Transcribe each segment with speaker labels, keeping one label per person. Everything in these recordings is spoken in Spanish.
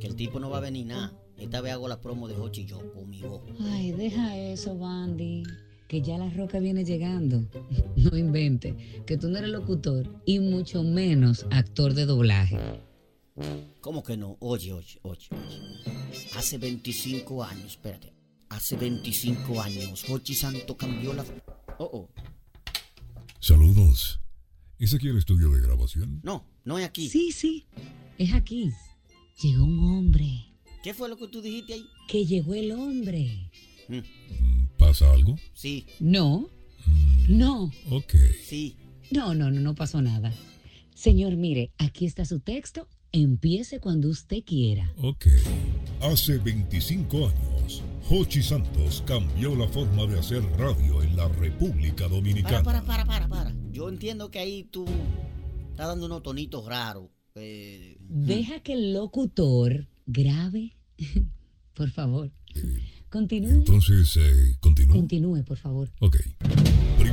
Speaker 1: Que el tipo no va a venir nada. Esta vez hago la promo de Hochi yo con mi voz.
Speaker 2: Ay, deja eso, Bandy. Que ya la roca viene llegando. No invente. Que tú no eres locutor y mucho menos actor de doblaje.
Speaker 1: ¿Cómo que no? Oye, oye, oye, oye. Hace 25 años, espérate. Hace 25 años, Hochi Santo cambió la. Oh, oh.
Speaker 3: Saludos. ¿Es aquí el estudio de grabación?
Speaker 1: No, no es aquí.
Speaker 2: Sí, sí. Es aquí. Llegó un hombre.
Speaker 1: ¿Qué fue lo que tú dijiste ahí?
Speaker 2: Que llegó el hombre.
Speaker 1: Mm,
Speaker 3: ¿Pasa algo?
Speaker 1: Sí,
Speaker 2: No. No.
Speaker 3: Ok.
Speaker 1: sí.
Speaker 2: No, no, no, no pasó nada. Señor, mire, aquí está su texto. Empiece cuando usted quiera.
Speaker 3: Ok. Hace 25 años, Hochi Santos cambió la forma de hacer radio en la República
Speaker 1: Para,
Speaker 3: Dominicana.
Speaker 1: para, para, para, para. Yo entiendo que ahí tú estás dando unos tonitos raros. Eh,
Speaker 2: Deja que el locutor grabe. Por favor. Continúe.
Speaker 3: Entonces, eh, continúa.
Speaker 2: Continúe, por favor.
Speaker 3: ok.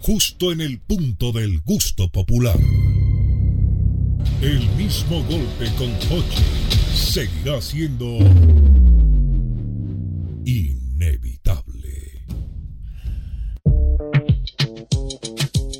Speaker 3: justo en el punto del gusto popular. El mismo golpe con Hochi seguirá siendo inevitable.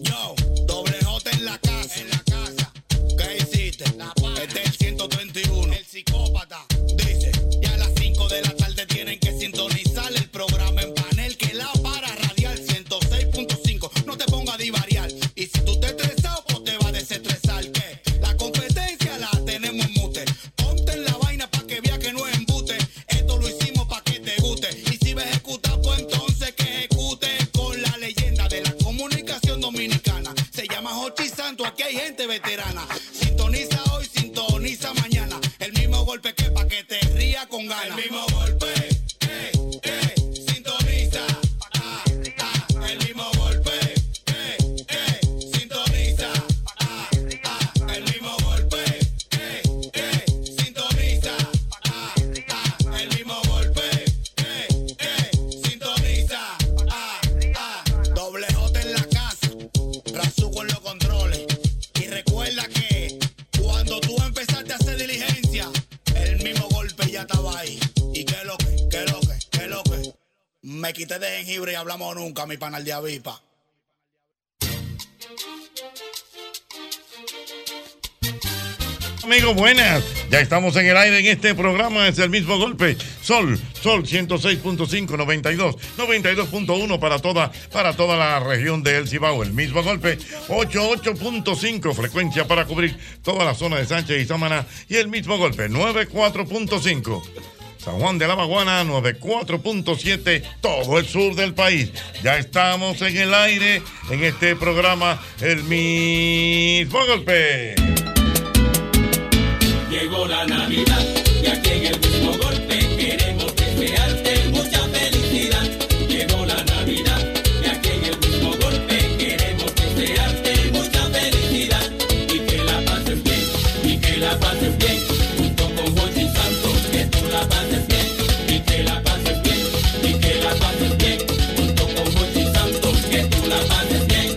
Speaker 4: Yo, doble J en la casa. En la casa. ¿Qué hiciste? La Este es el 131. El psicópata. Dice, ya a las 5 de la tarde tienen que sintonizar el programa en panel que la para radial 106.5. No te ponga a divariar. Y si tú te estresado, pues te va a desestresar. ¿Qué? La competencia la tenemos en mute. Ponte en la vaina para que vea que no es embute. Esto lo hicimos para que te guste. Y si ves ejecutar, pues entonces que ejecute con la leyenda de la comunicación dominicana. Se llama Hochi Santo, aquí hay gente veterana. Sintoniza hoy, sintoniza mañana. El mismo golpe que pa' que te ría con ganas. El mismo golpe, eh, eh, sintoniza. Ah, ah, el mismo golpe, eh, eh, sintoniza. Ah, ah, el mismo golpe, eh, eh, sintoniza. Ah, ah, el mismo golpe, eh, eh, sintoniza. Ah, ah, doble J en la casa, Razuco en los controles. Y recuerda que cuando tú empezaste a hacer diligencia, el mismo golpe ya estaba ahí. Y qué lo que, qué lo que, qué lo que. Me quité de jengibre y hablamos nunca, mi panal de avipa.
Speaker 5: amigos, buenas. Ya estamos en el aire en este programa, es el mismo golpe. Sol, Sol 106.5, 92, 92.1 para toda, para toda la región de El Cibao. El mismo golpe, 88.5 frecuencia para cubrir toda la zona de Sánchez y Samaná. Y el mismo golpe, 94.5. San Juan de la Maguana, 94.7, todo el sur del país. Ya estamos en el aire en este programa, el mismo golpe.
Speaker 6: Llegó la Navidad y aquí en el mismo golpe queremos desearte mucha felicidad. Llegó la Navidad y aquí en el mismo golpe queremos desearte mucha felicidad. Y que la pases bien, y que la pases bien, junto con Jochi Santos, que tú la pases bien, y que la pases bien, y que la pases bien, junto con Jochi Santos, que tú la pases bien.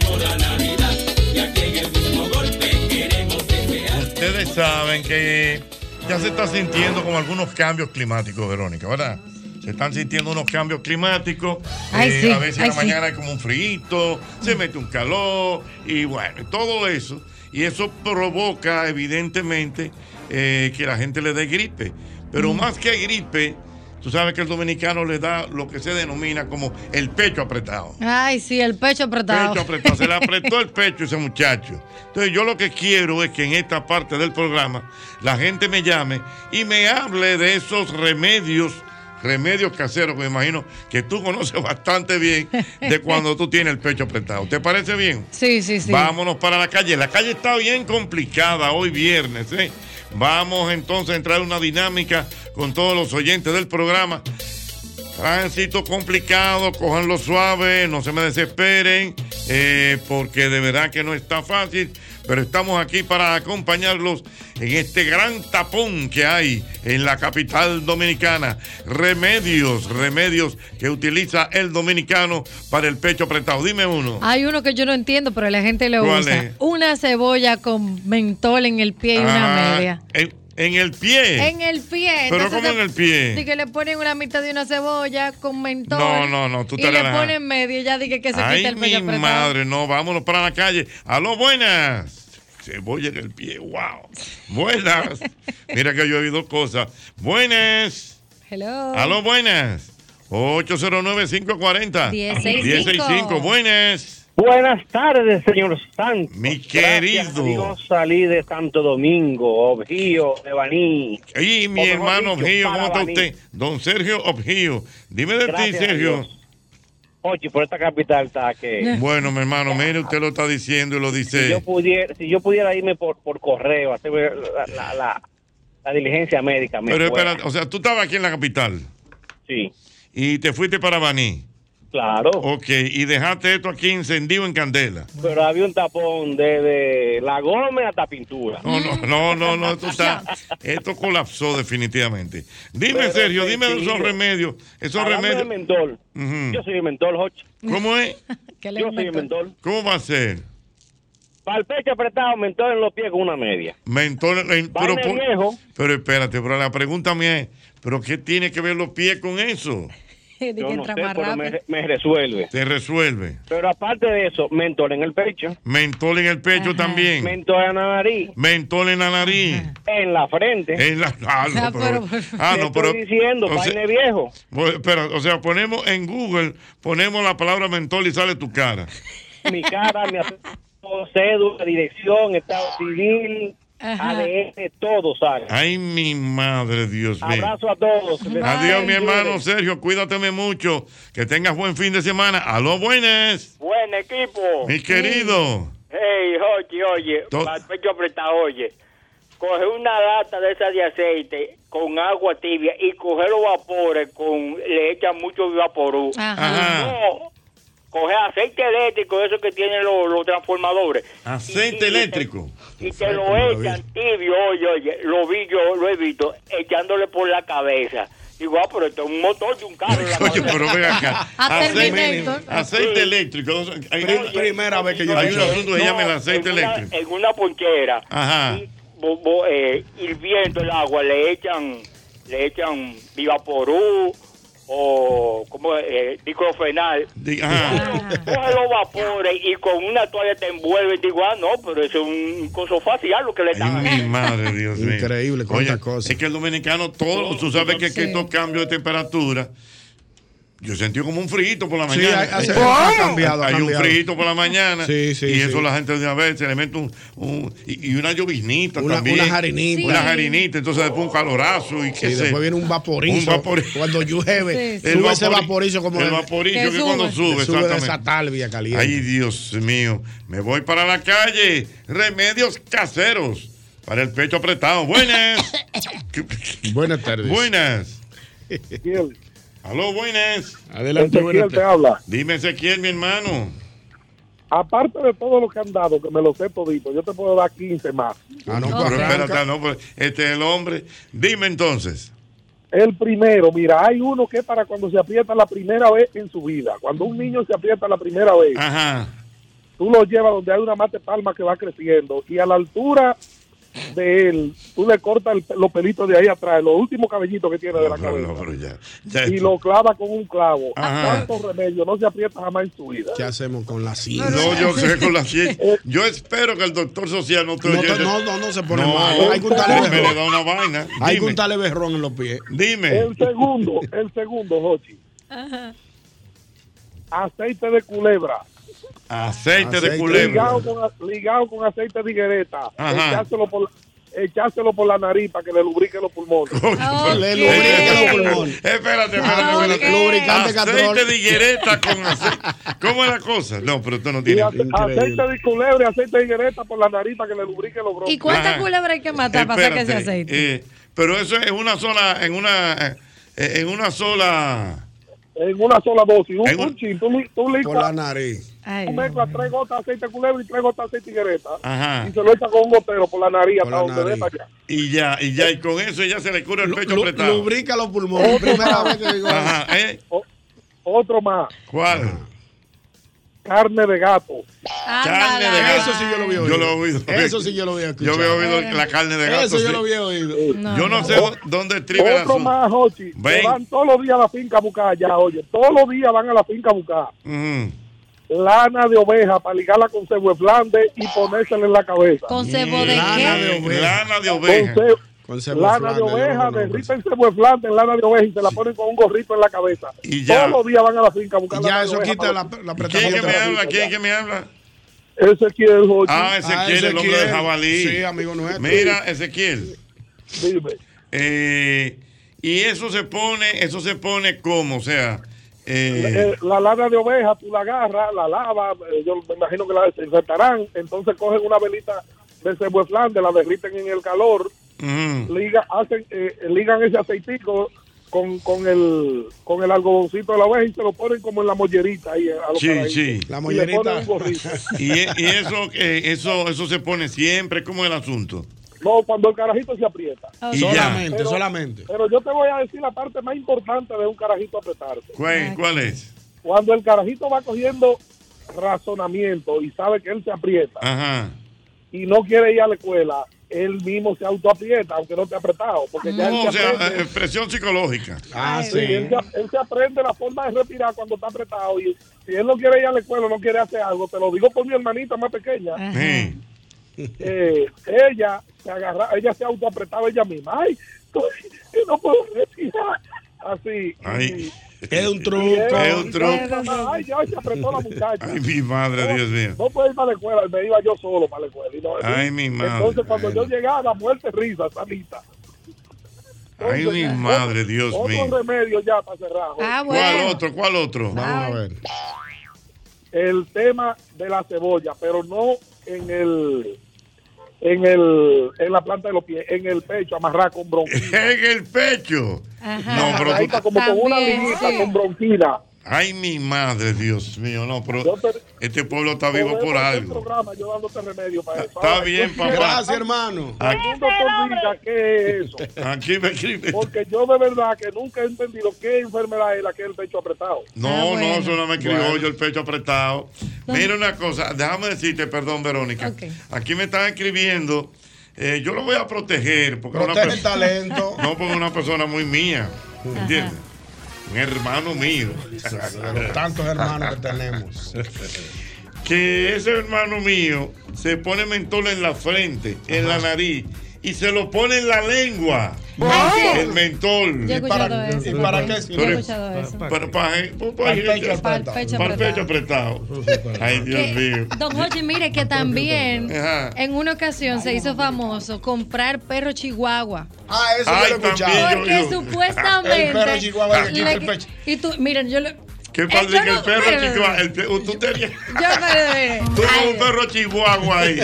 Speaker 6: Llegó la Navidad y aquí en el mismo golpe queremos desearte.
Speaker 5: Ustedes saben que ya se está sintiendo como algunos cambios climáticos, Verónica, ¿verdad? Se están sintiendo unos cambios climáticos. Eh,
Speaker 7: Ay, sí,
Speaker 5: a veces en
Speaker 7: ay,
Speaker 5: la
Speaker 7: sí.
Speaker 5: mañana hay como un frío, se mete un calor y bueno, todo eso. Y eso provoca, evidentemente, eh, que la gente le dé gripe.
Speaker 7: Mm.
Speaker 5: Pero más que gripe, tú sabes que el dominicano le da lo que se denomina como el pecho apretado.
Speaker 7: Ay, sí, el pecho apretado.
Speaker 5: Pecho apretado. Se le apretó el pecho a ese muchacho. Entonces, yo lo que quiero es que en esta parte del programa la gente me llame y me hable de esos remedios, remedios caseros que me imagino que tú conoces bastante bien de cuando tú tienes el pecho apretado. ¿Te parece bien?
Speaker 7: Sí, sí, sí.
Speaker 5: Vámonos para la calle. La calle está bien complicada hoy viernes, ¿eh? Vamos entonces a entrar en una dinámica con todos los oyentes del programa. Tránsito complicado, cójanlo suave, no se me desesperen, eh, porque de verdad que no está fácil, pero estamos aquí para acompañarlos en este gran tapón que hay en la capital dominicana. Remedios, remedios que utiliza el dominicano para el pecho apretado. Dime uno.
Speaker 7: Hay uno que yo no entiendo, pero la gente lo
Speaker 5: ¿Cuál
Speaker 7: usa.
Speaker 5: es?
Speaker 7: Una cebolla con mentol en el pie y una
Speaker 5: Ah,
Speaker 7: media.
Speaker 5: En, en el pie.
Speaker 7: En el pie.
Speaker 5: Pero
Speaker 7: entonces
Speaker 5: ¿cómo
Speaker 7: se-
Speaker 5: en el pie?
Speaker 7: Di que le ponen una mitad de una cebolla con mentol.
Speaker 5: No, no, no, tú te
Speaker 7: Y le
Speaker 5: relajas.
Speaker 7: ponen media y ya dije que se
Speaker 5: Ay,
Speaker 7: quita el pecho
Speaker 5: mi
Speaker 7: apretado.
Speaker 5: madre, no, vámonos para la calle. Aló, buenas. Cebolla en el pie, wow. Buenas. Mira que yo he oído cosas. Buenas.
Speaker 7: Hello.
Speaker 5: Aló, buenas. 809-540.
Speaker 7: 1065.
Speaker 5: 1065. Buenas.
Speaker 8: Buenas tardes, señor Santos.
Speaker 5: Mi
Speaker 8: Gracias a
Speaker 5: querido.
Speaker 8: Dios salí de Santo Domingo, Objío, Ebaní.
Speaker 5: Y mi
Speaker 8: O mejor
Speaker 5: hermano
Speaker 8: dicho,
Speaker 5: Obgío, ¿cómo está
Speaker 8: Parabaní.
Speaker 5: usted? Don Sergio Obgío. Dime de ti,
Speaker 8: Gracias a
Speaker 5: Sergio.
Speaker 8: Dios. Oye, por esta capital está
Speaker 7: Eh.
Speaker 8: que...
Speaker 5: Bueno, mi hermano, mire, usted lo está diciendo y lo dice.
Speaker 8: Si yo pudiera, si yo pudiera irme por, por correo, hacer la, la- la- la diligencia médica. me
Speaker 5: Pero
Speaker 8: fuera.
Speaker 5: espérate, o sea, tú estabas aquí en la capital.
Speaker 8: Sí.
Speaker 5: Y te fuiste para Baní.
Speaker 8: Claro.
Speaker 5: Ok, y dejaste esto aquí encendido en candela.
Speaker 8: Pero había un tapón desde La Gómez hasta Pintura.
Speaker 5: No, no, no, no, no, esto está. Esto colapsó definitivamente. Dime,
Speaker 8: Pero
Speaker 5: Sergio,
Speaker 8: sí,
Speaker 5: dime de
Speaker 8: sí,
Speaker 5: esos
Speaker 8: yo-
Speaker 5: remedios. Esos
Speaker 8: Háblame de
Speaker 5: remedios.
Speaker 8: mentol.
Speaker 5: Ujú.
Speaker 8: Yo soy de mentol, Jochi.
Speaker 5: ¿Cómo es?
Speaker 7: Que le
Speaker 8: Yo soy de
Speaker 7: mentol.
Speaker 8: mentol.
Speaker 5: ¿Cómo va a ser?
Speaker 8: Para el pecho apretado, mentol en los pies con una media.
Speaker 5: Mentol. eh, Pero,
Speaker 8: Vaina
Speaker 5: pon-
Speaker 8: viejo.
Speaker 5: pero espérate, pero la pregunta mía es: ¿pero qué tiene que ver los pies con eso?
Speaker 7: Di que
Speaker 8: Yo no sé,
Speaker 7: entra más
Speaker 8: pero
Speaker 7: rápido.
Speaker 8: me, me resuelve.
Speaker 5: Se resuelve.
Speaker 8: Pero aparte de eso, mentol en el pecho,
Speaker 5: Mentol en el pecho
Speaker 7: Ajá.
Speaker 5: también.
Speaker 8: mentol en la nariz,
Speaker 5: mentol en la nariz.
Speaker 8: en la frente.
Speaker 5: En la. Ah, no,
Speaker 7: Ah,
Speaker 5: pero.
Speaker 7: pero-
Speaker 5: Ah,
Speaker 8: Te
Speaker 5: no, pero.
Speaker 8: estoy diciendo,
Speaker 5: o sea-
Speaker 8: vaina viejo.
Speaker 5: Bueno, espera, o sea, ponemos en Google, ponemos la palabra mentol y sale tu cara.
Speaker 8: Mi cara, mi acento, cédula, dirección, estado civil,
Speaker 7: Ajá.
Speaker 8: ADN, todo sale.
Speaker 5: Ay, mi madre, Dios mío.
Speaker 8: Abrazo a todos.
Speaker 5: Adiós, mi hermano Sergio, cuídateme mucho. Que tengas buen fin de semana. Aló, buenas,
Speaker 8: Buen equipo.
Speaker 5: mi querido.
Speaker 8: Hey, Jochi, oye,
Speaker 5: To-
Speaker 8: para el pecho apretado, oye. Coge una lata de esa de aceite con agua tibia y coge los vapores con le echa mucho vaporú.
Speaker 7: Ajá.
Speaker 5: Ajá.
Speaker 8: No, coge aceite eléctrico, eso que tienen los, los transformadores.
Speaker 5: Aceite
Speaker 8: Y- y-
Speaker 5: eléctrico.
Speaker 8: Y te lo echan tibio, oye, oye, lo vi yo, lo he visto, echándole por la cabeza. Digo, ah, pero esto es un motor de un carro. en la
Speaker 5: Oye,
Speaker 8: cabeza.
Speaker 5: pero ven acá.
Speaker 7: A
Speaker 5: Aceite,
Speaker 7: Terminator.
Speaker 5: aceite eléctrico. Hay,
Speaker 8: Oye,
Speaker 9: primera vez que yo
Speaker 8: no,
Speaker 5: hay
Speaker 9: vi
Speaker 5: un
Speaker 8: no,
Speaker 5: asunto que se llama el aceite
Speaker 8: en una-
Speaker 5: eléctrico.
Speaker 8: En una ponchera.
Speaker 5: Ajá.
Speaker 8: Y bo- bo- eh, hirviendo el agua, le echan, le echan vivaporú, o como eh, diclofenal.
Speaker 5: ajá.
Speaker 8: Coge los vapores y con una toalla te envuelve y te digo, ah, no, pero eso es un coso fácil, algo que le están
Speaker 5: Mi madre, Dios mío.
Speaker 9: Increíble,
Speaker 5: cuántas cosas. Es que el dominicano, todo, tú sabes que, que estos cambios de temperatura. Yo sentí como un frito por la
Speaker 9: Sí,
Speaker 5: mañana.
Speaker 9: ha- ha- se- ha cambiado, ha
Speaker 5: Hay
Speaker 9: cambiado.
Speaker 5: un frito por la mañana.
Speaker 9: Sí, sí,
Speaker 5: y eso
Speaker 9: sí.
Speaker 5: la gente de una vez se le mete un, un- y, y una lloviznita
Speaker 9: Una-
Speaker 5: también.
Speaker 9: unas harinitas.
Speaker 5: Unas
Speaker 9: Sí.
Speaker 5: harinitas, entonces después un calorazo y qué
Speaker 9: Sí,
Speaker 5: sé.
Speaker 9: después viene un vaporizo.
Speaker 5: Un vaporizo.
Speaker 9: Cuando llueve,
Speaker 5: Sí, sí.
Speaker 9: sube
Speaker 5: El
Speaker 9: ese
Speaker 5: vapori-
Speaker 9: vaporizo como
Speaker 5: el
Speaker 9: de-
Speaker 5: vaporizo Que que cuando sube. sube,
Speaker 9: sube de esa
Speaker 5: exactamente.
Speaker 9: talvia caliente.
Speaker 5: Ay, Dios mío. Me voy para la calle. Remedios caseros. Para el pecho apretado. Buenas.
Speaker 9: buenas tardes.
Speaker 5: Buenas. Aló, buenas.
Speaker 9: Adelante,
Speaker 10: Ezequiel buenas te tardes. habla.
Speaker 5: Dime, Ezequiel, mi hermano.
Speaker 10: Aparte de todo lo que han dado, que me lo sé todito, yo te puedo dar 15 más.
Speaker 5: pero espérate, ah, no, pues, este es el hombre. Dime entonces.
Speaker 10: El primero, mira, hay uno que es para cuando se aprieta la primera vez en su vida. Cuando un niño se aprieta la primera vez, tú lo llevas donde hay una mate palma que va creciendo y a la altura de él, tú le cortas el- los pelitos de ahí atrás, los últimos cabellitos que tiene de la cabeza. y lo clava con un clavo.
Speaker 9: Ajá.
Speaker 10: Tanto remedio, no se aprieta jamás en su vida.
Speaker 9: ¿Qué hacemos con la silla?
Speaker 5: No, yo sé con la ciencia. Yo espero que el doctor social no te
Speaker 9: No,
Speaker 5: oye.
Speaker 9: te- no, no, no se pone
Speaker 5: No,
Speaker 9: mal. Hay que untarle
Speaker 5: me le
Speaker 9: bejerrón.
Speaker 5: da una vaina.
Speaker 9: Hay que
Speaker 5: Dime.
Speaker 9: untarle bejerrón en los pies.
Speaker 5: Dime.
Speaker 10: El segundo, el segundo, Jochi. Aceite de culebra.
Speaker 5: Aceite, de culebra.
Speaker 10: Ligado con, ligado con aceite de higuereta.
Speaker 5: Ajá.
Speaker 10: Echárselo por, echárselo por la nariz para que le lubrique los pulmones.
Speaker 9: Le lubrique los pulmones.
Speaker 5: Espérate, espérate.
Speaker 9: Ah,
Speaker 5: espérate.
Speaker 9: ok. Lubricante
Speaker 5: Aceite
Speaker 9: Catrol.
Speaker 5: de higuereta con aceite. ¿Cómo es la cosa? No, pero tú no
Speaker 10: Y
Speaker 5: tienes.
Speaker 10: ace- aceite de culebra y aceite de higuereta por la nariz para que le lubrique los bronquios.
Speaker 7: ¿Y cuántas culebras hay que matar para sacar ese
Speaker 5: Espérate,
Speaker 7: aceite?
Speaker 5: eh, pero eso es una sola, en una, eh, en una sola.
Speaker 10: En una sola dosis,
Speaker 5: un,
Speaker 10: chin, tú, li- tú licuas-
Speaker 9: nariz.
Speaker 10: Tú mezclas tres gotas de aceite de culebra y tres gotas de aceite de higuereta.
Speaker 5: Ajá.
Speaker 10: Y se lo echa con un gotero por la nariz
Speaker 5: Por
Speaker 10: hasta
Speaker 5: la
Speaker 10: donde dé
Speaker 5: nariz.
Speaker 10: para allá.
Speaker 5: Y ya, y ya, y con eso ya se le cura el pecho apretado.
Speaker 9: Lubrica los pulmones. Primera vez que digo.
Speaker 5: Ajá, ¿eh?
Speaker 10: Otro más,
Speaker 5: ¿Cuál?
Speaker 10: carne de gato.
Speaker 5: Carne de gato.
Speaker 9: Eso sí yo lo había
Speaker 5: Yo
Speaker 9: oído.
Speaker 5: lo he oído.
Speaker 9: Eso sí yo lo había escuchado.
Speaker 5: Yo había oído la carne de gato,
Speaker 9: Eso yo
Speaker 5: sí.
Speaker 9: lo había oído.
Speaker 5: Yo no sé dó- dónde estribe el
Speaker 10: Otro
Speaker 5: asunto.
Speaker 10: más, Jochi. que
Speaker 5: Ven.
Speaker 10: van todos los días a la finca a buscar allá, oye. Todos los días van a la finca a buscar. Lana de oveja para ligarla con cebo de blande y ponérsela en la cabeza.
Speaker 7: ¿Con cebo de
Speaker 9: Lana
Speaker 7: qué?
Speaker 9: de oveja.
Speaker 5: Lana de
Speaker 10: oveja.
Speaker 9: Con
Speaker 10: ce-
Speaker 9: cebo
Speaker 10: lana de
Speaker 9: flan, yo
Speaker 10: oveja,
Speaker 9: no conozco eso.
Speaker 10: derriten cebo de blande en lana de oveja y se la ponen con un gorrito en la cabeza.
Speaker 5: Y ya.
Speaker 10: Todos los días van a la finca a buscar
Speaker 9: Ya,
Speaker 10: lana de
Speaker 9: eso
Speaker 10: oveja
Speaker 9: quita
Speaker 10: para-
Speaker 9: la- la
Speaker 5: ¿Quién es que me habla? ¿Quién es que me habla?
Speaker 10: Ezequiel, Jochi.
Speaker 5: Ah, Ezequiel, el hombre de jabalí.
Speaker 9: Sí, amigo nuestro.
Speaker 5: Mira, Ezequiel. Eh, y eso se pone, eso se pone como, o sea, eh,
Speaker 10: Eh, la lana de oveja tú la agarras, la lavas, eh, yo me imagino que la desinfectarán, entonces cogen una velita de cebo de blande, la derriten en el calor
Speaker 5: ujú.
Speaker 10: liga, hacen, eh, ligan ese aceitico con, con el con el algodoncito de la oveja y se lo ponen como en la mollerita ahí eh, a los
Speaker 5: Sí,
Speaker 10: carajitos.
Speaker 5: sí. La
Speaker 10: Y le
Speaker 5: mollerita.
Speaker 10: ponen un gorrito.
Speaker 5: y, e, y eso, eh, eso, eso se pone siempre, como el asunto. Ah.
Speaker 10: no cuando el carajito se aprieta
Speaker 5: Y ya. Solamente,
Speaker 9: solamente
Speaker 10: pero yo te voy a decir la parte más importante de un carajito apretarse
Speaker 5: ¿Cuál, cuál es?
Speaker 10: cuando el carajito va cogiendo razonamiento y sabe que él se aprieta
Speaker 5: Ajá.
Speaker 10: y no quiere ir a la escuela él mismo se autoaprieta aunque no te ha apretado porque ya él
Speaker 5: No, o
Speaker 10: se
Speaker 5: sea,
Speaker 10: aprende.
Speaker 5: eh, presión psicológica.
Speaker 9: Ah,
Speaker 10: Sí, él, se, él se aprende la forma de respirar cuando está apretado. Y si él no quiere ir a la escuela, no quiere hacer algo, te lo digo por mi hermanita más pequeña. eh, ella se agarra, ella se autoapretaba ella misma. Ay, estoy- yo no puedo respirar. Así.
Speaker 5: Ay.
Speaker 9: Es un truco.
Speaker 10: Y él-
Speaker 5: Es un truco.
Speaker 10: Ay, ya se apretó la muchacha.
Speaker 5: Ay, mi madre, Dios mío.
Speaker 10: No puedo ir para la escuela, me iba yo solo para la escuela. y no-
Speaker 5: Ay, mi madre,
Speaker 10: Entonces, cuando
Speaker 5: bueno.
Speaker 10: yo llegaba, muerte risa, salita.
Speaker 5: Ay, mi madre, Dios
Speaker 10: Otro
Speaker 5: mío.
Speaker 10: remedio ya para cerrar. Jorge.
Speaker 5: ¿Cuál otro? ¿Cuál otro?
Speaker 10: Vamos a
Speaker 9: ver.
Speaker 10: el tema de la cebolla, pero no en el en el en la planta de los pies, en el pecho, amarrar con bronquina.
Speaker 5: En el pecho. No, pero
Speaker 10: Ahí
Speaker 5: tú-
Speaker 10: está como con una
Speaker 5: También,
Speaker 10: liguita
Speaker 5: sí.
Speaker 10: con bronquina.
Speaker 5: Ay, mi madre, Dios mío, no, pero este pueblo está
Speaker 10: Nos
Speaker 5: vivo
Speaker 10: vemos
Speaker 5: por
Speaker 10: en el
Speaker 5: algo.
Speaker 10: programa, yo dándote remedio para eso.
Speaker 5: Está
Speaker 10: Ahora,
Speaker 5: bien,
Speaker 10: yo-
Speaker 5: papá. Gracias,
Speaker 9: hermano.
Speaker 5: Aquí-
Speaker 10: Algún doctor diga qué es eso.
Speaker 5: Aquí me escribe.
Speaker 10: Porque yo de verdad que nunca he entendido qué enfermedad es la que es el pecho apretado.
Speaker 5: No, no, eso no me escribió yo el pecho apretado. Mira una cosa, déjame decirte, perdón, Verónica. Aquí me están escribiendo. eh, yo lo voy a proteger porque es
Speaker 9: Protege
Speaker 5: una
Speaker 9: el talento.
Speaker 5: No, porque es una persona muy mía. ¿Entiendes? Un hermano mío.
Speaker 9: De los tantos hermanos que tenemos.
Speaker 5: que ese hermano mío se pone mentol en la frente, en la nariz, y se lo pone en la lengua.
Speaker 9: Ay,
Speaker 5: El mentol.
Speaker 9: Yo he ¿Y para- escuchado eso. y para qué sirve? Yo he
Speaker 5: Pero-
Speaker 9: escuchado eso.
Speaker 5: Para, para, para-
Speaker 9: Para el pecho
Speaker 5: para-
Speaker 9: apretado.
Speaker 5: para el pecho apretado. Ay, Dios mío.
Speaker 7: Don Jorge, mire que también
Speaker 5: Ajá.
Speaker 7: en una ocasión se hizo famoso comprar perro chihuahua.
Speaker 9: Ah,
Speaker 5: eso yo Ay, lo he escuchado. también,
Speaker 7: Porque
Speaker 5: yo- yo-
Speaker 7: supuestamente.
Speaker 5: El perro chihuahua que
Speaker 7: le-
Speaker 5: quita el pecho.
Speaker 7: Y tú, miren, yo le.
Speaker 9: eh,
Speaker 5: Qué padre
Speaker 7: yo
Speaker 5: que el
Speaker 7: no-
Speaker 5: perro
Speaker 7: mira,
Speaker 5: chihuahua. El, pe- uh, tú tenías.
Speaker 7: Yo, mire, mire.
Speaker 5: Tú tenías un perro chihuahua ahí.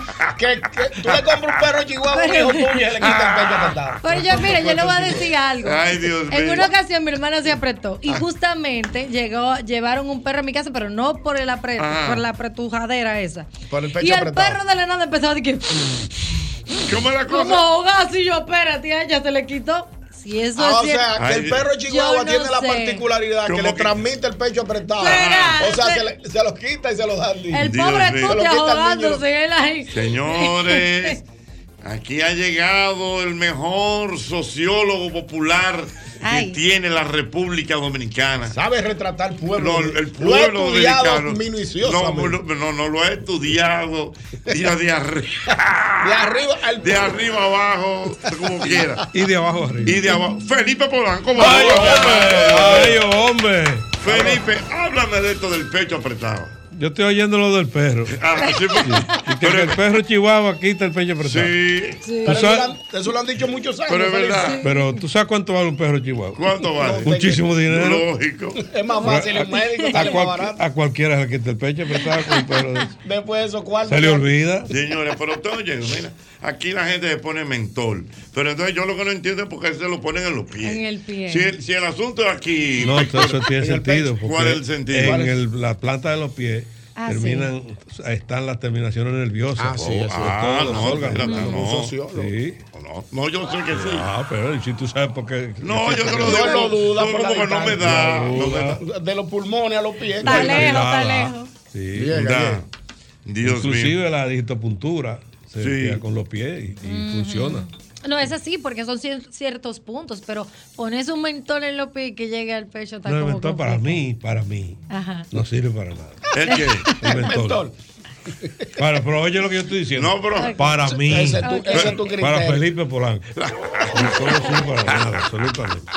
Speaker 9: Tú le compras un perro chihuahua a un hijo tuyo y se le quita el pecho apretado.
Speaker 7: Pero yo, mira, yo le voy a decir algo.
Speaker 9: Ay, Dios
Speaker 7: En
Speaker 9: mío.
Speaker 7: una ocasión mi hermana se apretó y
Speaker 9: Ah.
Speaker 7: justamente llegó, llevaron un perro a mi casa, pero no por, el apre-
Speaker 5: Ah.
Speaker 7: por la apretujadera esa.
Speaker 5: Por el
Speaker 7: y el perro de la nada empezó a decir
Speaker 5: ¿Cómo la cosa?
Speaker 7: Como ahogado y yo, espérate, a ella se le quitó. Si eso
Speaker 9: Ah,
Speaker 7: es
Speaker 9: o sea,
Speaker 7: cierto-
Speaker 9: que el perro
Speaker 7: Yo
Speaker 9: chihuahua
Speaker 7: no
Speaker 9: tiene la
Speaker 7: sé.
Speaker 9: particularidad que
Speaker 5: ¿Cómo
Speaker 9: le
Speaker 5: que?
Speaker 9: transmite el pecho apretado.
Speaker 7: Será,
Speaker 9: O sea,
Speaker 7: ese-
Speaker 9: se, le- se los quita y se los da al niño.
Speaker 7: El
Speaker 5: Dios
Speaker 7: pobre
Speaker 5: mío. Se
Speaker 7: tute
Speaker 5: lo quita el niño.
Speaker 7: ahogándose, él ahí.
Speaker 5: Señores, aquí ha llegado el mejor sociólogo popular que
Speaker 9: Ay.
Speaker 5: tiene la República Dominicana.
Speaker 9: Sabe retratar pueblo.
Speaker 5: No, el pueblo
Speaker 9: lo he estudiado
Speaker 5: dominicano.
Speaker 9: minuciosamente.
Speaker 5: No, no, no, no, lo he estudiado. Mira de arriba.
Speaker 9: De arriba al
Speaker 5: De arriba abajo, como quiera.
Speaker 11: Y de abajo arriba.
Speaker 5: Y de abajo. Felipe Polanco. ¿cómo
Speaker 11: Ay,
Speaker 5: no?
Speaker 11: hombre. Ay, hombre.
Speaker 5: Felipe, háblame de esto del pecho apretado.
Speaker 11: Yo estoy oyendo lo del perro.
Speaker 5: Ah, sí,
Speaker 11: Y que el perro chihuahua quita el pecho apretado.
Speaker 9: Sí.
Speaker 11: ¿Tú
Speaker 9: Pero eso, lo
Speaker 11: sabes-
Speaker 9: han, eso lo han dicho muchos años.
Speaker 11: Pero,
Speaker 9: Felipe.
Speaker 11: tú sabes cuánto vale un perro chihuahua.
Speaker 5: ¿Cuánto vale?
Speaker 11: Muchísimo dinero.
Speaker 5: Lógico.
Speaker 9: Es más fácil,
Speaker 11: A-
Speaker 9: un médico
Speaker 11: a,
Speaker 9: sale más
Speaker 11: cual-
Speaker 9: barato.
Speaker 11: a cualquiera le quita el pecho apretado con un perro de eso.
Speaker 9: Después de esos cuartos.
Speaker 11: Se le olvida.
Speaker 5: Señores, pero usted oye, mira, aquí la gente se pone mentol. Pero entonces yo lo que no entiendo es por qué se lo ponen en los pies.
Speaker 7: En el pie.
Speaker 5: Si el, si el asunto es aquí.
Speaker 11: No,
Speaker 5: Víctor,
Speaker 11: eso tiene sentido. porque
Speaker 5: ¿Cuál es el sentido?
Speaker 11: En el- la planta de los pies
Speaker 7: Ah,
Speaker 11: terminan, están las terminaciones nerviosas.
Speaker 5: Ah, sí,
Speaker 11: Oh,
Speaker 5: eso es
Speaker 11: ah,
Speaker 5: todo,
Speaker 11: no,
Speaker 5: no,
Speaker 11: órganos.
Speaker 5: espérate, no.
Speaker 11: Como un sociólogo. Sí.
Speaker 5: No, yo sé que sí.
Speaker 11: Ah, pero si tú sabes por qué.
Speaker 5: No, yo te lo
Speaker 9: No
Speaker 5: digo.
Speaker 9: lo duda.
Speaker 5: no,
Speaker 9: por la
Speaker 5: porque no me da,
Speaker 9: distancia.
Speaker 5: no me da.
Speaker 9: De los pulmones a los pies.
Speaker 5: Está lejos, está
Speaker 11: lejos. Sí,
Speaker 9: Llega,
Speaker 11: da.
Speaker 9: llega.
Speaker 5: Dios
Speaker 11: Inclusive la digitopuntura se
Speaker 5: Sí. Mm.
Speaker 11: pega con los pies y, y funciona.
Speaker 7: No, es así, porque son cier- ciertos puntos, pero pones un mentol en los pies y que llegue al pecho, está
Speaker 11: No, el
Speaker 7: como...
Speaker 11: mentol para mí, para mí,
Speaker 7: Ajá.
Speaker 11: no sirve para nada.
Speaker 5: ¿El qué?
Speaker 11: El mentol. Para, pero oye lo que yo estoy diciendo.
Speaker 5: No, pero-
Speaker 11: Para mí.
Speaker 9: Ese es tu- ese es tu criterio.
Speaker 11: Para Felipe Polanco. El mentol no sirve para nada, absolutamente.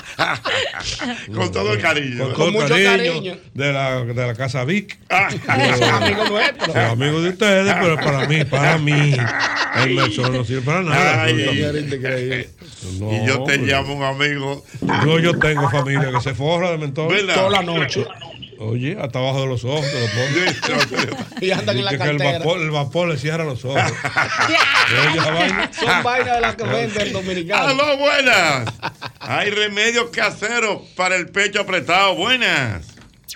Speaker 5: Con todo el cariño.
Speaker 11: Con todo el
Speaker 5: mucho Ah,
Speaker 11: cariño, De, la, de la casa Vic. Eh,
Speaker 5: Amigo
Speaker 9: nuestro.
Speaker 11: Los amigos de ustedes, pero para mí, para mí. El mentol no sirve para nada.
Speaker 5: Ay.
Speaker 11: absolutamente. No,
Speaker 5: y yo te
Speaker 11: hombre.
Speaker 5: llamo un amigo.
Speaker 11: Yo, yo tengo familia que se forra de mentol.
Speaker 5: ¿Verdad? Toda la
Speaker 9: noche.
Speaker 11: Oye, hasta abajo de los ojos te lo ponen.
Speaker 9: Y andan en la
Speaker 11: Dice que el
Speaker 9: cartera.
Speaker 11: vapor, el vapor le cierra los ojos. Oye, esa vaina.
Speaker 9: Son vainas de las que venden el dominicano.
Speaker 5: ¡Aló, buenas! Hay remedios caseros para el pecho apretado. Buenas.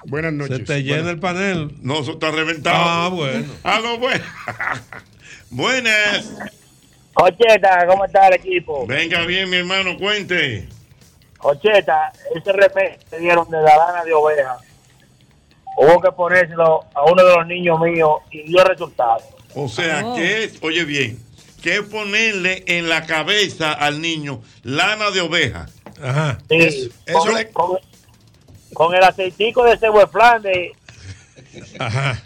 Speaker 9: Buenas noches.
Speaker 11: Se te llena el panel.
Speaker 5: No, eso está reventado.
Speaker 11: Ah, bueno.
Speaker 5: ¡Aló, buenas! buenas.
Speaker 12: Ocheta, ¿cómo está el equipo?
Speaker 5: Venga bien, mi hermano, cuente.
Speaker 12: Ocheta, ese remedio que dieron de la lana de oveja, hubo que ponérselo a uno de los niños míos y dio resultado.
Speaker 5: O
Speaker 11: Ah,
Speaker 5: sea,
Speaker 12: Oh.
Speaker 5: que es, oye bien, que es ponerle en la cabeza al niño lana de oveja.
Speaker 11: Ajá.
Speaker 12: Sí, con, con- con el aceitico de ese buen plan de,
Speaker 11: Ajá.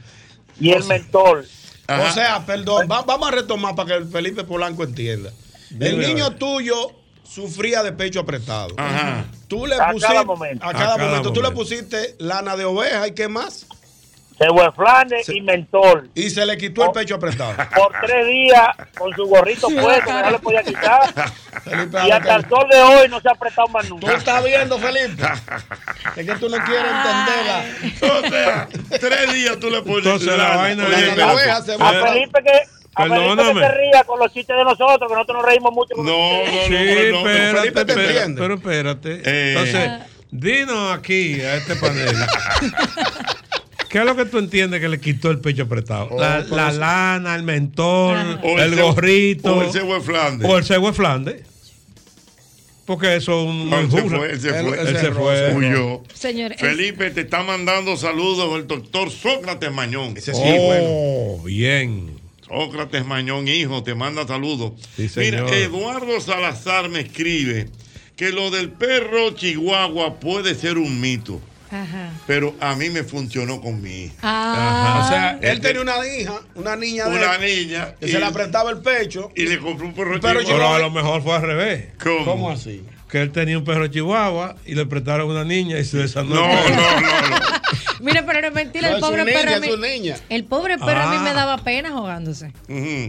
Speaker 12: y el mentor.
Speaker 9: O sea, perdón, va- vamos a retomar para que Felipe Polanco entienda. El
Speaker 11: Dime,
Speaker 9: niño tuyo sufría de pecho apretado.
Speaker 5: Ajá.
Speaker 9: Tú le
Speaker 12: A cada
Speaker 9: pusiste
Speaker 12: momento.
Speaker 9: a cada
Speaker 12: A cada
Speaker 9: momento, tú le
Speaker 12: momento.
Speaker 9: pusiste lana de oveja y qué más?
Speaker 12: Se fue flandes y mentol.
Speaker 9: Y se le quitó el pecho apretado.
Speaker 12: Por tres días con su gorrito
Speaker 9: Sí,
Speaker 12: puesto, que
Speaker 9: cara.
Speaker 12: no le podía quitar.
Speaker 9: Felipe,
Speaker 12: Y hasta el sol de hoy no se ha apretado más nunca.
Speaker 9: Tú estás viendo, Felipe. Es que tú no quieres entenderla.
Speaker 5: O sea, tres días tú le pones
Speaker 11: Entonces, la vaina
Speaker 5: Oye,
Speaker 11: es-
Speaker 5: espérate.
Speaker 9: La oveja se
Speaker 12: A Felipe que, a Felipe que
Speaker 11: Perdóname.
Speaker 12: se ría con los chistes de nosotros, que nosotros nos reímos mucho. con los chistes.
Speaker 11: Sí, espérate,
Speaker 9: Felipe te
Speaker 11: espérate,
Speaker 9: entiende.
Speaker 11: pero espérate.
Speaker 5: Eh.
Speaker 11: Entonces, dinos aquí a este panel. ¿Qué es lo que tú entiendes que le quitó el pecho apretado?
Speaker 5: Oh,
Speaker 11: la,
Speaker 5: pero
Speaker 11: la
Speaker 5: sí.
Speaker 11: lana, el mentol,
Speaker 5: O
Speaker 11: el,
Speaker 5: el cebo-
Speaker 11: gorrito.
Speaker 5: o el cebo de Flandes.
Speaker 11: O el cebo de Flandes. Porque eso es un
Speaker 5: No, él se
Speaker 11: injuria.
Speaker 5: fue, él se fue.
Speaker 11: Él se fue.
Speaker 5: Huyó.
Speaker 7: Señor,
Speaker 5: Felipe, te está mandando saludos el doctor Sócrates Mañón. Ese
Speaker 11: sí, Oh, bien.
Speaker 5: Sócrates Mañón, hijo, te manda saludos.
Speaker 11: Sí,
Speaker 5: Mira,
Speaker 11: señor.
Speaker 5: Eduardo Salazar me escribe que lo del perro chihuahua puede ser un mito,
Speaker 7: Ajá.
Speaker 5: pero a mí me funcionó con mi hija.
Speaker 7: Ah.
Speaker 9: O sea,
Speaker 5: Este-
Speaker 9: él tenía una hija, una niña de
Speaker 5: Una
Speaker 9: él,
Speaker 5: niña,
Speaker 9: que
Speaker 5: y-
Speaker 9: se le apretaba el pecho.
Speaker 5: Y le compró un perro
Speaker 9: Pero
Speaker 11: Pero a lo mejor fue al revés.
Speaker 5: ¿Cómo?
Speaker 11: así? Que él tenía un perro chihuahua y le prestaron una niña y se desandó. No,
Speaker 7: Mira, pero no es mentira,
Speaker 11: No,
Speaker 7: el
Speaker 11: es su
Speaker 7: pobre
Speaker 11: niña,
Speaker 7: perro. a
Speaker 11: es
Speaker 7: mí-
Speaker 11: su niña.
Speaker 7: El pobre perro a mí
Speaker 11: Ah.
Speaker 7: me daba pena jugándose.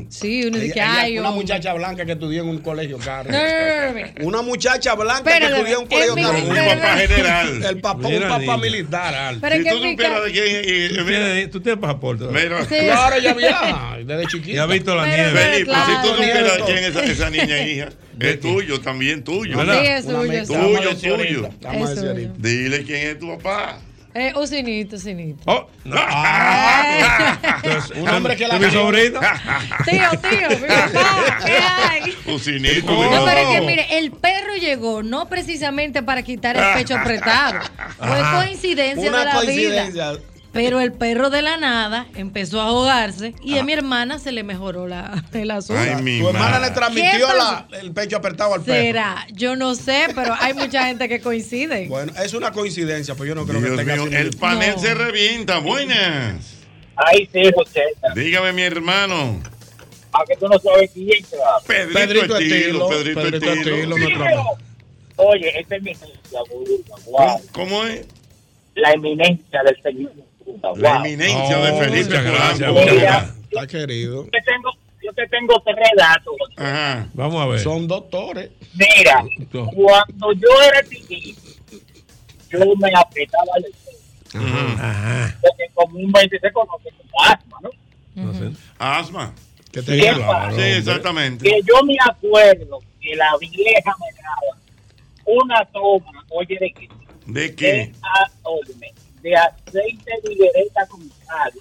Speaker 7: Sí, uno dice,
Speaker 9: Ella-
Speaker 7: ay,
Speaker 9: una
Speaker 7: hombre".
Speaker 9: muchacha blanca que estudió en un colegio caro.
Speaker 7: No, no, no, no, mira.
Speaker 9: Una muchacha blanca
Speaker 7: Espérate,
Speaker 9: que estudió en un
Speaker 7: es
Speaker 9: colegio
Speaker 7: mi-
Speaker 9: caro.
Speaker 5: Un papá general.
Speaker 9: El papá, un
Speaker 11: Mira,
Speaker 9: papá
Speaker 11: niña.
Speaker 9: militar alto.
Speaker 7: Pero es Si que tú mi supieras ca- de
Speaker 11: ¿Tú, tienes, tú tienes pasaporte.
Speaker 5: Mira.
Speaker 7: Sí.
Speaker 9: Claro, ya viaja desde chiquita.
Speaker 11: Ya ha visto la
Speaker 7: Pero,
Speaker 11: nieve.
Speaker 7: pero,
Speaker 5: Felipe,
Speaker 7: claro.
Speaker 5: si tú supieras
Speaker 9: Nieto.
Speaker 5: quién es esa, esa niña hija, es tuyo, también tuyo.
Speaker 7: ¿Verdad? Sí, es Una suyo, es suyo.
Speaker 5: Tuyo, tuyo.
Speaker 7: Vamos a decir ahorita.
Speaker 5: Dile quién es tu papá.
Speaker 7: Eh, un cinito, un cinito.
Speaker 11: Oh,
Speaker 5: Ah, pues, un hombre
Speaker 11: que la- mi sobrino.
Speaker 7: Tío, tío, mi papá, ¿qué hay?
Speaker 5: Cocinito.
Speaker 7: No, pero es que mire, el perro llegó no precisamente para quitar el pecho apretado. Fue
Speaker 11: Ah,
Speaker 5: Ajá.
Speaker 7: coincidencia
Speaker 9: Una
Speaker 7: de la vida.
Speaker 9: coincidencia.
Speaker 7: Pero el perro de la nada empezó a ahogarse y a mi hermana se le mejoró la, el asunto.
Speaker 9: tu hermana le
Speaker 7: ¿Qué
Speaker 9: transmitió
Speaker 7: pasó?
Speaker 9: la- el pecho apretado al perro.
Speaker 7: Será, yo no sé, pero hay mucha gente que coincide.
Speaker 9: Bueno, es una coincidencia, pero yo no creo
Speaker 5: Dios
Speaker 9: que tenga
Speaker 5: mío, el panel se revienta. Buenas.
Speaker 12: Ahí sí, José.
Speaker 5: Dígame, mi hermano.
Speaker 12: Aunque tú no sabes quién te va.
Speaker 5: Pedrito,
Speaker 9: Pedrito
Speaker 5: Estilo,
Speaker 9: Estilo,
Speaker 5: Pedrito,
Speaker 9: Pedrito
Speaker 5: Estilo.
Speaker 9: Estilo, nuestro amigo.
Speaker 12: Oye, esta es mi esencia, burla, guau.
Speaker 5: ¿Cómo es?
Speaker 12: La eminencia del señor.
Speaker 5: La eminencia de Felipe
Speaker 11: muchas gracias,
Speaker 5: Polanco.
Speaker 11: muchas gracias.
Speaker 9: Está querido.
Speaker 12: Yo te tengo, yo te tengo tres datos.
Speaker 5: Ajá.
Speaker 11: Vamos a ver.
Speaker 9: Son doctores.
Speaker 12: Mira, cuando yo era chiquito, yo me apretaba el pecho.
Speaker 11: Ajá.
Speaker 12: Porque comúnmente se conoce como asma, ¿no?
Speaker 5: Asma.
Speaker 11: ¿Qué
Speaker 12: te diga, claro,
Speaker 5: Sí,
Speaker 12: hombre.
Speaker 5: exactamente.
Speaker 12: Que yo me acuerdo que la vieja me daba una toma, oye, de que
Speaker 5: ¿De qué?
Speaker 12: a- óyeme, de aceite de higuereta con sal.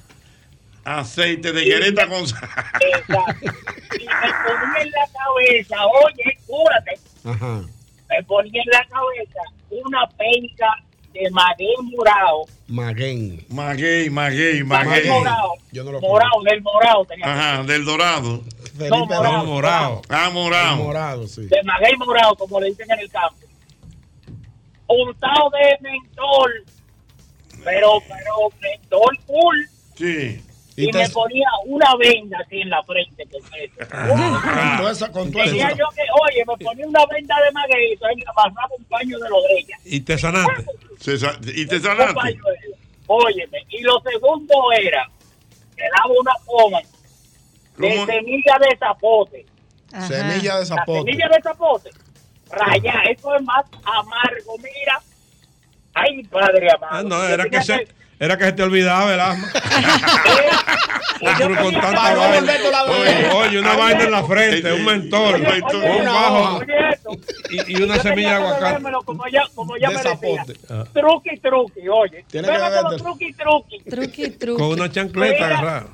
Speaker 5: Aceite de Guereta con sal.
Speaker 12: Y me ponía en la cabeza, oye, cúrate,
Speaker 9: Ajá.
Speaker 12: me ponía en la cabeza una penca de maguey morado,
Speaker 9: Maguen.
Speaker 5: Maguey, maguey,
Speaker 12: maguey
Speaker 5: maguey.
Speaker 12: morado,
Speaker 9: Yo no lo
Speaker 12: morado, del morado, tenía-
Speaker 5: Ajá, del dorado.
Speaker 12: No, morado,
Speaker 11: morado.
Speaker 5: Ah, morado.
Speaker 9: Morado, sí.
Speaker 12: de maguey morado, como le dicen en el campo. Untado de mentol, pero, pero mentol full.
Speaker 5: Sí.
Speaker 12: Y, me ponía una venda así en la frente. Con eso.
Speaker 9: Con toda esa, con toda
Speaker 12: Decía
Speaker 9: esa.
Speaker 12: yo que, oye, me ponía una venda de maguey y entonces me amarraba un paño de rodilla.
Speaker 11: Y te sanaste.
Speaker 5: Se sa- ¿Y te
Speaker 12: Un
Speaker 5: sanaste?
Speaker 12: paño de- eh, Óyeme, y lo segundo era, me daba una coma de
Speaker 5: ¿Cómo?
Speaker 12: semilla de zapote.
Speaker 9: Semilla de
Speaker 12: La
Speaker 9: zapote.
Speaker 12: semilla de zapote. Raya, eso es más amargo, mira. Ay, padre amado.
Speaker 11: Ah, no,
Speaker 12: Yo
Speaker 11: era
Speaker 12: tenía Eh,
Speaker 11: que se, era que se te olvidaba el asma. Ah, pero con tanta
Speaker 9: Para no
Speaker 11: vaina.
Speaker 9: volverte la
Speaker 11: Oye, oye, una vaina en la frente, un mentor,
Speaker 12: Oye, oye,
Speaker 11: un bajo
Speaker 12: oye, esto.
Speaker 11: y, y una
Speaker 12: Yo tenía
Speaker 11: semilla de
Speaker 12: que
Speaker 11: aguacate.
Speaker 12: bebérmelo, Como ya, como ya
Speaker 9: De
Speaker 12: me
Speaker 9: zapote.
Speaker 11: Ah.
Speaker 12: decía. Truqui, truqui, oye.
Speaker 9: Tiene que
Speaker 12: Bébetelo
Speaker 9: beber-
Speaker 12: truqui, truqui.
Speaker 7: Truqui, truqui.
Speaker 11: Con una chancleta
Speaker 12: Mira.
Speaker 11: agarrada.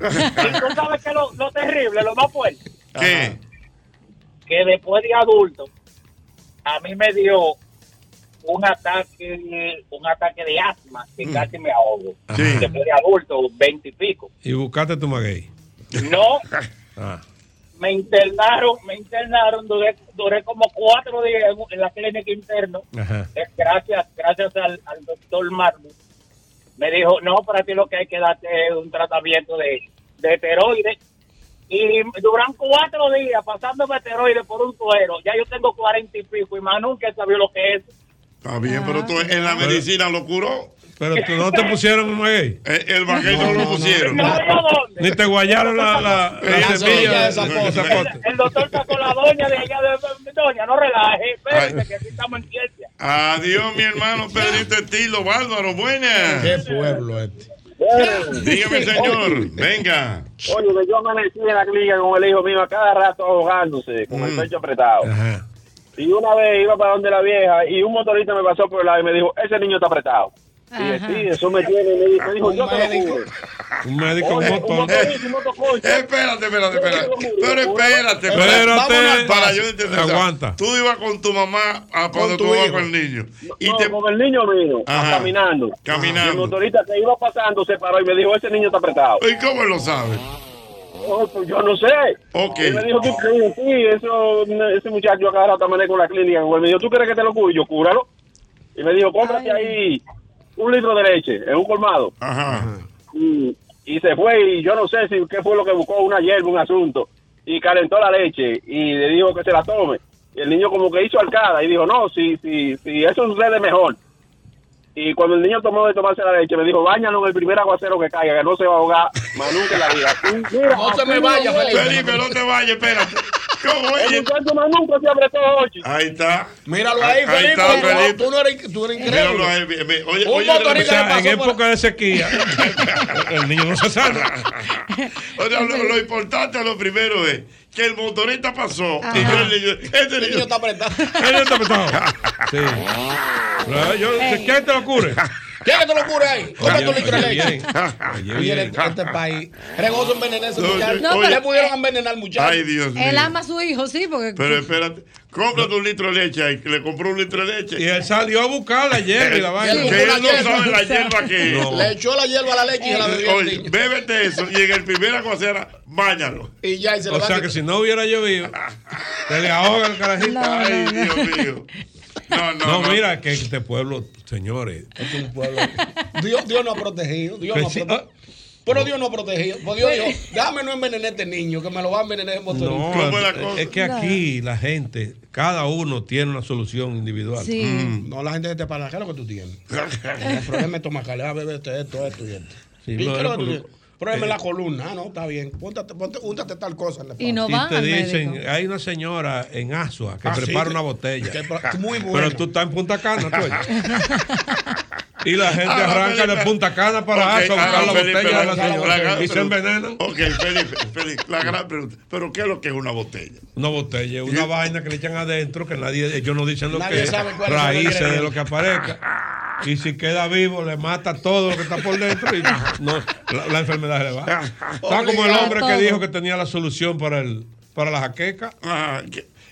Speaker 12: Y tú sabes que lo, lo terrible, lo más fuerte,
Speaker 5: ¿Qué?
Speaker 12: que después de adulto, a mí me dio un ataque, un ataque de asma que casi me ahogo.
Speaker 11: Mm. Sí.
Speaker 12: Después de adulto, veinte y pico.
Speaker 11: Y buscaste tu maguey.
Speaker 12: No,
Speaker 11: Ah.
Speaker 12: me internaron, me internaron, duré, duré como cuatro días en, en la clínica interna.
Speaker 11: Ajá.
Speaker 12: Eh, Gracias, gracias al, al doctor Marlon. Me dijo, no, para ti lo que hay que darte es un tratamiento de, de esteroides. Y duran cuatro días pasándome esteroides por un suero. Ya yo tengo cuarenta y pico y más nunca he sabido lo que es.
Speaker 5: Está bien, pero tú en la medicina lo curó.
Speaker 11: Ah. Pero tú no te pusieron un maguey.
Speaker 5: Eh, El maguey no lo pusieron.
Speaker 12: No, no, ¿dónde?
Speaker 11: Ni te guayaron la, la, la
Speaker 5: La
Speaker 11: semilla de
Speaker 9: semilla de
Speaker 11: zapote.
Speaker 12: El doctor sacó la doña de allá de doña, no relaje, espérate que aquí estamos en ciencia.
Speaker 5: Adiós, mi hermano Pedrito Estilo, bárbaro,
Speaker 9: Qué
Speaker 5: buenas.
Speaker 9: pueblo este.
Speaker 5: Dígame, señor, venga.
Speaker 13: Oye, que yo amanecí en la clínica con el hijo mío a cada rato ahogándose, con
Speaker 9: Mm.
Speaker 13: el pecho apretado.
Speaker 11: Ajá.
Speaker 13: Y una vez iba para donde la vieja y un motorista me pasó por el lado y me dijo, ese niño está apretado. Y dije, sí, eso me tiene. Me dijo, me dijo, yo te lo
Speaker 9: médico.
Speaker 13: juro.
Speaker 11: Un médico
Speaker 13: Oye, un
Speaker 11: motor.
Speaker 13: motorista, un motoconcho.
Speaker 5: Espérate, espérate, espérate. Pero espérate,
Speaker 11: Espérate.
Speaker 5: Para yo entender. o sea,
Speaker 11: Aguanta.
Speaker 5: Tú ibas con tu mamá a cuando
Speaker 9: tu
Speaker 5: Ah, pues, tú ibas
Speaker 9: hijo.
Speaker 5: con el niño. Y
Speaker 13: No,
Speaker 5: te
Speaker 13: con el niño mío,
Speaker 5: Ajá.
Speaker 13: caminando. Y el
Speaker 5: caminando.
Speaker 13: motorista que iba pasando se paró y me dijo, ese niño está apretado.
Speaker 5: ¿Y cómo lo sabes?
Speaker 13: Oh, pues yo no sé.
Speaker 5: Ok.
Speaker 13: Él me dijo que que sí, eso, ese muchacho acá ahora está manejo con la clínica. Él me dijo, ¿tú quieres que te lo cure? Yo, cúralo. Y me dijo, cómprate ahí un litro de leche en un colmado.
Speaker 5: Ajá.
Speaker 13: Y, y se fue y yo no sé si qué fue lo que buscó, una hierba, un asunto. Y calentó la leche y le dijo que se la tome. Y el niño como que hizo arcada y dijo, no, si, si, si eso sucede mejor. Y cuando el niño tomó de tomarse la leche, me dijo, báñalo en el primer aguacero que caiga, que no se va a ahogar más nunca en la vida. Y mira,
Speaker 9: No se
Speaker 13: así
Speaker 9: me
Speaker 13: lo
Speaker 9: vaya,
Speaker 13: fue.
Speaker 9: Felipe.
Speaker 5: Felipe, no te vayas, espérate. ¿Cómo es?
Speaker 13: El muchacho más nunca se apretó ocho.
Speaker 5: Ahí está. Ah,
Speaker 9: Míralo ahí, Felipe.
Speaker 5: está,
Speaker 9: tú-
Speaker 5: Felipe.
Speaker 9: Tú no eres, tú eres increíble.
Speaker 5: Míralo ahí, ve- ve- Oye,
Speaker 9: Un
Speaker 5: oye,
Speaker 9: motorista
Speaker 5: oye,
Speaker 11: O sea, en época de sequía, el niño no se salva.
Speaker 5: o sea, lo, lo importante, lo primero es que el motorista pasó y yo le digo, este niño está
Speaker 9: apretado.
Speaker 11: Él está apretado. Sí.
Speaker 5: Ah,
Speaker 11: Pero yo- ¿Quién te lo cure?
Speaker 9: ¿Quién que te lo cure ahí? Cómprate un
Speaker 11: Oye,
Speaker 9: litro de
Speaker 11: oye,
Speaker 9: leche.
Speaker 11: bien.
Speaker 9: Oye, en este país. Regoso envenenar a ese
Speaker 5: No,
Speaker 9: muchacho.
Speaker 5: no, pero- eh,
Speaker 9: le pudieron envenenar al muchacho.
Speaker 5: Ay, Dios mío.
Speaker 7: Él ama a su hijo, sí, porque.
Speaker 5: Pero espérate, cómprate un litro de leche ahí, que le compró un litro de leche.
Speaker 11: Y él salió a buscar la hierba y la vaina.
Speaker 5: Que él no sabe la hierba que es.
Speaker 9: Le echó la hierba a la leche y se la bebió. el
Speaker 5: Oye,
Speaker 9: niño.
Speaker 5: bébete eso y en el primer aguacera, báñalo.
Speaker 9: Y ya, y se
Speaker 11: O
Speaker 9: lo va
Speaker 11: sea
Speaker 9: a
Speaker 11: que si no hubiera llovido, se le ahoga el carajito.
Speaker 5: Ay, Dios mío. No, no,
Speaker 11: No,
Speaker 5: no.
Speaker 11: mira, que este pueblo, señores, es un pueblo.
Speaker 9: Dios, Dios nos ha protegido. Dios
Speaker 11: Que
Speaker 9: nos ha
Speaker 11: sí, ah.
Speaker 9: protegido. Pero Dios nos ha protegido. Pues Dios dijo, déjame no envenenar a este niño, que me lo va a envenenar el motorista.
Speaker 11: No, es que aquí la gente, cada uno tiene una solución individual.
Speaker 9: Sí. Mm. No, la gente te para lo que tú tienes. El problema estomacal, a beber esto, esto, esto y esto.
Speaker 11: Sí,
Speaker 9: ¿Y
Speaker 11: lo era
Speaker 9: qué es lo que tú
Speaker 11: por-
Speaker 9: tienes? Problema en
Speaker 11: eh.
Speaker 9: la columna. Ah, no, está bien. Póntate, ponte, úntate tal cosa. En la
Speaker 7: Y no
Speaker 9: espalda.
Speaker 7: van
Speaker 11: te
Speaker 7: al
Speaker 11: dicen,
Speaker 7: médico.
Speaker 11: hay una señora en Asua que
Speaker 9: Ah, sí,
Speaker 11: prepara
Speaker 9: que-
Speaker 11: una botella.
Speaker 9: que pra- muy buena.
Speaker 11: Pero tú estás en Punta Cana, tú. oyes. y la gente
Speaker 5: Ahora,
Speaker 11: arranca
Speaker 5: Felipe.
Speaker 11: de Punta Cana para Asua a
Speaker 5: Ok,
Speaker 11: buscar
Speaker 5: ahora,
Speaker 11: ah, la
Speaker 5: Felipe,
Speaker 11: botella de la
Speaker 5: la gran
Speaker 11: señora. Y se
Speaker 5: pregunta.
Speaker 11: envenenan.
Speaker 5: Ok, Felipe, Felipe, la gran pregunta. ¿Pero qué es lo que es una botella?
Speaker 11: Una botella, una vaina que le echan adentro, que nadie, ellos no dicen lo
Speaker 9: Nadie
Speaker 11: que es,
Speaker 9: sabe cuáles son los
Speaker 11: raíces de
Speaker 9: ingredientes.
Speaker 11: lo que aparezca. Y si queda vivo, le mata todo lo que está por dentro y no, la, la enfermedad se le va. Está como el
Speaker 9: Obligado.
Speaker 11: hombre que
Speaker 9: Todo.
Speaker 11: dijo que tenía la solución para el, para la jaqueca.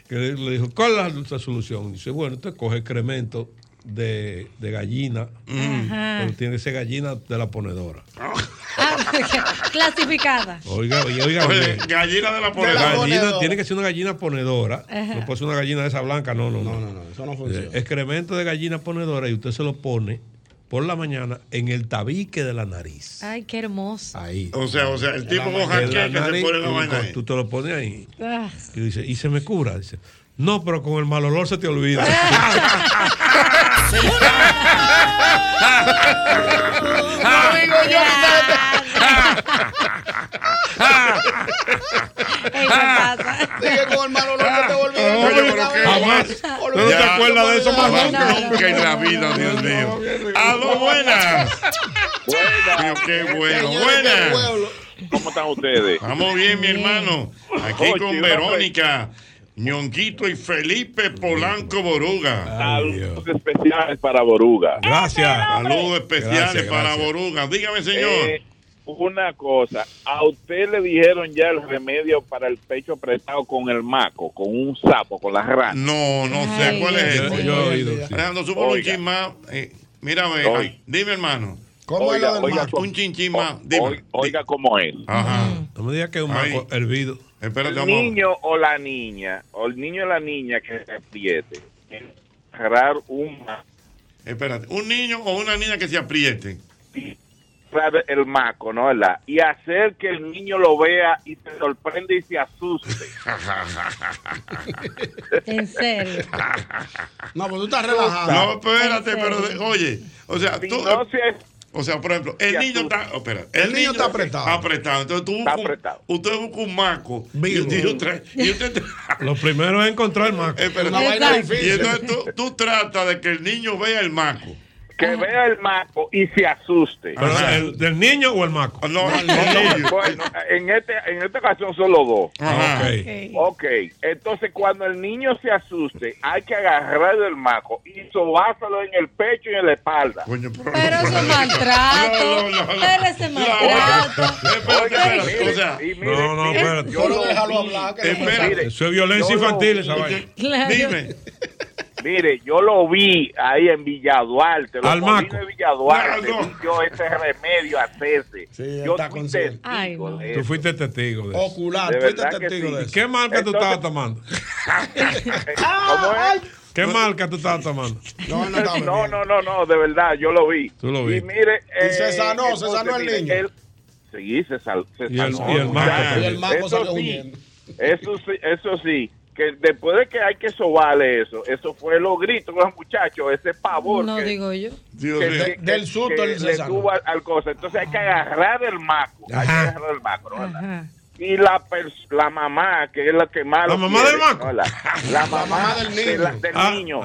Speaker 11: Que le dijo, ¿cuál es la, la solución? Y dice, bueno, usted coge excremento de, de gallina,
Speaker 7: Ajá.
Speaker 11: pero tiene que ser gallina de la ponedora.
Speaker 7: Ah, clasificada.
Speaker 11: Oiga, oiga, oiga.
Speaker 5: Oye,
Speaker 11: bien.
Speaker 5: Pues, gallina de la
Speaker 11: Gallina,
Speaker 5: ponedora.
Speaker 11: tiene que ser una gallina ponedora.
Speaker 7: Ajá.
Speaker 11: No puede ser una gallina de esa blanca, no, no, no.
Speaker 9: Eso no
Speaker 11: Eh,
Speaker 9: funciona.
Speaker 11: Excremento de gallina ponedora y usted se lo pone por la mañana en el tabique de la nariz.
Speaker 7: Ay, qué hermoso.
Speaker 11: Ahí.
Speaker 5: O sea, o sea, el tipo
Speaker 11: De
Speaker 5: con
Speaker 11: la
Speaker 5: jaqueca se
Speaker 11: nariz,
Speaker 5: pone la
Speaker 11: tú-
Speaker 5: vaina ahí.
Speaker 11: Tú te lo pones ahí
Speaker 7: Ah.
Speaker 11: y dice, y se me cura. Dice, no, pero con el mal olor se te olvida.
Speaker 9: No digo yo Dije con el mal olor que te
Speaker 11: Ah.
Speaker 9: volví.
Speaker 5: Oye, pero qué
Speaker 11: Jamás.
Speaker 5: ¿No te acuerdas de eso más
Speaker 9: No, no,
Speaker 5: Nunca en la vida, Dios mío. ¡Aló, buenas! Pero qué bueno, buenas.
Speaker 14: ¿Cómo están ustedes?
Speaker 5: Vamos bien, mi hermano. Aquí
Speaker 14: Oye,
Speaker 5: con
Speaker 14: hombre.
Speaker 5: Verónica, Ñonquito y Felipe Polanco Boruga.
Speaker 14: Saludos especiales para Boruga.
Speaker 11: Gracias.
Speaker 5: Saludos especiales
Speaker 14: Gracias,
Speaker 5: para
Speaker 14: gracias.
Speaker 5: Boruga. Dígame, señor.
Speaker 14: Eh, una cosa, a usted le dijeron ya el remedio para el pecho apretado con el maco, con un sapo, con las ranas.
Speaker 5: No, no sé cuál es ese. Alejandro, súbalo un
Speaker 14: Oiga.
Speaker 5: chin más. Eh, mírame,
Speaker 14: Oiga.
Speaker 5: ay, dime, hermano.
Speaker 14: Oiga, oiga,
Speaker 5: Un chin chin más. Dime.
Speaker 14: oiga, oiga cómo es.
Speaker 5: Ajá.
Speaker 11: No me digas que es un
Speaker 5: Ay.
Speaker 11: maco hervido.
Speaker 5: Espérate,
Speaker 14: El niño o la niña, o el niño o la niña que se apriete, agarrar un maco.
Speaker 5: Espérate, un niño o una niña que se apriete.
Speaker 14: sabe, el maco, ¿no? ¿Verdad? Y hacer que el niño lo vea y se sorprende y se asuste.
Speaker 7: En serio.
Speaker 9: No, pero tú estás relajado.
Speaker 5: No, espérate, pero de- oye, o sea, tú, o sea, por ejemplo, el
Speaker 9: se
Speaker 5: niño
Speaker 9: asusta.
Speaker 5: está, oh, espera,
Speaker 9: El niño está apretado.
Speaker 5: apretado. Entonces tú buscas un- usted busca un maco y usted, y usted- y usted-
Speaker 11: Lo primero es encontrar el maco.
Speaker 5: espérate.
Speaker 9: Una vaina Exacto. difícil.
Speaker 5: y entonces tú, tú tratas de que el niño vea el maco.
Speaker 14: Que vea el maco y se asuste.
Speaker 11: Pero el, ¿Del niño o el maco?
Speaker 5: No,
Speaker 14: No, no, no. Bueno, en, este, en esta ocasión son los dos.
Speaker 11: Ah, ok.
Speaker 14: Ok, entonces cuando el niño se asuste, hay que agarrar el maco y sobásalo en el pecho y en la espalda.
Speaker 7: Pero eso es maltrato. Pero ese es maltrato.
Speaker 5: Espérate, espérate, o sea,
Speaker 11: No, no, espérate.
Speaker 9: Yo lo déjalo hablar. que no me-
Speaker 5: espérate.
Speaker 11: Eso es violencia infantil, esa vaina.
Speaker 5: Dime.
Speaker 14: Mire, yo lo vi ahí en Villaduarte, los
Speaker 11: Al
Speaker 14: molinos
Speaker 11: Maco.
Speaker 14: de Villaduarte,
Speaker 11: Ah, no.
Speaker 14: vi yo ese remedio hacerse. yo
Speaker 11: está
Speaker 14: fui
Speaker 11: con su-
Speaker 14: testigo
Speaker 11: Ay, no.
Speaker 14: de
Speaker 11: Tú
Speaker 14: eso.
Speaker 11: fuiste testigo de eso.
Speaker 14: Ocular, De fuiste verdad que testigo sí. de eso.
Speaker 11: ¿Qué marca tú
Speaker 14: Entonces-
Speaker 11: estabas tomando? ¿Qué marca tú estabas tomando?
Speaker 14: No, no, no, no, no, de verdad, yo lo vi.
Speaker 11: Tú lo viste.
Speaker 14: Y mire,
Speaker 9: Y se sanó, se
Speaker 14: entonces,
Speaker 9: sanó el
Speaker 14: mire,
Speaker 9: niño.
Speaker 14: él- sí, se, sal- se
Speaker 11: Y el-
Speaker 14: sanó.
Speaker 11: y el maco
Speaker 14: Ya,
Speaker 11: también. Y el maco
Speaker 14: eso
Speaker 11: salió
Speaker 14: sí,
Speaker 11: huyendo.
Speaker 14: Eso sí, eso sí, que después de que hay que sobarle eso, eso fue los gritos de los muchachos, ese pavor.
Speaker 7: No
Speaker 14: que-
Speaker 7: digo yo.
Speaker 14: que-
Speaker 9: mío.
Speaker 14: que-
Speaker 9: De- del susto
Speaker 14: que
Speaker 9: él se
Speaker 14: le
Speaker 9: sanó.
Speaker 14: tuvo al, al cosa. Entonces hay que agarrar el maco, hay que agarrar el maco, ¿no?
Speaker 7: Ajá.
Speaker 14: y la pers- la mamá que es la que más
Speaker 11: ¿La
Speaker 14: lo
Speaker 11: mamá
Speaker 14: quiere,
Speaker 11: del maco?
Speaker 14: ¿no? la, la mamá, del niño, del niño.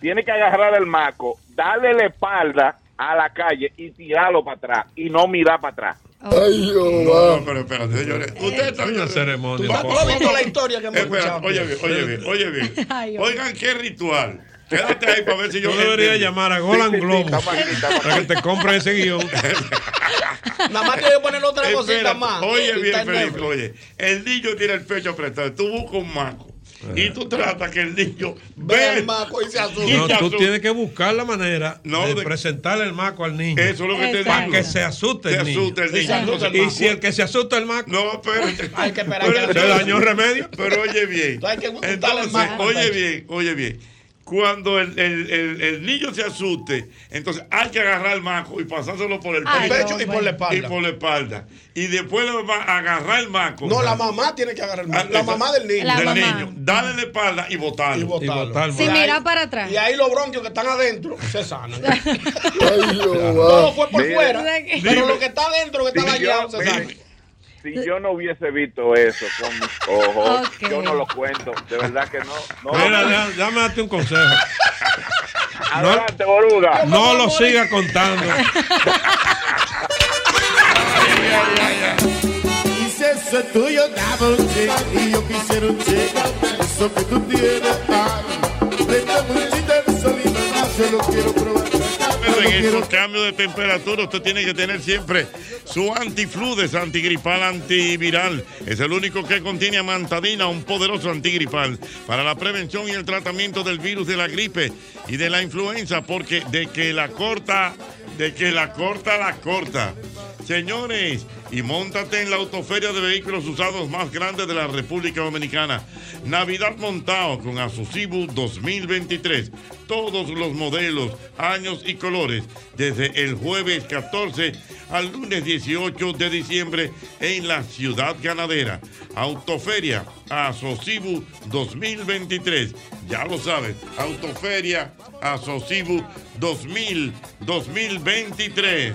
Speaker 14: tiene que agarrar el maco darle la espalda a la calle y tirarlo para atrás y no mirar para atrás
Speaker 11: Ay,
Speaker 5: No, no, pero espérate, señores. Usted está
Speaker 11: Una ceremonia.
Speaker 5: Tú-
Speaker 11: por favor.
Speaker 9: visto la historia que hemos
Speaker 5: Espera,
Speaker 9: escuchado?
Speaker 5: oye bien, oye bien, oye bien.
Speaker 7: Ay, hombre.
Speaker 5: Oigan, qué ritual. Quédate ahí para ver si yo.
Speaker 11: Yo debería
Speaker 5: entendí.
Speaker 11: llamar a Golan Globo
Speaker 5: estamos aquí, estamos
Speaker 11: para que te compre ese guión.
Speaker 9: Nada más que poner otra
Speaker 5: Espera,
Speaker 9: cosita más.
Speaker 5: Oye
Speaker 9: Y
Speaker 5: bien,
Speaker 9: está en
Speaker 5: Felipe, oye. El niño tiene el pecho apretado. Tú buscas un maco. Y tú tratas que el niño vea el maco y se asuste.
Speaker 11: No, tú tienes que buscar la manera de, presentarle el maco al niño.
Speaker 5: Eso es lo que te
Speaker 11: Para
Speaker 5: digo.
Speaker 11: que se asuste
Speaker 5: Se
Speaker 11: el niño.
Speaker 5: asuste el niño. Se asusta el
Speaker 11: Y
Speaker 5: maco.
Speaker 11: si el que se asusta el maco.
Speaker 5: No, pero.
Speaker 9: Hay que esperar
Speaker 5: Pero-
Speaker 9: que
Speaker 11: Se dañó el remedio.
Speaker 5: Pero oye bien.
Speaker 9: Tú hay que gustarle
Speaker 5: Entonces,
Speaker 9: más al
Speaker 5: oye
Speaker 9: pecho.
Speaker 5: bien, oye bien. Cuando el, el- el- el niño se asuste, entonces hay que agarrar el maco y pasárselo por el
Speaker 9: Ay,
Speaker 5: pecho,
Speaker 9: no,
Speaker 5: y
Speaker 9: bueno.
Speaker 5: por la espalda. Y por la espalda. Y después le va a agarrar el maco.
Speaker 9: No, la mamá tiene que agarrar el maco. La mamá del niño.
Speaker 7: La
Speaker 5: Ah, del
Speaker 7: mamá.
Speaker 5: niño. Dale la espalda y botarlo. Y
Speaker 9: botarlo.
Speaker 7: Si mira para atrás.
Speaker 9: Y ahí los bronquios que están adentro se sanan.
Speaker 14: va.
Speaker 9: Todo fue por
Speaker 14: Mira,
Speaker 9: fuera.
Speaker 14: dime.
Speaker 9: Pero lo que está adentro, que está
Speaker 14: Si yo,
Speaker 9: dañado, se sana.
Speaker 14: mire, si yo no hubiese visto eso con mis ojos,
Speaker 9: Ok.
Speaker 14: yo no lo cuento. De verdad que no. no
Speaker 11: Mira, da- dame darte un consejo.
Speaker 14: Adelante, boruga.
Speaker 11: No lo siga contando.
Speaker 15: Hice eso tuyo, dame un check y yo quisiera un check. Eso que tú tienes, ay. Préstame un chiste de solito, yo lo quiero probar.
Speaker 5: Pero en estos cambios de temperatura usted tiene que tener siempre su antifludes, antigripal, antiviral. Es el único que contiene amantadina, un poderoso antigripal para la prevención y el tratamiento del virus de la gripe y de la influenza, porque de que la corta, de que la corta, la corta. Señores, y montate en la autoferia de vehículos usados más grande de la República Dominicana. Navidad montado con Asusibu 2023. Todos los modelos, años y colores. Desde el jueves 14 al lunes 18 de diciembre en la ciudad ganadera. Autoferia Asocibu 2023. Ya lo sabes, Autoferia Asocibu 2000 2023.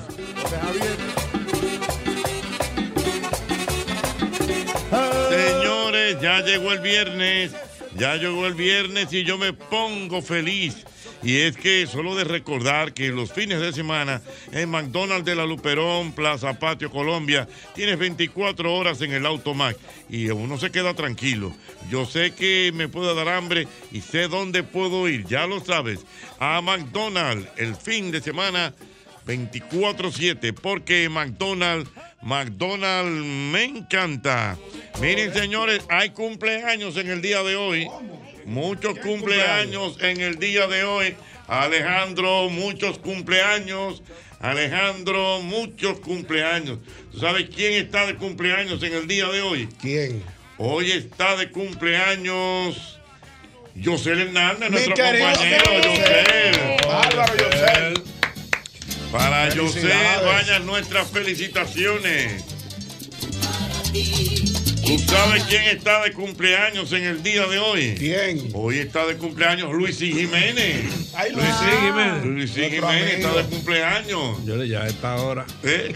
Speaker 5: Señores, ya llegó el viernes, ya llegó el viernes y yo me pongo feliz. Y es que solo de recordar que los fines de semana en McDonald's de la Luperón, Plaza Patio Colombia, tienes 24 horas en el Automac y uno se queda tranquilo. Yo sé que me puede dar hambre y sé dónde puedo ir, ya lo sabes. A McDonald's el fin de semana 24-7, porque McDonald's, McDonald's me encanta. Miren, señores, hay cumpleaños en el día de hoy. Muchos cumpleaños en el día de hoy. Alejandro, muchos cumpleaños. Alejandro, muchos cumpleaños. ¿Tú sabes quién está de cumpleaños en el día de hoy?
Speaker 9: ¿Quién?
Speaker 5: Hoy está de cumpleaños José Hernández, nuestro
Speaker 9: querido
Speaker 5: compañero José.
Speaker 9: Bárbaro, José.
Speaker 5: Para José
Speaker 9: Felicidades.
Speaker 5: Bañas, nuestras felicitaciones. ¿Tú sabes quién está de cumpleaños en el día de hoy? ¿Quién? Hoy está de cumpleaños Luisín Jiménez. Luisín Jiménez. Luisín Jiménez está de cumpleaños.
Speaker 11: Yo le ya a esta hora.
Speaker 5: ¿Eh?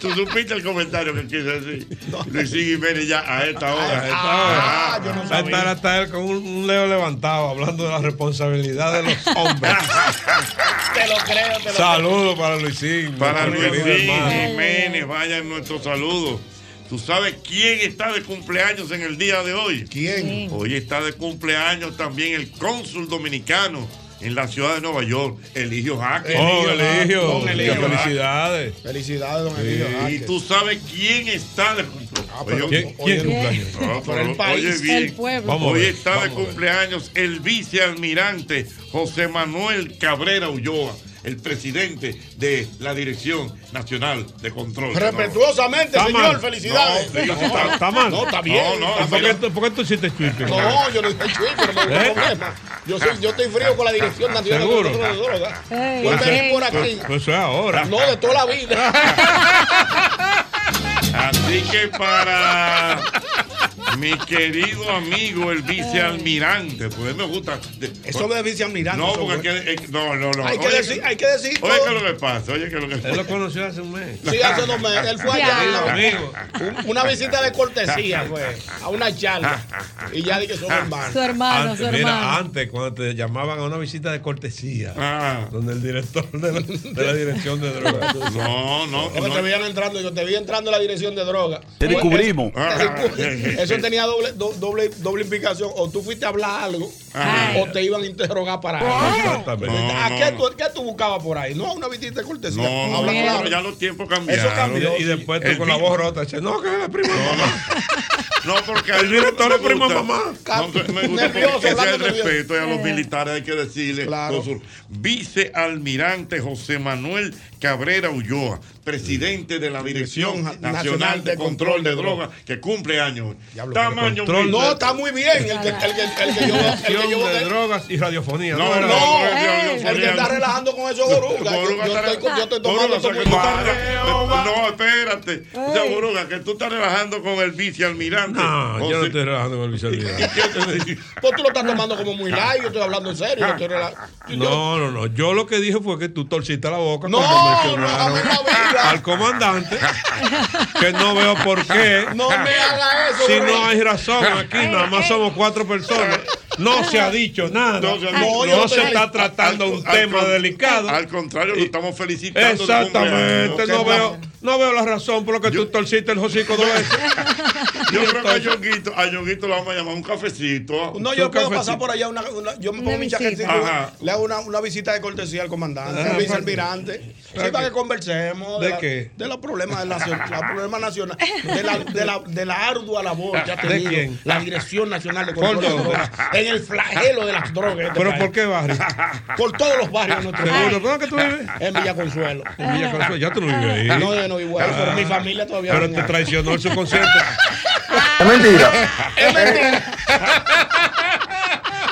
Speaker 5: ¿Tú supiste el comentario que quise decir? Luisín Jiménez ya a esta hora. A esta hora.
Speaker 11: Va a estar hasta él con un, un leo levantado hablando de la responsabilidad de los hombres.
Speaker 9: Te lo creo,
Speaker 5: Oh,
Speaker 9: te lo
Speaker 11: Saludos para Luisín.
Speaker 5: Para
Speaker 11: nuestro
Speaker 5: Luisín
Speaker 11: querido hermano.
Speaker 5: Jiménez, vayan nuestros saludos. ¿Tú sabes quién está de cumpleaños en el día de hoy?
Speaker 9: ¿Quién?
Speaker 5: Hoy está de cumpleaños también el cónsul dominicano en la ciudad de Nueva York, Eligio Jaque.
Speaker 11: Oh, Eligio.
Speaker 5: Don
Speaker 11: Qué
Speaker 5: Eligio Jaque.
Speaker 11: Felicidades.
Speaker 9: Felicidades, don Emilio.
Speaker 5: Y tú sabes quién está de cumpleaños. Oye,
Speaker 11: Ah, ¿Quién-
Speaker 5: oye,
Speaker 11: quién cumpleaños?
Speaker 5: Ah,
Speaker 11: Por el
Speaker 5: pero,
Speaker 11: país,
Speaker 5: oye, bien.
Speaker 11: el pueblo. Vamos a
Speaker 5: Hoy
Speaker 11: ver,
Speaker 5: está de
Speaker 11: vamos a ver.
Speaker 5: cumpleaños el vicealmirante José Manuel Cabrera Ulloa, el presidente de la Dirección Nacional de Control.
Speaker 9: Respetuosamente,
Speaker 5: Está
Speaker 9: señor,
Speaker 5: mal.
Speaker 9: felicidades.
Speaker 5: No, sí, sí,
Speaker 11: Está, está mal.
Speaker 9: No, está bien.
Speaker 11: No, no,
Speaker 9: está
Speaker 11: ¿por, qué,
Speaker 9: bien.
Speaker 11: tú- ¿Por qué tú hiciste chuipe?
Speaker 9: No, yo no estoy chulo, pero no hay
Speaker 11: ¿Eh?
Speaker 9: problema. Yo, soy, yo estoy frío con la Dirección Nacional
Speaker 11: ¿Seguro?
Speaker 9: de Control de Drogas.
Speaker 11: Ey.
Speaker 9: Yo
Speaker 11: Pues,
Speaker 9: estoy por aquí.
Speaker 11: pues, pues, eso es ahora.
Speaker 9: No, de toda la vida.
Speaker 5: Así que para mi querido amigo el vicealmirante, pues me gusta.
Speaker 9: Eso de vicealmirante,
Speaker 5: No,
Speaker 9: eso,
Speaker 5: porque hay que- eh, no, no, no.
Speaker 9: Hay que
Speaker 5: Oye,
Speaker 9: decir, hay que decir
Speaker 5: Oye,
Speaker 9: todo.
Speaker 5: que lo que pasa, oye, que lo que pasa.
Speaker 11: Él lo conoció hace un mes.
Speaker 9: Sí, hace dos meses. Él fue allá.
Speaker 11: Amigo.
Speaker 9: Un- Una visita de cortesía, fue. A una charla. Y ya dije que somos hermanos.
Speaker 7: Su hermano,
Speaker 11: Antes,
Speaker 7: su
Speaker 11: mira,
Speaker 7: hermano.
Speaker 11: antes, cuando te llamaban a una visita de cortesía,
Speaker 9: Ah.
Speaker 11: donde el director de la, de la dirección de drogas.
Speaker 5: No, no.
Speaker 9: Yo te veían entrando, yo te vi entrando en la dirección de droga.
Speaker 11: Te descubrimos.
Speaker 9: Eso- te descubrimos. Eso tenía doble, do- doble, doble implicación. O tú fuiste a hablar algo, o te iban a interrogar para algo.
Speaker 11: Exactamente.
Speaker 9: ¿A qué, tú, qué tú buscabas por ahí? No, una visita de cortesía.
Speaker 5: No, no,
Speaker 9: Habla
Speaker 5: no,
Speaker 9: claro.
Speaker 5: pero ya los tiempos cambiaron.
Speaker 9: Eso cambió,
Speaker 11: Y después tú con la voz rota dices, no, que es la prima mamá.
Speaker 5: No, porque
Speaker 11: el director es prima mamá.
Speaker 5: No, me gusta
Speaker 11: Nervioso,
Speaker 5: porque ese es el
Speaker 11: hablando nervioso.
Speaker 5: respeto y a los
Speaker 11: Eh.
Speaker 5: militares hay que decirle. con su- Vicealmirante José Manuel Cabrera Ulloa, presidente de la Dirección Nacional, de Control de Drogas, que cumple años. Tamaño
Speaker 11: Control.
Speaker 9: No, está muy bien. El que, el que, el que yo el que
Speaker 11: Dirección
Speaker 9: yo
Speaker 11: de drogas y radiofonía.
Speaker 9: No,
Speaker 11: Era-
Speaker 9: no, el que está relajando con esos borugas. Yo,
Speaker 5: Boruga
Speaker 9: yo
Speaker 5: está
Speaker 9: estoy,
Speaker 5: rela-
Speaker 9: yo
Speaker 5: Boruga,
Speaker 9: estoy tomando
Speaker 5: o sea,
Speaker 9: esto
Speaker 5: que
Speaker 9: muy
Speaker 5: tú
Speaker 9: mal.
Speaker 5: estás rela- No, espérate. O sea, Boruga, que tú estás relajando con el vicealmirante.
Speaker 11: No,
Speaker 5: O
Speaker 11: Ah, yo no
Speaker 5: sea,
Speaker 11: estoy relajando con el vicealmirante.
Speaker 9: Pues tú lo estás tomando como
Speaker 11: Ah.
Speaker 9: muy light. Yo estoy hablando en serio. Yo estoy rela-
Speaker 11: No, no, no. Yo lo que dije fue que tú torciste la boca
Speaker 9: No,
Speaker 11: cuando
Speaker 9: no,
Speaker 11: mencionaron
Speaker 9: dame
Speaker 11: al comandante. Que no veo por qué.
Speaker 9: No me haga eso,
Speaker 11: Si
Speaker 9: Boruga.
Speaker 11: no hay razón aquí, nada más somos cuatro personas. No se ha dicho nada. No,
Speaker 5: No se ha dicho nada.
Speaker 11: se está tratando un tema
Speaker 5: con-
Speaker 11: delicado.
Speaker 5: Al contrario, lo estamos felicitando. de
Speaker 11: Exactamente.
Speaker 5: cumpleaños.
Speaker 11: No veo, no veo la razón por la que tú torciste el hocico dos veces.
Speaker 5: Yo creo que a Yonguito, a Yonguito lo vamos a llamar un cafecito.
Speaker 9: No, yo puedo pasar por allá. Una, una- yo me pongo
Speaker 5: Una
Speaker 9: mi
Speaker 5: visita.
Speaker 9: chaquetita.
Speaker 5: Ajá.
Speaker 9: Le hago una, una visita de cortesía al comandante,
Speaker 11: Ah,
Speaker 9: al vicealmirante.
Speaker 11: ¿para
Speaker 9: Sí, para
Speaker 11: qué?
Speaker 9: que conversemos.
Speaker 11: ¿De
Speaker 9: la-
Speaker 11: qué?
Speaker 9: De los problemas de la, la problema nacional. De la, de, la, de la ardua labor que ha
Speaker 11: ¿De
Speaker 9: tenido
Speaker 11: quién?
Speaker 9: la Dirección Nacional de
Speaker 11: ¿Por
Speaker 9: Control de
Speaker 11: dónde?
Speaker 9: Drogas En el flagelo de las drogas. de este
Speaker 11: ¿Pero
Speaker 9: país.
Speaker 11: por qué barrio?
Speaker 9: Por todos los barrios de nuestro
Speaker 11: Seguro.
Speaker 9: país.
Speaker 11: ¿Dónde que tú vives?
Speaker 9: En Villa Consuelo.
Speaker 11: En Villa
Speaker 9: Ah.
Speaker 11: Consuelo. Ya tú no vives ahí.
Speaker 9: No, yo no vivo ahí, pero mi familia todavía
Speaker 11: Pero
Speaker 9: vive
Speaker 11: te
Speaker 9: ahí.
Speaker 11: traicionó en su concierto.
Speaker 15: Es mentira.
Speaker 9: Es mentira.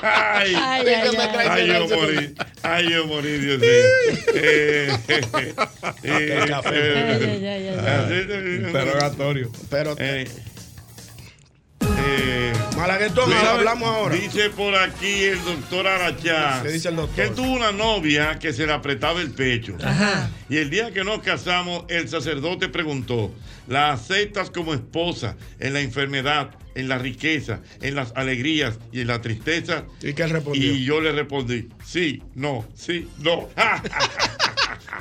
Speaker 5: Ay,
Speaker 9: Ay,
Speaker 5: ay,
Speaker 9: ay, ay.
Speaker 5: yo morí. Ay, yo morí, Dios mío. Eh, eh, eh, eh,
Speaker 11: Interrogatorio.
Speaker 9: Pero.
Speaker 5: eh,
Speaker 9: Malaguetón, ahora
Speaker 5: ¿sabe?
Speaker 9: hablamos ahora.
Speaker 5: Dice por aquí el doctor Arachá
Speaker 9: ¿Qué dice el doctor?
Speaker 5: que tuvo una novia que se le apretaba el pecho. Y el día que nos casamos, el sacerdote preguntó: ¿La aceptas como esposa en la enfermedad, en la riqueza, en las alegrías y en la tristeza?
Speaker 9: ¿Y qué él respondió?
Speaker 5: Y yo le respondí: Sí, no, sí, no.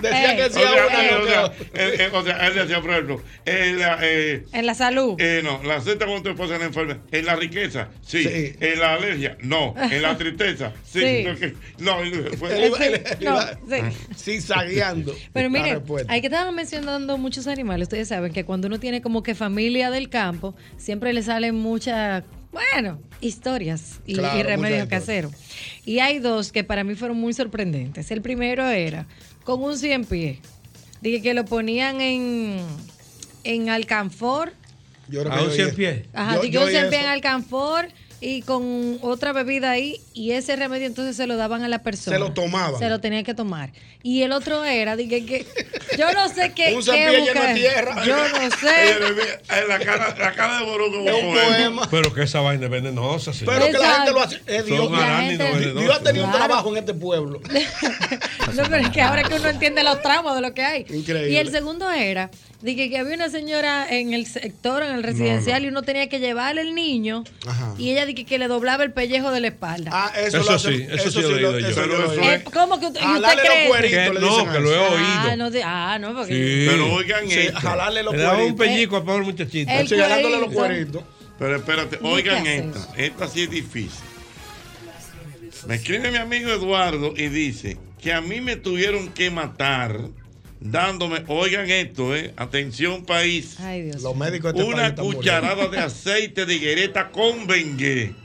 Speaker 9: Decía que sí
Speaker 5: o sea,
Speaker 9: a una, no
Speaker 5: o
Speaker 9: que
Speaker 5: sea,
Speaker 9: a otra.
Speaker 5: eh, eh, o sea, él decía, por ejemplo, en la, eh,
Speaker 7: En la salud.
Speaker 5: eh, no, la acepta con tu esposa en la enfermedad. En la riqueza, sí. En la alergia, no. En la tristeza, sí.
Speaker 7: Sí.
Speaker 5: No, que- No, y fue-
Speaker 9: Él iba- él- él
Speaker 7: no,
Speaker 9: iba- Sí, zagueando.
Speaker 7: Pero
Speaker 9: La
Speaker 7: mire,
Speaker 9: respuesta.
Speaker 7: hay que estaban mencionando muchos animales. Ustedes saben que cuando uno tiene como que familia del campo, siempre le salen muchas, bueno, historias y, y
Speaker 16: Claro, muchas
Speaker 7: remedios
Speaker 16: historias.
Speaker 7: caseros. Y hay dos que para mí fueron muy sorprendentes. El primero era con un cien pies. Dije que lo ponían en, en alcanfor.
Speaker 9: Yo creo
Speaker 11: A
Speaker 9: que
Speaker 11: un
Speaker 9: yo
Speaker 11: cien
Speaker 9: oí-
Speaker 11: pies.
Speaker 7: Ajá,
Speaker 9: Yo-
Speaker 7: dije
Speaker 9: yo
Speaker 7: un
Speaker 9: oí
Speaker 7: cien pies
Speaker 9: eso.
Speaker 7: en alcanfor y con otra bebida ahí. Y ese remedio entonces se lo daban a la persona.
Speaker 9: lo tomaban.
Speaker 7: Se lo tenía que tomar. Y el otro era, dije que yo no sé qué.
Speaker 9: Un
Speaker 7: qué
Speaker 9: cepillo lleno
Speaker 7: buscar.
Speaker 9: de tierra.
Speaker 7: Yo no
Speaker 5: Oye,
Speaker 7: sé.
Speaker 5: le vi- en la cara, la cara de Boruco.
Speaker 9: Es un poema.
Speaker 11: Pero que esa vaina es venenosa, señor.
Speaker 9: Pero que la gente lo hace. eh, Dios,
Speaker 11: Son arácnidos venenosos.
Speaker 9: Dios ha tenido un
Speaker 7: Claro.
Speaker 9: trabajo en este pueblo.
Speaker 7: No, pero es que ahora que uno entiende los tramos de lo que hay.
Speaker 9: Increíble.
Speaker 7: Y el segundo era, dije que había una señora en el sector, en el residencial, y uno tenía que llevarle el niño.
Speaker 11: Ajá.
Speaker 7: Y ella dije que le doblaba el pellejo de la espalda. Ah,
Speaker 11: Eso, sí, eso, sí lo he oído yo.
Speaker 7: Eh, ¿Cómo que usted, y usted
Speaker 9: Jalarle Eh, Ah, los
Speaker 7: cree?
Speaker 9: cueritos,
Speaker 11: Que
Speaker 9: le
Speaker 11: no,
Speaker 9: dicen a
Speaker 11: que lo he
Speaker 9: eso.
Speaker 11: oído.
Speaker 7: Ah, no, de- ah, no, porque
Speaker 11: Sí.
Speaker 5: Pero oigan
Speaker 9: Sí,
Speaker 5: esto.
Speaker 9: jalarle los
Speaker 11: Le daba un
Speaker 9: cueritos.
Speaker 11: pellico a pobre muchachito.
Speaker 9: El Sí, jalándole los
Speaker 5: cuerito. Pero espérate,
Speaker 9: ¿Y
Speaker 5: oigan
Speaker 9: qué
Speaker 5: esta.
Speaker 9: haces?
Speaker 5: Esta sí es difícil. Me escribe mi amigo Eduardo y dice que a mí me tuvieron que matar dándome, oigan esto, eh, atención país,
Speaker 7: Ay, Dios.
Speaker 9: Los médicos de este país
Speaker 5: una
Speaker 9: están
Speaker 5: cucharada
Speaker 9: muriendo.
Speaker 5: de aceite de higuereta con bengue,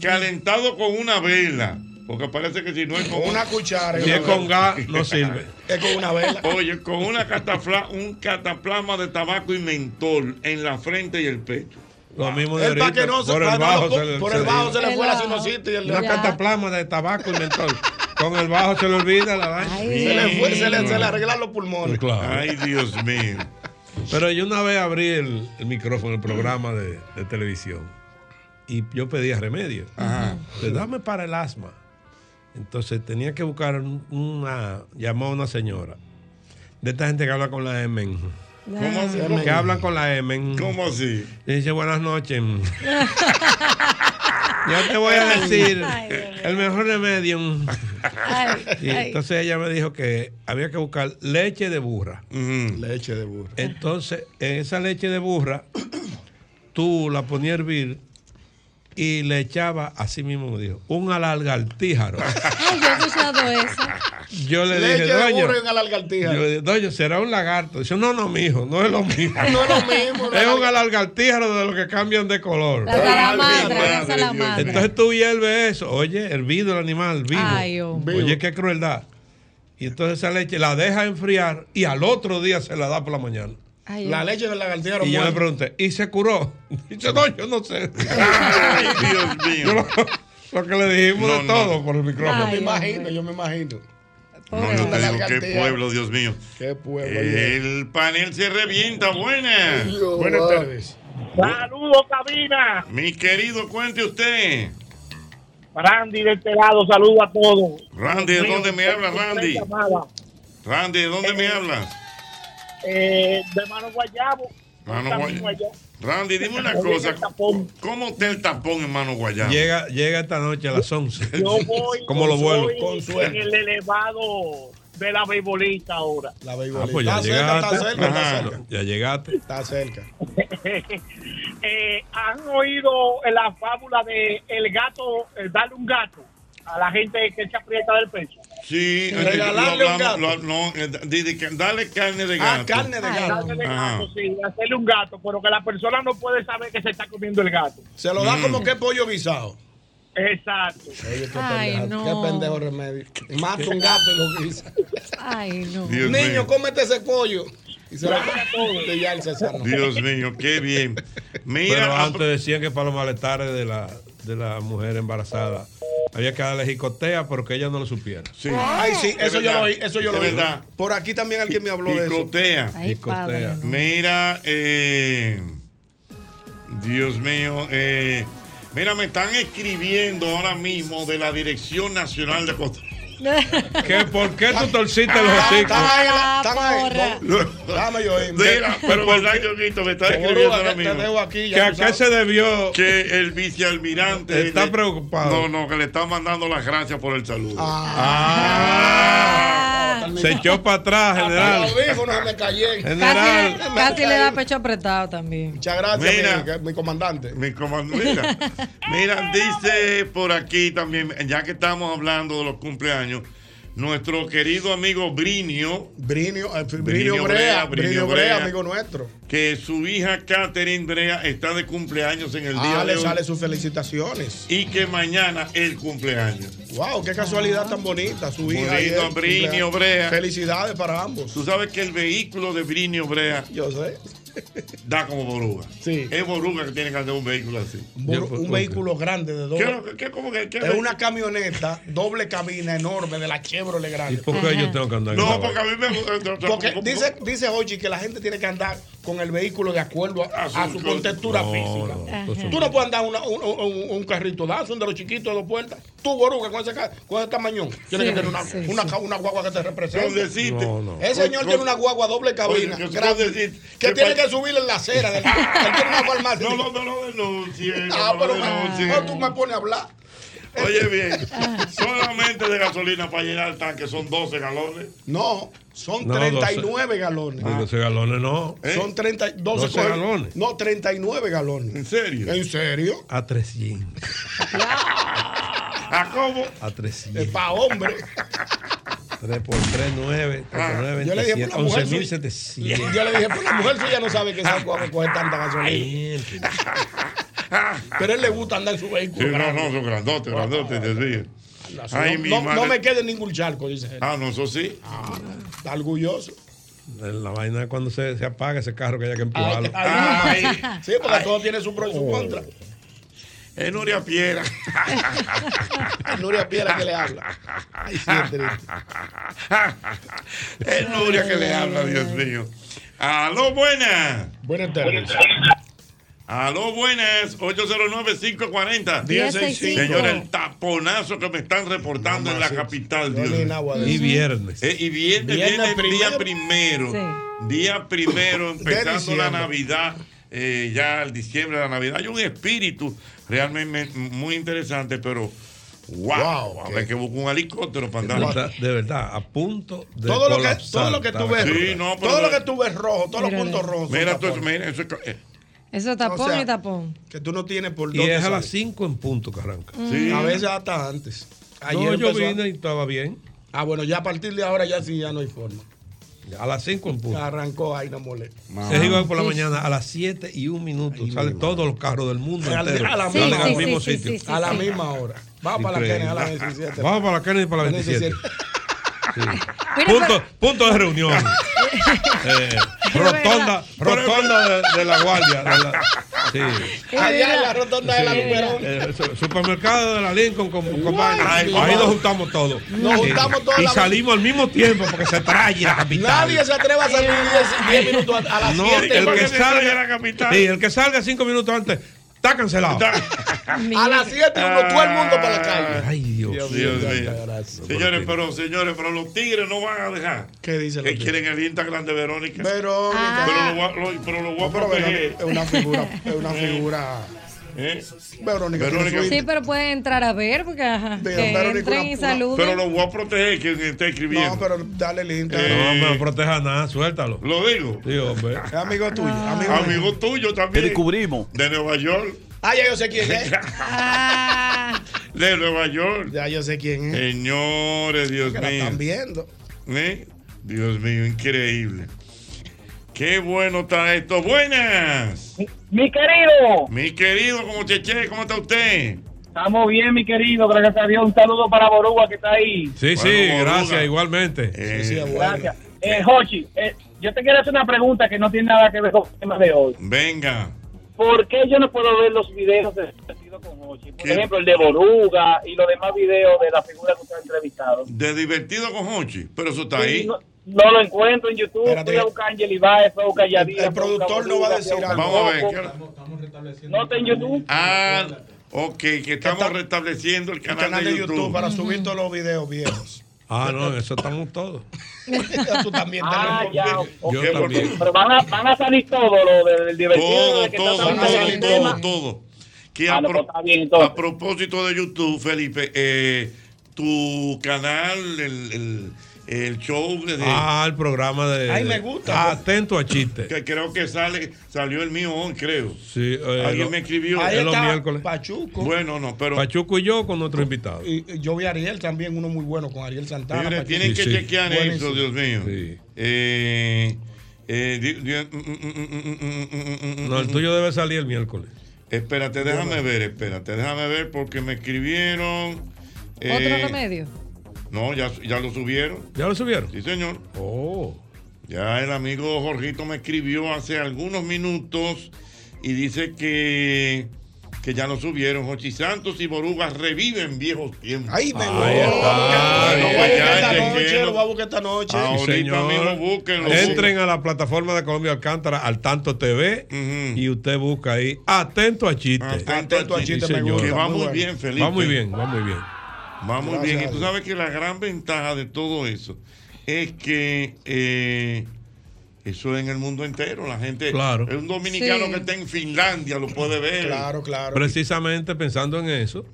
Speaker 5: calentado con una vela, porque parece que si no es con
Speaker 9: Una cuchara y
Speaker 5: si
Speaker 9: una
Speaker 5: es con
Speaker 9: vela.
Speaker 5: gas no sirve.
Speaker 9: Es con una vela.
Speaker 5: Oye, con una catafla, un cataplasma de tabaco y mentol en la frente y el pecho.
Speaker 11: Lo mismo de
Speaker 5: El
Speaker 11: ahorita,
Speaker 5: Ah, pa' que no se-
Speaker 11: por
Speaker 5: pa'
Speaker 11: el
Speaker 5: no,
Speaker 11: bajo
Speaker 5: por-
Speaker 11: se le,
Speaker 5: por el bajo se le fue la
Speaker 9: sinusitis y el-
Speaker 11: Una
Speaker 9: Ya.
Speaker 11: cataplasma de tabaco y mentol. Con el bajo se le olvida la vaina. Pues
Speaker 9: Se le, fue- se le- se le arreglaron los pulmones.
Speaker 5: Ay, Dios mío.
Speaker 11: Pero yo una vez abrí el, el micrófono, el programa de, de televisión, y yo pedía remedio. Entonces, dame para el asma. Entonces tenía que buscar un- una. Llamó a una señora. De esta gente que habla con la M.
Speaker 5: ¿Cómo así?
Speaker 11: Que hablan con la M.
Speaker 5: ¿Cómo así?
Speaker 11: Y dice, buenas noches. Yo te voy a decir
Speaker 5: Ay, Dios
Speaker 11: el mejor remedio. Y
Speaker 5: ay.
Speaker 11: entonces ella me dijo que había que buscar leche de burra.
Speaker 9: Leche de burro.
Speaker 11: Entonces, en esa leche de burra, tú la ponías a hervir y le echabas, así mismo me dijo, un alarga al tíjaro.
Speaker 7: Ay, yo he escuchado eso.
Speaker 11: Yo le
Speaker 9: Leche
Speaker 11: dije,
Speaker 9: de
Speaker 11: doña,
Speaker 9: burro y una larga
Speaker 11: yo le dije, doña, será un lagarto. Dice, no, no, mijo, no es lo mismo.
Speaker 9: No es lo mismo,
Speaker 11: es un alargartíjaro de los que cambian de color.
Speaker 7: La salamandra, la salamandra.
Speaker 11: Entonces tú hierves eso. Oye, hervido el animal, vivo.
Speaker 7: Ay, hombre.
Speaker 11: Oye, qué crueldad. Y entonces esa leche la deja enfriar y al otro día se la da por la mañana.
Speaker 7: Ay,
Speaker 9: La
Speaker 7: ay.
Speaker 9: leche de la garantía
Speaker 11: Y yo le pregunté, ¿y se curó? Dice, no, yo no sé.
Speaker 5: Ay, Dios mío.
Speaker 11: Yo lo, lo que le dijimos de todo por el micrófono.
Speaker 9: Yo me imagino, yo me imagino.
Speaker 5: No, yo
Speaker 9: Una
Speaker 5: te digo,
Speaker 9: larga
Speaker 5: oh, qué
Speaker 9: tía.
Speaker 5: pueblo,
Speaker 11: Ah,
Speaker 5: Dios mío.
Speaker 9: Qué pueblo.
Speaker 5: El panel se revienta, buenas.
Speaker 9: Dios.
Speaker 5: Buenas tardes.
Speaker 12: Saludos, cabina.
Speaker 5: Mi querido, cuente usted.
Speaker 12: Randy de este lado, saludo a todos.
Speaker 5: Randy, ¿de
Speaker 12: Dios
Speaker 5: dónde
Speaker 12: mío,
Speaker 5: me
Speaker 12: qué-
Speaker 5: habla,
Speaker 12: qué
Speaker 5: Randy?
Speaker 12: llamada.
Speaker 5: Randy, ¿de dónde me habla?
Speaker 12: Eh, de Mano Guayabo.
Speaker 5: Mano
Speaker 12: Camino
Speaker 5: Guay-
Speaker 12: allá.
Speaker 5: Randy, dime una
Speaker 12: Oye,
Speaker 5: cosa.
Speaker 12: el tapón.
Speaker 5: ¿Cómo está el tapón, hermano Guayabo?
Speaker 11: Llega, llega esta noche a las 11.
Speaker 12: Yo voy,
Speaker 11: ¿Cómo lo vuelvo?
Speaker 12: voy en el elevado de la beibolita ahora.
Speaker 9: La
Speaker 11: Ah, pues ya llegaste. Ajá, Ya llegaste.
Speaker 9: Está cerca.
Speaker 12: Eh, ¿Han oído la fábula de el gato, el darle un gato a la gente que se aprieta del pecho?
Speaker 5: Sí, eh,
Speaker 12: Regalarle
Speaker 5: lo
Speaker 12: un
Speaker 5: hablamos, lo- no, eh, di- di- que- dale carne de
Speaker 12: Ah,
Speaker 5: gato.
Speaker 12: carne de gato. Carne de
Speaker 5: Ajá.
Speaker 12: gato, sí, hacerle un gato, pero que la persona no puede saber que se está comiendo el gato.
Speaker 9: Se lo da
Speaker 11: Mm.
Speaker 9: como que pollo guisado.
Speaker 12: Exacto.
Speaker 9: Oye, qué
Speaker 12: Ay,
Speaker 9: pendejo,
Speaker 12: no.
Speaker 9: qué pendejo remedio. Y Mata un gato y lo guisa.
Speaker 7: Ay, no.
Speaker 5: Dios
Speaker 9: Niño,
Speaker 5: mío.
Speaker 9: cómete ese pollo. Y se lo come. Y ya él se sanó.
Speaker 5: Dios mío, qué bien. Mira, ah,
Speaker 11: Pero
Speaker 5: a-
Speaker 11: antes decían que para los malestares de la, de la mujer embarazada había que darle jicotea, pero que ella no lo supiera.
Speaker 9: Ay, sí,
Speaker 5: Es
Speaker 9: eso yo
Speaker 5: verdad,
Speaker 9: lo oí, eso yo
Speaker 5: es
Speaker 9: lo oí.
Speaker 5: verdad.
Speaker 9: Por aquí también alguien me habló de eso.
Speaker 5: Picotea.
Speaker 9: Ay, Picotea. padre, no.
Speaker 5: Mira, eh, Dios mío, eh, mira, me están escribiendo ahora mismo de la Dirección Nacional de Ah, Costa
Speaker 11: ¿Qué, ¿Por qué tú torciste los
Speaker 9: Ah,
Speaker 11: hocicos?
Speaker 9: Dame yo ahí.
Speaker 5: Mira, pero verdad, Yoguito, me están escribiendo ahora mismo.
Speaker 11: ¿Que ¿A qué se debió?
Speaker 5: Que el vicealmirante
Speaker 11: Está
Speaker 5: le-
Speaker 11: preocupado.
Speaker 5: No, no, que le están mandando las gracias por el saludo.
Speaker 11: Se echó para atrás,
Speaker 9: Ah,
Speaker 11: general.
Speaker 9: Los audífonos me cayeron.
Speaker 11: General.
Speaker 9: Me
Speaker 7: Casi le da
Speaker 9: cayeron.
Speaker 7: pecho apretado también.
Speaker 9: Muchas gracias,
Speaker 5: Mira.
Speaker 9: mi- que- mi comandante.
Speaker 5: Mi comandante. Mira, mira, dice por aquí también, ya que estamos hablando de los cumpleaños, nuestro querido amigo Brinio,
Speaker 9: Brinio, eh, Brinio,
Speaker 5: Brinio Brea,
Speaker 9: Brea,
Speaker 5: Brinio
Speaker 9: Brinio Brea,
Speaker 5: Brea.
Speaker 9: amigo nuestro.
Speaker 5: que su hija Catherine Brea está de cumpleaños en el
Speaker 9: Ah,
Speaker 5: día de
Speaker 9: le
Speaker 5: hoy.
Speaker 9: sale sus felicitaciones.
Speaker 5: Y que mañana es cumpleaños.
Speaker 9: Wow, qué casualidad tan bonita, su hija. y
Speaker 5: Bonito,
Speaker 9: él,
Speaker 5: Brinio
Speaker 9: cumpleaños.
Speaker 5: Brea.
Speaker 9: Felicidades para ambos.
Speaker 5: Tú sabes que el vehículo de Brinio Brea
Speaker 9: Yo sé.
Speaker 5: da como boruga. Es boruga que tiene que andar un vehículo así.
Speaker 9: Un, un vehículo grande de dos.
Speaker 5: ¿Qué- qué- cómo que- qué-
Speaker 9: es una camioneta, doble cabina enorme de la Chevrolet grande.
Speaker 11: ¿Y por qué yo tengo que andar en
Speaker 5: No,
Speaker 11: esa
Speaker 5: porque a mí me gusta.
Speaker 9: Porque dice, dice Hochi que la gente tiene que andar con el vehículo de acuerdo a, a su contextura física. Tú no puedes andar una- un, un- un carrito de un de los chiquitos de dos puertas. Tú, Boruga, con ese, ca- con ese tamañón, tienes
Speaker 5: Sí,
Speaker 9: que tener una,
Speaker 5: sí,
Speaker 9: una, ca- una guagua que te
Speaker 5: Con
Speaker 9: represente.
Speaker 5: decirte,
Speaker 9: Ese señor
Speaker 5: con-
Speaker 9: tiene una guagua doble cabina,
Speaker 5: Oye, que-
Speaker 9: grande,
Speaker 5: con decirte
Speaker 9: que,
Speaker 5: que
Speaker 9: tiene
Speaker 5: pa-
Speaker 9: que subir en la acera. del- él tiene una farmacia.
Speaker 5: No, no, no lo denuncie. no
Speaker 9: Ah,
Speaker 5: lo
Speaker 9: pero me-
Speaker 5: denuncie.
Speaker 9: no, tú me pones a hablar.
Speaker 5: Oye bien, solamente de gasolina para llenar el tanque son 12 galones.
Speaker 9: No, son
Speaker 11: No,
Speaker 9: 39 galones.
Speaker 5: Ah.
Speaker 9: ¿Eh?
Speaker 11: Digo, ese galones no.
Speaker 5: Eh.
Speaker 9: Son 30, 12,
Speaker 11: 12
Speaker 9: coge-
Speaker 11: galones.
Speaker 9: No, 39 galones. ¿En
Speaker 5: serio?
Speaker 9: ¿En serio?
Speaker 11: A 300.
Speaker 5: ¿A cómo?
Speaker 11: A 300.
Speaker 9: Eh. Pa' hombre.
Speaker 11: 3 por 3, 9.
Speaker 9: Ah,
Speaker 11: 9
Speaker 9: yo le dije por la mujer suya.
Speaker 11: 11.700.
Speaker 9: Yo le dije, pues la mujer suya no sabe que sabe coger coger tanta gasolina. Pero él le gusta andar en su
Speaker 5: Sí,
Speaker 9: vehículo.
Speaker 5: no,
Speaker 9: grande.
Speaker 5: no, son grandotes, grandotes, te ríes. Ay,
Speaker 9: no,
Speaker 5: mi
Speaker 9: no- no
Speaker 5: madre.
Speaker 9: me quede en ningún charco, dice él.
Speaker 5: Ah, no, eso sí.
Speaker 9: Está orgulloso.
Speaker 11: La vaina es cuando se, se apaga ese carro que haya que empujarlo.
Speaker 9: Ay, Oh. sí, pues. porque todo tiene su pro y su contra.
Speaker 5: Es Nuria Piera.
Speaker 9: Nuria Piera que le habla.
Speaker 5: es Nuria que le habla, Dios mío. Aló, buenas.
Speaker 9: Buenas tardes.
Speaker 5: Aló, buenas. 809-540.
Speaker 9: 1065.
Speaker 5: Señor, el taponazo que me están reportando en la capital, Dios mío.
Speaker 11: Y viernes.
Speaker 5: Eh, y viernes,
Speaker 11: Viernes
Speaker 5: viene día primero. Día primero, empezando la
Speaker 11: diciembre.
Speaker 5: Navidad, eh, ya el diciembre de la Navidad. Hay un espíritu realmente muy interesante, pero wow, a ver que busco un helicóptero para
Speaker 11: De
Speaker 5: andar.
Speaker 11: verdad, de verdad, a punto de
Speaker 5: Todo lo que-
Speaker 11: colapsar.
Speaker 5: todo lo que tú ves- Sí, no, pero- todo lo que
Speaker 9: Tú ves rojo, todos los puntos rojos. son
Speaker 5: Mira, tú-
Speaker 9: tapones.
Speaker 5: mira, eso es co- eh,
Speaker 7: Eso tapón
Speaker 9: O sea,
Speaker 7: y tapón.
Speaker 9: Que tú no tienes por
Speaker 11: Y
Speaker 9: dónde.
Speaker 11: es a
Speaker 9: salir.
Speaker 11: las 5 en punto que arranca.
Speaker 9: Sí. A veces hasta antes.
Speaker 11: No, yo
Speaker 9: empezó a-
Speaker 11: vine y estaba bien.
Speaker 9: Ah, bueno, ya a partir de ahora ya sí, ya no hay forma.
Speaker 11: A las 5 en punto.
Speaker 9: Arrancó ahí, no molesta.
Speaker 11: Es igual por la mañana, a las 7 y un minuto. Salen todos los carros del mundo.
Speaker 9: A la-
Speaker 11: entero.
Speaker 9: a la
Speaker 11: Salen
Speaker 9: misma
Speaker 11: al
Speaker 9: hora.
Speaker 11: mismo
Speaker 9: Sí, sí, sí,
Speaker 11: sitio.
Speaker 9: sí, sí, A la sí. misma hora. Vamos para la
Speaker 11: Increíble.
Speaker 9: Kennedy a las 17.
Speaker 11: Vamos para la Kennedy para las
Speaker 9: A las
Speaker 11: 27. Sí.
Speaker 9: Mira,
Speaker 11: punto, punto de reunión. Eh, rotonda rotonda de, de la guardia. de la- sí.
Speaker 9: Allá en la rotonda de la
Speaker 11: Sí.
Speaker 9: Luperón.
Speaker 11: Eh, su- supermercado de la Lincoln con, con vaina.
Speaker 9: Ay,
Speaker 11: Ahí,
Speaker 9: madre.
Speaker 11: nos juntamos todos.
Speaker 9: Nos juntamos todos
Speaker 11: Y
Speaker 9: la-
Speaker 11: salimos al mismo tiempo porque se trae la capital.
Speaker 9: Nadie se atreve a salir 10 minutos a, a las
Speaker 11: No,
Speaker 9: 7.
Speaker 11: el que salga
Speaker 5: la capital.
Speaker 11: Sí, el que salga cinco minutos antes está cancelado.
Speaker 9: a las 7 uno, todo el mundo para la calle.
Speaker 11: Ay, Dios,
Speaker 5: Dios mío. Señores, pero señores, pero los tigres no van a dejar.
Speaker 9: ¿Qué dicen
Speaker 5: Que quieren el Instagram de Verónica.
Speaker 7: Ah.
Speaker 9: Verónica.
Speaker 5: Pero lo voy a- lo- pero lo voy a
Speaker 9: Pero
Speaker 5: proteger.
Speaker 9: Verónica es una figura, es una figura.
Speaker 5: ¿Eh?
Speaker 9: Verónica, tiene
Speaker 5: Verónica.
Speaker 9: su-
Speaker 7: Sí, pero pueden entrar a ver porque ajá, que
Speaker 9: Verónica,
Speaker 7: entren y saluden.
Speaker 5: Pero lo voy a proteger quien esté escribiendo.
Speaker 9: No, pero dale el Instagram.
Speaker 11: No, no me proteja nada, suéltalo.
Speaker 5: Lo digo.
Speaker 11: Sí, hombre.
Speaker 9: Es amigo tuyo. Amigo,
Speaker 5: Amigo tuyo también.
Speaker 9: descubrimos.
Speaker 5: De Nueva York.
Speaker 9: Ah, ya yo sé quién es.
Speaker 5: Ah, De Nueva York.
Speaker 9: Ya yo sé quién
Speaker 5: es. Señores, Dios
Speaker 9: Que la
Speaker 5: mío.
Speaker 9: están viendo.
Speaker 5: ¿Eh? Dios mío, increíble. Qué bueno está esto. Buenas.
Speaker 16: Mi querido.
Speaker 5: Mi querido, como cheche, ¿cómo está usted?
Speaker 16: Estamos bien, mi querido. Gracias a Dios. Un saludo para Borugua que está ahí.
Speaker 11: Sí, sí,
Speaker 5: Bueno,
Speaker 11: gracias,
Speaker 5: Boruga.
Speaker 11: igualmente.
Speaker 16: Gracias. Eh, Jochi, eh, yo te quiero hacer una pregunta que no tiene nada que ver con el tema de hoy.
Speaker 5: Venga.
Speaker 16: ¿Por qué yo no puedo ver los videos de Divertido con Jochi? Por
Speaker 5: ¿Qué?
Speaker 16: ejemplo, el de Boruga y los demás videos de la figura que usted ha entrevistado.
Speaker 5: De divertido con Hochi. Pero eso está
Speaker 16: Sí,
Speaker 5: ahí.
Speaker 16: No, no lo encuentro en YouTube. Fui a buscar a Angel Ibaez, fui a buscar a Yadira.
Speaker 9: El productor no va a decir algo.
Speaker 5: Vamos a ver. ¿qué-
Speaker 16: No está en YouTube.
Speaker 5: Ah, ok, que estamos restableciendo el canal,
Speaker 9: canal
Speaker 5: de YouTube.
Speaker 9: para subir todos los videos viejos.
Speaker 11: Ah, no, en eso estamos todos.
Speaker 9: Tú también te
Speaker 16: Ah,
Speaker 9: lo-
Speaker 16: ya.
Speaker 11: Yo también.
Speaker 16: Pero van a, van a salir todo lo del del divertido.
Speaker 5: Todo,
Speaker 16: de que está
Speaker 5: todo,
Speaker 16: hablando
Speaker 5: todo,
Speaker 16: del
Speaker 5: todo,
Speaker 16: tema.
Speaker 5: todo. Que a,
Speaker 16: Ah, no,
Speaker 5: pro-
Speaker 16: pues está bien, entonces.
Speaker 5: a propósito de YouTube, Felipe, eh, tu canal, el, el- el show de, de-
Speaker 11: Ah, el programa de. Ah,
Speaker 5: Ay, me gusta.
Speaker 11: Atento a chistes.
Speaker 5: que creo que sale, salió el mío hoy, creo.
Speaker 11: Sí, eh,
Speaker 5: Alguien
Speaker 11: lo-
Speaker 5: me escribió.
Speaker 11: Ahí
Speaker 5: Es
Speaker 11: está
Speaker 9: Pachuco.
Speaker 5: Bueno, no, pero
Speaker 11: Pachuco y yo con nuestro invitado.
Speaker 9: Y- y yo vi a Ariel también, uno muy bueno con Ariel Santana.
Speaker 5: señores,
Speaker 9: Pachuco.
Speaker 5: tienen que chequear
Speaker 9: Buenísimo.
Speaker 5: eso, Dios mío. Eh, eh, di- di- mm, mm, mm, mm, mm, mm, mm, mm,
Speaker 11: No, el
Speaker 5: mm.
Speaker 11: tuyo debe salir el miércoles.
Speaker 5: Espérate, déjame ver, espérate, déjame ver porque me escribieron.
Speaker 7: Otro
Speaker 5: eh,
Speaker 7: remedio.
Speaker 5: No, ya, ya lo subieron.
Speaker 11: ¿Ya lo subieron?
Speaker 5: Sí, señor.
Speaker 11: Oh.
Speaker 5: Ya el amigo Jorgito me escribió hace algunos minutos y dice que, que ya lo subieron. Jochi Santos y Boruga reviven viejos tiempos.
Speaker 9: Ahí me
Speaker 5: Ahí
Speaker 11: está.
Speaker 5: Bueno,
Speaker 11: Bien.
Speaker 5: pues ya
Speaker 11: Esta
Speaker 5: llegué,
Speaker 11: noche
Speaker 5: ¿no?
Speaker 9: Lo va a buscar esta noche.
Speaker 5: Ahorita mismo búsquenlo.
Speaker 11: Entren a la plataforma de Colombia Alcántara, al Tanto TV, y usted busca ahí. Atento a chistes.
Speaker 5: Atento a chistes, me
Speaker 11: señor.
Speaker 5: gusta. Que va muy bien, Felipe.
Speaker 11: Va muy bien, va muy bien.
Speaker 5: Va muy
Speaker 11: Gracias,
Speaker 5: bien. Y tú
Speaker 11: Alex.
Speaker 5: sabes que la gran ventaja de todo eso es que eh, eso es en el mundo entero. La gente,
Speaker 11: Claro.
Speaker 5: un dominicano
Speaker 11: Sí.
Speaker 5: que está en Finlandia lo puede ver.
Speaker 9: Claro, claro.
Speaker 11: Precisamente pensando en eso,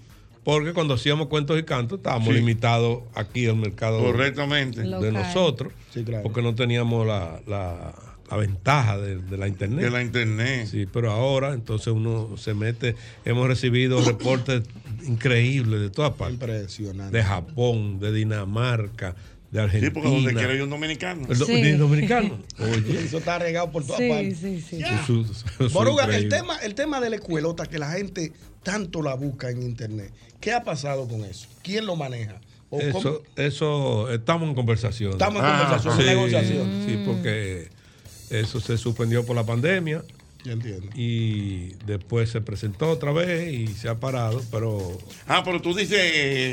Speaker 11: porque cuando hacíamos cuentos y cantos estábamos limitados aquí al mercado
Speaker 5: Correctamente.
Speaker 11: de
Speaker 5: Local.
Speaker 11: nosotros, porque no teníamos la, la- la ventaja de, de la internet.
Speaker 5: De la internet.
Speaker 11: Sí, pero ahora entonces uno se mete, hemos recibido reportes increíbles de todas partes.
Speaker 9: Impresionante.
Speaker 11: De Japón, de Dinamarca, de Argentina.
Speaker 5: Sí, porque donde quiera hay un dominicano.
Speaker 11: El do-
Speaker 9: Sí.
Speaker 11: de dominicano. Oye.
Speaker 9: Eso está regado por todas
Speaker 11: Sí,
Speaker 9: partes.
Speaker 11: sí, sí.
Speaker 9: Ya.
Speaker 11: Eso- eso- eso
Speaker 9: Boruga,
Speaker 11: es
Speaker 9: el
Speaker 11: increíble.
Speaker 9: tema, el tema de la escuelota que la gente tanto la busca en internet. ¿Qué ha pasado con eso? ¿Quién lo maneja? ¿O cómo-
Speaker 11: Eso, eso, estamos en conversación.
Speaker 9: Estamos en conversación, en negociación.
Speaker 11: Sí, porque eso se suspendió por la pandemia.
Speaker 9: Yo entiendo.
Speaker 11: Y después se presentó otra vez y se ha parado, pero.
Speaker 5: Ah, pero tú dices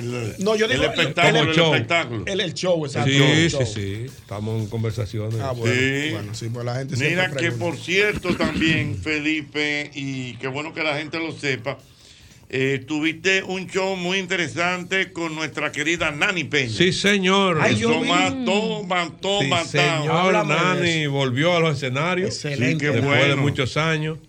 Speaker 5: el,
Speaker 9: No, yo
Speaker 5: el
Speaker 9: digo
Speaker 5: espectáculo. El,
Speaker 11: show.
Speaker 5: espectáculo.
Speaker 9: El, el show, exacto.
Speaker 11: Sí,
Speaker 9: El
Speaker 11: sí,
Speaker 9: show.
Speaker 11: sí. Estamos en conversaciones.
Speaker 9: Ah, bueno. Bueno, sí, pues la gente siempre
Speaker 5: Mira que
Speaker 9: pregunta.
Speaker 5: por cierto también, Felipe, y qué bueno que la gente lo sepa, eh, tuviste un show muy interesante con nuestra querida Nani Peña.
Speaker 11: Sí, señor.
Speaker 5: Ay, yo vi. toma,
Speaker 11: Sí,
Speaker 5: toma,
Speaker 11: señor Nani volvió a los escenarios.
Speaker 5: Excelente. Sí, qué
Speaker 11: Después de
Speaker 5: bueno.
Speaker 11: muchos años,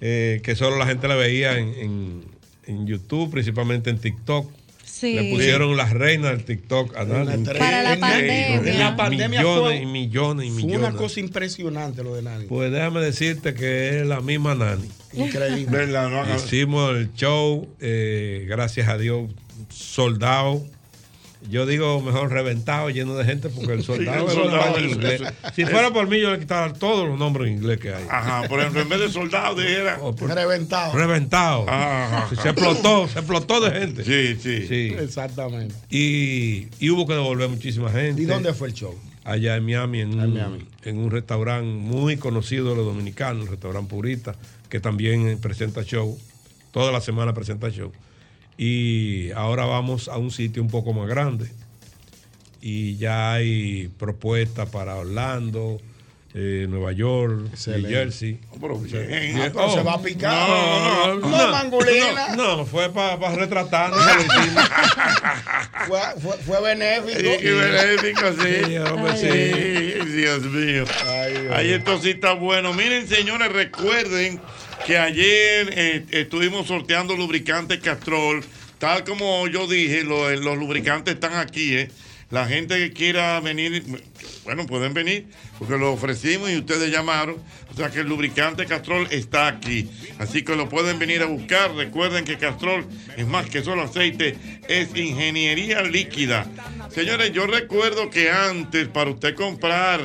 Speaker 11: eh, que solo la gente la veía en, en- en YouTube, principalmente en TikTok.
Speaker 7: Sí.
Speaker 11: Le pusieron las reinas del TikTok a Nani.
Speaker 9: Para la pandemia. En la pandemia
Speaker 11: millones
Speaker 9: fue-
Speaker 11: y millones y
Speaker 9: Fue
Speaker 11: millones.
Speaker 9: una cosa impresionante lo de Nani.
Speaker 11: Pues déjame decirte que es la misma Nani.
Speaker 9: Increíble.
Speaker 5: ¿Verdad? No haga-
Speaker 11: Hicimos el show, eh, gracias a Dios, soldado. Yo digo mejor reventado, lleno de gente, porque el soldado,
Speaker 5: el
Speaker 11: es un
Speaker 5: soldado
Speaker 11: nombre en
Speaker 5: es-
Speaker 11: inglés.
Speaker 5: es-
Speaker 11: Si fuera por mí, yo le quitara todos los nombres en inglés que hay. Oh,
Speaker 5: Ajá, por ejemplo, en vez de soldado, dijera.
Speaker 9: Reventado.
Speaker 11: Reventado.
Speaker 5: Ajá.
Speaker 11: Se, se explotó, se explotó de gente.
Speaker 5: Sí, sí.
Speaker 9: Exactamente.
Speaker 11: Y, y hubo que devolver muchísima gente.
Speaker 9: ¿Y dónde fue el show?
Speaker 11: Allá en Miami, en, un,
Speaker 9: Miami.
Speaker 11: en un restaurante muy conocido de los dominicanos, el restaurante Purita, que también eh, presenta show. Toda la semana presenta show. Y ahora vamos a un sitio un poco más grande. Y ya hay propuestas para Orlando, eh, Nueva York,
Speaker 9: Excelente.
Speaker 11: New Jersey.
Speaker 5: Pero bien.
Speaker 11: Sí. Oh.
Speaker 5: Ah,
Speaker 9: pero se va a picar.
Speaker 11: No, no,
Speaker 9: No,
Speaker 11: no.
Speaker 9: mangulina.
Speaker 11: No, no, fue para retratarnos. que lo hicimos.
Speaker 9: Fue, fue, fue benéfico.
Speaker 5: Sí, qué benéfico, sí.
Speaker 11: Sí,
Speaker 5: Ay, Dios mío. Ahí esto sí está bueno. Miren, señores, recuerden que ayer eh, estuvimos sorteando lubricantes Castrol. Tal como yo dije, lo- los lubricantes están aquí, ¿eh? La gente que quiera venir, bueno, pueden venir, porque lo ofrecimos y ustedes llamaron. O sea que el lubricante Castrol está aquí. Así que lo pueden venir a buscar. Recuerden que Castrol es más que solo aceite, es ingeniería líquida. Señores, yo recuerdo que antes, para usted comprar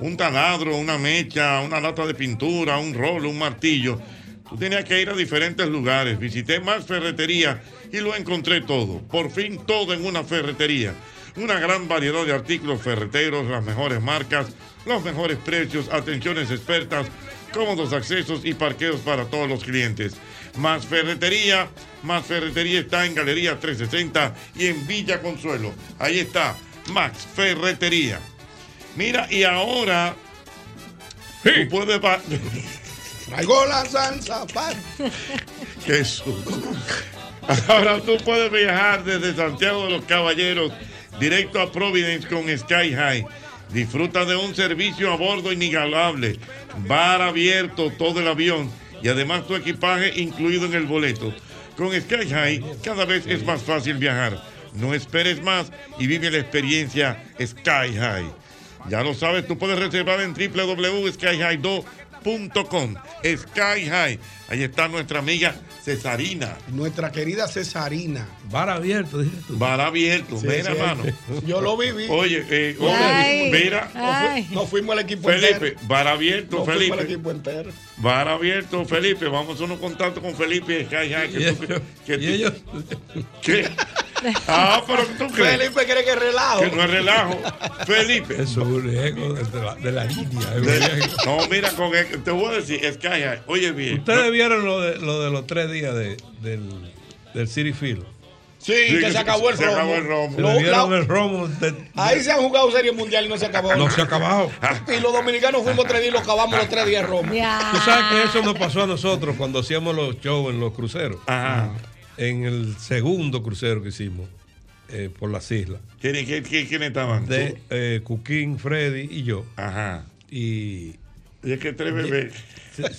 Speaker 5: un taladro, una mecha, una lata de pintura, un rolo, un martillo. Tú tenías que ir a diferentes lugares. Visité más ferreterías y lo encontré todo. Por fin todo en una ferretería. Una gran variedad de artículos ferreteros, las mejores marcas, los mejores precios, atenciones expertas, cómodos accesos y parqueos para todos los clientes. Más ferretería, más ferretería está en Galería 360 y en Villa Consuelo. Ahí está, Max Ferretería. Mira, y ahora tú puedes pa-
Speaker 9: Traigo la salsa, pan.
Speaker 5: Qué susto. Ahora tú puedes viajar desde Santiago de los Caballeros directo a Providence con Sky High. Disfruta de un servicio a bordo inigualable, bar abierto todo el avión y además tu equipaje incluido en el boleto. Con Sky High cada vez es más fácil viajar. No esperes más y vive la experiencia Sky High. Ya lo sabes, tú puedes reservar en www.skyhigh2.com. Sky High. Ahí está nuestra amiga Cesarina.
Speaker 9: Nuestra querida Cesarina.
Speaker 11: Bar abierto, dijiste tú.
Speaker 5: Bar abierto,
Speaker 9: Sí,
Speaker 5: mira,
Speaker 9: sí.
Speaker 5: mano.
Speaker 9: Yo lo viví.
Speaker 5: Oye, eh,
Speaker 9: Yo lo
Speaker 5: oye,
Speaker 9: viví.
Speaker 5: mira.
Speaker 9: Nos fu- Nos fuimos al equipo
Speaker 5: Felipe,
Speaker 9: entero.
Speaker 5: bar abierto,
Speaker 9: Nos fuimos al
Speaker 5: Felipe.
Speaker 9: equipo entero.
Speaker 5: Bar abierto, Felipe. Vamos a unos contactos con Felipe de Sky High. Que tú- que tú- ¿Qué? Ah, pero tú crees.
Speaker 9: Felipe cree que es relajo.
Speaker 5: Que no es relajo. Felipe.
Speaker 11: Eso es un riesgo de la, de la India.
Speaker 5: De- no, mira, con el- te voy a decir, Sky High. Oye, bien.
Speaker 11: Ustedes vieron lo de, lo de los tres días de- del, del City Field.
Speaker 9: Sí, que se acabó el romo.
Speaker 11: Se
Speaker 9: Lo-
Speaker 11: le dieron
Speaker 9: la-
Speaker 11: el romo. de-
Speaker 9: Ahí se han jugado series mundiales y no se acabó.
Speaker 11: no se ha acabado.
Speaker 9: Y los dominicanos fuimos tres días y lo acabamos los tres días romo.
Speaker 11: Tú sabes que eso nos pasó a nosotros cuando hacíamos los shows en los cruceros. En el segundo crucero que hicimos eh, por las islas.
Speaker 5: ¿Quién, quién, quién- quién estaban?
Speaker 11: De eh, Cuquín, Freddy y yo.
Speaker 5: Ah, Ajá.
Speaker 11: Y.
Speaker 5: es que tres bebés.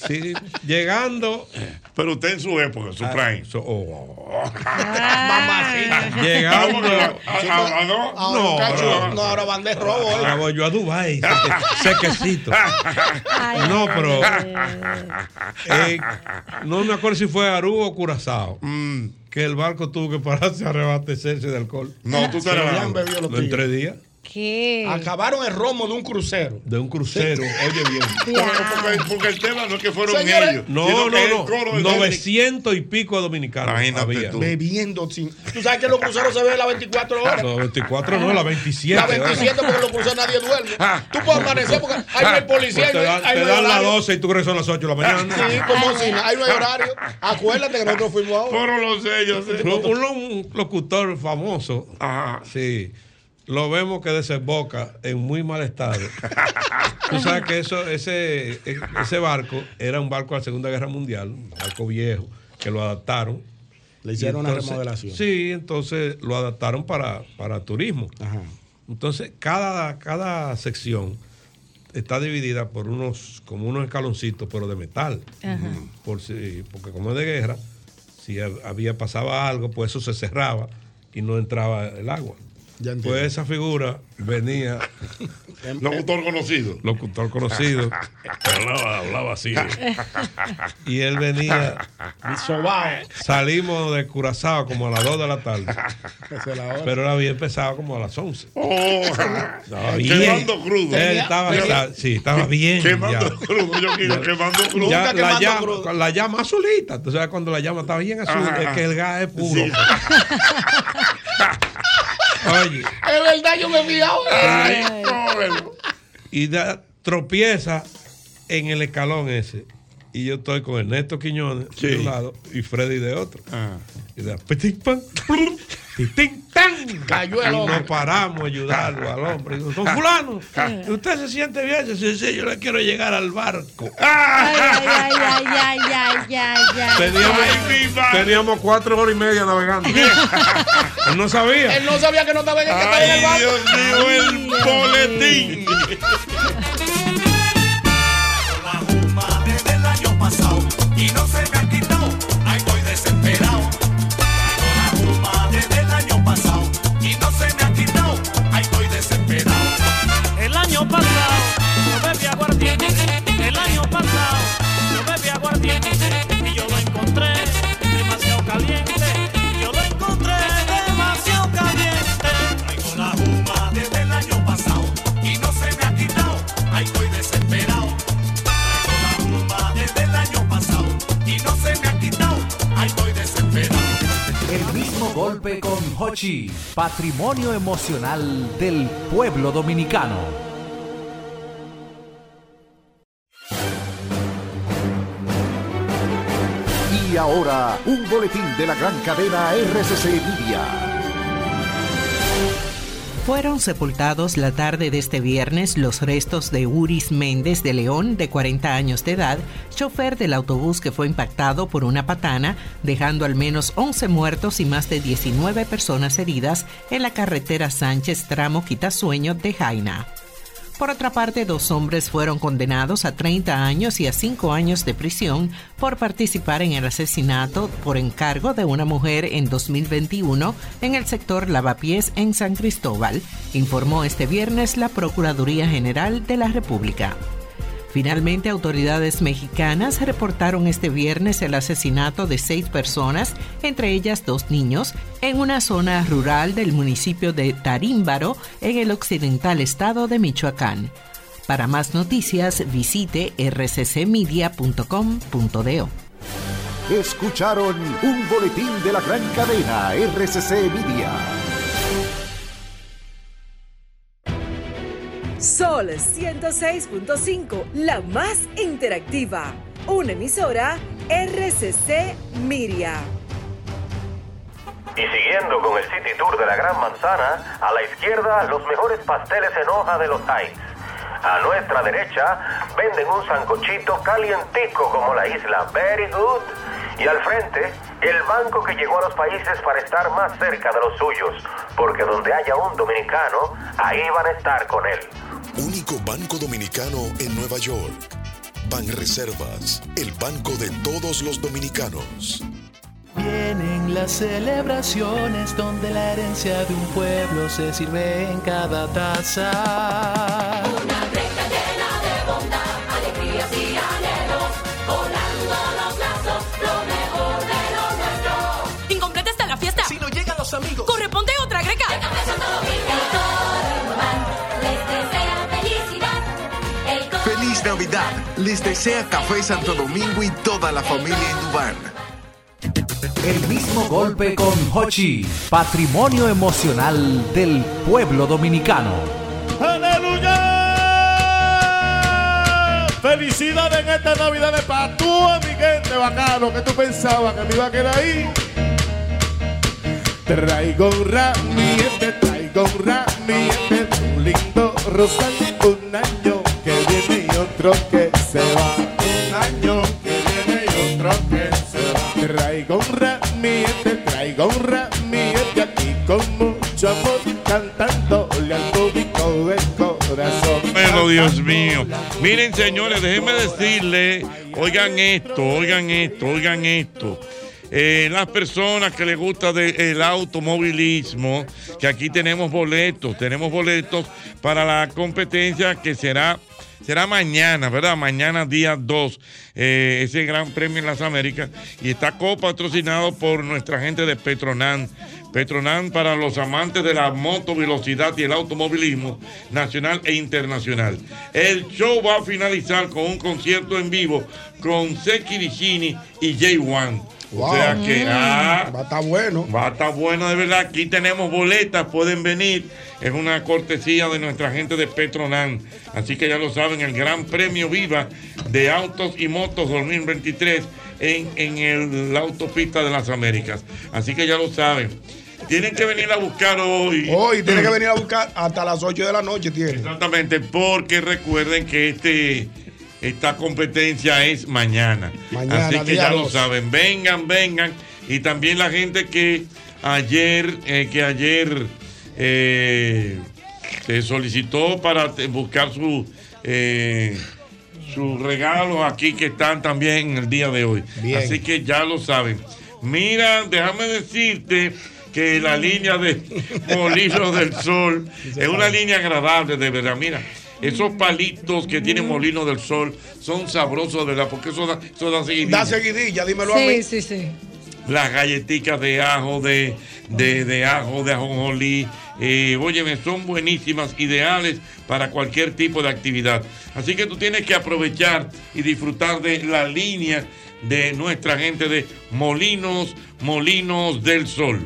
Speaker 11: Sí, llegando.
Speaker 5: Pero usted en su época,
Speaker 11: Ah,
Speaker 5: su prime.
Speaker 11: oh, Llegando.
Speaker 9: Sí,
Speaker 5: Ah, ah,
Speaker 9: no,
Speaker 5: no.
Speaker 9: ahora,
Speaker 11: No,
Speaker 9: cacho,
Speaker 11: no.
Speaker 9: no, ahora van de robo. eh.
Speaker 11: Ahora voy yo a Dubái, sequecito. No, pero eh, no me acuerdo si fue Aruba o Curazao.
Speaker 9: Mm.
Speaker 11: Que el barco tuvo que pararse a reabastecerse de alcohol.
Speaker 5: No, tú te
Speaker 11: Se
Speaker 5: la-
Speaker 11: habían bebido los
Speaker 5: No,
Speaker 11: tigres. en tres días.
Speaker 7: ¿Qué?
Speaker 9: Acabaron el romo de un crucero.
Speaker 11: De un crucero, oye bien.
Speaker 5: Porque, porque el tema no es que fueron
Speaker 9: Señores,
Speaker 5: ellos.
Speaker 11: No,
Speaker 5: sino que
Speaker 11: no,
Speaker 5: el
Speaker 11: no.
Speaker 5: coro del
Speaker 11: 900 y pico dominicanos. había.
Speaker 9: Bebiendo sin. Tú sabes que los cruceros se ven las 24 horas.
Speaker 11: No, 24 no, la 27.
Speaker 9: Las 27 porque en los cruceros nadie duerme. Tú puedes amanecer porque ahí no hay policía.
Speaker 11: Pues te
Speaker 9: ahí no
Speaker 11: dan,
Speaker 9: hay- ahí
Speaker 11: te
Speaker 9: no hay
Speaker 11: dan las
Speaker 9: horario.
Speaker 11: 12 y tú regresas a las 8 de la mañana.
Speaker 9: Sí, como si ahí no hay horario. Acuérdate que nosotros fuimos ahora.
Speaker 11: Pero
Speaker 5: lo sé, yo sé.
Speaker 11: Un, un- un locutor famoso, sí, lo vemos que desemboca en muy mal estado. Tú sabes que eso, ese, ese barco era un barco de la Segunda Guerra Mundial, un barco viejo, que lo adaptaron.
Speaker 9: Le hicieron una remodelación.
Speaker 11: Sí, entonces lo adaptaron para, para turismo. Entonces, cada, cada sección está dividida por unos, como unos escaloncitos, pero de metal
Speaker 7: Ajá.
Speaker 11: por si- porque como es de guerra, si hab- había pasaba algo, pues eso se cerraba y no entraba el agua. Pues esa figura venía.
Speaker 5: Locutor conocido.
Speaker 11: Em, Locutor conocido. hablaba, hablaba así. Y él venía. Salimos de Curazao como a las 2 de la tarde. Pero él había empezado como a las 11.
Speaker 5: Oh,
Speaker 11: Estaba bien.
Speaker 5: quemando crudo.
Speaker 11: Él estaba, está- sí, estaba bien.
Speaker 5: Quemando
Speaker 11: ya.
Speaker 5: crudo, yo quiero quemando crudo.
Speaker 11: Ya la, llama, la llama azulita. Tú sabes cuando la llama está bien azul,
Speaker 5: Ajá.
Speaker 11: es que el gas es puro. Oye,
Speaker 9: Es verdad, yo me fijaba.
Speaker 11: Ay, y da- tropieza en el escalón ese. Y yo estoy con Ernesto Quiñones de un lado y Freddy de otro.
Speaker 7: Ah.
Speaker 11: Y da, pitín, pan, plum, pitín, tan.
Speaker 9: Cayó el
Speaker 11: Y
Speaker 9: hombre.
Speaker 11: nos paramos a ayudarlo al hombre. Y digo, don fulano,
Speaker 7: Ah.
Speaker 11: ¿usted se siente bien? Sí, sí, yo le quiero llegar al barco.
Speaker 7: Ay, ay, ay, ay, ay, ay, ay, ay.
Speaker 11: Teníamos, teníamos cuatro horas y media navegando. Él no sabía.
Speaker 9: Él no sabía que no estaba en el que estaba en el barco.
Speaker 5: el boletín.
Speaker 1: desde el año pasado y no se me ha quitado. Ahí estoy desesperado. Traigo la juma desde el año pasado y no se me ha quitado. Ahí estoy desesperado. El año pasado yo bebí aguardiente. El año pasado yo bebí aguardiente y yo lo encontré demasiado caliente. Yo lo encontré demasiado caliente. Traigo la juma desde el año pasado y no se me ha quitado. Ahí estoy desesperado desde el año pasado y no se me ha quitado. Ahí estoy desesperado.
Speaker 17: El mismo golpe con Hochi, patrimonio emocional del pueblo dominicano.
Speaker 18: Y ahora, un boletín de la gran cadena RCC Media.
Speaker 19: Fueron sepultados la tarde de este viernes los restos de Uris Méndez de León, de 40 años de edad, chofer del autobús que fue impactado por una patana, dejando al menos 11 muertos y más de 19 personas heridas en la carretera Sánchez Tramo Quitasueño de Jaina. Por otra parte, dos hombres fueron condenados a 30 años y a 5 años de prisión por participar en el asesinato por encargo de una mujer en 2021 en el sector Lavapiés en San Cristóbal, informó este viernes la Procuraduría General de la República. Finalmente, autoridades mexicanas reportaron este viernes el asesinato de seis personas, entre ellas dos niños, en una zona rural del municipio de Tarímbaro, en el occidental estado de Michoacán. Para más noticias, visite rccmedia.com.do.
Speaker 18: Escucharon un boletín de la gran cadena RCC Media.
Speaker 20: Sol 106.5, la más interactiva. Una emisora RCC Miria.
Speaker 8: Y siguiendo con el City Tour de la Gran Manzana, a la izquierda los mejores pasteles en hoja de los Heights. A nuestra derecha venden un sancochito calientico como la isla Very Good. Y al frente, el banco que llegó a los países para estar más cerca de los suyos, porque donde haya un dominicano, ahí van a estar con él.
Speaker 21: Único banco dominicano en Nueva York. Banreservas, el banco de todos los dominicanos.
Speaker 16: Vienen las celebraciones donde la herencia de un pueblo se sirve en cada taza. Una recta llena de bondad, alegrías y anhelos, volando los lazos, lo mejor de lo nuestro. Incompleta está la fiesta. Si no llegan los amigos, corresponde otra greca. Llega Santo Domingo.
Speaker 22: Feliz Navidad. Les desea Café Santo Domingo y toda la familia Indubán.
Speaker 23: El mismo golpe con Hochi, patrimonio emocional del pueblo dominicano.
Speaker 1: ¡Aleluya! Felicidades en esta Navidad de para tú, mi gente bacano, que tú pensabas que me iba a quedar ahí. Traigo un ramillete, traigo un ramillete, un lindo rosal, un año que viene y otro que se va. Un año que viene y otro que se va. Traigo un ramillete, traigo un ramillete aquí con mucho amor, cantándole al público del corazón.
Speaker 5: Pero Dios mío. Miren, señores, déjenme decirle, oigan esto, oigan esto, oigan esto. Eh, las personas que les gusta de- el automovilismo, que aquí tenemos boletos, tenemos boletos para la competencia que será, será mañana, ¿verdad? Mañana día 2, eh, ese gran premio en las Américas. Y está copatrocinado por nuestra gente de Petronan. Petronan para los amantes de la moto, velocidad y el automovilismo nacional e internacional. El show va a finalizar con un concierto en vivo con Seki Vicini y Jay One. O sea
Speaker 9: Wow.
Speaker 5: que
Speaker 9: Mm.
Speaker 5: ah,
Speaker 9: va a estar bueno.
Speaker 5: Va a estar bueno de verdad. Aquí tenemos boletas, pueden venir. Es una cortesía de nuestra gente de Petronan. Así que ya lo saben, el Gran Premio Viva de Autos y Motos 2023 en, en el- la autopista de las Américas. Así que ya lo saben. Tienen que venir a buscar hoy.
Speaker 9: Hoy tiene que venir a buscar hasta las 8 de la noche. Tiene.
Speaker 5: Exactamente, porque recuerden que este, esta competencia es mañana.
Speaker 9: Mañana,
Speaker 5: Así que
Speaker 9: día
Speaker 5: ya lo
Speaker 9: 12.
Speaker 5: saben, vengan, vengan. Y también la gente que ayer, eh, que ayer eh, se solicitó para te- buscar su... eh, sus regalos aquí que están también en el día de hoy.
Speaker 2: Bien.
Speaker 5: Así que ya lo saben. Mira, déjame decirte que la línea de Molino del Sol es una línea agradable, de verdad. Mira, esos palitos que tiene Molino del Sol son sabrosos, de verdad, porque eso da, eso da seguidilla.
Speaker 9: Da seguidilla, dímelo a mí.
Speaker 7: Sí, sí, sí.
Speaker 5: Las galletitas de ajo, de, de, de ajo, de ajonjolí. Eh, óyeme, son buenísimas, ideales para cualquier tipo de actividad. Así que tú tienes que aprovechar y disfrutar de la línea de nuestra gente de Molinos, Molinos del Sol.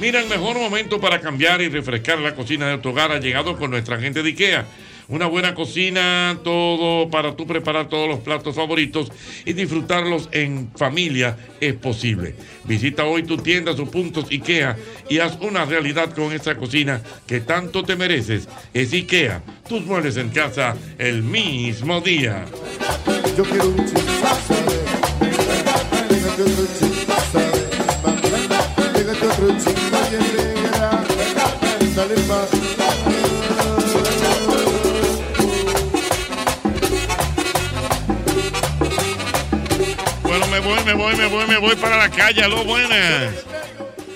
Speaker 5: Mira, el mejor momento para cambiar y refrescar la cocina de tu hogar ha llegado con nuestra gente de IKEA. Una buena cocina, todo para tú preparar todos los platos favoritos y disfrutarlos en familia es posible. Visita hoy tu tienda, sus puntos IKEA y haz una realidad con esa cocina que tanto te mereces. Es IKEA, tus muebles en casa el mismo día.
Speaker 15: Yo quiero un chip sabe. Pégate otro chip sabe. Pégate otro chip María negra. Dale más.
Speaker 5: Bueno, me voy, me voy, me voy, me voy para la calle. Aló, buenas.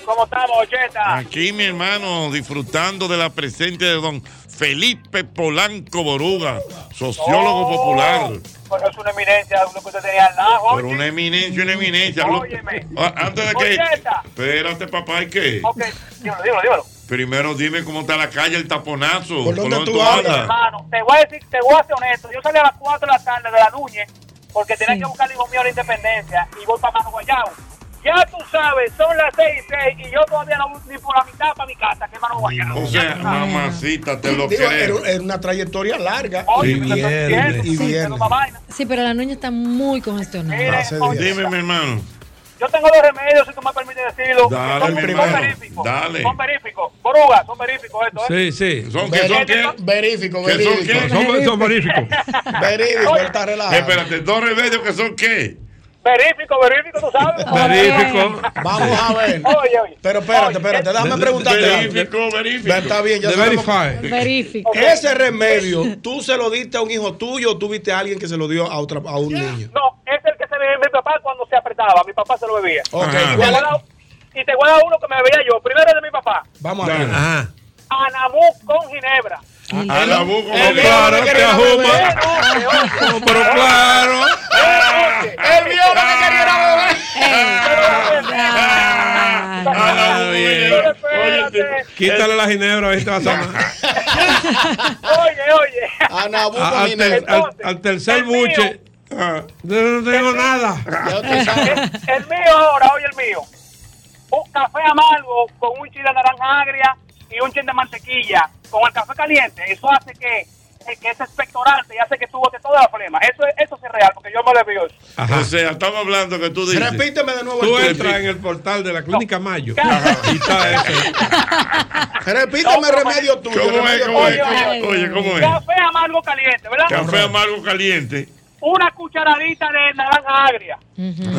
Speaker 12: ¿Cómo estamos, Ocheta?
Speaker 5: Aquí, mi hermano, disfrutando de la presencia de don Felipe Polanco Boruga, sociólogo
Speaker 12: Oh,
Speaker 5: popular.
Speaker 12: Bueno, es una eminencia, uno que usted tenía al lado.
Speaker 5: Pero una eminencia, una eminencia. Lo- Ah, Antes de que.
Speaker 12: Ocheta.
Speaker 5: Espérate, papá, ¿y qué?
Speaker 12: Ok, dímelo, dímelo, dímelo.
Speaker 5: Primero dime cómo está la calle, el taponazo. ¿Por dónde
Speaker 12: Oye, hermano, te voy a decir, te voy a ser honesto. Yo salí a las 4 de la tarde de la Núñez porque tenía que buscar al hijo mío a la independencia y voy para Mano Guayao. Ya tú sabes, son las 6 y 6 y yo todavía no voy ni por la mitad para mi casa, que es Mano Guayao.
Speaker 5: O sea, mamacita, te lo
Speaker 9: Digo,
Speaker 5: crees.
Speaker 9: era, era una trayectoria larga.
Speaker 5: Oye, Y pero está viernes. bien,
Speaker 9: Y
Speaker 5: sí,
Speaker 9: viernes.
Speaker 7: Sí, pero la nuña está muy congestionada.
Speaker 5: Dime, mi hermano.
Speaker 12: Yo tengo dos remedios, si tú me permites decirlo.
Speaker 5: Dale,
Speaker 12: son,
Speaker 5: mi
Speaker 12: son
Speaker 5: hermano,
Speaker 12: veríficos.
Speaker 5: dale.
Speaker 12: Son veríficos. Boruga, son veríficos esto, ¿eh?
Speaker 11: Sí, sí.
Speaker 5: ¿Son qué? ¿Son qué?
Speaker 9: Verífico,
Speaker 5: ¿Qué son
Speaker 9: verífico.
Speaker 5: qué?
Speaker 11: Son- son
Speaker 5: veríficos.
Speaker 9: Verífico, él está relajado.
Speaker 5: Espérate, dos remedios que son qué?
Speaker 12: Verífico, verífico, tú sabes.
Speaker 5: Verífico.
Speaker 9: Vamos a ver.
Speaker 12: Oye, oye.
Speaker 9: Pero espérate, espérate, déjame preguntarte. algo.
Speaker 5: Verifico, verifico.
Speaker 9: Está bien, ya
Speaker 11: De
Speaker 9: sabemos-
Speaker 11: verify.
Speaker 7: Verifico.
Speaker 9: Ese remedio, ¿tú se lo diste a un hijo tuyo o tuviste a alguien que se lo dio a, otra, a un niño?
Speaker 12: No, es el que se bebía mi papá cuando se apretaba. Mi papá se lo bebía.
Speaker 9: Ok,
Speaker 12: Y te
Speaker 9: ¿cuál-
Speaker 12: voy a dar- Y te voy a dar uno que me bebía yo. Primero es de mi papá.
Speaker 9: Vamos a ver.
Speaker 12: Anabú con ginebra. Ah,
Speaker 5: A la buco,
Speaker 9: El
Speaker 5: papá.
Speaker 9: viejo no quería
Speaker 5: Claro, te
Speaker 9: beber.
Speaker 5: ajuma. Pero claro.
Speaker 12: Eh, El viejo no que quería era beber.
Speaker 11: Ah, bien. Quítale la ginebra, ahí te vas a
Speaker 12: Oye, oye.
Speaker 9: A Nabucco
Speaker 11: A- al, ter-
Speaker 9: Jiménez.
Speaker 5: eh.
Speaker 11: al- al tercer buche. ah, yo no tengo nada.
Speaker 12: el, el mío ahora, oye el mío. Un café amargo con un chile de naranja agria y un chile de mantequilla con el café caliente. Eso hace que, eh, que ese expectorante y hace que tú botes toda la flema. Eso, es- eso sí es real, porque yo me lo veo.
Speaker 5: O sea, estamos hablando que tú dices.
Speaker 9: Repíteme de nuevo el
Speaker 11: Tú
Speaker 9: tuyo.
Speaker 11: entras en el portal de la Clínica Mayo. Y está eso.
Speaker 9: Repítame el remedio tuyo.
Speaker 5: ¿Cómo es?
Speaker 9: remedio
Speaker 5: ¿Cómo es?
Speaker 9: tuyo.
Speaker 5: ¿Cómo- Oye, ¿cómo es?
Speaker 12: Café amargo caliente, ¿verdad?
Speaker 5: Café amargo caliente.
Speaker 12: Una cucharadita de naranja agria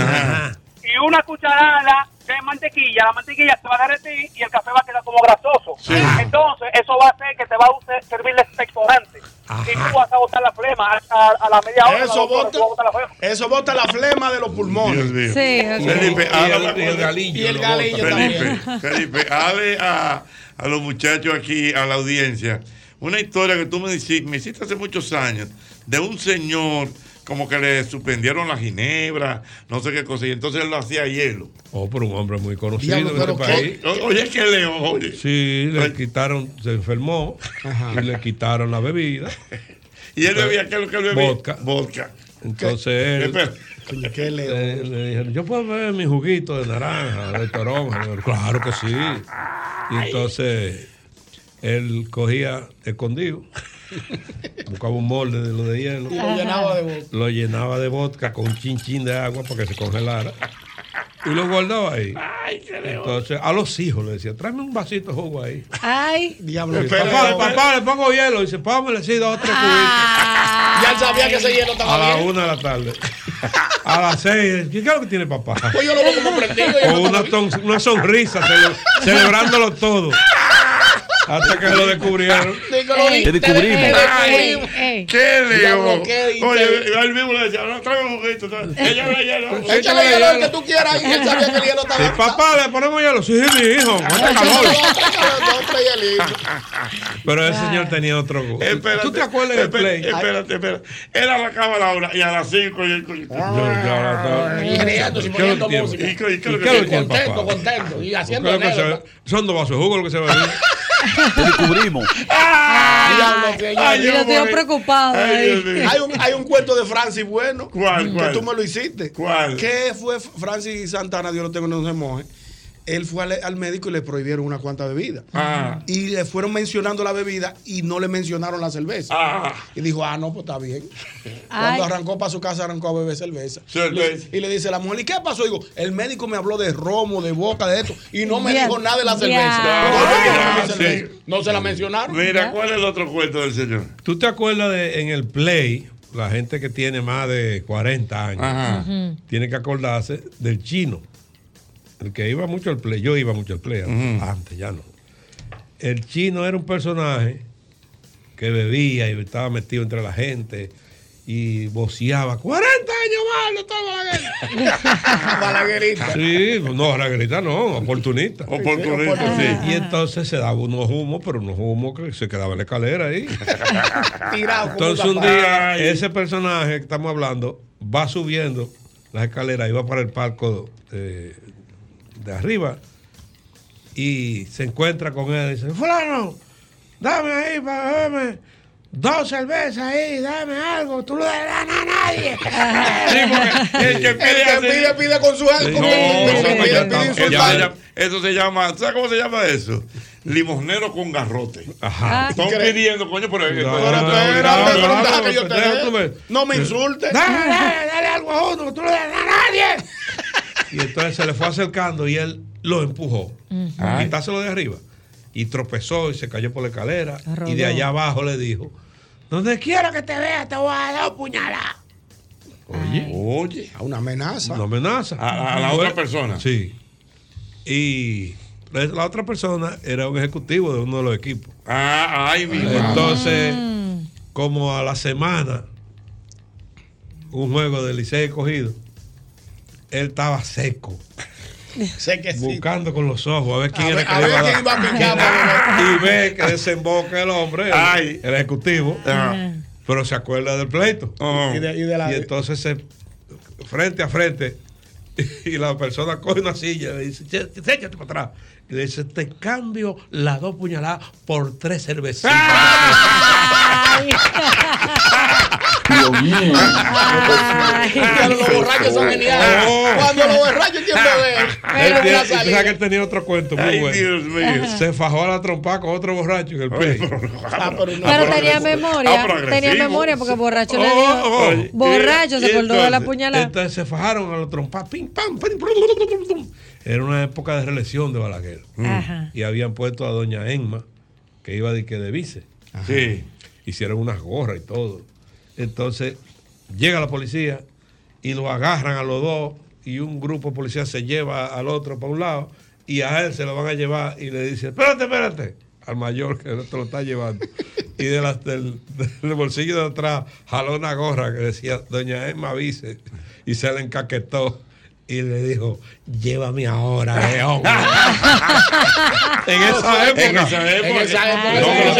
Speaker 5: Ajá.
Speaker 12: y una cucharada de mantequilla. La mantequilla se va a derretir y el café va a quedar como grasoso. Entonces, eso va a hacer que te va a usar- servir de
Speaker 2: este
Speaker 12: expectorante. Y tú vas a botar la flema a, a- a la media hora.
Speaker 9: Eso
Speaker 12: bota,
Speaker 9: bota, eso bota la flema de los pulmones.
Speaker 5: Dios mío. Felipe, ah, habla con-
Speaker 9: Y el galillo también.
Speaker 5: Felipe, Felipe, hable a, a los muchachos aquí, a la audiencia, una historia que tú me, dici- me hiciste hace muchos años, de un señor como que le suspendieron la ginebra, no sé qué cosa, y entonces él lo hacía a hielo.
Speaker 11: Oh, por un hombre muy conocido
Speaker 5: Diablo,
Speaker 11: en este
Speaker 5: pero
Speaker 11: país.
Speaker 5: qué- o- oye, qué león, oye.
Speaker 11: Sí, le quitaron, se enfermó y le quitaron la bebida.
Speaker 5: Y él bebía,
Speaker 9: eh,
Speaker 5: ¿qué es lo que él bebía?
Speaker 11: Vodka.
Speaker 5: Vodka.
Speaker 11: Entonces
Speaker 5: ¿Qué?
Speaker 11: él-
Speaker 5: Espera.
Speaker 11: le, le dijeron, yo puedo beber mi juguito de naranja, de toronja. Yo, claro que sí. Y entonces él cogía escondido, buscaba un molde de lo de hielo.
Speaker 9: Y lo llenaba de boca.
Speaker 11: Lo llenaba de vodka con un chinchín de agua para que se congelara. Y lo guardaba ahí. Entonces, a los hijos le decía, tráeme un vasito de jugo ahí.
Speaker 7: Ay,
Speaker 11: Y dice, papá, papá, le pongo hielo. Y dice, papá, me le sigue dos o tres cubitos.
Speaker 9: Ya él sabía que ese hielo estaba
Speaker 11: A la
Speaker 9: bien.
Speaker 11: una de la tarde. A las seis. ¿Qué es lo que tiene papá?
Speaker 9: Pues yo lo veo como prendido, yo
Speaker 11: Con
Speaker 9: no
Speaker 11: una, ton- una sonrisa, cele- celebrándolo todo. Hasta que lo descubrieron.
Speaker 9: Digo, lo
Speaker 11: Ey,
Speaker 9: vi-
Speaker 11: te descubrimos.
Speaker 9: Ay, eh,
Speaker 5: Ey,
Speaker 7: ey.
Speaker 5: ¿Qué león?
Speaker 9: Diablo, qué hice.
Speaker 5: Oye, él mismo le decía, no, tráeme un juguito. tráeme". Ella le hielo.
Speaker 9: Échale hielo al que tú quieras. Y él sabía que el hielo
Speaker 11: Sí,
Speaker 9: estaba.
Speaker 11: papá, le ponemos hielo. Sí, mi hijo. Cuánta calor. Pero el señor tenía otro gusto. ¿Tú te acuerdas del
Speaker 5: Espera,
Speaker 11: play?
Speaker 5: Espérate, espérate. Él arrancaba la hora y a las 5 y él
Speaker 11: Y riendo, si poniendo ¿Qué lo música. tiene?
Speaker 5: ¿Y qué lo
Speaker 11: ¿Y qué lo tiene,
Speaker 5: que
Speaker 11: papá?
Speaker 9: Contento, contento. Y haciendo
Speaker 11: ¿Qué es lo que se
Speaker 9: anécdota.
Speaker 11: ve? Son dos vasos de jugo lo que se va a ver. Te descubrimos.
Speaker 9: Diablo, que ya-
Speaker 7: Ay, yo Lo tengo morí. preocupado Ay, ahí. Dios mío.
Speaker 9: Hay un, hay un cuento de Francis bueno.
Speaker 5: ¿Cuál,
Speaker 9: Que
Speaker 5: cuál?
Speaker 9: tú me lo hiciste.
Speaker 5: ¿Cuál?
Speaker 9: ¿Qué fue Francis Santana? Dios lo tengo, no se moje. Él fue al, al médico y le prohibieron una cuanta bebida.
Speaker 5: Ah.
Speaker 9: Y le fueron mencionando la bebida y no le mencionaron la cerveza.
Speaker 5: Ah.
Speaker 9: Y dijo, ah, no, pues está bien.
Speaker 7: Ay.
Speaker 9: Cuando arrancó para su casa, arrancó a beber cerveza.
Speaker 5: Cerveza.
Speaker 9: Y le dice a la mujer, ¿y qué pasó? Digo, el médico me habló de romo, de boca, de esto, y no me
Speaker 7: Ya.
Speaker 9: dijo nada de la
Speaker 7: Ya.
Speaker 9: cerveza.
Speaker 5: Ah,
Speaker 9: No,
Speaker 5: sí.
Speaker 9: no se la mencionaron.
Speaker 5: Mira, ¿cuál es el otro cuento del señor?
Speaker 11: ¿Tú te acuerdas de en el Play, la gente que tiene más de 40 años
Speaker 5: Ajá.
Speaker 7: Ujú.
Speaker 11: tiene que acordarse del chino? El que iba mucho al Play, yo iba mucho al Play antes, ya no. El chino era un personaje que bebía y estaba metido entre la gente y voceaba 40 años más, no estaba Balaguer.
Speaker 9: Balaguerista.
Speaker 11: Sí, no, raguerita no, oportunista.
Speaker 5: Oportunista, sí.
Speaker 11: Y entonces se daba unos humos, pero unos humos que se quedaban en la escalera ahí.
Speaker 9: Tirado como
Speaker 11: Entonces un
Speaker 9: una
Speaker 11: día,
Speaker 9: paja.
Speaker 11: ese personaje que estamos hablando va subiendo las escaleras y va para el palco eh, de arriba y se encuentra con él y dice, fulano, dame ahí para verme. Dos cervezas ahí, dame algo, tú no le das nada a nadie.
Speaker 5: El que pide,
Speaker 9: El que
Speaker 5: hace-
Speaker 9: pide, pide con su
Speaker 5: Sí.
Speaker 9: algo.
Speaker 5: No,
Speaker 9: El que
Speaker 5: eso
Speaker 9: pide,
Speaker 5: ya
Speaker 9: pide
Speaker 5: estamos- eso se
Speaker 9: insultando.
Speaker 5: llama- Eso se llama, ¿sabes cómo se llama eso? Limosnero con garrote.
Speaker 11: Ajá.
Speaker 5: Están
Speaker 9: ¿Crees?
Speaker 5: pidiendo, coño, pero.
Speaker 11: No,
Speaker 5: pero-
Speaker 11: no,
Speaker 5: pero-
Speaker 11: no, no,
Speaker 5: pero- pero-
Speaker 11: no,
Speaker 5: deja
Speaker 11: no,
Speaker 5: que yo te
Speaker 11: deja
Speaker 5: dé.
Speaker 11: tú me-
Speaker 9: No me insultes.
Speaker 11: Dale, dale, dale algo a otro, tú no le das nada a nadie. Y entonces se le fue acercando y él lo empujó.
Speaker 15: Ujú.
Speaker 11: Para Quitárselo de arriba. Y tropezó y se cayó por la escalera.
Speaker 15: Rodó.
Speaker 11: Y de allá abajo le dijo: Donde quiera que te vea, te voy a dar un puñalada. Oye.
Speaker 5: Oye.
Speaker 9: A Ah, una amenaza.
Speaker 11: Una amenaza.
Speaker 5: A- a la otra persona.
Speaker 11: Sí. Y la- la otra persona era un ejecutivo de uno de los equipos.
Speaker 5: Ah, ay, mi
Speaker 11: Entonces, como a la semana, un juego de Licey cogido, él estaba seco,
Speaker 9: Sé que sí.
Speaker 11: buscando con los ojos a ver quién
Speaker 9: A
Speaker 11: era
Speaker 9: ver-
Speaker 11: que
Speaker 9: a
Speaker 11: le
Speaker 9: ver
Speaker 11: iba a
Speaker 9: quién iba a
Speaker 11: dar.
Speaker 9: picar,
Speaker 11: Y ve que desemboca el hombre, el,
Speaker 5: Ay.
Speaker 11: el ejecutivo,
Speaker 5: Ajá.
Speaker 11: pero se acuerda del pleito.
Speaker 9: Y de- y de la-
Speaker 11: Oh. Y entonces, se, frente a frente, y la persona coge una silla y le dice, "Che, che, échate para atrás. Y le dice, te cambio las dos puñaladas por tres cervezas.
Speaker 9: Pero los borrachos Ah, son geniales. Cuando los borrachos quieren
Speaker 11: Ah.
Speaker 9: beber,
Speaker 11: Él tiene-
Speaker 9: es una
Speaker 11: tú sabes que
Speaker 9: salida.
Speaker 11: él tenía otro cuento muy
Speaker 9: Ay,
Speaker 11: bueno.
Speaker 9: Dios mío. Ajá.
Speaker 11: Se fajó a la trompa con otro borracho en el play.
Speaker 9: ah,
Speaker 7: Pero tenía
Speaker 11: Ah,
Speaker 7: memoria, tenía memoria porque borracho
Speaker 11: Oh,
Speaker 9: Oh,
Speaker 7: le dijo, borracho se acordó de la puñalada.
Speaker 11: Entonces eh, se fajaron a los trompas, pim, pam, pim, plum, plum, plum. Era una época de reelección de Balaguer.
Speaker 7: Ajá.
Speaker 11: Y habían puesto a doña Enma, que iba de que de vice.
Speaker 5: Sí.
Speaker 11: Hicieron unas gorras y todo. Entonces, llega la policía y lo agarran a los dos y un grupo de policías se lleva al otro para un lado y a él se lo van a llevar y le dice, espérate, espérate, al mayor que el otro lo está llevando. Y de las- del, del bolsillo de atrás jaló una gorra que decía, doña Emma Vice, y se le encaquetó. Y le dijo, llévame ahora, león. en esa época.
Speaker 9: En esa época. En esa época.
Speaker 11: No, pero
Speaker 9: Eso es-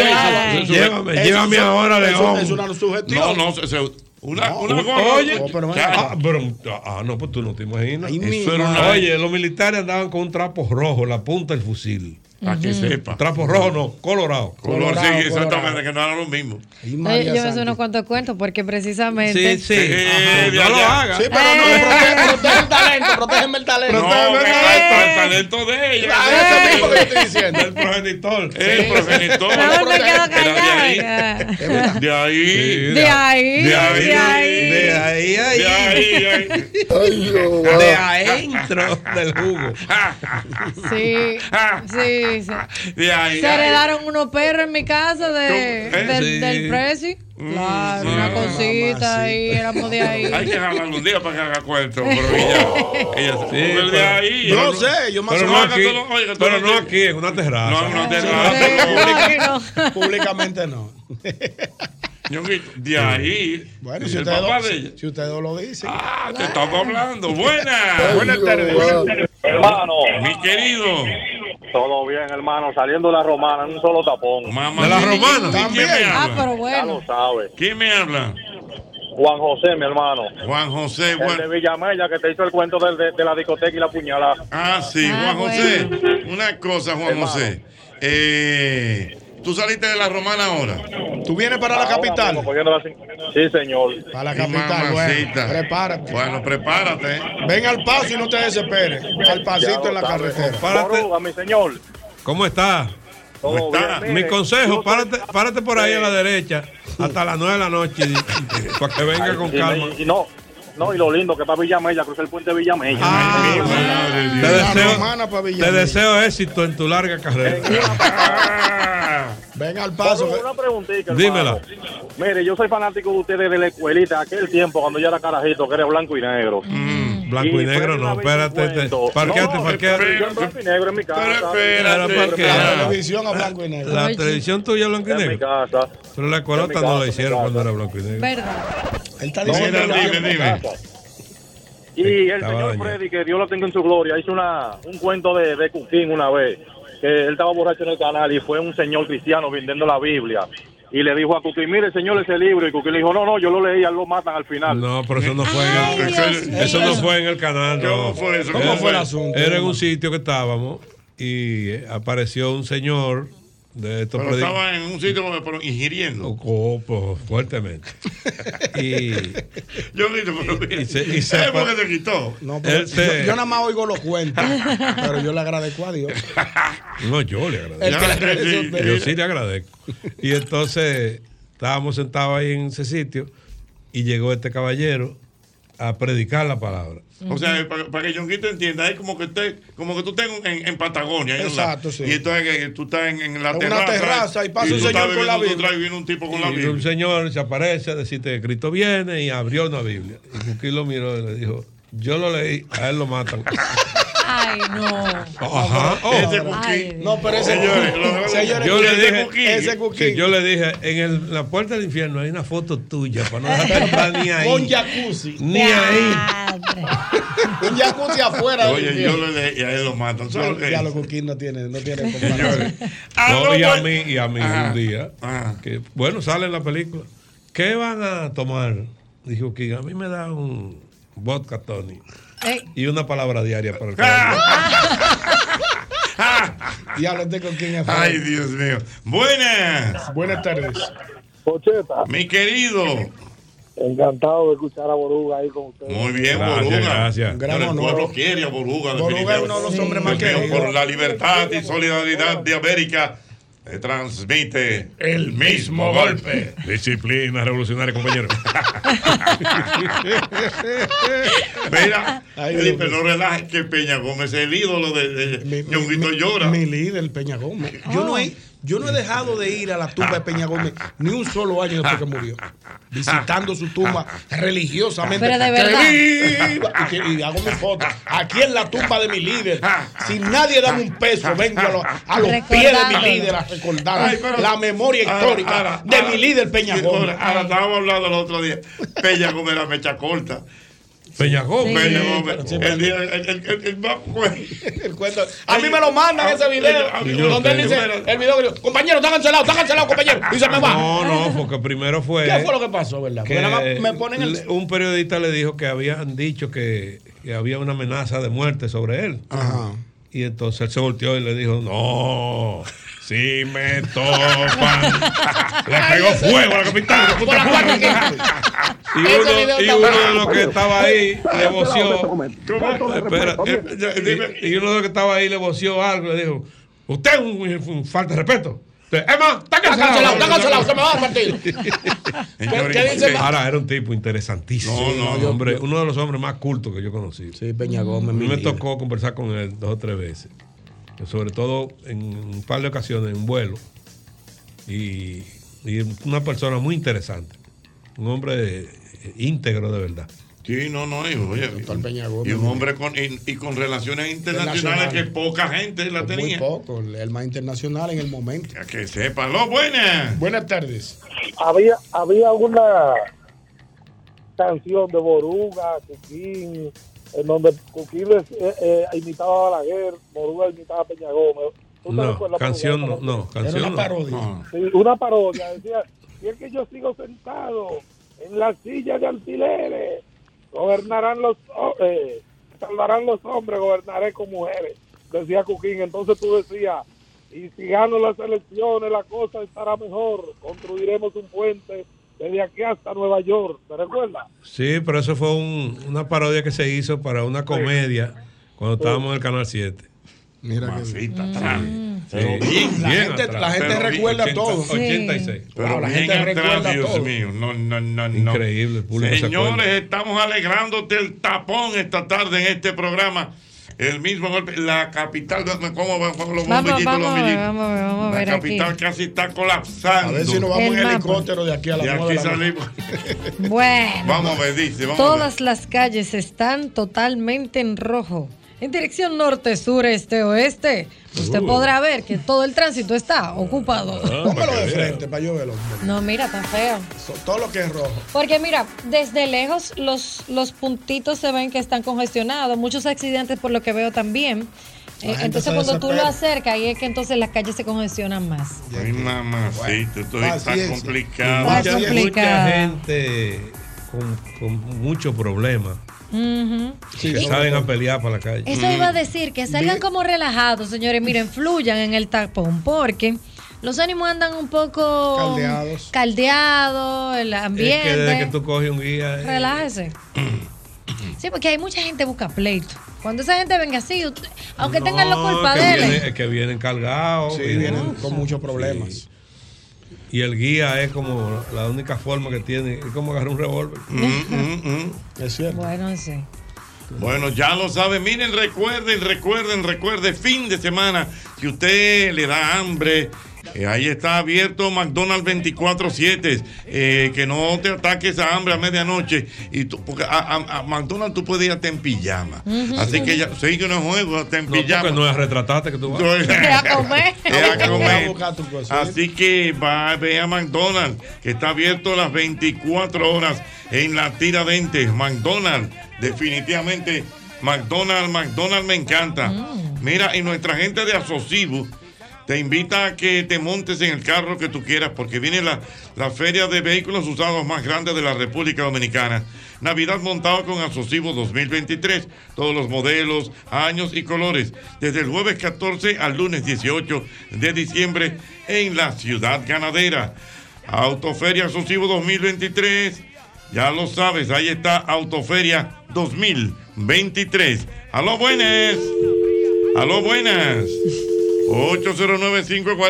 Speaker 11: llévame,
Speaker 9: eso-
Speaker 11: llévame,
Speaker 9: eso-
Speaker 11: llévame
Speaker 9: eso-
Speaker 11: ahora,
Speaker 9: eso-
Speaker 11: león.
Speaker 9: es una sugestión.
Speaker 11: No, no, se- se- una,
Speaker 9: No,
Speaker 11: una
Speaker 9: no,
Speaker 11: gorra.
Speaker 9: oye,
Speaker 11: Oye,
Speaker 9: Oh, pero bueno.
Speaker 11: ah, pero- ah, no, pues tú no te imaginas.
Speaker 9: mi
Speaker 11: Eso era una-
Speaker 9: madre.
Speaker 11: oye, los militares andaban con un trapo rojo, la punta del fusil.
Speaker 5: Para que Ujú. sepa.
Speaker 11: Trapo rojo no, colorado.
Speaker 5: Color, sí, exactamente, que no era lo mismo.
Speaker 7: Oye, yo me sé unos cuantos cuentos porque precisamente.
Speaker 11: Sí, sí.
Speaker 5: Eh,
Speaker 11: Ajá.
Speaker 5: ya,
Speaker 11: no lo
Speaker 5: ya.
Speaker 11: hagas.
Speaker 9: Sí, pero no,
Speaker 7: Eh.
Speaker 9: protege- protege el talento, protégeme el talento.
Speaker 5: No, que está
Speaker 9: Eh,
Speaker 5: el talento de ella.
Speaker 9: Ah, eso mismo que yo estoy diciendo.
Speaker 11: El progenitor.
Speaker 5: El progenitor.
Speaker 9: No, me quedo
Speaker 5: Era De ahí.
Speaker 7: De ahí,
Speaker 5: De ahí.
Speaker 7: de ahí.
Speaker 11: De ahí, ahí.
Speaker 5: De ahí, ahí.
Speaker 11: De adentro del jugo.
Speaker 7: Sí, sí, sí.
Speaker 5: De ahí.
Speaker 7: Se heredaron unos perros en mi casa de,
Speaker 5: ¿Cómo? ¿Eh?
Speaker 7: del-
Speaker 5: Sí.
Speaker 7: del Prezi. Claro,
Speaker 5: sí.
Speaker 7: una cosita ahí, éramos de ahí.
Speaker 5: Hay que jalar un día para que haga cuento, pero ella, ella
Speaker 11: Oh,
Speaker 5: se pero de ahí.
Speaker 11: pero pero no
Speaker 5: haga
Speaker 11: aquí,
Speaker 5: todo lo- oiga, todo
Speaker 11: pero
Speaker 5: lo-
Speaker 11: no aquí, en una terraza.
Speaker 5: No, en una
Speaker 9: Pública- Públicamente no.
Speaker 5: Ñonguito, de ahí.
Speaker 9: Bueno,
Speaker 5: el
Speaker 9: si ustedes,
Speaker 5: papá
Speaker 9: dos-
Speaker 5: de ella.
Speaker 9: si ustedes dos lo dicen.
Speaker 5: Ah, te estamos hablando. Buenas.
Speaker 9: Buenas tardes.
Speaker 13: Hermano.
Speaker 5: Mi querido.
Speaker 13: Todo bien, hermano. Saliendo de la romana en un solo tapón.
Speaker 5: Mamá, ¿De la romana? ¿Quién me habla?
Speaker 13: Ya lo sabe.
Speaker 5: ¿Quién me habla?
Speaker 13: Juan José, mi hermano.
Speaker 5: Juan José,
Speaker 13: El de Villamella que te hizo el cuento del- de, de la discoteca y la puñalada.
Speaker 5: Ah, sí, Juan José. Una cosa, Juan
Speaker 13: Hermano.
Speaker 5: José. Eh, Tú saliste de la romana ahora.
Speaker 9: ¿Tú vienes para la capital?
Speaker 13: Sí, señor.
Speaker 9: Para la capital, bueno.
Speaker 5: mamacita.
Speaker 9: Prepárate.
Speaker 5: Bueno, prepárate.
Speaker 9: Ven al paso y no te desesperes. Al pasito en la carretera.
Speaker 13: Oruga, mi señor.
Speaker 11: ¿Cómo está?
Speaker 13: ¿Cómo
Speaker 11: está?
Speaker 13: bien,
Speaker 11: Mi
Speaker 13: mire,
Speaker 11: consejo, párate, párate por ahí a la derecha hasta las 9 de la noche para que venga con
Speaker 13: Y- y-
Speaker 11: calma.
Speaker 13: Y, no, no, y lo lindo que está Villamella, cruza el puente de Villamella.
Speaker 11: Ah, Te deseo, te deseo éxito en tu larga carrera.
Speaker 9: Ven al paso.
Speaker 13: Oruga, Una preguntita,
Speaker 11: Dímela.
Speaker 13: hermano. Mire, yo soy fanático de ustedes de la escuelita, aquel tiempo cuando yo era carajito, que era blanco y negro.
Speaker 11: Mm, Blanco y negro, no, espérate. este te- Parqueate,
Speaker 13: Yo
Speaker 11: parqueate.
Speaker 13: en blanco y negro en mi casa.
Speaker 11: Pero
Speaker 9: La
Speaker 11: parquea.
Speaker 9: televisión a blanco y negro.
Speaker 11: La televisión tuya es blanco y negro. Pero la colota no la hicieron cuando era blanco y negro.
Speaker 7: Verdad.
Speaker 9: Él está
Speaker 11: No,
Speaker 9: diciendo.
Speaker 11: dime,
Speaker 9: algo.
Speaker 11: dime, dime.
Speaker 13: Y el
Speaker 11: Estaba
Speaker 13: señor
Speaker 11: dañado.
Speaker 13: Freddy, que Dios lo tenga en su gloria, hizo una, un cuento de, de Cuquín una vez, que él estaba borracho en el canal y fue un señor cristiano vendiendo la Biblia. Y le dijo a Cuquín, mire señor ese libro, y Cuquín le dijo, no, no, yo lo leí, a él lo matan al final.
Speaker 11: No, pero eso no fue en el, eso,
Speaker 13: Ay, Dios
Speaker 11: eso
Speaker 13: mío.
Speaker 11: no fue en el canal. no.
Speaker 13: ¿Cómo fue eso?
Speaker 11: Era-
Speaker 13: ¿Cómo fue el asunto,
Speaker 11: Era en
Speaker 13: hermano?
Speaker 11: un sitio que estábamos y eh, apareció un señor de estos
Speaker 5: Pero estaba en un sitio donde pero ingiriendo.
Speaker 11: Copo, oh, fuertemente. y,
Speaker 5: Yo grito, pero
Speaker 11: y se, y se
Speaker 5: ¿Sabes
Speaker 11: apa-
Speaker 5: por qué se quitó?
Speaker 9: No,
Speaker 11: Él
Speaker 9: pero yo,
Speaker 11: se-
Speaker 9: yo nada más oigo los cuentos, pero yo le agradezco a Dios.
Speaker 11: No, yo le agradezco.
Speaker 9: El que le agradece a usted.
Speaker 11: Yo sí le agradezco. Y entonces estábamos sentados ahí en ese sitio y llegó este caballero a predicar la palabra.
Speaker 5: O sea, para, para que Jonquito entienda, es como que usted, como que tú estás en- en, en Patagonia. ahí en la-
Speaker 11: Exacto, sí.
Speaker 5: Y entonces que tú estás en, en la
Speaker 11: En una
Speaker 5: terraza.
Speaker 11: terraza, y pasa un
Speaker 5: tú
Speaker 11: señor
Speaker 5: estás
Speaker 11: con la
Speaker 5: bebiendo, tú
Speaker 11: Biblia.
Speaker 5: estás viviendo un tipo con la
Speaker 11: Y
Speaker 5: Biblia.
Speaker 11: un señor se aparece a decirte, Cristo viene y abrió una Biblia. Y Cuquín lo miró y le dijo, yo lo leí, a él lo matan.
Speaker 7: Ay, no.
Speaker 11: Ajá. Oh.
Speaker 9: No, pero ese
Speaker 11: Señores,
Speaker 9: Cuquín, señores,
Speaker 11: yo le
Speaker 9: ese
Speaker 11: dije,
Speaker 9: Cuquín, ese Cuquín.
Speaker 11: que yo le dije, en el- la puerta del infierno hay una foto tuya para no dejarte entrar ni ahí.
Speaker 9: Con jacuzzi.
Speaker 11: Ni ahí.
Speaker 9: Un jacuzzi afuera. del
Speaker 5: Oye, yo
Speaker 9: infierno.
Speaker 5: lo leí y a él lo matan. ¿Sabes lo que
Speaker 9: Ya,
Speaker 5: es?
Speaker 9: ya lo Cuquín no tiene, no tiene comparación.
Speaker 11: No,
Speaker 9: no,
Speaker 11: y a
Speaker 9: pues-
Speaker 11: mí, y a mí
Speaker 9: Ajá.
Speaker 11: un día, que bueno, sale en la película. ¿Qué van a tomar? Dijo que a mí me da un vodka Tony
Speaker 7: Ey.
Speaker 11: y una palabra diaria para el carajo.
Speaker 9: Ya lo tengo quien es.
Speaker 5: Ay, Dios mío. Buenas.
Speaker 9: Buenas tardes.
Speaker 5: Mi querido.
Speaker 10: Encantado de escuchar a Boruga ahí con ustedes.
Speaker 5: Muy bien,
Speaker 11: Gracias,
Speaker 5: Boruga.
Speaker 11: gracias.
Speaker 5: Un
Speaker 11: gran
Speaker 5: Pero el
Speaker 11: honor.
Speaker 5: pueblo quiere a Boruga.
Speaker 11: Boruga
Speaker 5: definitivamente.
Speaker 11: es uno de los hombres más
Speaker 5: Porque
Speaker 11: queridos.
Speaker 5: Por la libertad y solidaridad de América, se transmite el mismo golpe.
Speaker 11: Disciplina revolucionaria, compañero.
Speaker 5: Mira, Felipe, no relajes que Peña Gómez es el ídolo de, de, de Ñonguito Llora.
Speaker 9: Mi líder, Peña Gómez. Yo,
Speaker 7: Oh.
Speaker 9: no he, yo no he dejado de ir a la tumba de Peña Gómez ni un solo año después que murió. Visitando su tumba religiosamente.
Speaker 7: Pero de
Speaker 9: ¡Que
Speaker 7: verdad.
Speaker 9: viva! Y, que- y hago mi foto. Aquí en la tumba de mi líder. Si nadie dame un peso, vengo a, lo- a los pies de mi líder a recordar
Speaker 5: Ay, pero- Ah.
Speaker 9: la memoria
Speaker 5: Ahora,
Speaker 9: histórica
Speaker 5: ahora,
Speaker 9: de
Speaker 5: ahora,
Speaker 9: mi líder Peña
Speaker 5: sí,
Speaker 9: Gómez.
Speaker 5: Ahora, ahora estábamos hablando el otro día. Peña Gómez era mecha corta.
Speaker 11: Peña
Speaker 5: Gómez.
Speaker 9: Sí,
Speaker 5: Peña
Speaker 9: pero
Speaker 5: Gómez.
Speaker 9: siempre-
Speaker 5: El día- el- el- el- el más
Speaker 9: El cuento. A mí me lo mandan ese video.
Speaker 11: Y yo
Speaker 9: donde él
Speaker 11: tengo-
Speaker 9: dice, el video que digo, compañero, está cancelado, está cancelado, compañero. Y se me va.
Speaker 11: No, no, porque primero fue.
Speaker 5: Pues,
Speaker 9: ¿Qué fue lo que pasó, verdad? Porque
Speaker 11: que
Speaker 9: nada más me ponen el.
Speaker 11: le- Un periodista le dijo que habían dicho que, que había una amenaza de muerte sobre él. Y entonces él se volteó y le dijo, no, si me topan. le pegó fuego a la capital.
Speaker 9: Ah,
Speaker 11: hijo de puta. y
Speaker 5: Ese
Speaker 11: uno,
Speaker 5: video
Speaker 11: y
Speaker 5: está
Speaker 11: uno de
Speaker 5: bueno.
Speaker 11: los que estaba ahí le voció. Espera, eh, y, y uno de los que estaba ahí le voció algo, le dijo, usted es un, un falta de respeto. Entonces, Emma, está
Speaker 9: Está
Speaker 11: cancelado.
Speaker 9: cancelado, está cancelado, se me va el partido. ¿Qué- qué dice más?
Speaker 11: Ahora era un tipo interesantísimo.
Speaker 9: No, no,
Speaker 11: Un
Speaker 9: yo-
Speaker 11: hombre,
Speaker 9: yo-
Speaker 11: uno de los hombres más cultos que yo conocí. Sí,
Speaker 9: Peña Gómez,
Speaker 11: A mí
Speaker 9: mi
Speaker 11: me
Speaker 9: líder.
Speaker 11: tocó conversar con él dos o tres veces. Sobre todo en un par de ocasiones en un vuelo. Y, y una persona muy interesante. Un hombre eh, íntegro de verdad.
Speaker 5: Sí, no, no, hijo, oye. Y un hombre con, y, y con relaciones internacionales que
Speaker 9: Internacionales.
Speaker 5: poca gente la
Speaker 9: Muy
Speaker 5: tenía.
Speaker 9: poco, el más internacional en el momento.
Speaker 5: Que sepa, lo buenas.
Speaker 9: Buenas tardes.
Speaker 10: Había, había una canción de Boruga, Cuquín, en donde Cuquín les- eh, eh, imitaba a Balaguer, Boruga imitaba a Peña Gómez. ¿Tú te
Speaker 11: No,
Speaker 10: recuerdas,
Speaker 11: canción no,
Speaker 10: Boruga?
Speaker 11: no, canción no. No.
Speaker 10: Sí, una parodia. Decía, si es que yo sigo sentado en la silla de alfileres, gobernarán los, ho- eh, salvarán los hombres, gobernaré con mujeres, decía Cuquín. Entonces tú decías, y si gano las elecciones, la cosa estará mejor, construiremos un puente desde aquí hasta Nueva York, ¿te recuerdas?
Speaker 11: Sí, pero eso fue un- una parodia que se hizo para una comedia cuando estábamos en el Canal 7.
Speaker 9: Mira
Speaker 11: que
Speaker 5: Pero bien,
Speaker 11: la
Speaker 5: bien
Speaker 11: gente,
Speaker 5: atrás.
Speaker 11: la gente
Speaker 5: Pero bien,
Speaker 11: recuerda
Speaker 5: 80,
Speaker 11: todo.
Speaker 5: 86. Pero
Speaker 11: Wow, la
Speaker 5: bien
Speaker 11: gente recuerda
Speaker 5: atrás, Dios
Speaker 11: todo.
Speaker 5: mío. No, no, no, no.
Speaker 11: Increíble, el público se acuerda.
Speaker 5: Señores, estamos alegrándote el tapón esta tarde en este programa. El mismo golpe, la capital, ¿cómo van van los bombillitos?
Speaker 7: Vamos, vamos
Speaker 5: los
Speaker 7: a ver,
Speaker 5: bombillitos?
Speaker 7: vamos a ver, vamos a
Speaker 5: la
Speaker 7: ver aquí.
Speaker 5: capital casi está colapsando.
Speaker 9: A ver si nos vamos
Speaker 7: El
Speaker 9: en
Speaker 7: mapa.
Speaker 9: helicóptero de aquí a la
Speaker 5: Y
Speaker 9: nueve
Speaker 5: aquí
Speaker 9: de la noche.
Speaker 5: salimos.
Speaker 7: Bueno.
Speaker 5: Vamos a ver, dice, vamos a ver.
Speaker 7: Todas las calles están totalmente en rojo. En dirección norte, sur, este, oeste, usted
Speaker 9: Uh.
Speaker 7: podrá ver que todo el tránsito está ocupado.
Speaker 5: Ah.
Speaker 9: Póngalo de frente para yo verlo.
Speaker 7: No, mira, tan feo.
Speaker 9: So- Todo lo que es rojo.
Speaker 7: Porque mira, desde lejos los, los puntitos se ven que están congestionados, muchos accidentes por lo que veo también.
Speaker 5: La
Speaker 7: Eh,
Speaker 5: gente
Speaker 7: entonces
Speaker 5: se
Speaker 7: cuando tú lo
Speaker 5: desespera.
Speaker 7: acercas y es que entonces las calles se congestionan más.
Speaker 5: Ay, mamacita, esto está
Speaker 11: Paciencia.
Speaker 5: complicado.
Speaker 7: Está
Speaker 11: Mucha-
Speaker 7: complicado.
Speaker 11: Mucha gente con, con muchos problemas
Speaker 7: Ujú.
Speaker 11: que
Speaker 7: Y-
Speaker 11: salen a pelear para la calle.
Speaker 7: Eso iba a decir,
Speaker 5: Mm.
Speaker 7: que salgan como relajados, señores. Miren, fluyan en el tapón, porque los ánimos andan un poco
Speaker 11: Caldeados.
Speaker 7: caldeados, el
Speaker 11: Es que desde
Speaker 7: ambiente.
Speaker 11: que tú coges un guía. eh,
Speaker 7: Relájese. Sí, porque hay mucha gente que busca pleito. Cuando esa gente venga así, usted- aunque tengan los
Speaker 11: no, que
Speaker 7: culpadeles.
Speaker 11: vienen, que vienen cargados.
Speaker 9: Sí,
Speaker 11: y
Speaker 9: vienen con muchos problemas.
Speaker 11: Sí. Y el guía es como la única forma que tiene, es como agarrar un revólver.
Speaker 9: Es cierto.
Speaker 7: Bueno, sí.
Speaker 5: Bueno, ya lo saben. Miren, recuerden, recuerden, recuerden, fin de semana. Si usted le da hambre, eh, ahí está abierto McDonald's 24-7. eh, que no te ataques a hambre a medianoche. Y tú- porque a, a- a McDonald's tú puedes ir hasta en pijama.
Speaker 11: Ujú.
Speaker 5: Así que ya, sí, yo no juego hasta en
Speaker 11: No,
Speaker 5: pijama.
Speaker 11: porque no es retratarte que tú vas.
Speaker 7: a comer.
Speaker 5: Es a comer.
Speaker 9: buscar tu cosita.
Speaker 5: Así que va, ve a McDonald's, que está abierto las 24 horas en la Tiradentes. McDonald's, definitivamente. McDonald's, McDonald's me encanta.
Speaker 1: Mm.
Speaker 5: Mira, y nuestra gente de Asocibu te invita a que te montes en el carro que tú quieras, porque viene la, la feria de vehículos usados más grande de la República Dominicana. Navidad montado con Asocibo 2023, todos los modelos, años y colores, desde el jueves 14 al lunes 18 de diciembre en la ciudad ganadera. Autoferia Asocibo 2023. Ya lo sabes, ahí está Autoferia 2023. Aló, buenas. Aló, buenas.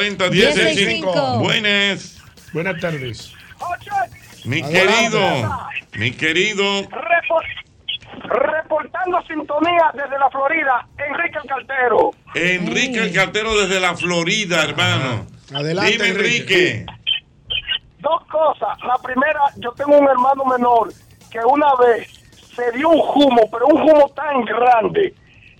Speaker 5: 809-540-1065. Buenas.
Speaker 9: Buenas tardes.
Speaker 5: Mi
Speaker 9: Adelante.
Speaker 5: querido, mi querido
Speaker 2: Reportando sintonía desde la Florida, Enrique el Cartero.
Speaker 5: Enrique el cartero desde la Florida, hermano.
Speaker 2: Adelante,
Speaker 5: Dime,
Speaker 2: Enrique.
Speaker 5: Enrique.
Speaker 2: Dos cosas. La primera, yo tengo un hermano menor que una vez se dio un humo, pero un humo tan grande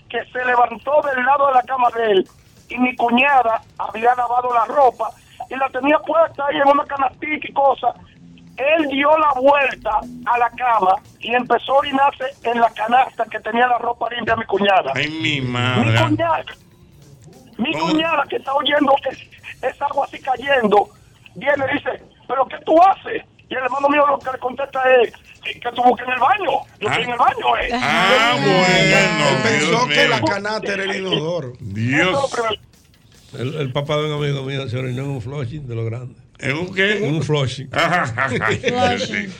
Speaker 2: que se levantó del lado de la cama de él y mi cuñada había lavado la ropa y la tenía puesta ahí en una canastita y cosas. Él dio la vuelta a la cama y empezó a orinarse en la canasta que tenía la ropa limpia mi cuñada.
Speaker 5: Ay, mi
Speaker 2: Mi
Speaker 5: madre.
Speaker 2: cuñada, mi cuñada que está oyendo es- esa agua así cayendo, viene y dice, ¿pero qué tú haces? Y el hermano mío lo que le contesta es, "Eh, que tú busques en el baño, yo estoy en el baño. Eh.
Speaker 5: Ah,
Speaker 9: Él pensó que la
Speaker 11: mío.
Speaker 9: canasta era el inodoro.
Speaker 11: Dios. El, el papá de un amigo mío se orinó en un flushing de lo grande.
Speaker 5: ¿En un qué?
Speaker 11: En un flushing.
Speaker 5: Flushing.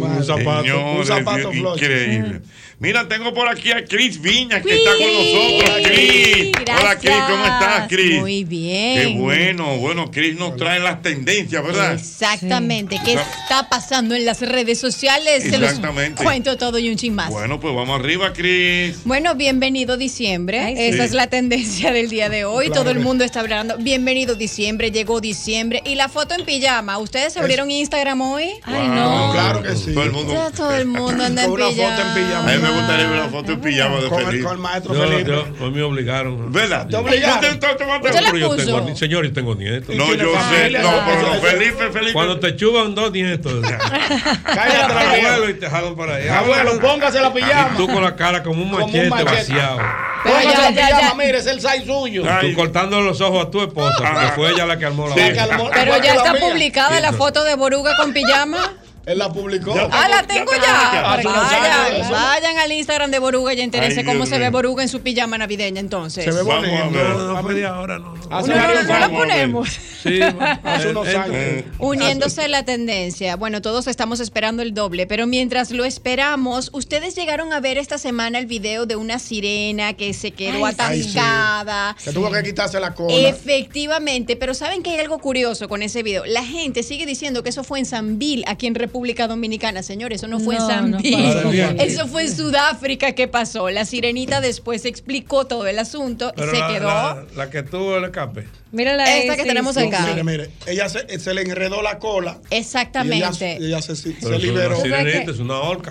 Speaker 11: un zapato, un
Speaker 5: Señores,
Speaker 11: zapato
Speaker 5: Dios,
Speaker 11: flushing.
Speaker 5: Increíble. Mira, tengo por aquí a Cris Viñas que
Speaker 24: Cris,
Speaker 5: está con nosotros. Cris.
Speaker 24: gracias.
Speaker 5: Hola, Cris, ¿cómo estás, Cris?
Speaker 24: Muy bien.
Speaker 5: Qué bueno, bueno, Cris nos trae las tendencias, ¿verdad?
Speaker 24: Pues. Exactamente. ¿Qué
Speaker 5: No.
Speaker 24: está pasando en las redes sociales? Se los
Speaker 5: Exactamente.
Speaker 24: cuento todo y un ching más. Bueno.
Speaker 5: Bueno, pues vamos arriba, Cris.
Speaker 24: bienvenido diciembre.
Speaker 5: Ay, sí.
Speaker 24: Esa
Speaker 5: Sí.
Speaker 24: es la tendencia del día de hoy.
Speaker 5: Claro
Speaker 24: Todo el
Speaker 5: que-
Speaker 24: mundo está hablando. Bienvenido diciembre, llegó diciembre. Y la foto en pijama. ¿Ustedes abrieron Instagram hoy? Ay,
Speaker 5: no. Claro que sí. Todo el mundo.
Speaker 24: Ya todo el mundo anda en
Speaker 5: Con una foto en
Speaker 24: pijama.
Speaker 5: A mí me gustaría ver una foto en pijama de
Speaker 11: Con el-
Speaker 5: Felipe.
Speaker 11: con el
Speaker 5: maestro
Speaker 11: Yo, yo, hoy me obligaron.
Speaker 5: ¿Verdad?
Speaker 11: Yo-
Speaker 5: obligaron.
Speaker 11: Yo te- te- te-
Speaker 5: Usted la
Speaker 11: pero yo
Speaker 5: puso.
Speaker 11: tengo ni- Señor, yo tengo nietos.
Speaker 5: No, yo sé. No, pero no, Felipe, Felipe.
Speaker 11: Cuando te chuban dos nietos.
Speaker 9: Cállate,
Speaker 11: Cállate,
Speaker 9: abuelo.
Speaker 11: abuelo, y te jalan para allá.
Speaker 9: Abuelo, póngase la pijama.
Speaker 11: Y tú con la cara como un machete,
Speaker 9: machete.
Speaker 11: vaciado.
Speaker 9: Póngase
Speaker 11: ya,
Speaker 9: la
Speaker 11: ya,
Speaker 9: pijama,
Speaker 11: ya.
Speaker 9: mire, es el size suyo.
Speaker 11: Tú cortando los ojos a tu esposa, porque fue ella la que armó la
Speaker 9: Sí.
Speaker 11: vaina.
Speaker 9: La que armó-
Speaker 24: Pero ya
Speaker 9: la
Speaker 24: está
Speaker 9: mía.
Speaker 24: publicada
Speaker 11: Sí,
Speaker 24: la
Speaker 11: no.
Speaker 24: foto de Boruga con pijama.
Speaker 9: Él la publicó.
Speaker 24: Ah, la tengo ya.
Speaker 9: Hace unos años de
Speaker 24: Vayan,
Speaker 9: eso.
Speaker 24: vayan al Instagram de Boruga y entérense
Speaker 9: Ay,
Speaker 24: cómo
Speaker 9: Dios
Speaker 24: se ve
Speaker 9: mío.
Speaker 24: Boruga en su pijama navideña entonces.
Speaker 9: Se ve
Speaker 11: Vamos a
Speaker 9: bonito.
Speaker 11: ver.
Speaker 9: No,
Speaker 11: ahora no.
Speaker 9: Hace
Speaker 24: No, no,
Speaker 9: varios
Speaker 24: no la
Speaker 9: años.
Speaker 24: ponemos.
Speaker 11: Sí, eh,
Speaker 9: hace unos años.
Speaker 24: Uniéndose a la tendencia. Bueno, todos estamos esperando el doble, pero mientras lo esperamos, ustedes llegaron a ver esta semana el video de una sirena que se quedó
Speaker 9: Ay, sí.
Speaker 24: atascada.
Speaker 9: Se tuvo que quitarse la cola.
Speaker 24: Efectivamente, pero saben que hay algo curioso con ese video. La gente sigue diciendo que eso fue en Sanville, aquí en República Dominicana, señores, eso no fue
Speaker 3: No,
Speaker 24: en
Speaker 3: no
Speaker 24: Sanville.
Speaker 3: pasó por ahí.
Speaker 24: eso fue en Sudáfrica que pasó. La sirenita después explicó todo el asunto y
Speaker 11: Pero
Speaker 24: se
Speaker 11: la,
Speaker 24: quedó.
Speaker 11: La, la que tuvo el escape.
Speaker 24: Mírala esta que tenemos acá.
Speaker 9: Mire, mire, ella se, se le enredó la cola. Y ella,
Speaker 24: Exactamente.
Speaker 9: y ella se, se
Speaker 11: Pero eso
Speaker 9: liberó.
Speaker 11: Es una sirenita, es una orca.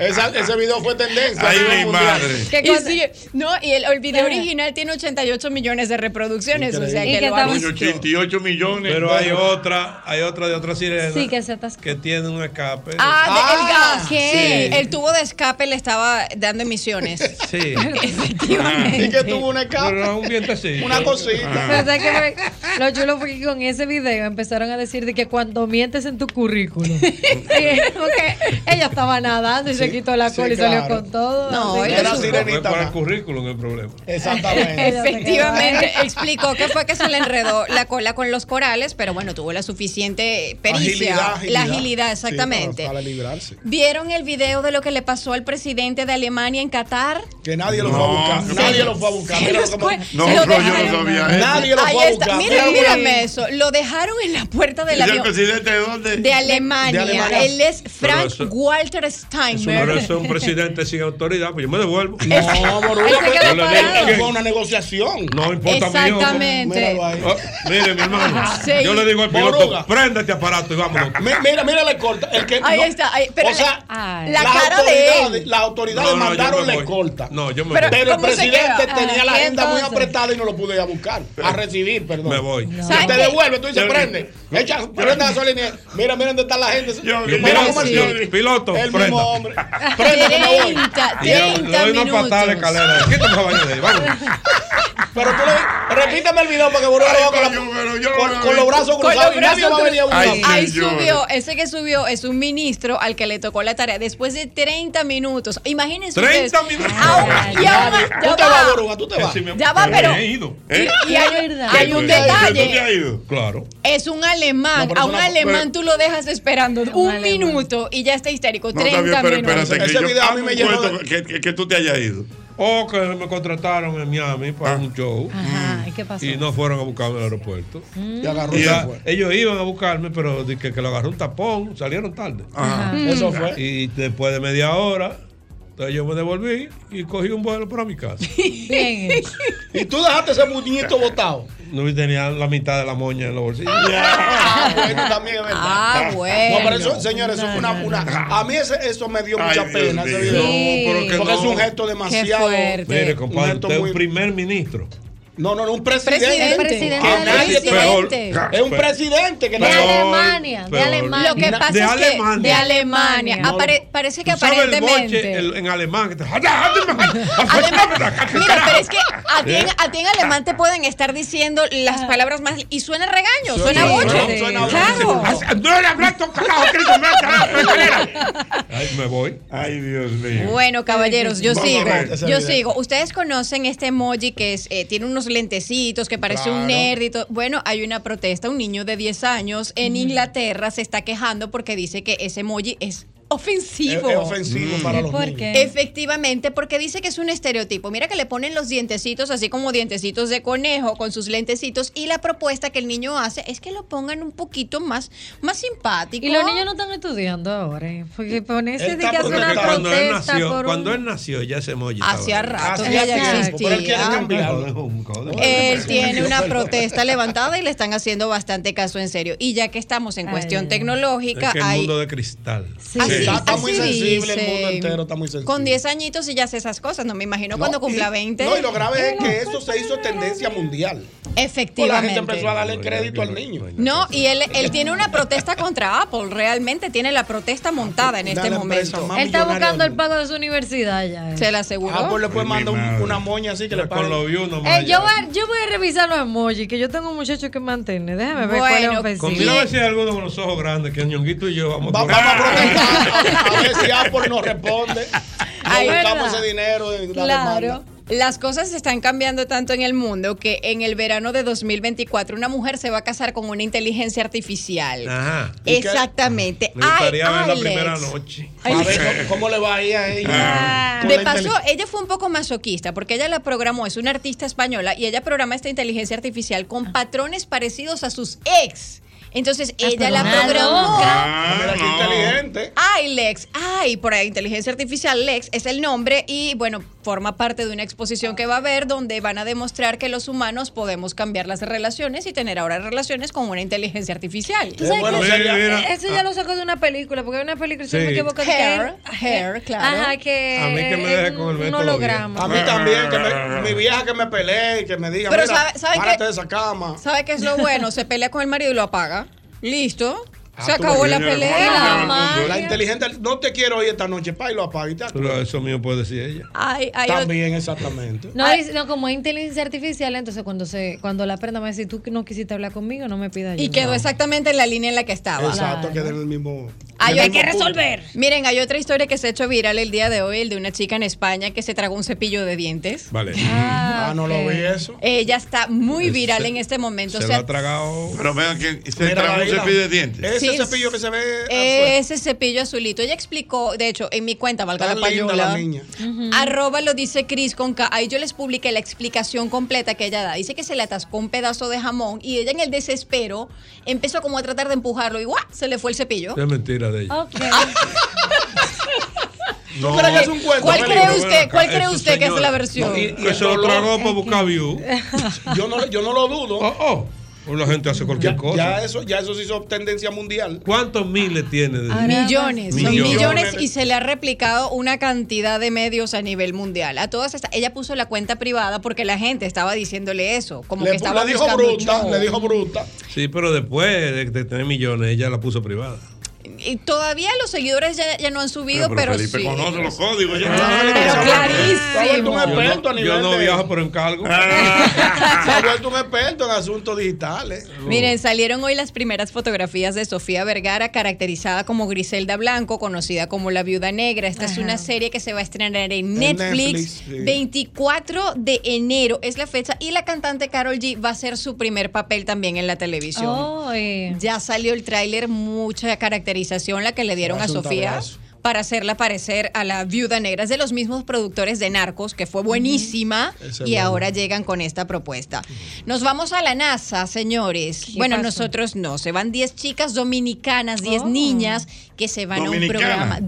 Speaker 9: Esa- ese video fue tendencia.
Speaker 11: Ah. Ay,
Speaker 9: a nivel
Speaker 11: mi
Speaker 9: mundial.
Speaker 11: madre.
Speaker 24: Que cuando- no, y el, el video original tiene 88 millones de reproducciones. O sea, que lo han-
Speaker 5: Coño, 88 millones.
Speaker 11: Pero hay otra, hay otra de otra sirena
Speaker 24: Sí, que se atascó.
Speaker 11: que tiene un escape.
Speaker 24: Ah, de- el gas.
Speaker 11: Sí.
Speaker 24: El tubo de escape le estaba dando emisiones.
Speaker 11: Sí.
Speaker 24: Efectivamente. Ah.
Speaker 9: Y que tuvo una escape.
Speaker 11: Pero no, un vientecito.
Speaker 9: Una
Speaker 3: Pero,
Speaker 9: cosita.
Speaker 3: ¿sabes qué fue? Lo chulo fue que con ese video empezaron a decir de que cuando mientes en tu currículum. Sí, porque ella estaba nadando y se quitó la
Speaker 11: sí,
Speaker 3: cola y salió
Speaker 11: claro.
Speaker 3: con todo. Así que-
Speaker 11: Era sirenita. Fue para el currículum el problema.
Speaker 24: Efectivamente, explicó que fue que se le enredó la cola con los corales, pero bueno, tuvo la suficiente pericia, la agilidad,
Speaker 9: Sí,
Speaker 24: exactamente.
Speaker 9: para, para librarse.
Speaker 24: ¿Vieron el video de lo que le pasó al presidente de Alemania en Qatar?
Speaker 9: Que nadie lo fue a buscar.
Speaker 5: No.
Speaker 9: Nadie lo fue a buscar. Mira
Speaker 24: los
Speaker 9: cómo-
Speaker 5: No, pero yo no sabía eso.
Speaker 9: Nadie lo
Speaker 24: Ahí
Speaker 9: fue a
Speaker 24: está.
Speaker 9: buscar.
Speaker 24: Miren,
Speaker 9: Mira,
Speaker 24: mírame eso. Lo dejaron en la puerta del
Speaker 5: ¿Y el
Speaker 24: avión.
Speaker 5: presidente de dónde?
Speaker 24: De Alemania.
Speaker 11: De Alemania.
Speaker 24: Él es Frank
Speaker 11: Pero eso-
Speaker 24: Walter Steinmeier.
Speaker 11: Pero eso es un presidente sin autoridad, pues yo me devuelvo.
Speaker 9: No, Boruga,
Speaker 24: Él se quedó
Speaker 11: Yo le digo,
Speaker 24: parado.
Speaker 11: ¿qué?
Speaker 9: Fue una negociación.
Speaker 11: No importa mío.
Speaker 24: Exactamente.
Speaker 11: Oh, mire, mi hermano.
Speaker 24: Sí.
Speaker 11: Yo le digo al piloto,
Speaker 9: Boruga.
Speaker 11: prende este aparato y vámonos.
Speaker 9: Ah, Mira, mira la corta. El que,
Speaker 24: Ahí
Speaker 9: no-
Speaker 24: está, ahí- pero
Speaker 9: o sea,
Speaker 24: la- la
Speaker 9: las
Speaker 24: cara de él.
Speaker 9: autoridades- Las autoridades
Speaker 11: No, no, yo
Speaker 9: mandaron
Speaker 11: me
Speaker 9: la
Speaker 11: voy.
Speaker 9: escolta.
Speaker 11: No, yo me
Speaker 9: Pero,
Speaker 11: voy.
Speaker 9: el presidente tenía la
Speaker 24: Ah, ¿y
Speaker 9: agenda muy
Speaker 24: entonces?
Speaker 9: apretada y no lo pude ir a buscar. A recibir, perdón.
Speaker 11: Me voy.
Speaker 9: Si
Speaker 11: ¿Sabes
Speaker 9: te
Speaker 11: qué?
Speaker 9: devuelve, tú dices,
Speaker 11: Yo-
Speaker 9: prende. Echa, prende gasolina. y- Mira, mira dónde está la gente.
Speaker 11: Yo-
Speaker 9: mira
Speaker 11: yo-
Speaker 9: cómo el
Speaker 11: sí. Piloto,
Speaker 9: El mismo
Speaker 11: prenda.
Speaker 9: hombre. Prende que me voy.
Speaker 24: 30,
Speaker 11: Y yo le
Speaker 24: 30
Speaker 11: doy una
Speaker 24: minutos.
Speaker 11: patada a la escalera. Quítame esa vaina de ahí, vámonos.
Speaker 9: Pero tú le, repítame el video para que Boruga lo vea con, la- con- con los brazos
Speaker 24: Con
Speaker 9: cruzados
Speaker 24: los
Speaker 9: y nadie
Speaker 24: brazos
Speaker 9: va a venir a
Speaker 24: cruzados.
Speaker 9: buscar.
Speaker 24: Ahí subió, ese que subió es un ministro al que le tocó la tarea después de 30 minutos. Imagínense
Speaker 9: 30
Speaker 24: ustedes,
Speaker 9: minutos.
Speaker 24: a Y aún más-
Speaker 9: Tú
Speaker 24: ya
Speaker 9: te
Speaker 24: va.
Speaker 9: vas, Boruga, tú te vas.
Speaker 24: Ya va, pero.
Speaker 11: Eh, Me he ido.
Speaker 24: ¿Eh? Y- y hay-
Speaker 3: ¿Verdad?
Speaker 24: hay un detalle.
Speaker 11: Claro.
Speaker 24: Es un
Speaker 11: No,
Speaker 24: alemán.
Speaker 11: pero
Speaker 24: a
Speaker 11: es
Speaker 24: un
Speaker 11: una-
Speaker 24: alemán
Speaker 11: pero-
Speaker 24: tú lo dejas esperando un minuto y ya está histérico. 30 minutos.
Speaker 11: espérate, que yo-
Speaker 9: video a mí
Speaker 11: hazme
Speaker 9: me
Speaker 11: un
Speaker 9: llenó de-
Speaker 11: cuento que, que- que tú te hayas ido. O Oh, que me contrataron en Miami para un show.
Speaker 5: Ah, Mm.
Speaker 3: Ajá, ¿y qué pasó?
Speaker 11: Y no fueron a buscarme al aeropuerto.
Speaker 3: Mm.
Speaker 9: Y
Speaker 5: Ah,
Speaker 9: agarró
Speaker 11: Y
Speaker 9: y se
Speaker 11: ya-
Speaker 9: fue.
Speaker 11: ellos iban a buscarme, pero de que, que lo agarró un tapón, salieron tarde. Mm.
Speaker 9: Ajá. Eso fue.
Speaker 11: Y después de media hora, entonces yo me devolví y cogí un vuelo para mi casa.
Speaker 9: Y tú dejaste ese muñito botado.
Speaker 11: No y tenía la mitad de la moña en los bolsillos.
Speaker 9: Ah, bueno, también es verdad.
Speaker 24: Ah, bueno.
Speaker 9: No, pero eso, señores, eso fue una, una- A mí ese- eso me dio
Speaker 11: Ay,
Speaker 9: mucha
Speaker 11: Dios
Speaker 9: pena. ese
Speaker 11: mío.
Speaker 9: video.
Speaker 11: No, pero que
Speaker 9: Porque
Speaker 11: no.
Speaker 9: es un gesto demasiado.
Speaker 11: Mire, compadre,
Speaker 9: gesto
Speaker 11: usted es un
Speaker 9: muy-
Speaker 11: primer ministro.
Speaker 9: No, no, no, un presidente.
Speaker 24: Presidente. Presidente
Speaker 9: Que
Speaker 24: de
Speaker 9: nadie te-
Speaker 24: presidente.
Speaker 9: Es un presidente que
Speaker 24: De
Speaker 9: nadie-
Speaker 24: Alemania, de Alemania. Lo que pasa
Speaker 11: De
Speaker 24: es que
Speaker 11: Alemania.
Speaker 24: de Alemania.
Speaker 11: No.
Speaker 24: Apare- parece que
Speaker 11: Tú sabes el
Speaker 24: aparentemente.
Speaker 11: boche, el- en alemán. Que te...
Speaker 24: Mira, pero es que a ti, en,
Speaker 11: Eh.
Speaker 24: a ti en alemán te pueden estar diciendo las palabras más y suena regaño,
Speaker 11: Sí,
Speaker 24: suena
Speaker 11: sí,
Speaker 24: boche.
Speaker 11: sí. Suena boche.
Speaker 24: Claro.
Speaker 11: No le hablaste, carajo, que te Ay, me voy.
Speaker 5: Ay, Dios mío.
Speaker 24: Bueno, caballeros, yo
Speaker 5: Vamos a
Speaker 24: sigo.
Speaker 5: ver ese
Speaker 24: Yo
Speaker 5: video.
Speaker 24: sigo. Ustedes conocen este emoji que es, eh, tiene unos lentecitos, que parece un
Speaker 6: Claro.
Speaker 24: nerd y todo. Bueno, hay una protesta. Un niño de 10 años en Inglaterra se está quejando porque dice que ese emoji es ofensivo.
Speaker 9: Es- es ofensivo Mm. para los ¿Por niños. qué?
Speaker 24: Efectivamente, porque dice que es un estereotipo. Mira que le ponen los dientecitos, así como dientecitos de conejo, con sus lentecitos. Y la propuesta que el niño hace es que lo pongan un poquito más, más simpático.
Speaker 3: Y los niños no están estudiando ahora, ¿eh? porque ponerse
Speaker 11: Él
Speaker 3: de que
Speaker 11: está
Speaker 3: hace una
Speaker 11: protestando. cuando él
Speaker 3: protesta
Speaker 11: nació,
Speaker 3: por
Speaker 11: cuando
Speaker 3: un...
Speaker 11: él nació ya se emoji.
Speaker 24: Hacía rato que ya existía. Pero él quiere cambiarlo. Él
Speaker 11: Él
Speaker 24: tiene una protesta levantada y le están haciendo bastante caso en serio. Y ya que estamos en cuestión tecnológica,
Speaker 11: Es que el
Speaker 24: hay
Speaker 11: mundo de cristal.
Speaker 24: Sí. Así-
Speaker 9: Está, está muy
Speaker 24: así
Speaker 9: sensible el
Speaker 24: dicen.
Speaker 9: mundo entero, está muy sensible.
Speaker 24: con 10 añitos y ya hace esas cosas. No me imagino cuando cumpla
Speaker 9: y-
Speaker 24: 20.
Speaker 9: No, y lo grave es que eso se hizo tendencia mundial. Pues la gente
Speaker 24: Efectivamente.
Speaker 9: empezó a darle crédito al niño.
Speaker 24: No, y él, él tiene una protesta contra Apple. Realmente tiene la protesta montada en este
Speaker 9: la empresa
Speaker 24: momento.
Speaker 9: más
Speaker 3: Él está buscando el pago de su universidad ya. ¿eh?
Speaker 24: Se la aseguró.
Speaker 9: Ah, pues le puede mandar un- una moña así que le paguen.
Speaker 3: Eh, yo, voy a, yo voy a revisar los emojis, que yo tengo un muchacho que mantiene. Déjame ver cuál es
Speaker 24: pues,
Speaker 3: ofensivo.
Speaker 11: Conmigo a ver si hay alguno con los ojos grandes, que el ñonguito y yo vamos a
Speaker 9: A ver si Apple nos responde. Ahí
Speaker 24: Ay,
Speaker 9: buscamos
Speaker 24: ¿verdad?
Speaker 9: ese dinero en la
Speaker 24: Claro.
Speaker 9: demanda.
Speaker 24: Las cosas están cambiando tanto en el mundo que en el verano de 2024 una mujer se va a casar con una inteligencia artificial.
Speaker 11: Ajá.
Speaker 24: Exactamente.
Speaker 11: Me gustaría
Speaker 24: Ay,
Speaker 11: ver la
Speaker 24: Alex.
Speaker 11: primera noche. Ah,
Speaker 9: A ver cómo, cómo le va a ir a ella. Con
Speaker 24: Ah, De
Speaker 9: la
Speaker 24: paso,
Speaker 9: inteligencia.
Speaker 24: ella fue un poco masoquista porque ella la programó, es una artista española y ella programa esta inteligencia artificial
Speaker 3: Ah.
Speaker 24: con patrones parecidos a sus ex. Entonces ella la
Speaker 9: pero
Speaker 24: programó.
Speaker 9: Ah, mira qué inteligente.
Speaker 24: Ay, Lex. Ay, por ahí, inteligencia artificial. Lex es el nombre y, bueno, forma parte de una exposición que va a haber donde van a demostrar que los humanos podemos cambiar las relaciones y tener ahora relaciones con una inteligencia artificial.
Speaker 3: ¿Tú sabes que eso- eso ya lo sacó de una película, porque hay una película, si no me
Speaker 24: Sí.
Speaker 3: equivoco, de
Speaker 24: Hair,
Speaker 3: que-
Speaker 24: hair, claro.
Speaker 3: Ajá, que
Speaker 11: A mí que me deje con el
Speaker 3: no
Speaker 11: método. Ah.
Speaker 3: logramos.
Speaker 9: A mí también, que me- mi vieja que me pelee, que me diga,
Speaker 24: Pero
Speaker 9: mira,
Speaker 24: sabe- sabe
Speaker 9: párate
Speaker 24: que-
Speaker 9: de esa cama.
Speaker 24: ¿Sabe qué es lo bueno? Se pelea con el marido y lo apaga. Listo. Se
Speaker 9: Ah, tú
Speaker 24: acabó
Speaker 9: ves,
Speaker 24: la
Speaker 9: señor,
Speaker 24: pelea.
Speaker 9: ¿cómo
Speaker 24: La
Speaker 9: cambia el mundo? La
Speaker 24: magia.
Speaker 9: inteligente, no te quiero hoy esta noche, pa, y lo apaga y te acuerdas.
Speaker 11: Pero eso mío puede decir ella.
Speaker 24: Ay, ay, yo-
Speaker 9: También, exactamente.
Speaker 24: Ah.
Speaker 3: No, es- no, como es inteligencia artificial, entonces cuando se cuando la aprenda me va a decir, tú no quisiste hablar conmigo, no me pidas ayuda.
Speaker 24: Y quedó exactamente en la línea en la que estaba.
Speaker 9: Exacto, que den el mismo.
Speaker 24: Ah, Hay,
Speaker 9: del
Speaker 24: otra-
Speaker 9: mismo punto.
Speaker 24: Miren, hay otra historia que se ha hecho viral el día de hoy, el de una chica en España que se tragó un cepillo de dientes.
Speaker 11: Vale.
Speaker 9: Ah, no lo vi eso.
Speaker 24: Ella está muy
Speaker 5: Ese-
Speaker 24: viral en este momento. o
Speaker 5: se
Speaker 24: sea,
Speaker 5: lo ha tragado. Pero vean que se
Speaker 9: Mira,
Speaker 5: tragó un
Speaker 9: ahí la-
Speaker 5: cepillo de dientes.
Speaker 9: Ese
Speaker 24: Sí,
Speaker 9: cepillo que se ve.
Speaker 24: eh, ese cepillo azulito. Ella explicó, de hecho, en mi cuenta, valga
Speaker 9: Tan
Speaker 24: la
Speaker 9: linda
Speaker 24: payola.
Speaker 9: la niña.
Speaker 24: Ujú. Arroba lo dice Cris con K. Ahí yo les publiqué la explicación completa que ella da. Dice que se le atascó un pedazo de jamón y ella en el desespero empezó como a tratar de empujarlo y ¡guau! se le fue el cepillo.
Speaker 11: Es mentira de ella. No.
Speaker 24: crees que es un cuento, ¿Cuál cree
Speaker 11: Pero
Speaker 24: usted-
Speaker 11: ven
Speaker 24: cuál
Speaker 11: acá,
Speaker 24: cree
Speaker 11: ese
Speaker 24: usted que es
Speaker 11: señor-
Speaker 24: la versión?
Speaker 11: No,
Speaker 24: este Y- y
Speaker 11: que
Speaker 24: el
Speaker 11: se lo
Speaker 24: dolor
Speaker 11: tragó
Speaker 24: es
Speaker 11: para buscar view.
Speaker 9: Yo no, yo no lo dudo.
Speaker 11: Oh, oh. La gente hace cualquier cosa.
Speaker 9: Ya eso, ya eso se hizo tendencia mundial.
Speaker 11: ¿Cuántos miles tiene de
Speaker 24: Millones, son
Speaker 11: Millones.
Speaker 24: millones. y se le ha replicado una cantidad de medios a nivel mundial. A todas estas, ella puso la cuenta privada porque la gente estaba diciéndole eso, como
Speaker 9: le,
Speaker 24: que estaba
Speaker 9: le dijo
Speaker 24: buscando
Speaker 9: bruta,
Speaker 24: show.
Speaker 9: le dijo bruta.
Speaker 11: Sí, pero después de, de tener millones, ella la puso privada.
Speaker 24: Y todavía los seguidores ya, ya no han subido, pero,
Speaker 5: Felipe
Speaker 24: sí.
Speaker 5: conoce los códigos. ya
Speaker 9: Claro,
Speaker 5: sabe.
Speaker 9: pero
Speaker 24: clarísimo.
Speaker 9: un experto a nivel
Speaker 11: Yo no
Speaker 9: de- Ah,
Speaker 11: viajo, pero encargo.
Speaker 9: Se ha vuelto un experto en asuntos digitales.
Speaker 24: Miren, salieron hoy las primeras fotografías de Sofía Vergara, caracterizada como Griselda Blanco, conocida como La Viuda Negra. Esta es una serie que se va a estrenar en
Speaker 6: En
Speaker 24: Netflix,
Speaker 6: Netflix, sí.
Speaker 24: 24 de enero es la fecha y la cantante Carol G va a hacer su primer papel también en la televisión. Ya salió el tráiler, mucha caracterización la que le dieron a
Speaker 8: Hace un
Speaker 24: Sofía.
Speaker 8: tablazo.
Speaker 24: para hacerla parecer a la viuda negra. Es de los mismos productores de Narcos, que fue buenísima,
Speaker 8: Ujú. Esa es
Speaker 24: y
Speaker 8: buena.
Speaker 24: ahora llegan con esta propuesta. Nos vamos a la NASA, señores. Bueno,
Speaker 8: pasó?
Speaker 24: nosotros no. Se van 10 chicas dominicanas, 10
Speaker 8: Oh.
Speaker 24: niñas que se van
Speaker 8: Dominicana.
Speaker 24: a un programa.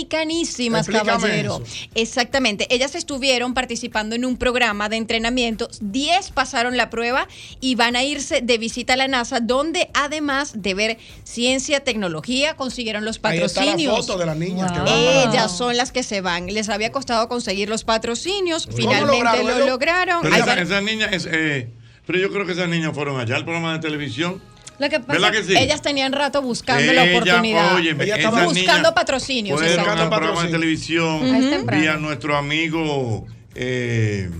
Speaker 24: Dominicanísimas,
Speaker 8: Explícame
Speaker 24: caballero. Exactamente. Ellas estuvieron participando en un programa de entrenamiento. 10 pasaron la prueba y van a irse de visita a la NASA, donde además de ver ciencia, tecnología, consiguieron los
Speaker 9: Ahí
Speaker 24: patrocinios.
Speaker 9: está la foto de las niñas que van para-
Speaker 24: Ellas son las que se van. Les había costado conseguir los patrocinios.
Speaker 5: ¿Cómo
Speaker 24: Finalmente
Speaker 5: lograron
Speaker 24: lo
Speaker 5: eso?
Speaker 24: lograron.
Speaker 5: Pero
Speaker 24: Ahí
Speaker 5: esa-
Speaker 24: van-
Speaker 5: esas niñas, es, eh, pero yo creo que esas niñas fueron allá al programa de televisión.
Speaker 24: Lo que pasa
Speaker 5: ¿Verdad que sí?
Speaker 24: Ellas tenían rato buscando la
Speaker 5: Ella,
Speaker 24: oportunidad.
Speaker 5: óyeme, Ella estaba- esas niñas
Speaker 24: buscando patrocinios.
Speaker 5: Fueron
Speaker 24: exacto.
Speaker 5: al programa de televisión.
Speaker 24: Ujú. Ah, es
Speaker 5: Vi
Speaker 24: temprano.
Speaker 5: a nuestro amigo eh,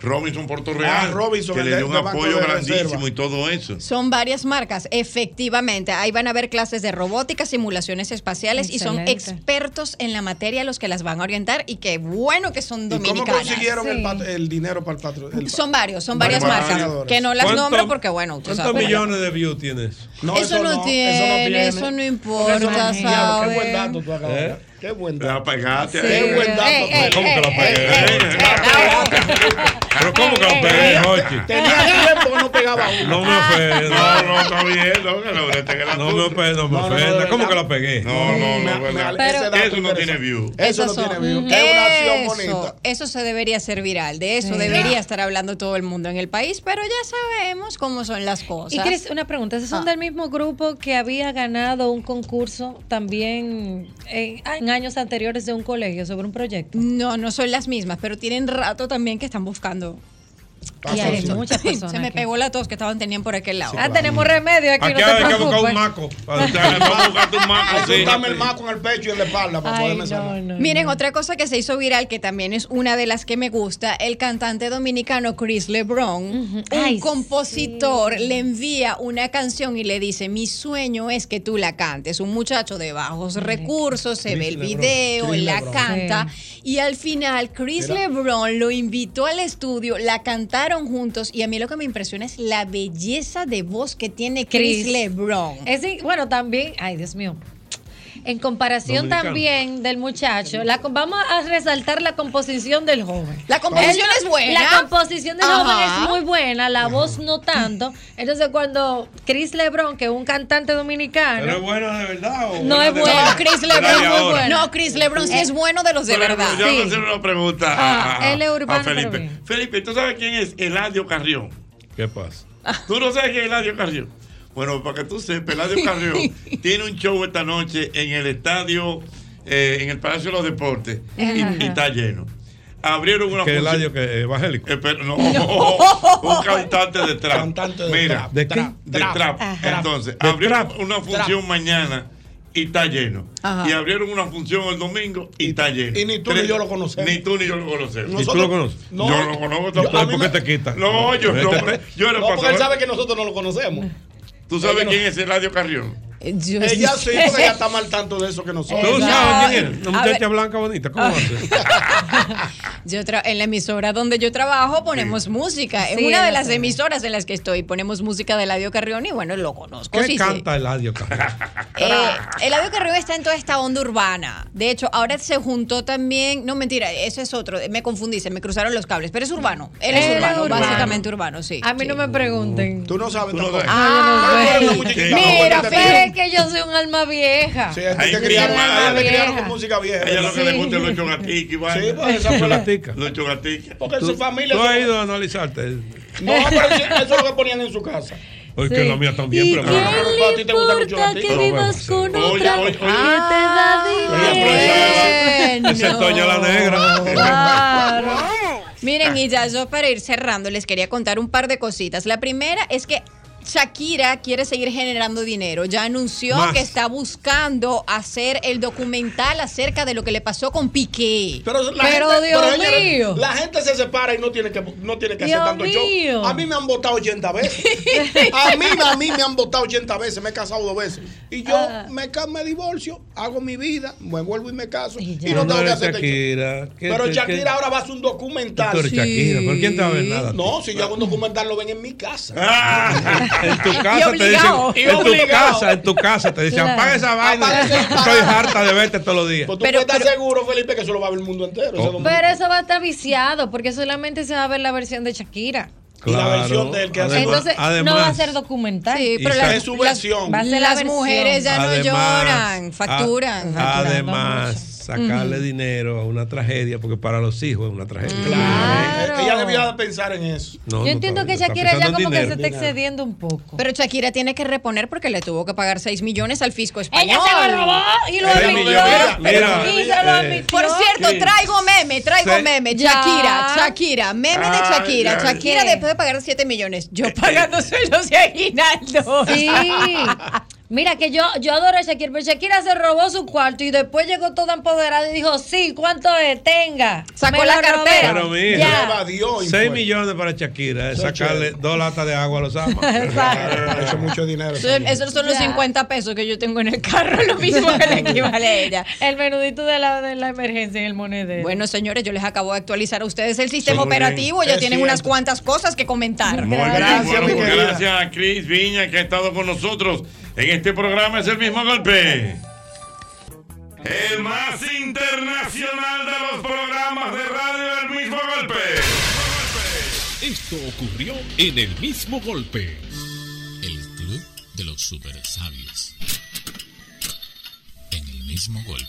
Speaker 5: Robinson Portorreal.
Speaker 9: Ah, Robinson,
Speaker 5: que
Speaker 9: el
Speaker 5: le
Speaker 9: de-
Speaker 5: dio un
Speaker 9: del Banco
Speaker 5: apoyo
Speaker 9: de
Speaker 5: grandísimo
Speaker 9: Reserva.
Speaker 5: y todo eso.
Speaker 24: Son varias marcas, efectivamente. Ahí van a haber clases de robótica, simulaciones espaciales y son
Speaker 9: Excelente.
Speaker 24: expertos en la materia los que las van a orientar y qué bueno que son
Speaker 9: ¿Y cómo
Speaker 24: dominicanas.
Speaker 9: consiguieron el, pat- el dinero para el patrocinio?
Speaker 24: Son varios, son varias
Speaker 11: Varios
Speaker 24: marcas
Speaker 11: patrocinadores.
Speaker 24: que no las
Speaker 11: ¿Cuánto-
Speaker 24: nombro porque bueno, tú
Speaker 11: ¿Cuántos
Speaker 24: sabes.
Speaker 11: millones de views tienes?
Speaker 24: eso, no tiene, eso no importa,
Speaker 9: Diablo, Qué buen
Speaker 24: ¿sabes?
Speaker 9: dato tú acabas de
Speaker 11: ¿Eh?
Speaker 9: dar. Qué buen dato.
Speaker 5: La pegaste.
Speaker 9: Sí. Qué
Speaker 24: Eh,
Speaker 9: buen dato.
Speaker 5: Ey, ey, ¿Cómo que la pegaste? Pero ¿cómo que la pegué, Jochi?
Speaker 9: Tenía tiempo que no
Speaker 24: eh,
Speaker 9: pegaba uno.
Speaker 11: No me ofenda.
Speaker 5: No, no, está bien. No, que la verdad es que la
Speaker 11: No me ofenda, no me ofenda. ¿Cómo que la pegué?
Speaker 5: No, no, no,
Speaker 9: verdad.
Speaker 24: Pero-
Speaker 5: Eso no tiene view.
Speaker 9: Eso no
Speaker 24: Esas
Speaker 9: tiene
Speaker 24: son.
Speaker 9: view.
Speaker 24: Mm.
Speaker 9: Es una acción
Speaker 24: Eso,
Speaker 9: bonita.
Speaker 24: Eso se debería ser viral, de eso
Speaker 7: Sí.
Speaker 24: debería estar hablando todo el mundo en el país, pero ya sabemos cómo son las cosas.
Speaker 7: Y Cris, una pregunta, ¿esos son
Speaker 24: Ah.
Speaker 7: del mismo grupo que había ganado un concurso también en, en años anteriores de un colegio sobre un proyecto?
Speaker 24: No, no son las mismas, pero tienen rato también que están buscando.
Speaker 7: Y hay muchas personas
Speaker 24: Se me
Speaker 7: aquí.
Speaker 24: pegó la tos que estaban teniendo por aquel lado.
Speaker 7: Ah, tenemos remedio aquí,
Speaker 11: Aquí
Speaker 7: no te
Speaker 11: hay que buscar
Speaker 7: preocupes.
Speaker 11: un maco.
Speaker 9: Vamos
Speaker 11: a buscar un maco. sí.
Speaker 9: Dame Ah, el maco en el pecho y en la espalda para
Speaker 24: Ay,
Speaker 9: poderme sanar.
Speaker 24: Miren, otra cosa que se hizo viral, que también es una de las que me gusta, el cantante dominicano Chris Lebron, un
Speaker 7: Ay,
Speaker 24: compositor, le envía una canción y le dice, mi sueño es que tú la cantes. Un muchacho de bajos recursos, se
Speaker 8: Chris
Speaker 24: ve el
Speaker 8: Lebron.
Speaker 24: video,
Speaker 8: Chris
Speaker 24: la
Speaker 8: Lebron.
Speaker 24: canta y al final Chris
Speaker 8: Mira.
Speaker 24: Lebron lo invitó al estudio, la cantaron juntos y a mí lo que me impresiona es la belleza de voz que tiene Chris,
Speaker 7: Chris.
Speaker 24: Lebron.
Speaker 7: Es in- bueno, también, ay Dios mío. En comparación
Speaker 24: Dominicano.
Speaker 7: también del muchacho, la, com- vamos a resaltar la composición del joven.
Speaker 24: La composición
Speaker 7: Él-
Speaker 24: es buena.
Speaker 7: La composición del
Speaker 24: Ajá.
Speaker 7: joven es muy buena, la voz no tanto. Entonces cuando Chris Lebron, que es un cantante dominicano,
Speaker 11: Pero es bueno de verdad. ¿o
Speaker 7: No es
Speaker 11: de
Speaker 7: bueno.
Speaker 11: verdad?
Speaker 7: No, Chris Lebron
Speaker 11: Dale
Speaker 7: es muy
Speaker 11: ahora.
Speaker 7: bueno.
Speaker 24: No, Chris Lebron sí es
Speaker 7: Eh,
Speaker 24: bueno de los de
Speaker 5: Pero
Speaker 24: verdad.
Speaker 5: yo voy a hacer una pregunta
Speaker 24: Ah,
Speaker 5: a, a-
Speaker 24: él es
Speaker 5: a
Speaker 24: urbano, pero
Speaker 5: Felipe.
Speaker 24: bien.
Speaker 5: Felipe, ¿tú sabes quién es Eladio Carrión? Ah.
Speaker 11: ¿Qué pasa?
Speaker 5: ¿Tú no sabes quién es Eladio Carrión? Bueno, para que tú sepas, Eladio Carrión tiene un show esta noche en el estadio, eh, en el Palacio de los Deportes, y,
Speaker 11: Ajá.
Speaker 5: y está lleno. Abrieron una
Speaker 11: Que
Speaker 5: función-
Speaker 11: Eladio que es evangélico.
Speaker 5: Eh, pero no, un cantante de trap. Mira,
Speaker 11: ¿De qué?
Speaker 5: de trap. Entonces,
Speaker 11: De
Speaker 5: abrieron
Speaker 11: trap.
Speaker 5: una función mañana y está lleno.
Speaker 9: Ajá.
Speaker 5: Y abrieron una función el domingo y está lleno.
Speaker 9: y ni tú ni yo lo conocemos.
Speaker 5: Ni tú ni yo lo conocemos.
Speaker 9: Nosotros- ¿Y tú lo conoces? No.
Speaker 5: yo lo conozco
Speaker 9: Yo- a mí
Speaker 5: tampoco.
Speaker 9: me-
Speaker 11: te quita?
Speaker 5: No, yo no.
Speaker 11: Este-
Speaker 5: Yo era
Speaker 9: No, porque él
Speaker 5: pastor.
Speaker 9: sabe que nosotros no lo conocemos.
Speaker 5: ¿Tú sabes
Speaker 9: Ella no-
Speaker 5: quién es Eladio Carrión?
Speaker 24: Eh,
Speaker 9: Ella sí, porque ella está mal tanto de eso que nosotros.
Speaker 11: ¿Tú sabes quién es? Una
Speaker 24: A ver.
Speaker 11: muchacha blanca bonita. ¿Cómo va a ser?
Speaker 24: Yo tra- en la emisora donde yo trabajo ponemos música.
Speaker 7: Sí,
Speaker 24: en una de
Speaker 7: es
Speaker 24: las
Speaker 7: verdad.
Speaker 24: emisoras en las que estoy ponemos música de Eladio Carrión y bueno, lo conozco.
Speaker 11: ¿Qué
Speaker 24: sí, sí.
Speaker 11: canta Eladio Carrión?
Speaker 24: Eh, Eladio Carrión está en toda esta onda urbana. De hecho, ahora se juntó también. No, mentira, eso es otro. Me confundí, se me cruzaron los cables. Pero es urbano. Él es
Speaker 7: Él es
Speaker 24: urbano,
Speaker 7: urbano.
Speaker 24: básicamente urbano, sí.
Speaker 7: a mí no me pregunten.
Speaker 9: Tú no sabes
Speaker 7: tampoco.
Speaker 24: Ah,
Speaker 7: Ay,
Speaker 24: bueno,
Speaker 9: muchachita,
Speaker 7: Mira,
Speaker 9: no,
Speaker 7: pero
Speaker 9: porque
Speaker 7: es que yo soy un alma vieja.
Speaker 9: Sí, hay que criar
Speaker 7: Yo soy un
Speaker 9: mal,
Speaker 7: alma
Speaker 9: hay que criarlo con
Speaker 7: vieja.
Speaker 9: música vieja.
Speaker 5: Ella lo que le
Speaker 9: Sí.
Speaker 5: gusta es los chogatica igual.
Speaker 9: Sí, pues, esa fue la-
Speaker 5: Los chogatica.
Speaker 9: Porque en su familia.
Speaker 11: ¿Tú has ido a analizarte?
Speaker 9: No, pero eso eso es lo que ponían en su casa.
Speaker 11: Oye, que
Speaker 9: Sí.
Speaker 11: la mía también, pero bueno.
Speaker 9: ¿A ti te gusta mucho la
Speaker 11: que vivas
Speaker 9: con
Speaker 11: otra
Speaker 9: Oye,
Speaker 11: que Ese es Toño la Negra.
Speaker 24: Claro. Miren, y ya yo para ir cerrando les quería contar un par de cositas. La primera es que Shakira quiere seguir generando dinero. Ya anunció
Speaker 9: Más.
Speaker 24: que está buscando hacer el documental acerca de lo que le pasó con Piqué.
Speaker 9: Pero, la gente, pero, señores, la gente se separa y no tiene que, no tiene que hacer
Speaker 24: Dios
Speaker 9: tanto
Speaker 24: mío.
Speaker 9: show. A mí me han votado 80 veces. a, mí, a mí me han votado 80 veces, me he casado dos veces. Y yo me, ca- me divorcio, hago mi vida, me vuelvo y me caso. Y,
Speaker 11: Pero
Speaker 9: no tengo que
Speaker 11: eres
Speaker 9: hacer este show.
Speaker 11: Shakira. ¿Qué-
Speaker 9: Pero
Speaker 11: qué- qué-
Speaker 9: Shakira ahora va a hacer un documental.
Speaker 11: Tú eres Shakira, pero ¿quién te va a ver nada?
Speaker 9: No, si yo hago un documental lo ven en mi casa.
Speaker 11: Ah, En tu
Speaker 9: Y
Speaker 11: casa te dicen,
Speaker 9: obligado. Y
Speaker 11: en tu
Speaker 9: obligado.
Speaker 11: casa, en tu casa te dicen,
Speaker 9: Claro.
Speaker 11: apaga esa vaina.
Speaker 9: Apaga esa
Speaker 11: Estoy harta de verte todos los días.
Speaker 9: Pues tú puedes estar seguro, Felipe, que eso lo va a ver el mundo entero. ese
Speaker 11: Oh,
Speaker 9: documental.
Speaker 7: Pero eso va a estar viciado porque solamente se va a ver la versión de Shakira.
Speaker 9: Y la versión de él que hace.
Speaker 7: Entonces no va a ser documental.
Speaker 24: Sí,
Speaker 9: pero la- Es su versión.
Speaker 7: Va a ser la
Speaker 24: Las
Speaker 7: versión.
Speaker 24: mujeres ya
Speaker 11: Además,
Speaker 24: no lloran, facturan.
Speaker 11: a- además, sacarle dinero a una tragedia, porque para los hijos es una tragedia.
Speaker 9: Ella debía pensar en eso.
Speaker 11: No, no,
Speaker 7: Yo entiendo
Speaker 11: está-
Speaker 7: que
Speaker 11: está
Speaker 7: Shakira ya
Speaker 11: pensando en
Speaker 7: como que se
Speaker 11: dinero.
Speaker 7: está excediendo un poco.
Speaker 24: Pero Shakira tiene que reponer porque le tuvo que pagar 6 millones al fisco español.
Speaker 7: se lo robó
Speaker 24: eh,
Speaker 7: y lo
Speaker 11: Seis
Speaker 24: admitió.
Speaker 11: millones. Mira,
Speaker 24: Y
Speaker 11: mira,
Speaker 24: se lo
Speaker 11: eh,
Speaker 24: admitió. Por cierto,
Speaker 11: Sí.
Speaker 24: traigo meme, traigo
Speaker 11: Se-
Speaker 24: meme.
Speaker 7: Ya.
Speaker 24: Shakira, Shakira, meme de
Speaker 7: Ah,
Speaker 24: Shakira.
Speaker 7: ya.
Speaker 24: Shakira
Speaker 7: ¿Qué?
Speaker 24: después de pagar 7 millones. Yo pagándose los aguinaldos.
Speaker 7: Sí. Mira que yo, yo adoro a Shakira, pero Shakira se robó su cuarto y después llegó toda empoderada y dijo, sí, ¿cuánto es? Tenga.
Speaker 24: Sacó
Speaker 7: Me
Speaker 24: la
Speaker 7: lo robé.
Speaker 24: cartera.
Speaker 11: Pero mira,
Speaker 7: Ya.
Speaker 11: 6 millones para Shakira, es sacarle dos latas de agua a los amas.
Speaker 9: Eh, Eso es mucho dinero.
Speaker 24: Eso- Esos son los 50 pesos que yo tengo en el carro, lo mismo que le equivale a ella.
Speaker 7: El menudito de la, de la emergencia en el monedero.
Speaker 24: Bueno, señores, yo les acabo de actualizar a ustedes el sistema
Speaker 5: Muy bien.
Speaker 24: operativo. Ya
Speaker 5: Es
Speaker 24: tienen
Speaker 5: cierto.
Speaker 24: unas cuantas cosas que comentar.
Speaker 5: Muy bien, bueno, pues gracias a Cris Viña que ha estado con nosotros en este programa. Es el mismo golpe. El más internacional de los programas de radio, el mismo golpe.
Speaker 3: Esto ocurrió en el mismo golpe. El Club de los Super Sabios. En el mismo golpe.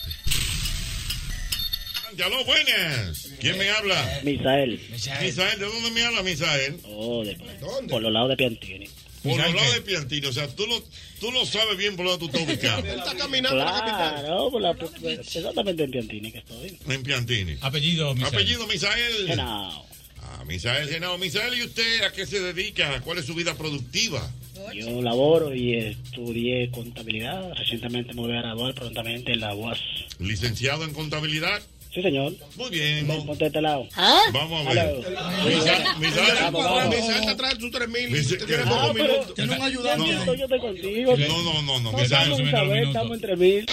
Speaker 5: Yaló, buenas. ¿Quién me habla?
Speaker 1: Misael.
Speaker 5: Misael, ¿de dónde me habla Misael?
Speaker 1: Oh, de
Speaker 5: ¿Dónde?
Speaker 1: Por los lados de Piantini.
Speaker 5: Por los lados de Piantino, o sea, tú lo, tú lo sabes bien por dónde tú estás ubicado.
Speaker 1: Está caminando
Speaker 5: en la capital.
Speaker 1: Claro, por la- por- exactamente en Piantini que estoy.
Speaker 5: En Piantini. Apellido Misael. Apellido Misael.
Speaker 1: Genao.
Speaker 5: Ah, Misael Genao. Misael, ¿y usted a qué se dedica? ¿Cuál es su vida productiva?
Speaker 1: Yo laboro y estudié contabilidad. Recientemente me voy a graduar prontamente en la UAS.
Speaker 5: ¿Licenciado en contabilidad?
Speaker 1: Sí, señor.
Speaker 5: Muy bien.
Speaker 1: Ven, ponte de este lado.
Speaker 5: Vamos a ver. Misael,
Speaker 1: Vamos,
Speaker 5: Misael.
Speaker 1: vamos.
Speaker 5: Misael
Speaker 1: te
Speaker 5: trae sus tres mil.
Speaker 1: Ah,
Speaker 5: Tienes dos
Speaker 1: pero-
Speaker 5: minutos. Tienes un ayudante.
Speaker 1: Yo estoy contigo.
Speaker 5: No, no, no, no, Misael,
Speaker 1: Estamos
Speaker 5: se me
Speaker 1: en
Speaker 5: acabó el
Speaker 1: Isabel,
Speaker 5: minuto.
Speaker 1: estamos entre mil.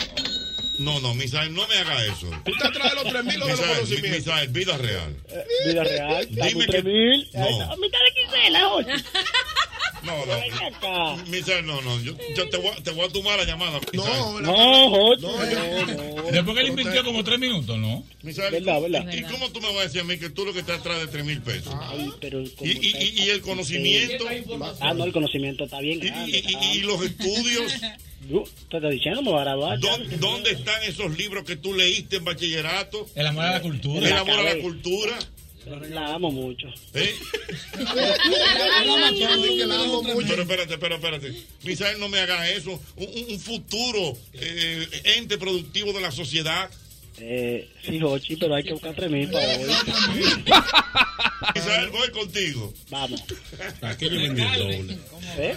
Speaker 5: No, no, Misael, no me haga eso. Tú te traes los 3.000 o de los conocimientos. Misael, vida real.
Speaker 1: Eh, Vida real, estamos
Speaker 5: Dime
Speaker 1: entre
Speaker 5: que-
Speaker 1: mil.
Speaker 5: No.
Speaker 1: Ahí está, A mitad de quincena, oye.
Speaker 5: No, no. Misael, no, no. Yo, yo te, voy, a- te voy a tomar la llamada. No,
Speaker 12: Después que le invirtió como tres minutos, ¿no?
Speaker 5: Misael, ¿cómo- ¿y cómo tú me vas a decir a mí que tú lo que estás atrás de 3 mil pesos? y, y- y- y el conocimiento.
Speaker 1: Ah, no, el conocimiento está bien.
Speaker 5: Y, y- y- y los estudios.
Speaker 1: Te estoy diciendo, me voy a graduar. ya.
Speaker 5: ¿Dó- ¿Dónde están esos libros que tú leíste en bachillerato?
Speaker 1: El amor a la cultura.
Speaker 5: El amor a la
Speaker 1: Acabé.
Speaker 5: cultura. ¿Eh?
Speaker 1: La amo mucho.
Speaker 5: Pero espérate, pero espérate. Misael, no me hagas eso. Un, un- un futuro eh, ente productivo de la sociedad.
Speaker 1: Eh, sí, Jochi, pero hay que buscar tres mil para hoy.
Speaker 5: Misael, voy contigo.
Speaker 1: Vamos.
Speaker 5: Aquí yo vendí el doble.
Speaker 1: ¿Eh?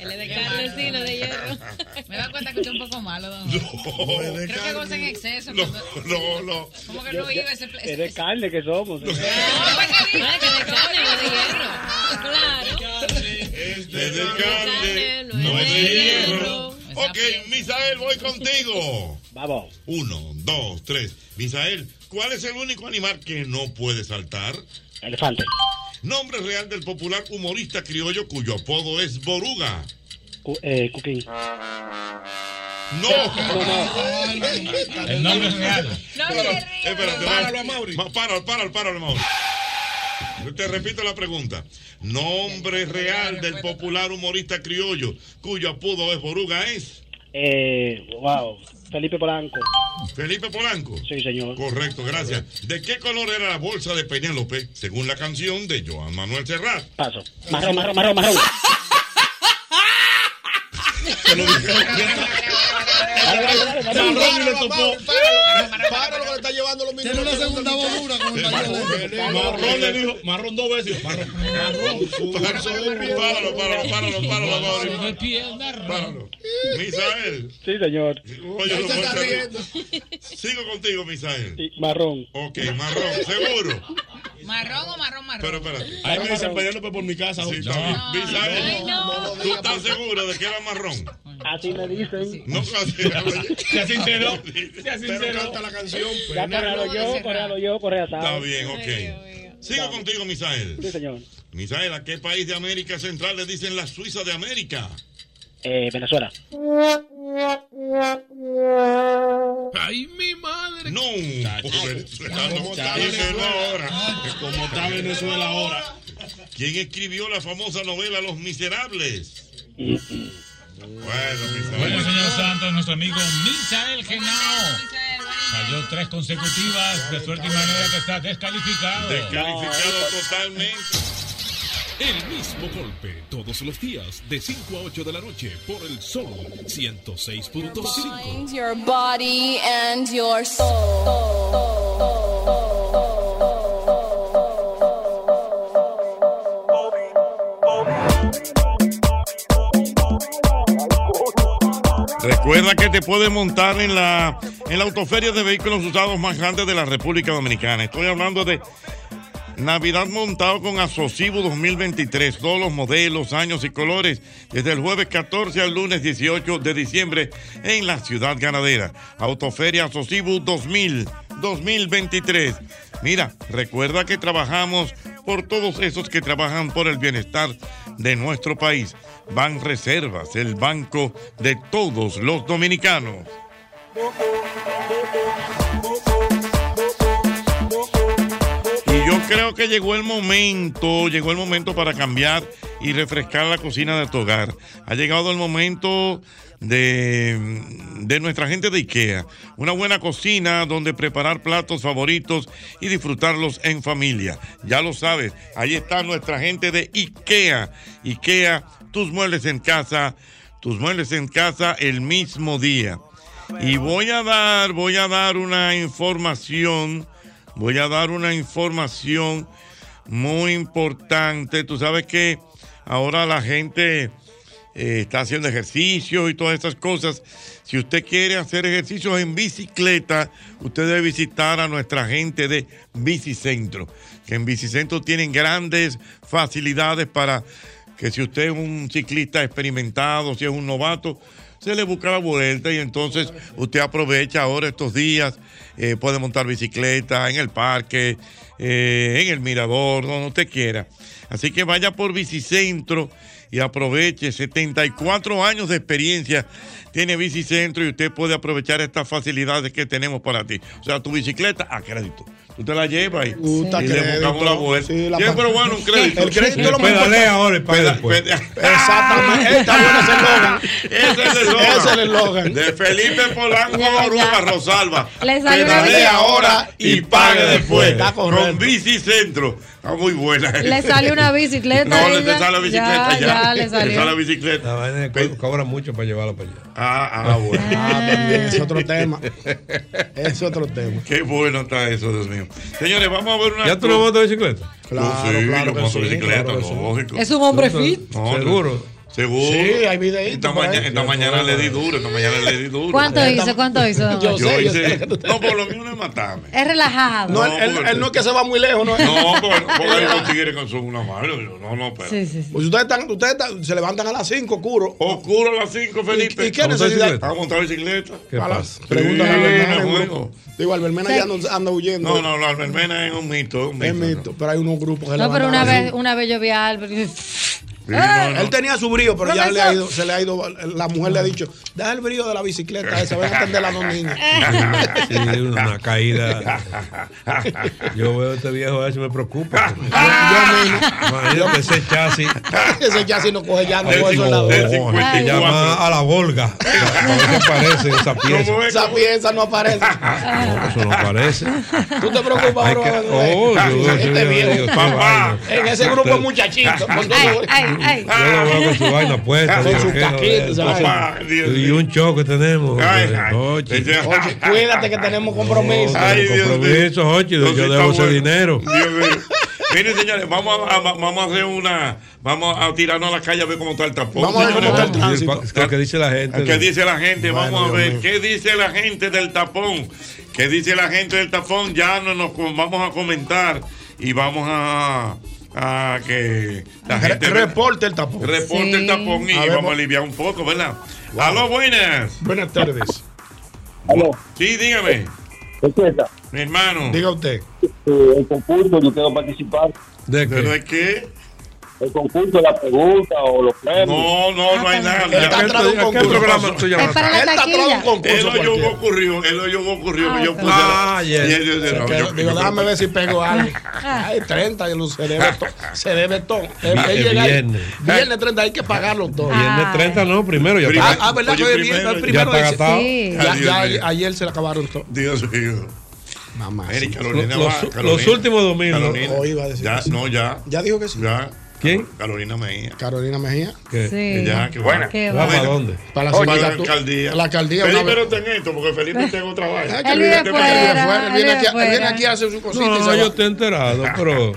Speaker 16: El de Carlesino de hierro. Me da cuenta que usted es un poco malo, don.
Speaker 5: No,
Speaker 16: Creo que goza en exceso.
Speaker 5: No,
Speaker 16: cuando-
Speaker 5: no, no.
Speaker 16: ¿Cómo que no vive ese
Speaker 1: Es de carne que somos.
Speaker 16: No, es que de carne, no de hierro. Claro.
Speaker 5: Es de carne, no es de hierro. Ok, Misael, voy contigo.
Speaker 1: Vamos.
Speaker 5: Uno, dos, tres. Misael, ¿cuál es el único animal que no puede saltar?
Speaker 1: Elefante.
Speaker 5: Nombre real del popular humorista criollo cuyo apodo es Boruga.
Speaker 1: Cu- eh, Cuquín.
Speaker 5: No. El nombre es real. No, espérate, páralo a Mauri. Páralo, páralo, páralo, Mauri. Yo te repito la pregunta. Nombre real del popular humorista criollo cuyo apodo es Boruga es
Speaker 1: Eh, wow. Felipe Polanco.
Speaker 5: Felipe Polanco.
Speaker 1: Sí, señor.
Speaker 5: Correcto, gracias. ¿De qué color era la bolsa de Penélope según la canción de Joan Manuel Serrat?
Speaker 1: Paso. Marrón, marrón, marrón, marrón.
Speaker 5: Te lo dije.
Speaker 1: Dale, dale, dale, dale.
Speaker 5: Marrón y le tocó.
Speaker 25: Páralo que le está llevando los mismos. Tiene una segunda bobura con
Speaker 9: Marrón le dijo, marrón dos veces. Marrón,
Speaker 5: Páralo, páralo, páralo, páralo, Mauri. Páralo. Misael.
Speaker 26: Sí, señor.
Speaker 5: Oye, lo puedo hacer. Sigo contigo, Misael.
Speaker 26: Marrón.
Speaker 5: Ok, marrón, seguro.
Speaker 16: Marrón o marrón, marrón.
Speaker 5: Pero espérate.
Speaker 9: Ahí me dicen Penélope por mi casa.
Speaker 5: Sí,
Speaker 9: Jorge.
Speaker 5: está bien.
Speaker 16: Ay,
Speaker 5: Misael,
Speaker 16: no.
Speaker 5: ¿tú estás seguro de que era marrón?
Speaker 26: Así me dicen.
Speaker 5: No,
Speaker 26: Sea sincero,
Speaker 5: Pero
Speaker 26: sincero.
Speaker 5: canta la canción. pues.
Speaker 26: Ya corralo yo, corralo yo, correa
Speaker 5: Está bien, ok. Sigo contigo, Misael.
Speaker 26: Sí, señor.
Speaker 5: Misael, ¿a qué país de América Central le dicen la Suiza de América?
Speaker 8: Eh, Venezuela.
Speaker 5: ¡Ay, mi madre! No, por Venezuela no,
Speaker 9: ¿Cómo está
Speaker 5: eso no
Speaker 9: Venezuela?
Speaker 5: ahora.
Speaker 9: ¿Cómo está Venezuela ahora?
Speaker 5: ¿Quién escribió la famosa novela Los Miserables? bueno, Misael.
Speaker 14: Bueno, señor Santos, nuestro amigo Misael Genao. Falló tres consecutivas, de suerte y manera que está descalificado.
Speaker 5: Descalificado totalmente.
Speaker 6: El mismo golpe todos los días de 5 a 8 de la noche por el Sol 106.5.
Speaker 4: Your body and your soul.
Speaker 5: Recuerda que te puedes montar en la, en la autoferia de vehículos usados más grande de la República Dominicana. Estoy hablando de Navidad montado con Asocibo 2023. Todos los modelos, años y colores. Desde el jueves 14 al lunes 18 de diciembre en la ciudad ganadera. Autoferia Asocibo 2000, 2023. Mira, recuerda que trabajamos por todos esos que trabajan por el bienestar de nuestro país. Ban Reservas, el banco de todos los dominicanos. Y yo creo que llegó el momento, llegó el momento para cambiar y refrescar la cocina de tu hogar. Ha llegado el momento de, de nuestra gente de IKEA. Una buena cocina donde preparar platos favoritos y disfrutarlos en familia. Ya lo sabes, ahí está nuestra gente de IKEA. IKEA, tus muebles en casa, tus muebles en casa el mismo día. Y voy a dar, voy a dar una información, voy a dar una información muy importante. Tú sabes que ahora la gente eh, está haciendo ejercicio y todas esas cosas. Si usted quiere hacer ejercicios en bicicleta, usted debe visitar a nuestra gente de Bicicentro, que en Bicicentro tienen grandes facilidades para que si usted es un ciclista experimentado, si es un novato, se le busca la vuelta y entonces usted aprovecha ahora estos días, eh, puede montar bicicleta en el parque, eh, en el mirador, donde usted quiera. Así que vaya por Bicicentro y aproveche 74 años de experiencia. Tiene Bicicentro y usted puede aprovechar estas facilidades que tenemos para ti. O sea, tu bicicleta a crédito. Tú te la llevas y,
Speaker 25: Gusta
Speaker 5: y le
Speaker 25: crédito.
Speaker 5: buscamos la vuelta.
Speaker 25: Sí, la
Speaker 5: Siempre
Speaker 25: pa-
Speaker 5: bueno un crédito.
Speaker 25: El crédito es lo más
Speaker 5: Pedalea
Speaker 25: importante.
Speaker 5: ahora y paga después.
Speaker 25: Exactamente. Está bueno ese eslogan.
Speaker 5: Ah. Ese es el
Speaker 25: Ese es el
Speaker 5: eslogan. De Felipe Polanco Oruga Rosalba.
Speaker 25: Le sale una
Speaker 5: Pedalea
Speaker 25: bicicleta.
Speaker 5: ahora y pague después. Con Bici Centro. Está muy buena.
Speaker 3: Le sale una bicicleta.
Speaker 5: No, le
Speaker 3: ella.
Speaker 5: te sale la bicicleta ya.
Speaker 3: Ya, ya, le salió.
Speaker 5: Te sale la bicicleta.
Speaker 11: Cobra mucho para llevarlo para allá.
Speaker 5: Ah, ah, bueno.
Speaker 25: Es otro tema. Es otro tema.
Speaker 5: Qué bueno está eso, Dios mío. Señores, vamos a ver una.
Speaker 11: ¿Ya tú no montas bicicleta?
Speaker 5: Claro, sí,
Speaker 11: claro
Speaker 5: yo
Speaker 11: que
Speaker 5: monto
Speaker 11: sí,
Speaker 5: bicicleta,
Speaker 11: claro que sí.
Speaker 5: lógico.
Speaker 11: Es un hombre fit.
Speaker 5: No,
Speaker 11: Seguro.
Speaker 5: Seguro.
Speaker 11: Sí, hay
Speaker 9: videitos
Speaker 5: Esta,
Speaker 9: por ahí.
Speaker 5: maña- esta mañana le di duro, esta mañana le di duro.
Speaker 3: ¿Cuánto hizo? ¿Cuánto hizo? don
Speaker 5: Yo,
Speaker 3: Mario?
Speaker 5: hice. No, por lo mío no es matarme.
Speaker 3: Es relajado.
Speaker 5: No, él- él- él no es que se va muy lejos,
Speaker 9: ¿no?
Speaker 5: No, por- porque hay unos tigres que son una mano. yo, No, no, pero.
Speaker 9: Pues ustedes, están, ustedes están- se levantan a las 5, curo.
Speaker 5: Oscuro a las 5, Felipe.
Speaker 9: ¿Y, y qué
Speaker 5: ¿Vamos a
Speaker 25: Ah,
Speaker 9: necesidad?
Speaker 5: bicicleta? ¿Vamos a montar bicicleta? ¿Qué
Speaker 9: pasa?
Speaker 5: Pregúntale a Albermena.
Speaker 25: Digo, Albermena ya no anda huyendo.
Speaker 5: No, no, no, Albermena es un mito. Un mito
Speaker 25: Es mito, pero hay unos grupos que
Speaker 3: No, pero una
Speaker 25: levantan
Speaker 3: vez, ¡Eh! una vez yo vi a Albert. y-
Speaker 25: Él tenía su brío, pero ya
Speaker 9: Profesor.
Speaker 25: le ha ido, se le ha ido. La mujer le ha dicho: Deja el brío de la bicicleta esa, ven a atender a los niños.
Speaker 11: Sí, una caída. Yo veo a este viejo a ver si me preocupa. Imagínate ese chasis.
Speaker 25: Ese chasis no coge ya, no coge eso en la
Speaker 11: Oh,
Speaker 25: dura.
Speaker 11: se llama a la Volga. No se parece esa pieza.
Speaker 25: Esa pieza no aparece.
Speaker 11: Eso no parece.
Speaker 25: Tú te preocupas,
Speaker 11: Hay que-
Speaker 25: bro.
Speaker 11: Oh, yo- yo-
Speaker 25: Este
Speaker 11: yo-
Speaker 25: viejo.
Speaker 11: yo- yo- qué vaina.
Speaker 25: En ese grupo
Speaker 11: Usted-
Speaker 25: muchachitos.
Speaker 11: Ah,
Speaker 25: con todo-
Speaker 3: Ay, ay, ay.
Speaker 11: Yo lo veo con su vaina puesta.
Speaker 9: Con
Speaker 11: digo,
Speaker 9: su
Speaker 11: ¿qué es lo de
Speaker 9: caquito,
Speaker 11: esto?
Speaker 9: ¿sabes?
Speaker 11: Papá, Dios Y un show que tenemos.
Speaker 9: Ay,
Speaker 11: eh, Jochi.
Speaker 9: Oye, cuídate que tenemos compromiso.
Speaker 11: Ay, compromiso, Jochi, yo
Speaker 5: Entonces,
Speaker 11: debo
Speaker 5: está
Speaker 11: ese
Speaker 5: bueno.
Speaker 11: dinero.
Speaker 5: Dios mío. Miren, señores, vamos a, a- vamos a hacer una. Vamos a tirarnos a la calle a ver cómo está el tapón.
Speaker 11: Vamos a ver cómo está el
Speaker 5: señores.
Speaker 11: tránsito. ¿Qué, qué dice la gente?
Speaker 5: ¿Qué dice la gente?
Speaker 11: Bueno,
Speaker 5: Vamos a
Speaker 11: Dios
Speaker 5: ver,
Speaker 11: mío.
Speaker 5: ¿qué dice la gente del tapón? ¿Qué dice la gente del tapón? Ya no nos com- vamos a comentar y vamos a, a que la gente
Speaker 9: reporte el tapón.
Speaker 5: reporte el tapón y
Speaker 9: A ver,
Speaker 5: vamos
Speaker 9: mo-
Speaker 5: a aliviar un poco, ¿verdad? Aló, buenas.
Speaker 9: Buenas tardes.
Speaker 5: Sí, dígame,
Speaker 22: Escucha,
Speaker 5: mi hermano.
Speaker 9: Diga usted.
Speaker 22: eh, el concurso yo quiero participar.
Speaker 11: ¿De
Speaker 5: ¿Pero de qué?
Speaker 22: El concurso, la pregunta o los premios.
Speaker 5: No, no, no hay nada.
Speaker 22: Él está atrás de un concurso
Speaker 5: El hoyo
Speaker 22: cualquiera.
Speaker 5: ocurrió, el hoyo ocurrió.
Speaker 22: Ah,
Speaker 5: yo
Speaker 22: está.
Speaker 5: puse la-
Speaker 9: Ah,
Speaker 5: y
Speaker 9: yeah.
Speaker 5: él- yo- yo-
Speaker 9: Se
Speaker 5: no,
Speaker 9: quedó-
Speaker 5: yo-
Speaker 9: digo,
Speaker 5: yo-
Speaker 9: déjame ver si pego algo. Ay, 30, y lo- se debe todo. Se debe todo.
Speaker 11: El
Speaker 9: Es- es
Speaker 11: viernes.
Speaker 9: llegar- Viernes 30, hay que pagarlo todo.
Speaker 11: Viernes 30 no, primero ya.
Speaker 9: Ah, ah, ¿verdad? Oye, primero, el primero
Speaker 11: ya está Ah,
Speaker 9: dice-
Speaker 11: gastado.
Speaker 9: Sí. Ya- ya ayer se le acabaron todo.
Speaker 5: Dios mío.
Speaker 9: Mamá.
Speaker 5: Mary, Carolina
Speaker 11: Los-
Speaker 5: va-
Speaker 11: los
Speaker 5: Carolina.
Speaker 11: últimos dos mil, ¿no?
Speaker 5: Carolina.
Speaker 11: Oh, iba a decir
Speaker 5: ya,
Speaker 11: que sí.
Speaker 5: no, ya.
Speaker 9: Ya dijo que sí.
Speaker 5: Ya.
Speaker 11: ¿Quién?
Speaker 5: Carolina Mejía.
Speaker 9: Carolina Mejía.
Speaker 11: ¿Qué?
Speaker 9: Sí.
Speaker 5: Ya, qué
Speaker 9: Bueno,
Speaker 5: buena.
Speaker 9: ¿Qué va?
Speaker 5: Buena.
Speaker 9: ¿Para dónde? Para la
Speaker 5: Oye,
Speaker 9: sindicatura.
Speaker 5: alcaldía.
Speaker 9: La alcaldía,
Speaker 5: Felipe,
Speaker 9: una vez.
Speaker 5: pero ten esto, porque Felipe tengo otro trabajo.
Speaker 9: Él vive fuera, él viene aquí a- él viene aquí a hacer su cosita y se
Speaker 11: No,
Speaker 9: va.
Speaker 11: yo estoy enterado, pero.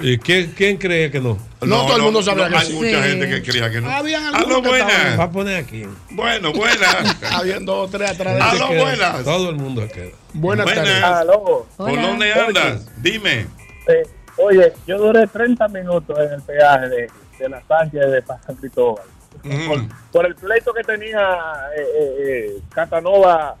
Speaker 11: ¿Y quién, quién cree que no?
Speaker 5: No, No, todo el no, mundo sabía no, que hay sí. mucha gente que creía que no.
Speaker 9: Habían
Speaker 5: Aló,
Speaker 9: algunos que
Speaker 5: buenas.
Speaker 9: estaban-
Speaker 11: Va a poner aquí.
Speaker 5: Bueno, buenas.
Speaker 9: Habían dos o tres atrás de
Speaker 11: Gente
Speaker 9: ti.
Speaker 11: queda, Todo el mundo queda.
Speaker 9: Buenas,
Speaker 5: tardes.
Speaker 22: Aló.
Speaker 5: ¿Por dónde andas? Dime.
Speaker 22: Eh, oye, yo duré 30 minutos en el peaje de, de la Sánchez de San Cristóbal.
Speaker 5: Por,
Speaker 22: por el pleito que tenía eh, eh, eh, Catanova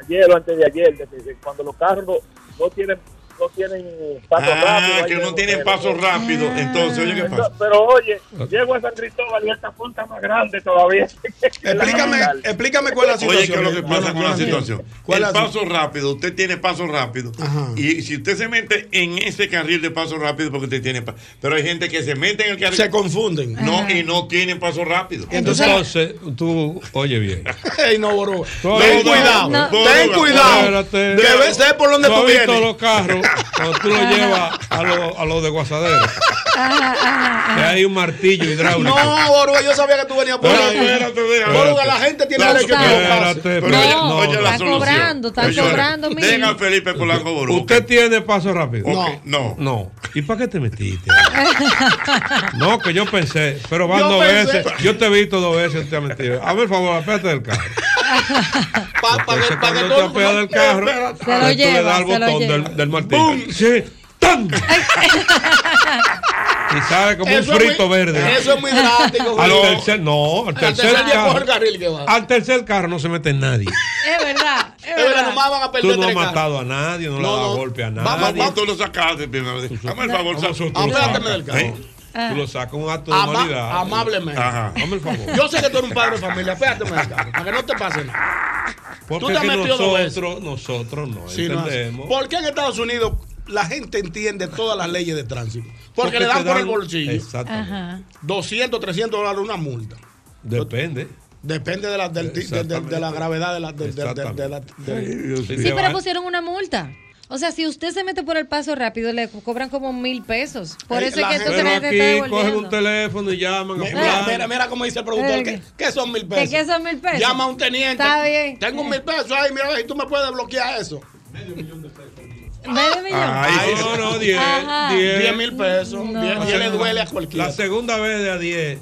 Speaker 22: ayer o antes de ayer, de que- de cuando los carros no, no tienen no tienen paso
Speaker 5: Ah,
Speaker 22: Eh, rápido.
Speaker 5: que
Speaker 22: ahí
Speaker 5: no
Speaker 22: en-
Speaker 5: tienen
Speaker 22: en-
Speaker 5: paso rápido. Entonces, oye, ¿qué
Speaker 22: Pero,
Speaker 5: pasa?
Speaker 22: pero oye, llego a San Cristóbal y esta punta más grande todavía.
Speaker 9: Explícame, explícame cuál es la
Speaker 5: Oye, ¿qué es
Speaker 9: situación.
Speaker 5: lo que pasa con la
Speaker 9: Miguel?
Speaker 5: situación?
Speaker 9: ¿Cuál
Speaker 5: El
Speaker 9: es la
Speaker 5: paso rápido, usted tiene paso rápido. Y si usted se mete en ese carril de paso rápido, porque usted tiene. pa- Pero hay gente que se mete en el carril.
Speaker 9: Se confunden.
Speaker 5: No, y no tienen paso rápido.
Speaker 11: Entonces, tú, oye bien.
Speaker 9: Ey, no, bro.
Speaker 11: No,
Speaker 9: Ten
Speaker 11: no,
Speaker 9: cuidado,
Speaker 11: no.
Speaker 9: ten
Speaker 11: No,
Speaker 9: cuidado.
Speaker 11: espérate.
Speaker 9: Que ves, sé por dónde
Speaker 11: Tú
Speaker 9: tú
Speaker 11: has visto
Speaker 9: vienes.
Speaker 11: los carros cuando tú los llevas a los a los de Guasadero.
Speaker 3: Ah,
Speaker 11: Que hay un martillo hidráulico.
Speaker 9: No, Borgo, yo sabía que tú venías por ahí. Borgo, la gente tiene
Speaker 11: Espérate.
Speaker 9: derecho a equivocarse.
Speaker 11: Espérate, pero oye,
Speaker 3: No,
Speaker 11: oye la
Speaker 3: está
Speaker 11: solución.
Speaker 3: cobrando, está
Speaker 11: Señores,
Speaker 3: cobrando, mira.
Speaker 5: Deja a Felipe Polanco Ború.
Speaker 11: Usted tiene paso rápido.
Speaker 5: Ok, No.
Speaker 11: No. ¿Y para qué te metiste? No, que yo pensé, pero van
Speaker 9: Yo
Speaker 11: dos
Speaker 9: pensé.
Speaker 11: veces. Yo te he visto dos veces, usted ha mentido. Hazme el favor, apéate del carro.
Speaker 9: Pa- pa- que- pa- que
Speaker 11: Cuando te
Speaker 9: todo-
Speaker 11: apeas del carro,
Speaker 9: Espérate.
Speaker 11: tú le das al botón del, del martillo. Sí, ¡tan! y sabe como
Speaker 9: Eso
Speaker 11: un
Speaker 9: es
Speaker 11: frito
Speaker 9: muy-
Speaker 11: verde.
Speaker 9: eso es muy drástico,
Speaker 11: Al
Speaker 9: Julio.
Speaker 11: tercer, no, al
Speaker 9: Al
Speaker 11: tercer,
Speaker 9: tercer día coge el
Speaker 11: carro.
Speaker 9: carril que va.
Speaker 11: Al tercer carro no se mete nadie.
Speaker 3: Es verdad. Es
Speaker 9: verdad, nomás van a
Speaker 11: Tú
Speaker 9: perder
Speaker 11: no has
Speaker 9: tres carros.
Speaker 11: matado a nadie, no, le has dado golpe a nadie.
Speaker 9: Vamos, vamos.
Speaker 5: Tú lo sacaste primero. Dame el favor,
Speaker 11: Vamos,
Speaker 5: saca-
Speaker 11: tú lo
Speaker 9: Apártame
Speaker 11: sacas.
Speaker 9: del carro.
Speaker 11: ¿Eh?
Speaker 3: Ah.
Speaker 11: Tú lo sacas un acto de
Speaker 9: Ama-
Speaker 11: humanidad.
Speaker 9: amablemente.
Speaker 11: Ajá. Dame el favor.
Speaker 9: Yo sé que tú eres un padre de familia. Espérate, me acabo, para que no te pase nada.
Speaker 11: Porque
Speaker 9: tú te has
Speaker 11: que
Speaker 9: metido dos veces.
Speaker 11: nosotros, nosotros no
Speaker 9: Sí, no hace.
Speaker 11: entendemos.
Speaker 9: ¿Por qué en Estados Unidos la gente entiende todas las leyes de tránsito? Porque,
Speaker 11: Porque
Speaker 9: le dan
Speaker 11: te
Speaker 9: por
Speaker 11: dan-
Speaker 9: el bolsillo.
Speaker 11: Exactamente.
Speaker 9: 200, 300 dólares una multa.
Speaker 11: Depende.
Speaker 9: Depende de la, del- de- de- de- de la gravedad de la. de- de- de- de- de la- de-
Speaker 11: Sí,
Speaker 3: Sí, pero pusieron una multa. O sea, si usted se mete por el paso rápido, le cobran como mil pesos. Por eso es que entonces
Speaker 11: Pero
Speaker 3: la gente está
Speaker 11: aquí cogen
Speaker 3: devolviendo.
Speaker 11: un teléfono y llaman a
Speaker 9: Mira,
Speaker 11: fulano.
Speaker 9: mira, mira cómo dice el productor. ¿Qué, qué son mil pesos?
Speaker 3: ¿Qué- qué son mil pesos?
Speaker 9: Llama a un teniente.
Speaker 3: Está bien.
Speaker 9: Tengo un mil pesos ahí, mira, si tú me puedes bloquear eso.
Speaker 3: Medio millón.
Speaker 11: Ay, no, no, 10.
Speaker 9: Ajá.
Speaker 11: 10
Speaker 9: Diez mil pesos. Diez- diez le duele a cualquiera.
Speaker 11: La segunda vez de a 10.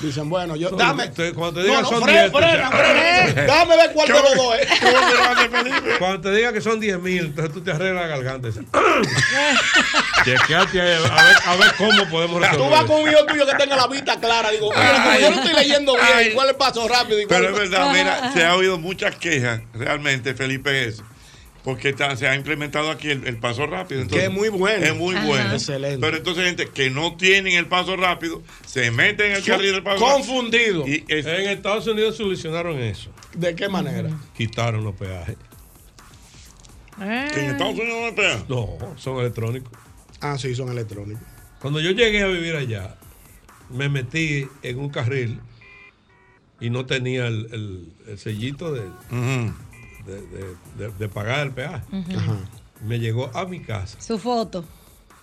Speaker 9: Dicen, bueno, yo,
Speaker 11: dame. cuando te "Ah,
Speaker 9: No,
Speaker 11: digan
Speaker 9: no,
Speaker 11: son
Speaker 9: frena,
Speaker 11: 10.
Speaker 9: frena, frena. Eh. Dame ver cuál de los dos es.
Speaker 11: Cuando te digan que son 10 mil, entonces tú te arreglas la garganta. y dices, Chequeate ahí, a ver, a ver cómo podemos resolver.
Speaker 9: Tú vas con un hijo tuyo que tenga la vista clara. Digo, mira, como yo no estoy leyendo bien, ¿cuál es el paso rápido? y cuál
Speaker 5: Pero es verdad, mira,
Speaker 9: Ajá.
Speaker 5: se ha oído muchas quejas realmente, Felipe, eso. Porque está- se ha implementado aquí el, el paso rápido. Entonces,
Speaker 9: Que es muy bueno.
Speaker 5: Es muy
Speaker 9: Ajá.
Speaker 5: bueno.
Speaker 9: Excelente.
Speaker 5: Pero entonces, gente que no tienen el paso rápido, se meten en el
Speaker 11: Su-
Speaker 5: carril del paso
Speaker 9: Confundido.
Speaker 11: En Estados Unidos solucionaron eso.
Speaker 9: ¿De qué manera?
Speaker 11: Quitaron los peajes.
Speaker 5: ¿En Estados Unidos no hay
Speaker 11: Ah.
Speaker 5: peaje?
Speaker 11: No, son electrónicos.
Speaker 9: Ah, sí, son electrónicos.
Speaker 11: Cuando yo llegué a vivir allá, me metí en un carril y no tenía el, el- el sellito de, de- de- de- de pagar el peaje.
Speaker 3: Ujú.
Speaker 11: Me llegó a mi casa
Speaker 3: Su foto.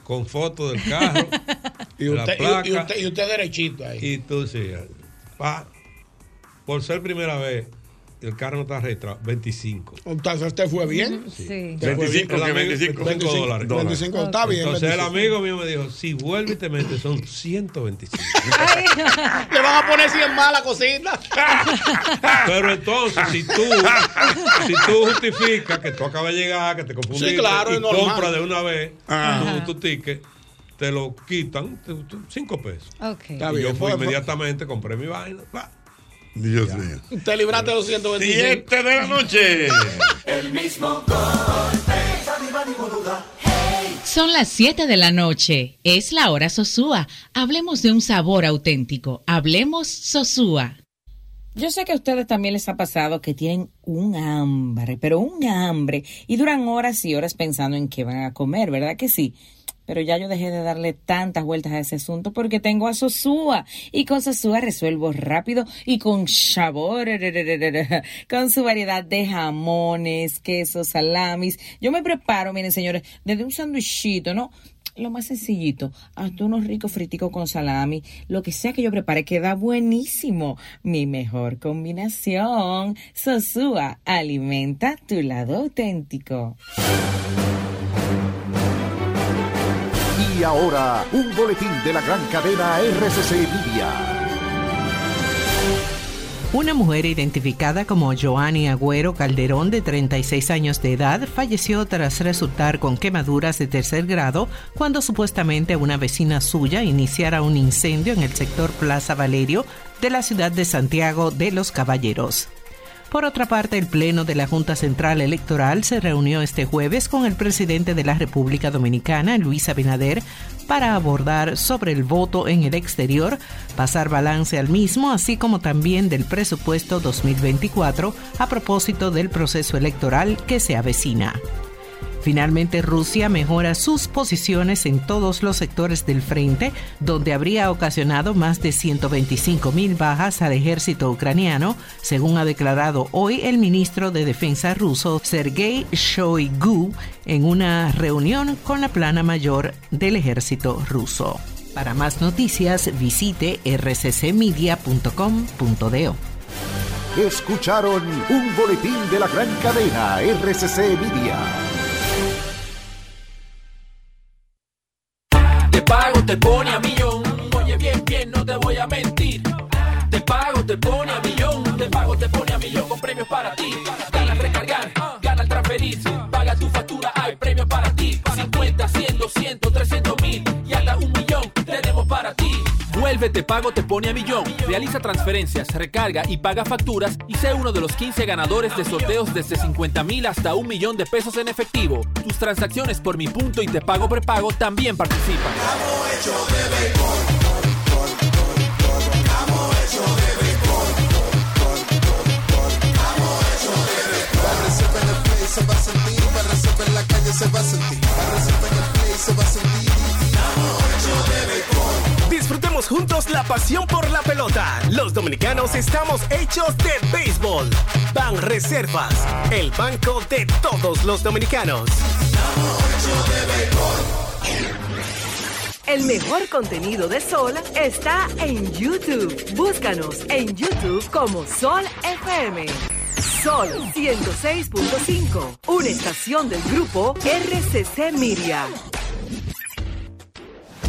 Speaker 11: con fotos del carro
Speaker 9: Y
Speaker 11: la
Speaker 9: usted, y-
Speaker 11: placa.
Speaker 9: y usted- y usted derechito ahí.
Speaker 11: Y tú sí. eh. pa, por ser primera vez, el carro no está registrado, 25.
Speaker 9: Entonces, usted fue bien.
Speaker 11: Sí.
Speaker 9: Usted fue bien.
Speaker 11: El amigo,
Speaker 9: 25,
Speaker 11: 25 dólares.
Speaker 9: 25 está bien.
Speaker 11: Entonces
Speaker 9: 25.
Speaker 11: el amigo mío me dijo, si vuelve y te metes, son 125.
Speaker 9: Le van a poner 100 malas cositas.
Speaker 11: Pero entonces, si tú, si tú justificas que tú acabas de llegar, que te confundiste
Speaker 9: Sí, claro,
Speaker 11: y
Speaker 9: es normal.
Speaker 11: compras de una vez
Speaker 9: Ajá.
Speaker 11: tu, tu ticket, te lo quitan 5 pesos.
Speaker 27: Ok.
Speaker 9: Está
Speaker 11: y
Speaker 9: bien, pues,
Speaker 11: yo fui
Speaker 9: fue-
Speaker 11: inmediatamente, compré mi vaina. pa.
Speaker 5: Dios mío.
Speaker 9: Te libraste de los 125.
Speaker 5: Siete de la noche.
Speaker 9: El mismo.
Speaker 16: Son las 7 de la noche. Es la hora Sosúa. Hablemos de un sabor auténtico. Hablemos Sosúa.
Speaker 28: Yo sé que a ustedes también les ha pasado que tienen un hambre, pero un hambre, y duran horas y horas pensando en qué van a comer, ¿verdad que sí? Pero ya yo dejé de darle tantas vueltas a ese asunto porque tengo a Sosúa y con Sosúa resuelvo rápido y con sabor, con su variedad de jamones, quesos, salamis. Yo me preparo, miren señores, desde un sandwichito, ¿no? lo más sencillito, hasta unos ricos friticos con salami, lo que sea que yo prepare queda buenísimo. Mi mejor combinación. Sosúa, alimenta tu lado auténtico.
Speaker 18: Y ahora, un boletín de la gran cadena RCC Media.
Speaker 19: Una mujer identificada como Joanny Agüero Calderón, de 36 años de edad, falleció tras resultar con quemaduras de tercer grado cuando supuestamente una vecina suya iniciara un incendio en el sector Plaza Valerio de la ciudad de Santiago de los Caballeros. Por otra parte, el Pleno de la Junta Central Electoral se reunió este jueves con el presidente de la República Dominicana, Luis Abinader, para abordar sobre el voto en el exterior, pasar balance al mismo, así como también del presupuesto 2024 a propósito del proceso electoral que se avecina. Finalmente, Rusia mejora sus posiciones en todos los sectores del frente, donde habría ocasionado más de 125 mil bajas al ejército ucraniano, según ha declarado hoy el ministro de Defensa ruso Sergei Shoigu en una reunión con la plana mayor del ejército ruso. Para más noticias, visite rccmedia.com.do.
Speaker 18: Escucharon un boletín de la gran cadena RCC Media.
Speaker 29: Te pago, te pone a millón. Oye, bien, bien, no te voy a mentir. Te pago, te pone a millón. Te pago, te pone a millón con premios para ti. Gana al recargar, gana al transferir. Paga tu factura, hay premios para ti. 50, 100, 200, 300 mil. Y hasta un millón tenemos para ti. Vuelve, te pago, te pone a millón. Realiza transferencias, recarga y paga facturas y sé uno de los 15 ganadores de sorteos desde 50 mil hasta un millón de pesos en efectivo. Tus transacciones por mi punto y te pago prepago también participan.
Speaker 1: se va a sentir, barra sopa en la calle se va a sentir, barra sopa en el play se va a sentir.
Speaker 30: Disfrutemos juntos la pasión por la pelota. Los dominicanos estamos hechos de béisbol. Ban Reservas, el banco de todos los dominicanos.
Speaker 31: El mejor contenido de Sol está en YouTube. Búscanos en YouTube como Sol FM. Sol 106.5, una estación del grupo RCC Miria.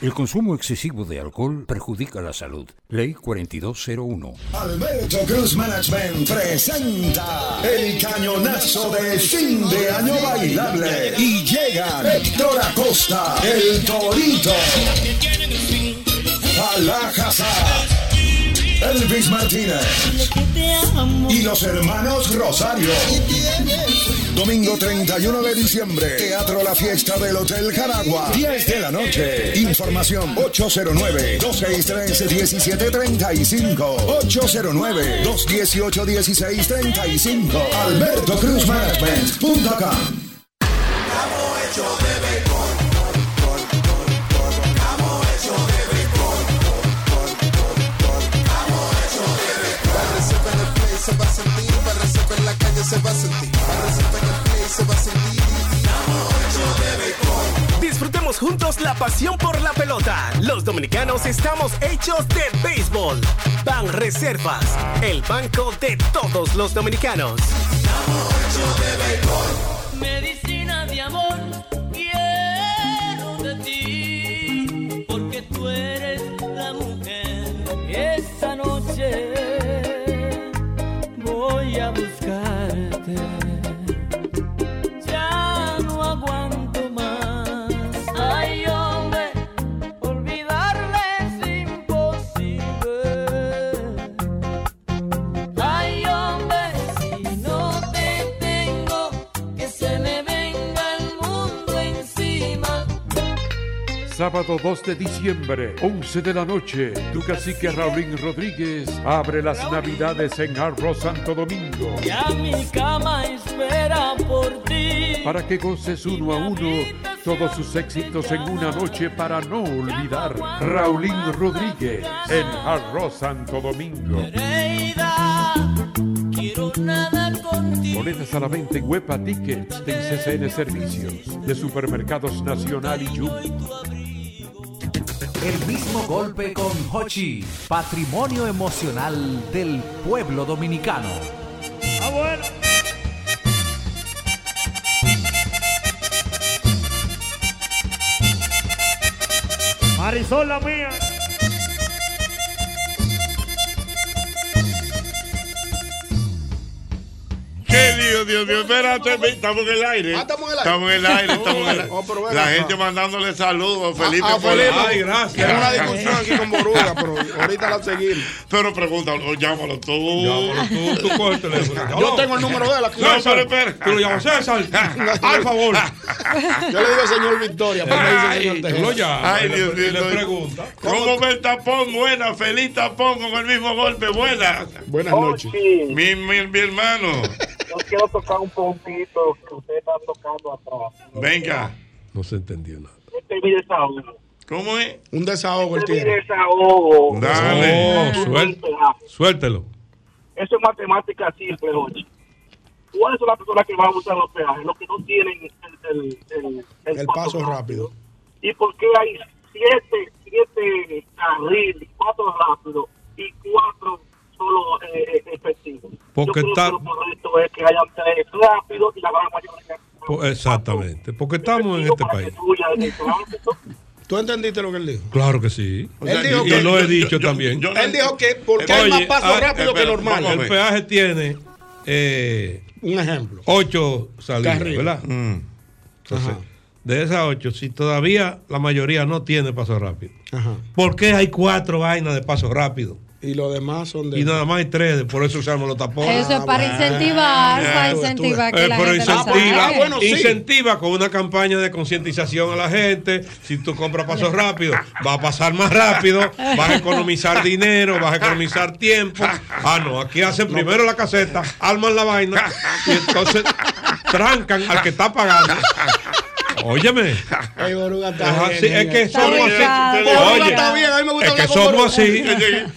Speaker 32: El consumo excesivo de alcohol perjudica la salud. Ley 4201.
Speaker 21: Alberto Cruz Management presenta el cañonazo de fin de año bailable y llegan Héctor Acosta, el Torito, Alajaza, Elvis Martínez y los hermanos Rosario. Domingo 31 de diciembre, Teatro La Fiesta del Hotel Jaragua, 10 de la noche. Información 809-263-1735. 809-218-1635. AlbertoCruzManagement.com
Speaker 1: Hecho de béisbol.
Speaker 33: se va a sentir, barra sepa en la calle se va a sentir, barra sepa en el play se va a sentir.
Speaker 17: Disfrutemos juntos la pasión por la pelota. Los dominicanos estamos hechos de béisbol. Ban Reservas, el banco de todos los dominicanos.
Speaker 1: Medicina de amor, quiero de ti, porque tú eres la mujer. Esta noche voy a buscarte. Ya no aguanto más. Ay, hombre, olvidarle es imposible. Ay, hombre, si no te tengo, que se me venga el mundo encima.
Speaker 2: Sábado 2 de diciembre, 11 de la noche, tu cacique Raulín Rodríguez abre las navidades en Arro Santo Domingo.
Speaker 1: Ya mi cama espera por ti.
Speaker 2: Para que goces uno a uno todos sus éxitos en una noche para no olvidar. Raulín Rodríguez en Arro Santo Domingo.
Speaker 1: Nereida, quiero nada contigo.
Speaker 2: Boletas a la venta en Huepa Tickets de ICCN Servicios, de Supermercados Nacional y Jumbo.
Speaker 24: El mismo golpe con Hochi, patrimonio emocional del pueblo dominicano.
Speaker 7: Ah, bueno. Marisol la mía.
Speaker 5: Qué lío, Dios mío. Espérate, estamos en el aire.
Speaker 9: Ah, estamos en el aire.
Speaker 5: Estamos en el aire. estamos en el aire.
Speaker 9: Oh, pero ven
Speaker 5: La
Speaker 9: acá.
Speaker 5: gente mandándole saludos a Felipe.
Speaker 9: Ah, ah,
Speaker 5: por-
Speaker 9: Felipe. Era una discusión
Speaker 5: aquí con
Speaker 9: Boruga,
Speaker 5: pero ahorita la seguimos. Pero pregunta, o llámalo tú.
Speaker 11: Llámalo tú, tú coge el teléfono.
Speaker 9: Yo tengo el número de él aquí.
Speaker 5: No, pero espera.
Speaker 11: Tú lo llamas César. Al favor.
Speaker 9: Yo le digo señor Victoria, pero me dice señor Tejeda.
Speaker 11: Lo llama.
Speaker 5: Ay,
Speaker 11: y le-
Speaker 5: Dios mío,
Speaker 11: y le
Speaker 5: estoy-
Speaker 11: pregunta.
Speaker 5: ¿Cómo ve el tapón? Buena, feliz tapón con el mismo golpe. Buena.
Speaker 9: Buenas
Speaker 22: Oh,
Speaker 9: noches.
Speaker 5: Mi, mi, mi hermano.
Speaker 22: Yo quiero tocar un puntito que usted está tocando atrás.
Speaker 5: Venga.
Speaker 11: No se entendió nada.
Speaker 22: Este es mi desahogo.
Speaker 5: ¿Cómo es?
Speaker 9: Un desahogo el
Speaker 22: Este es mi
Speaker 9: tiene.
Speaker 22: desahogo.
Speaker 11: Pues Dale.
Speaker 22: Eso es
Speaker 11: Oh, suel-
Speaker 22: matemática.
Speaker 11: Suéltelo.
Speaker 22: Eso es matemática simple, Jochi. ¿Cuáles son las personas que van a usar los peajes? Los que no tienen el, el, el, el
Speaker 9: El paso rápido.
Speaker 22: ¿Y por qué hay siete, siete carriles, cuatro rápidos y cuatro solo eh, eh, efectivos?
Speaker 11: Porque
Speaker 22: Yo creo
Speaker 11: está-
Speaker 22: que lo correcto es que hayan tres rápidos y la gran mayoría
Speaker 11: Po- Exactamente. Porque estamos en este país.
Speaker 22: tuya en el tránsito.
Speaker 9: ¿Tú entendiste lo que él dijo?
Speaker 11: Claro que sí.
Speaker 9: O sea,
Speaker 11: Y-
Speaker 9: dijo
Speaker 11: y
Speaker 9: que-
Speaker 11: lo he
Speaker 9: yo-
Speaker 11: dicho
Speaker 9: yo- yo-
Speaker 11: también.
Speaker 9: yo- él dijo que porque hay más pasos
Speaker 11: ah,
Speaker 9: rápidos que
Speaker 11: espera,
Speaker 9: normal.
Speaker 11: vamos a ver. El peaje tiene eh,
Speaker 9: Un ejemplo.
Speaker 11: ocho salidas,
Speaker 9: Carril. Mm.
Speaker 11: ¿verdad? Entonces,
Speaker 9: Ajá.
Speaker 11: de esas ocho, si todavía la mayoría no tiene paso rápido,
Speaker 9: Ajá.
Speaker 11: ¿por qué hay cuatro vainas de paso rápido?
Speaker 9: Y los demás son de.
Speaker 11: Y nada más hay tres, de- por eso usamos los tapones. Ah,
Speaker 3: Eso es para incentivar, para incentivar que
Speaker 11: Eh,
Speaker 3: la
Speaker 11: pero
Speaker 3: gente lo
Speaker 11: incentiva,
Speaker 9: Ah,
Speaker 3: saque.
Speaker 11: incentiva con una campaña de concientización a la gente. Si tú compras pasos rápidos, va a pasar más rápido, vas a economizar dinero, vas a economizar tiempo. Ah, no, aquí hacen primero la caseta, arman la vaina y entonces trancan al que está pagando. Óyeme,
Speaker 9: Ay, Boruga está
Speaker 11: es
Speaker 9: bien,
Speaker 11: así, es
Speaker 9: ella.
Speaker 11: que somos así.
Speaker 9: Boruga
Speaker 11: Oye,
Speaker 9: está bien, a mí me gusta
Speaker 11: es que
Speaker 9: hablar con
Speaker 11: somos
Speaker 9: Boruga.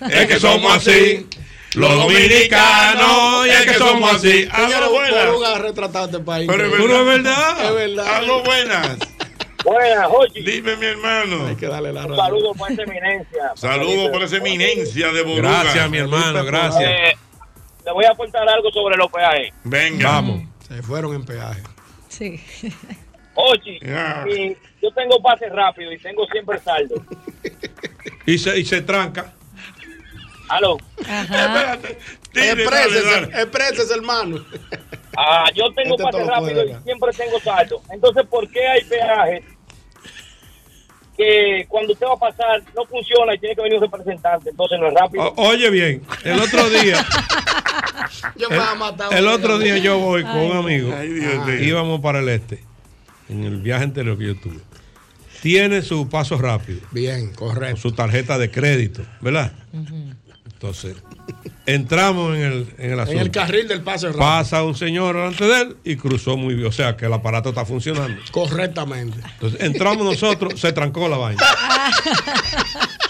Speaker 11: así, es que somos así. Los dominicanos, es que somos así. A
Speaker 9: Señores,
Speaker 11: lo buena.
Speaker 9: Boruga ha retratado este país.
Speaker 11: Pero es verdad. Pero es verdad.
Speaker 9: Es verdad. Ah,
Speaker 5: A lo buenas.
Speaker 22: Buenas, Jochi.
Speaker 5: Dime, mi hermano. Hay
Speaker 9: que darle la
Speaker 22: Un saludo por esa eminencia.
Speaker 5: Saludos por esa eminencia de Boruga.
Speaker 11: Gracias, mi hermano,
Speaker 9: pues,
Speaker 11: gracias.
Speaker 22: Eh, te voy a aportar algo sobre los peajes.
Speaker 5: Venga.
Speaker 11: Vamos.
Speaker 9: Se fueron en peaje.
Speaker 3: Sí.
Speaker 22: Ochi,
Speaker 11: Ya.
Speaker 22: y yo tengo pase rápido y tengo siempre saldo.
Speaker 11: Y se, y se tranca.
Speaker 22: Aló.
Speaker 9: Exprésese, exprésese, hermano.
Speaker 22: Ah, yo tengo
Speaker 9: Este
Speaker 22: pase
Speaker 9: todo lo puede
Speaker 22: rápido y
Speaker 9: acá.
Speaker 22: siempre tengo saldo. Entonces, ¿por qué hay peajes que cuando usted va a pasar no funciona y tiene que venir un representante? Entonces no es rápido.
Speaker 5: Oh,
Speaker 11: O- oye bien, el otro día,
Speaker 9: Yo
Speaker 11: el,
Speaker 9: me voy a matar.
Speaker 11: el otro día yo voy con un amigo,
Speaker 5: Dios mío.
Speaker 11: íbamos para el este, en el viaje anterior que yo tuve. Tiene su paso rápido.
Speaker 9: Bien, correcto.
Speaker 11: Su tarjeta de crédito, ¿verdad? Entonces, entramos en el, en el
Speaker 9: En
Speaker 11: asunto.
Speaker 9: el carril del pase rápido.
Speaker 11: Pasa un señor delante de él y cruzó muy bien. O sea que el aparato está funcionando.
Speaker 9: Correctamente.
Speaker 11: Entonces entramos nosotros, se trancó la vaina.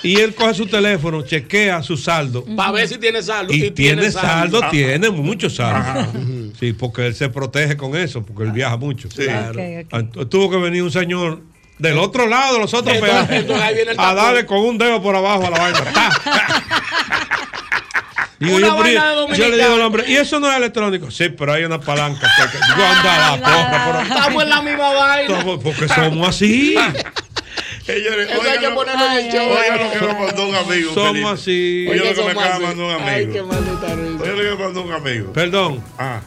Speaker 11: Y él coge su teléfono, chequea su saldo.
Speaker 9: Para ver si tiene saldo. Ah.
Speaker 11: Y
Speaker 9: si
Speaker 11: tiene, saldo,
Speaker 9: Ajá.
Speaker 11: tiene mucho saldo. Sí, porque él se protege con eso, porque él viaja mucho.
Speaker 9: Claro. Ok,
Speaker 11: Ent- Tuvo que venir un señor del otro lado, de los otros
Speaker 9: Entonces-
Speaker 11: peajes,
Speaker 9: entonces ahí viene el
Speaker 11: a
Speaker 9: tapón.
Speaker 11: darle con un dedo por abajo a la vaina. ¡Ta! Y
Speaker 9: Una
Speaker 11: yo, pero
Speaker 9: vaina
Speaker 11: yo-
Speaker 9: de
Speaker 11: yo le digo al
Speaker 9: dominicano.
Speaker 11: hombre, ¿y eso no es electrónico? Sí, pero hay una palanca. Porque, digo, anda la porra, pero-
Speaker 9: Estamos en la misma vaina.
Speaker 11: Somos- Porque somos así.
Speaker 9: Ah,
Speaker 5: Señores,
Speaker 9: Eso hay que ponerlo en el show.
Speaker 5: Oiga lo que me mandó un amigo.
Speaker 11: Somos
Speaker 5: Felipe.
Speaker 11: así.
Speaker 5: Oiga lo que me
Speaker 11: Somos
Speaker 5: acaba de
Speaker 11: así.
Speaker 5: mandar un
Speaker 11: Ay,
Speaker 5: amigo.
Speaker 11: qué
Speaker 9: maldita risa.
Speaker 5: Oiga lo que me mandó un amigo.
Speaker 11: Perdón.
Speaker 5: Ah.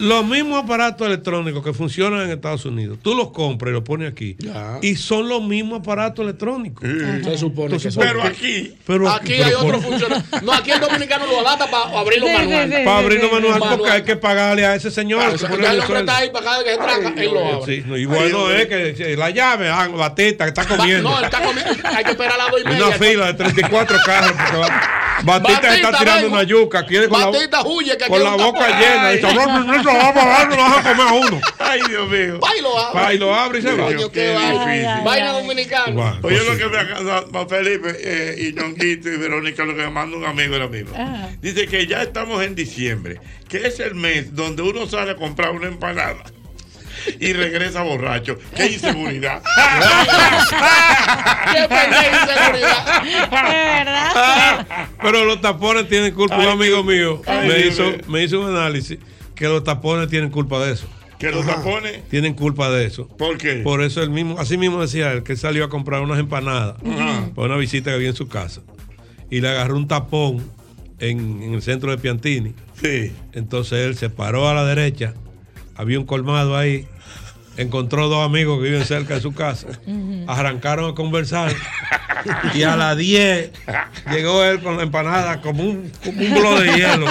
Speaker 11: Los mismos aparatos electrónicos que funcionan en Estados Unidos, tú los compras y los pones aquí. Y son los mismos aparatos electrónicos.
Speaker 9: Se supone
Speaker 11: Entonces,
Speaker 9: que son.
Speaker 11: ¿por qué? Pero
Speaker 9: Pero
Speaker 11: aquí-
Speaker 9: aquí,
Speaker 11: pero
Speaker 9: hay otro
Speaker 11: por-
Speaker 9: funcionario. No, aquí el dominicano lo adapta para abrir los
Speaker 11: Sí, sí,
Speaker 9: manuales.
Speaker 11: Para abrir los manuales, porque hay que pagarle a ese señor.
Speaker 9: Claro,
Speaker 11: que
Speaker 9: o sea,
Speaker 11: pone
Speaker 9: ya
Speaker 11: el
Speaker 9: el hombre
Speaker 11: sueldo.
Speaker 9: está ahí para cada vez que se tranca, él lo abre.
Speaker 11: Sí, no, y bueno es que eh, la llave, ah, batista, que está comiendo.
Speaker 9: No, él está comiendo. Hay que esperar a las dos y media.
Speaker 11: Una fila de 34 carros. Porque va- Batista,
Speaker 9: Batista,
Speaker 11: está tirando
Speaker 9: ven.
Speaker 11: una yuca. Quiere con
Speaker 9: Batista,
Speaker 11: la, bo-
Speaker 9: huye, que aquí
Speaker 11: con
Speaker 9: hay
Speaker 11: la
Speaker 9: un
Speaker 11: boca
Speaker 9: tapón.
Speaker 11: llena.
Speaker 9: Ay.
Speaker 11: Dice, no, no, no, no, vamos a dar, no vas a comer a uno.
Speaker 5: Ay, Dios mío.
Speaker 9: Va y lo abre.
Speaker 11: Va y lo abre y se va.
Speaker 9: Coño, qué vaina. Vaina dominicana.
Speaker 11: pues
Speaker 5: Oye, lo que me acaba Felipe eh, y Ñonguito y Verónica, lo que me manda un amigo ahora mismo.
Speaker 1: Ah.
Speaker 9: Ajá.
Speaker 5: Dice que ya estamos en diciembre, que es el mes donde uno sale a comprar una empanada y regresa borracho. ¡Qué inseguridad!
Speaker 9: ¡Qué pendeja inseguridad! verdad?
Speaker 11: Pero los tapones tienen culpa. un amigo mío me, hizo, me hizo un análisis que los tapones tienen culpa de eso.
Speaker 5: Que los tapones
Speaker 11: Tienen culpa de eso.
Speaker 5: ¿Por qué?
Speaker 11: Por eso él mismo, así mismo decía él, que él salió a comprar unas empanadas
Speaker 5: Ajá.
Speaker 11: para una visita que había en su casa. Y le agarró un tapón en, en el centro de Piantini.
Speaker 5: Sí.
Speaker 11: Entonces él se paró a la derecha, había un colmado ahí, encontró dos amigos que viven cerca de su casa,
Speaker 9: Mm.
Speaker 11: arrancaron a conversar. Y a las 10 llegó él con la empanada como un, como un bloque de hielo.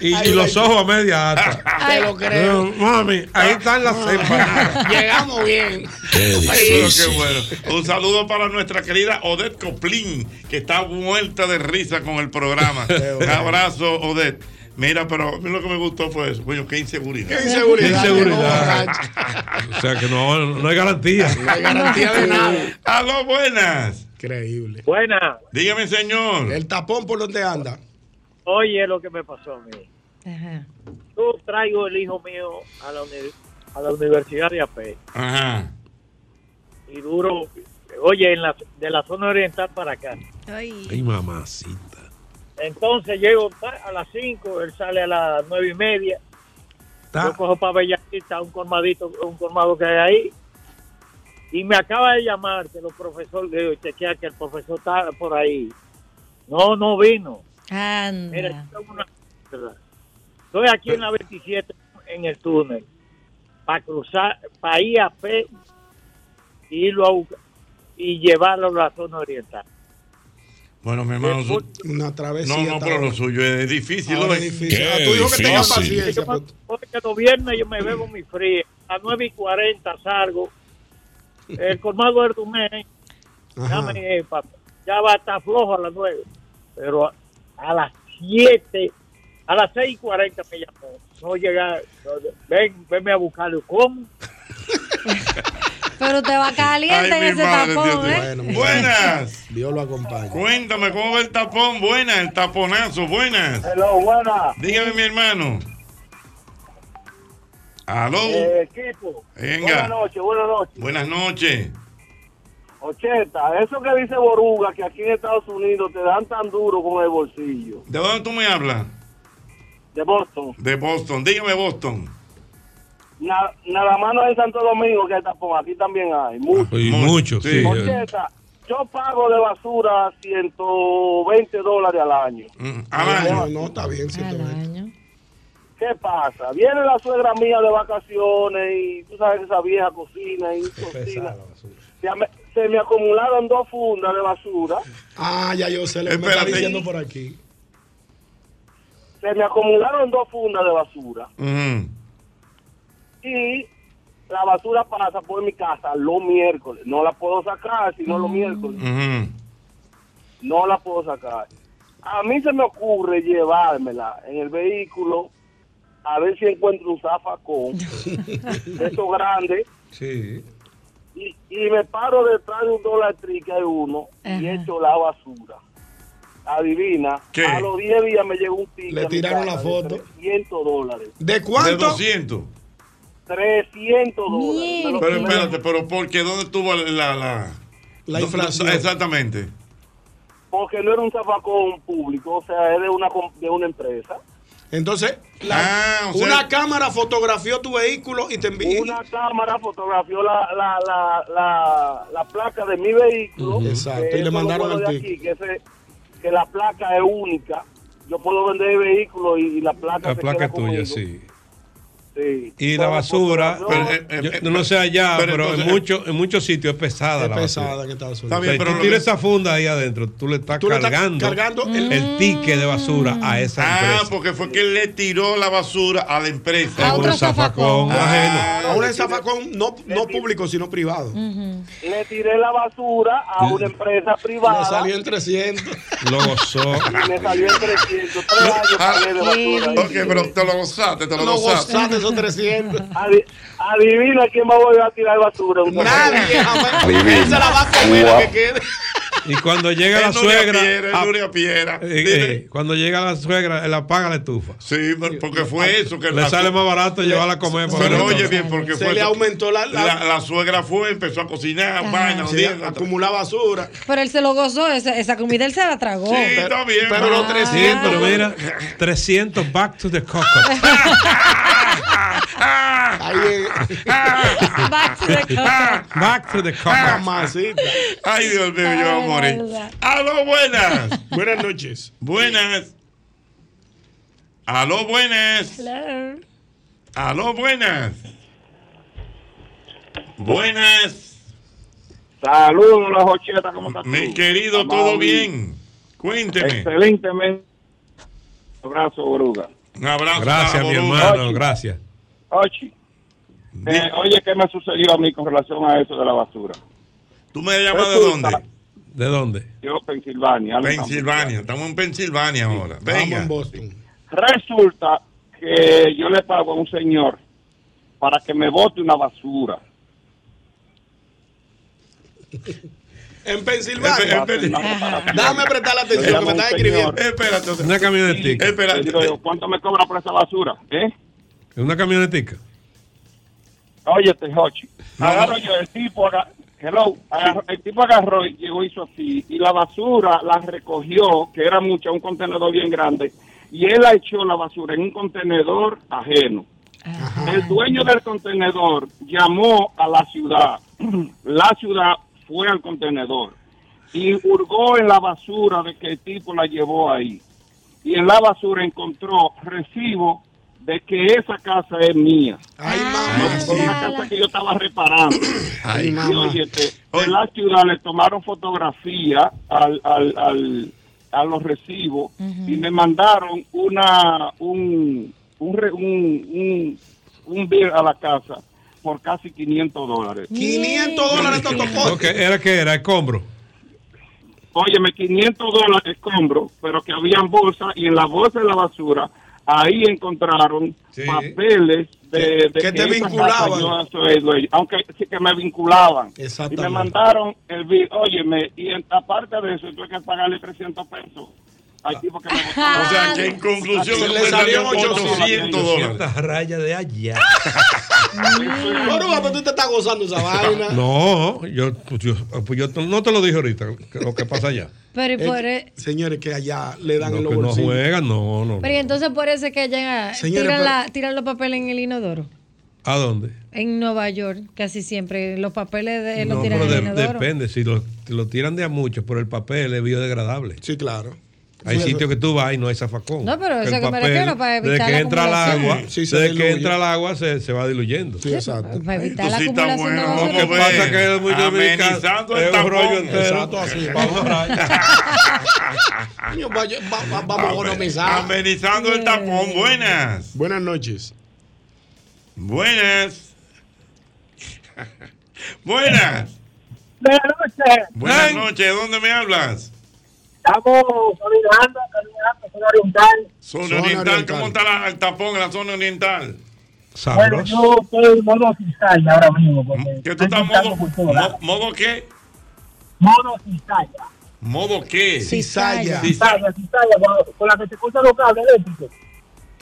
Speaker 11: Y, y los ojos a media alta.
Speaker 9: Te lo creo.
Speaker 11: Mami, ahí están las empanadas.
Speaker 9: Llegamos bien.
Speaker 5: Pero qué bueno. Un saludo para nuestra querida Odette Coplin, que está muerta de risa con el programa. Un abrazo, Odette. Mira, pero a mí lo que me gustó fue eso. Coño, qué inseguridad.
Speaker 9: Qué inseguridad.
Speaker 11: Qué inseguridad. O sea que no, no hay garantía. No
Speaker 9: hay garantía de nada.
Speaker 5: Aló, buenas.
Speaker 8: Increíble.
Speaker 5: Buenas. Dígame, señor.
Speaker 8: El tapón por donde anda.
Speaker 12: Oye, lo que me pasó a mí. Yo traigo el hijo mío a la, uni- a la Universidad de AP
Speaker 5: Ajá.
Speaker 12: y duro, oye, en la, de la zona oriental para acá.
Speaker 11: Ay, mamacita.
Speaker 12: Entonces llego ta- a las 5, él sale a las 9 y media. Yo cojo para Bellavista, un colmadito, un colmado que hay ahí. Y me acaba de llamar que los profesores, le digo, chequea que el profesor está por ahí. No, no vino. Mira, yo tengo una mierda. Estoy aquí en la 27 en el túnel para cruzar, para ir a P y irlo a buscar- y llevarlo a la zona oriental.
Speaker 5: Bueno, mi
Speaker 22: Eh,
Speaker 5: hermano. su-
Speaker 8: Una travesía.
Speaker 5: No, no, pero lo suyo es difícil.
Speaker 8: Ahora
Speaker 5: ¿no?
Speaker 8: es difícil.
Speaker 5: Qué
Speaker 8: Ah, tú dijo que tenga
Speaker 5: difícil.
Speaker 8: paciencia.
Speaker 12: Yo me- Porque los viernes yo me bebo mi fría. A 9 y 40 salgo. El colmado del Dumé, ya,
Speaker 8: Ajá.
Speaker 12: me- eh, ya va a estar flojo a las 9. Pero a, a las 7, a las 6 y 40 me llamó. No llegar, no, ven, venme a buscarlo. ¿Cómo?
Speaker 7: Pero te va caliente en ese tapón, ¿eh?
Speaker 5: Buenas.
Speaker 8: Dios lo acompaña.
Speaker 5: Cuéntame, ¿cómo va el tapón? Buenas, el taponazo, buenas.
Speaker 12: Hello, buenas.
Speaker 5: Dígame, mi hermano. Aló.
Speaker 12: Eh, equipo.
Speaker 5: Venga.
Speaker 12: Buenas noches, buenas noches.
Speaker 5: Buenas noches.
Speaker 12: 80. Eso que dice Boruga, que aquí en Estados Unidos te dan tan duro con el bolsillo.
Speaker 5: ¿De dónde tú me hablas?
Speaker 12: De Boston.
Speaker 5: De Boston. Dígame, Boston.
Speaker 12: Na- nada más no en Santo Domingo que hay tapón, aquí también hay. Mucho.
Speaker 11: Y mucho, sí.
Speaker 12: Ocheta, yo pago de basura 120 dólares al año.
Speaker 8: No, no, está bien.
Speaker 12: ¿Qué pasa? Viene la suegra mía de vacaciones y tú sabes que esa vieja cocina y cocina. Se, ame- se me acumularon dos fundas de basura.
Speaker 8: Ah, ya yo sé lo que me está
Speaker 12: Espérate.
Speaker 8: diciendo por aquí.
Speaker 12: Se me acumularon dos fundas de basura.
Speaker 5: Ujú.
Speaker 12: y la basura pasa por mi casa los miércoles. No la puedo sacar, sino
Speaker 1: Mm.
Speaker 12: los miércoles.
Speaker 5: Ujú.
Speaker 12: No la puedo sacar. A mí se me ocurre llevármela en el vehículo a ver si encuentro un zafacón de esos grandes
Speaker 11: Sí.
Speaker 22: y, y me paro detrás de un dólar tri que hay uno y echo la basura. Adivina,
Speaker 9: ¿Qué?
Speaker 22: a los 10 días me llegó un ticket.
Speaker 9: Le
Speaker 22: a mi
Speaker 9: tiraron
Speaker 22: casa
Speaker 9: la
Speaker 22: de
Speaker 9: foto.
Speaker 22: 300 dólares.
Speaker 9: ¿De cuánto?
Speaker 5: De 200.
Speaker 22: 300 dólares. Me
Speaker 5: Pero
Speaker 22: lo cobraron.
Speaker 5: espérate, pero ¿por qué? ¿Dónde estuvo la, la,
Speaker 9: la
Speaker 5: inflación? Exactamente.
Speaker 22: Porque no era un zapacón público, o sea, es de una, com- de una empresa.
Speaker 9: Entonces, la-
Speaker 22: Ah, o sea-
Speaker 9: una cámara fotografió tu vehículo y te envió.
Speaker 22: Una cámara fotografió la, la, la, la, la placa de mi vehículo.
Speaker 9: Ujú. Exacto,
Speaker 22: que
Speaker 9: y le
Speaker 22: eso es lo
Speaker 9: mandaron
Speaker 22: bueno
Speaker 9: el
Speaker 22: de aquí, que, ese- que la placa es única. Yo puedo vender el vehículo y, y la placa
Speaker 11: La
Speaker 22: se
Speaker 11: placa
Speaker 22: queda
Speaker 11: es tuya,
Speaker 22: conmigo.
Speaker 11: sí.
Speaker 22: Sí.
Speaker 11: Y la basura,
Speaker 22: Pero, eh,
Speaker 11: yo- no sé allá, pero,
Speaker 5: pero entonces-
Speaker 11: en muchos en muchos sitios es pesada la basura.
Speaker 9: pesada que estaba
Speaker 11: Está bien, pero tú
Speaker 9: lo
Speaker 11: tienes
Speaker 9: que-
Speaker 11: esa funda ahí adentro, tú le estás
Speaker 9: Tú le estás
Speaker 11: cargando,
Speaker 9: cargando el-
Speaker 11: el, ticket de basura a esa
Speaker 5: Ah,
Speaker 11: empresa.
Speaker 5: porque fue que él le tiró la basura a la empresa.
Speaker 11: A otro zafacón.
Speaker 5: Ah,
Speaker 9: Ahora el zafacón no, no público, sino privado.
Speaker 22: Le tiré la basura a una empresa privada.
Speaker 9: Le salió en 300.
Speaker 11: Lo gozó.
Speaker 22: y me salió en 300. Tres años pagué de basura.
Speaker 5: Ah. ok, pero te lo gozaste, te lo,
Speaker 22: Lo
Speaker 5: gozaste.
Speaker 22: gozaste.
Speaker 9: Son 300.
Speaker 22: Adi- adivina quién va a volver a tirar basura.
Speaker 9: Nadie, jamás.
Speaker 11: Adivina.
Speaker 9: Él se la va a comer la que
Speaker 11: Guau.
Speaker 9: quede.
Speaker 11: Y cuando llega
Speaker 9: Es
Speaker 11: la
Speaker 9: Nuria
Speaker 11: suegra,
Speaker 9: Piera, es
Speaker 11: ah,
Speaker 5: Nuria Piera.
Speaker 11: eh, eh, cuando llega la suegra, él apaga la estufa.
Speaker 5: Sí, porque fue eso que
Speaker 11: le
Speaker 5: la-
Speaker 11: sale más barato llevarla a comer. por
Speaker 5: Pero
Speaker 11: ejemplo.
Speaker 5: oye bien, porque
Speaker 9: Se
Speaker 5: fue
Speaker 9: le
Speaker 5: eso.
Speaker 9: aumentó la- la-
Speaker 5: Pues, la suegra fue, empezó a cocinar, vaina,
Speaker 9: Sí,
Speaker 5: jodiendo.
Speaker 9: acumular basura.
Speaker 3: Pero él se lo gozó, esa, esa comida él se la tragó.
Speaker 5: bien.
Speaker 9: Pero los
Speaker 11: Sí,
Speaker 9: 300.
Speaker 11: pero mira, 300 back to the coco.
Speaker 3: Back to the coco.
Speaker 11: Back to the
Speaker 5: Ah, Ay, Dios mío, yo voy a morir. Ah, Aló, buenas.
Speaker 9: buenas noches.
Speaker 5: Buenas. Aló, buenas. Aló, buenas. Buenas.
Speaker 22: Saludos, la jocheta, ¿cómo estás?
Speaker 5: Mi querido, ¿todo bien? Cuénteme.
Speaker 22: Excelentemente. Abrazo, oruga.
Speaker 5: Un abrazo.
Speaker 11: Gracias, mi
Speaker 5: Taboruga.
Speaker 11: hermano, gracias.
Speaker 22: Ochi. eh, oye, ¿qué me sucedió a mí con relación a eso de la basura?
Speaker 5: ¿Tú me llamas de dónde?
Speaker 11: ¿De dónde?
Speaker 22: Yo, Pensilvania.
Speaker 5: Pensilvania, estamos en Pensilvania ahora. Venga.
Speaker 22: Resulta que yo le pago a un señor para que me bote una basura.
Speaker 9: En Pensilvania. Déjame prestar la atención que me están escribiendo. Eh,
Speaker 5: Espérate.
Speaker 11: Una camionetica.
Speaker 5: Espérate.
Speaker 22: ¿Cuánto me cobra por esa basura? ¿Eh?
Speaker 11: Una camionetica.
Speaker 22: Óyete, Hochi. Agarro yo, el tipo, aga- hello, agarro- el tipo agarró y llegó, hizo así, y la basura la recogió, que era mucha, un contenedor bien grande, y él la echó la basura en un contenedor ajeno. El dueño del contenedor llamó a la ciudad, la ciudad fue al contenedor y hurgó en la basura de que el tipo la llevó ahí. Y en la basura encontró recibo de que esa casa es mía. Fue una casa que yo estaba reparando.
Speaker 5: Ah, Ay,
Speaker 22: y
Speaker 5: mamá.
Speaker 22: oye, que en la ciudad le tomaron fotografía al, al, al- a los recibos y me mandaron una un, un, re- un, un, un bill a la casa por casi 500 dólares.
Speaker 9: 500 dólares tanto costo.
Speaker 11: Ok, ¿Era qué era? Escombro.
Speaker 22: Óyeme, 500 dólares de escombro, pero que habían bolsas y en la bolsa de la basura, ahí encontraron papeles de, de
Speaker 9: que te
Speaker 22: esa casa
Speaker 9: vinculaban.
Speaker 22: yo no soy dueño, aunque sí que me vinculaban. Y me mandaron el bill, óyeme, y en- aparte de eso, tuve que pagarle 300 pesos. al tipo que me botó.
Speaker 5: O sea, que en conclusión
Speaker 22: Le
Speaker 5: le salieron
Speaker 22: salieron
Speaker 5: 800 dólares.
Speaker 11: 800 rayas de allá.
Speaker 9: Oruga, pero tú te estás gozando esa vaina.
Speaker 11: No, yo, pues yo, pues yo no te lo dije ahorita, que lo que pasa allá.
Speaker 3: Pero, y por, e-
Speaker 9: Eh, Señores, que allá le dan
Speaker 11: Lo
Speaker 9: en los
Speaker 11: que no
Speaker 9: bolsillos.
Speaker 11: juegan, no, no.
Speaker 3: pero y entonces por eso es que allá
Speaker 11: Señores,
Speaker 3: tiran,
Speaker 11: pero-
Speaker 3: la- tiran los papeles en el inodoro.
Speaker 11: ¿A dónde?
Speaker 3: En Nueva York, casi siempre, los papeles de, los
Speaker 11: No,
Speaker 3: eh, tiran
Speaker 11: pero
Speaker 3: en el
Speaker 11: de-
Speaker 3: inodoro.
Speaker 11: depende. Si lo, lo tiran de a muchos, pero el papel es biodegradable.
Speaker 9: Sí, claro.
Speaker 11: Hay
Speaker 9: Sí,
Speaker 11: sitios que tú vas y no hay zafacón.
Speaker 3: No, pero
Speaker 11: Que
Speaker 3: eso
Speaker 11: el
Speaker 3: que me
Speaker 11: papel,
Speaker 3: refiero, para evitar
Speaker 11: Desde que
Speaker 3: la
Speaker 11: entra el
Speaker 3: acumulación.
Speaker 11: agua,
Speaker 9: Sí, se
Speaker 11: desde
Speaker 9: diluye.
Speaker 11: que entra el agua se, se va diluyendo. Sí,
Speaker 9: exacto.
Speaker 3: Para evitar la
Speaker 11: sí estás
Speaker 3: acumulación
Speaker 11: bueno,
Speaker 3: de basura.
Speaker 11: ¿cómo ves? Pasa que es muy dominicano,
Speaker 5: Amenizando
Speaker 11: es
Speaker 5: el
Speaker 11: un
Speaker 5: tapón.
Speaker 11: rollo entero.
Speaker 5: Exacto, así.
Speaker 11: Vamos
Speaker 9: Coño, vaya, va- va- Vamos a economizar.
Speaker 5: Amenizando el tapón. Buenas.
Speaker 9: Buenas noches.
Speaker 5: Buenas. Buenas.
Speaker 22: Buenas noches.
Speaker 5: Buenas noches. ¿Dónde me hablas?
Speaker 22: Estamos caminando, caminando, zona oriental.
Speaker 5: Zona, oriental. ¿Cómo está la- el tapón en la zona oriental?
Speaker 12: Bueno, yo estoy en modo cizalla ahora mismo. Porque
Speaker 5: ¿Que tú estás modo, mo- modo qué?
Speaker 12: Modo cizalla.
Speaker 5: ¿Modo qué?
Speaker 12: Cizalla, cizalla, con, con la que se cortan los cables eléctricos.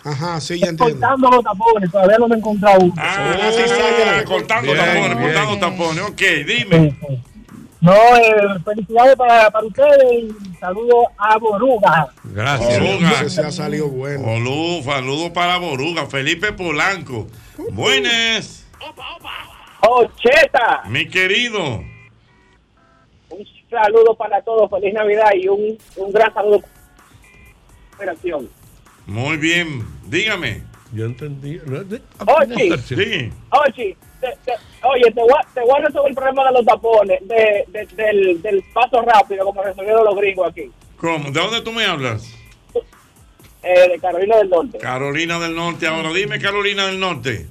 Speaker 9: Ajá, sí,
Speaker 12: ya entiendo. Cortando los tapones, todavía no me he encontrado uno.
Speaker 5: Ah, cizalla, cortando tapones, cortando tapones. Ok, dime.
Speaker 12: No, eh, felicidades para, para ustedes y saludos a Boruga.
Speaker 5: Gracias. Boruga.
Speaker 9: Se ha salido bueno.
Speaker 5: Olú, saludo para Boruga. Felipe Polanco. Buenas.
Speaker 12: Ocheta.
Speaker 5: Mi querido.
Speaker 12: Un saludo para todos, feliz Navidad y un, un gran saludo. Operación.
Speaker 5: Muy bien. Dígame. Yo entendí.
Speaker 12: Ochi.
Speaker 5: Sí.
Speaker 12: Ochi, te- te- oye, te voy, a, te voy a resolver el problema de los tapones, de, de- del, del paso rápido, como resolvieron los gringos aquí,
Speaker 5: ¿Cómo? ¿De dónde tú me hablas?
Speaker 12: eh, de Carolina del Norte.
Speaker 5: Carolina del Norte. Ahora dime, Carolina del Norte.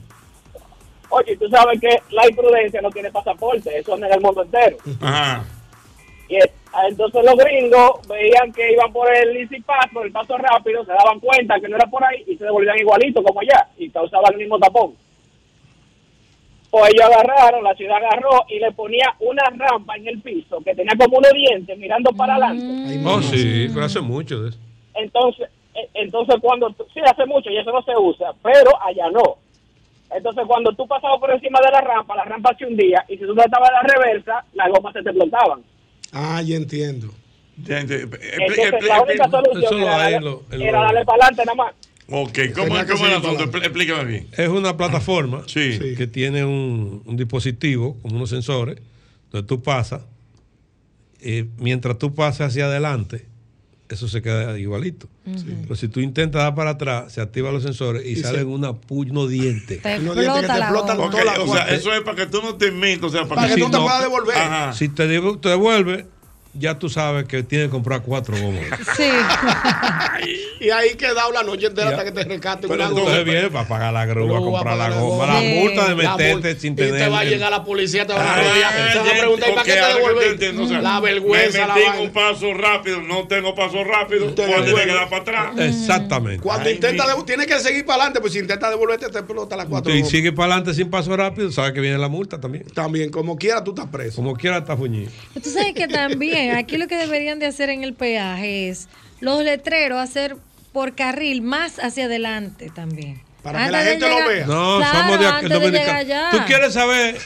Speaker 12: Oye, tú sabes que la imprudencia no tiene pasaporte, eso es en el mundo entero.
Speaker 5: Ajá.
Speaker 12: Y eh, entonces los gringos veían que iban por el easy pass, por el paso rápido, se daban cuenta que no era por ahí y se devolvían igualito como allá y causaban el mismo tapón. Pues ellos agarraron, la ciudad agarró y le ponía una rampa en el piso que tenía como unos dientes mirando para adelante.
Speaker 11: Oh, sí, pero hace mucho de eso.
Speaker 12: Entonces, eh, entonces cuando tú- sí hace mucho y eso no se usa, pero allá no. Entonces cuando tú pasabas por encima de la rampa, la rampa se hundía y si tú tratabas la reversa, las gomas se te explotaban.
Speaker 9: Ah, ya entiendo.
Speaker 11: Eh,
Speaker 9: Eh,
Speaker 12: Entonces, la única solución era, darle- era darle para adelante nada más.
Speaker 5: Ok, ¿cómo,
Speaker 11: Tenía
Speaker 5: es
Speaker 11: que
Speaker 5: cómo es el
Speaker 11: seguir
Speaker 5: asunto? Expl- Explícame bien.
Speaker 11: Es una plataforma
Speaker 5: Sí.
Speaker 11: que tiene un, un dispositivo, como unos sensores, donde tú pasas. eh, mientras tú pasas hacia adelante, eso se queda igualito. Pero si tú intentas dar para atrás, se activan los sensores y,
Speaker 5: Y se-
Speaker 11: salen una puño unos dientes.
Speaker 5: Te
Speaker 11: Unos dientes que
Speaker 5: explota
Speaker 11: te
Speaker 5: la
Speaker 11: explotan
Speaker 5: boca.
Speaker 11: toda la
Speaker 5: Ok, o
Speaker 11: boca.
Speaker 5: sea, eso es para que tú no te metas, o sea, para,
Speaker 11: Y si
Speaker 5: Ajá.
Speaker 11: Si te, devu- te devuelve, ya tú sabes que tienes que comprar cuatro gomas.
Speaker 9: Sí. y ahí quedado la noche entera hasta que te rescaten
Speaker 11: Pero
Speaker 9: una
Speaker 11: entonces
Speaker 9: goma.
Speaker 11: viene para pagar la grúa, comprar la goma,
Speaker 9: goma.
Speaker 11: la
Speaker 9: Sí.
Speaker 11: multa de
Speaker 9: La
Speaker 11: meterte sin tener.
Speaker 9: Y te va a
Speaker 11: el-
Speaker 9: llegar la policía, te van a
Speaker 5: Ah,
Speaker 9: rodear. Te van a
Speaker 5: ya
Speaker 9: preguntar, ¿y para
Speaker 5: ent-
Speaker 9: qué
Speaker 5: ok,
Speaker 9: te
Speaker 5: ahora que te
Speaker 9: devolví?
Speaker 5: entiendo, o sea,
Speaker 9: La vergüenza,
Speaker 5: Me
Speaker 9: la
Speaker 5: metí en
Speaker 9: vaina.
Speaker 5: un paso rápido, no tengo paso rápido, voy a tener pues, que dar para atrás.
Speaker 11: Exactamente.
Speaker 9: Cuando intenta, devo- tienes que seguir para adelante, pues si intenta devolverte, te explota las cuatro
Speaker 11: Y
Speaker 9: gomas.
Speaker 11: sigue para adelante sin paso rápido, sabes que viene la multa también.
Speaker 9: También, como quiera tú estás preso.
Speaker 11: Como quiera estás fuñido.
Speaker 7: Pero Tú sabes que también aquí lo que deberían de hacer en el peaje es los letreros hacer por carril más hacia adelante también.
Speaker 11: Para
Speaker 7: Antes de llegar-
Speaker 11: No,
Speaker 7: Claro,
Speaker 11: somos de aquí,
Speaker 7: antes de llegar
Speaker 11: dominicanos.
Speaker 7: allá.
Speaker 11: ¿Tú quieres saber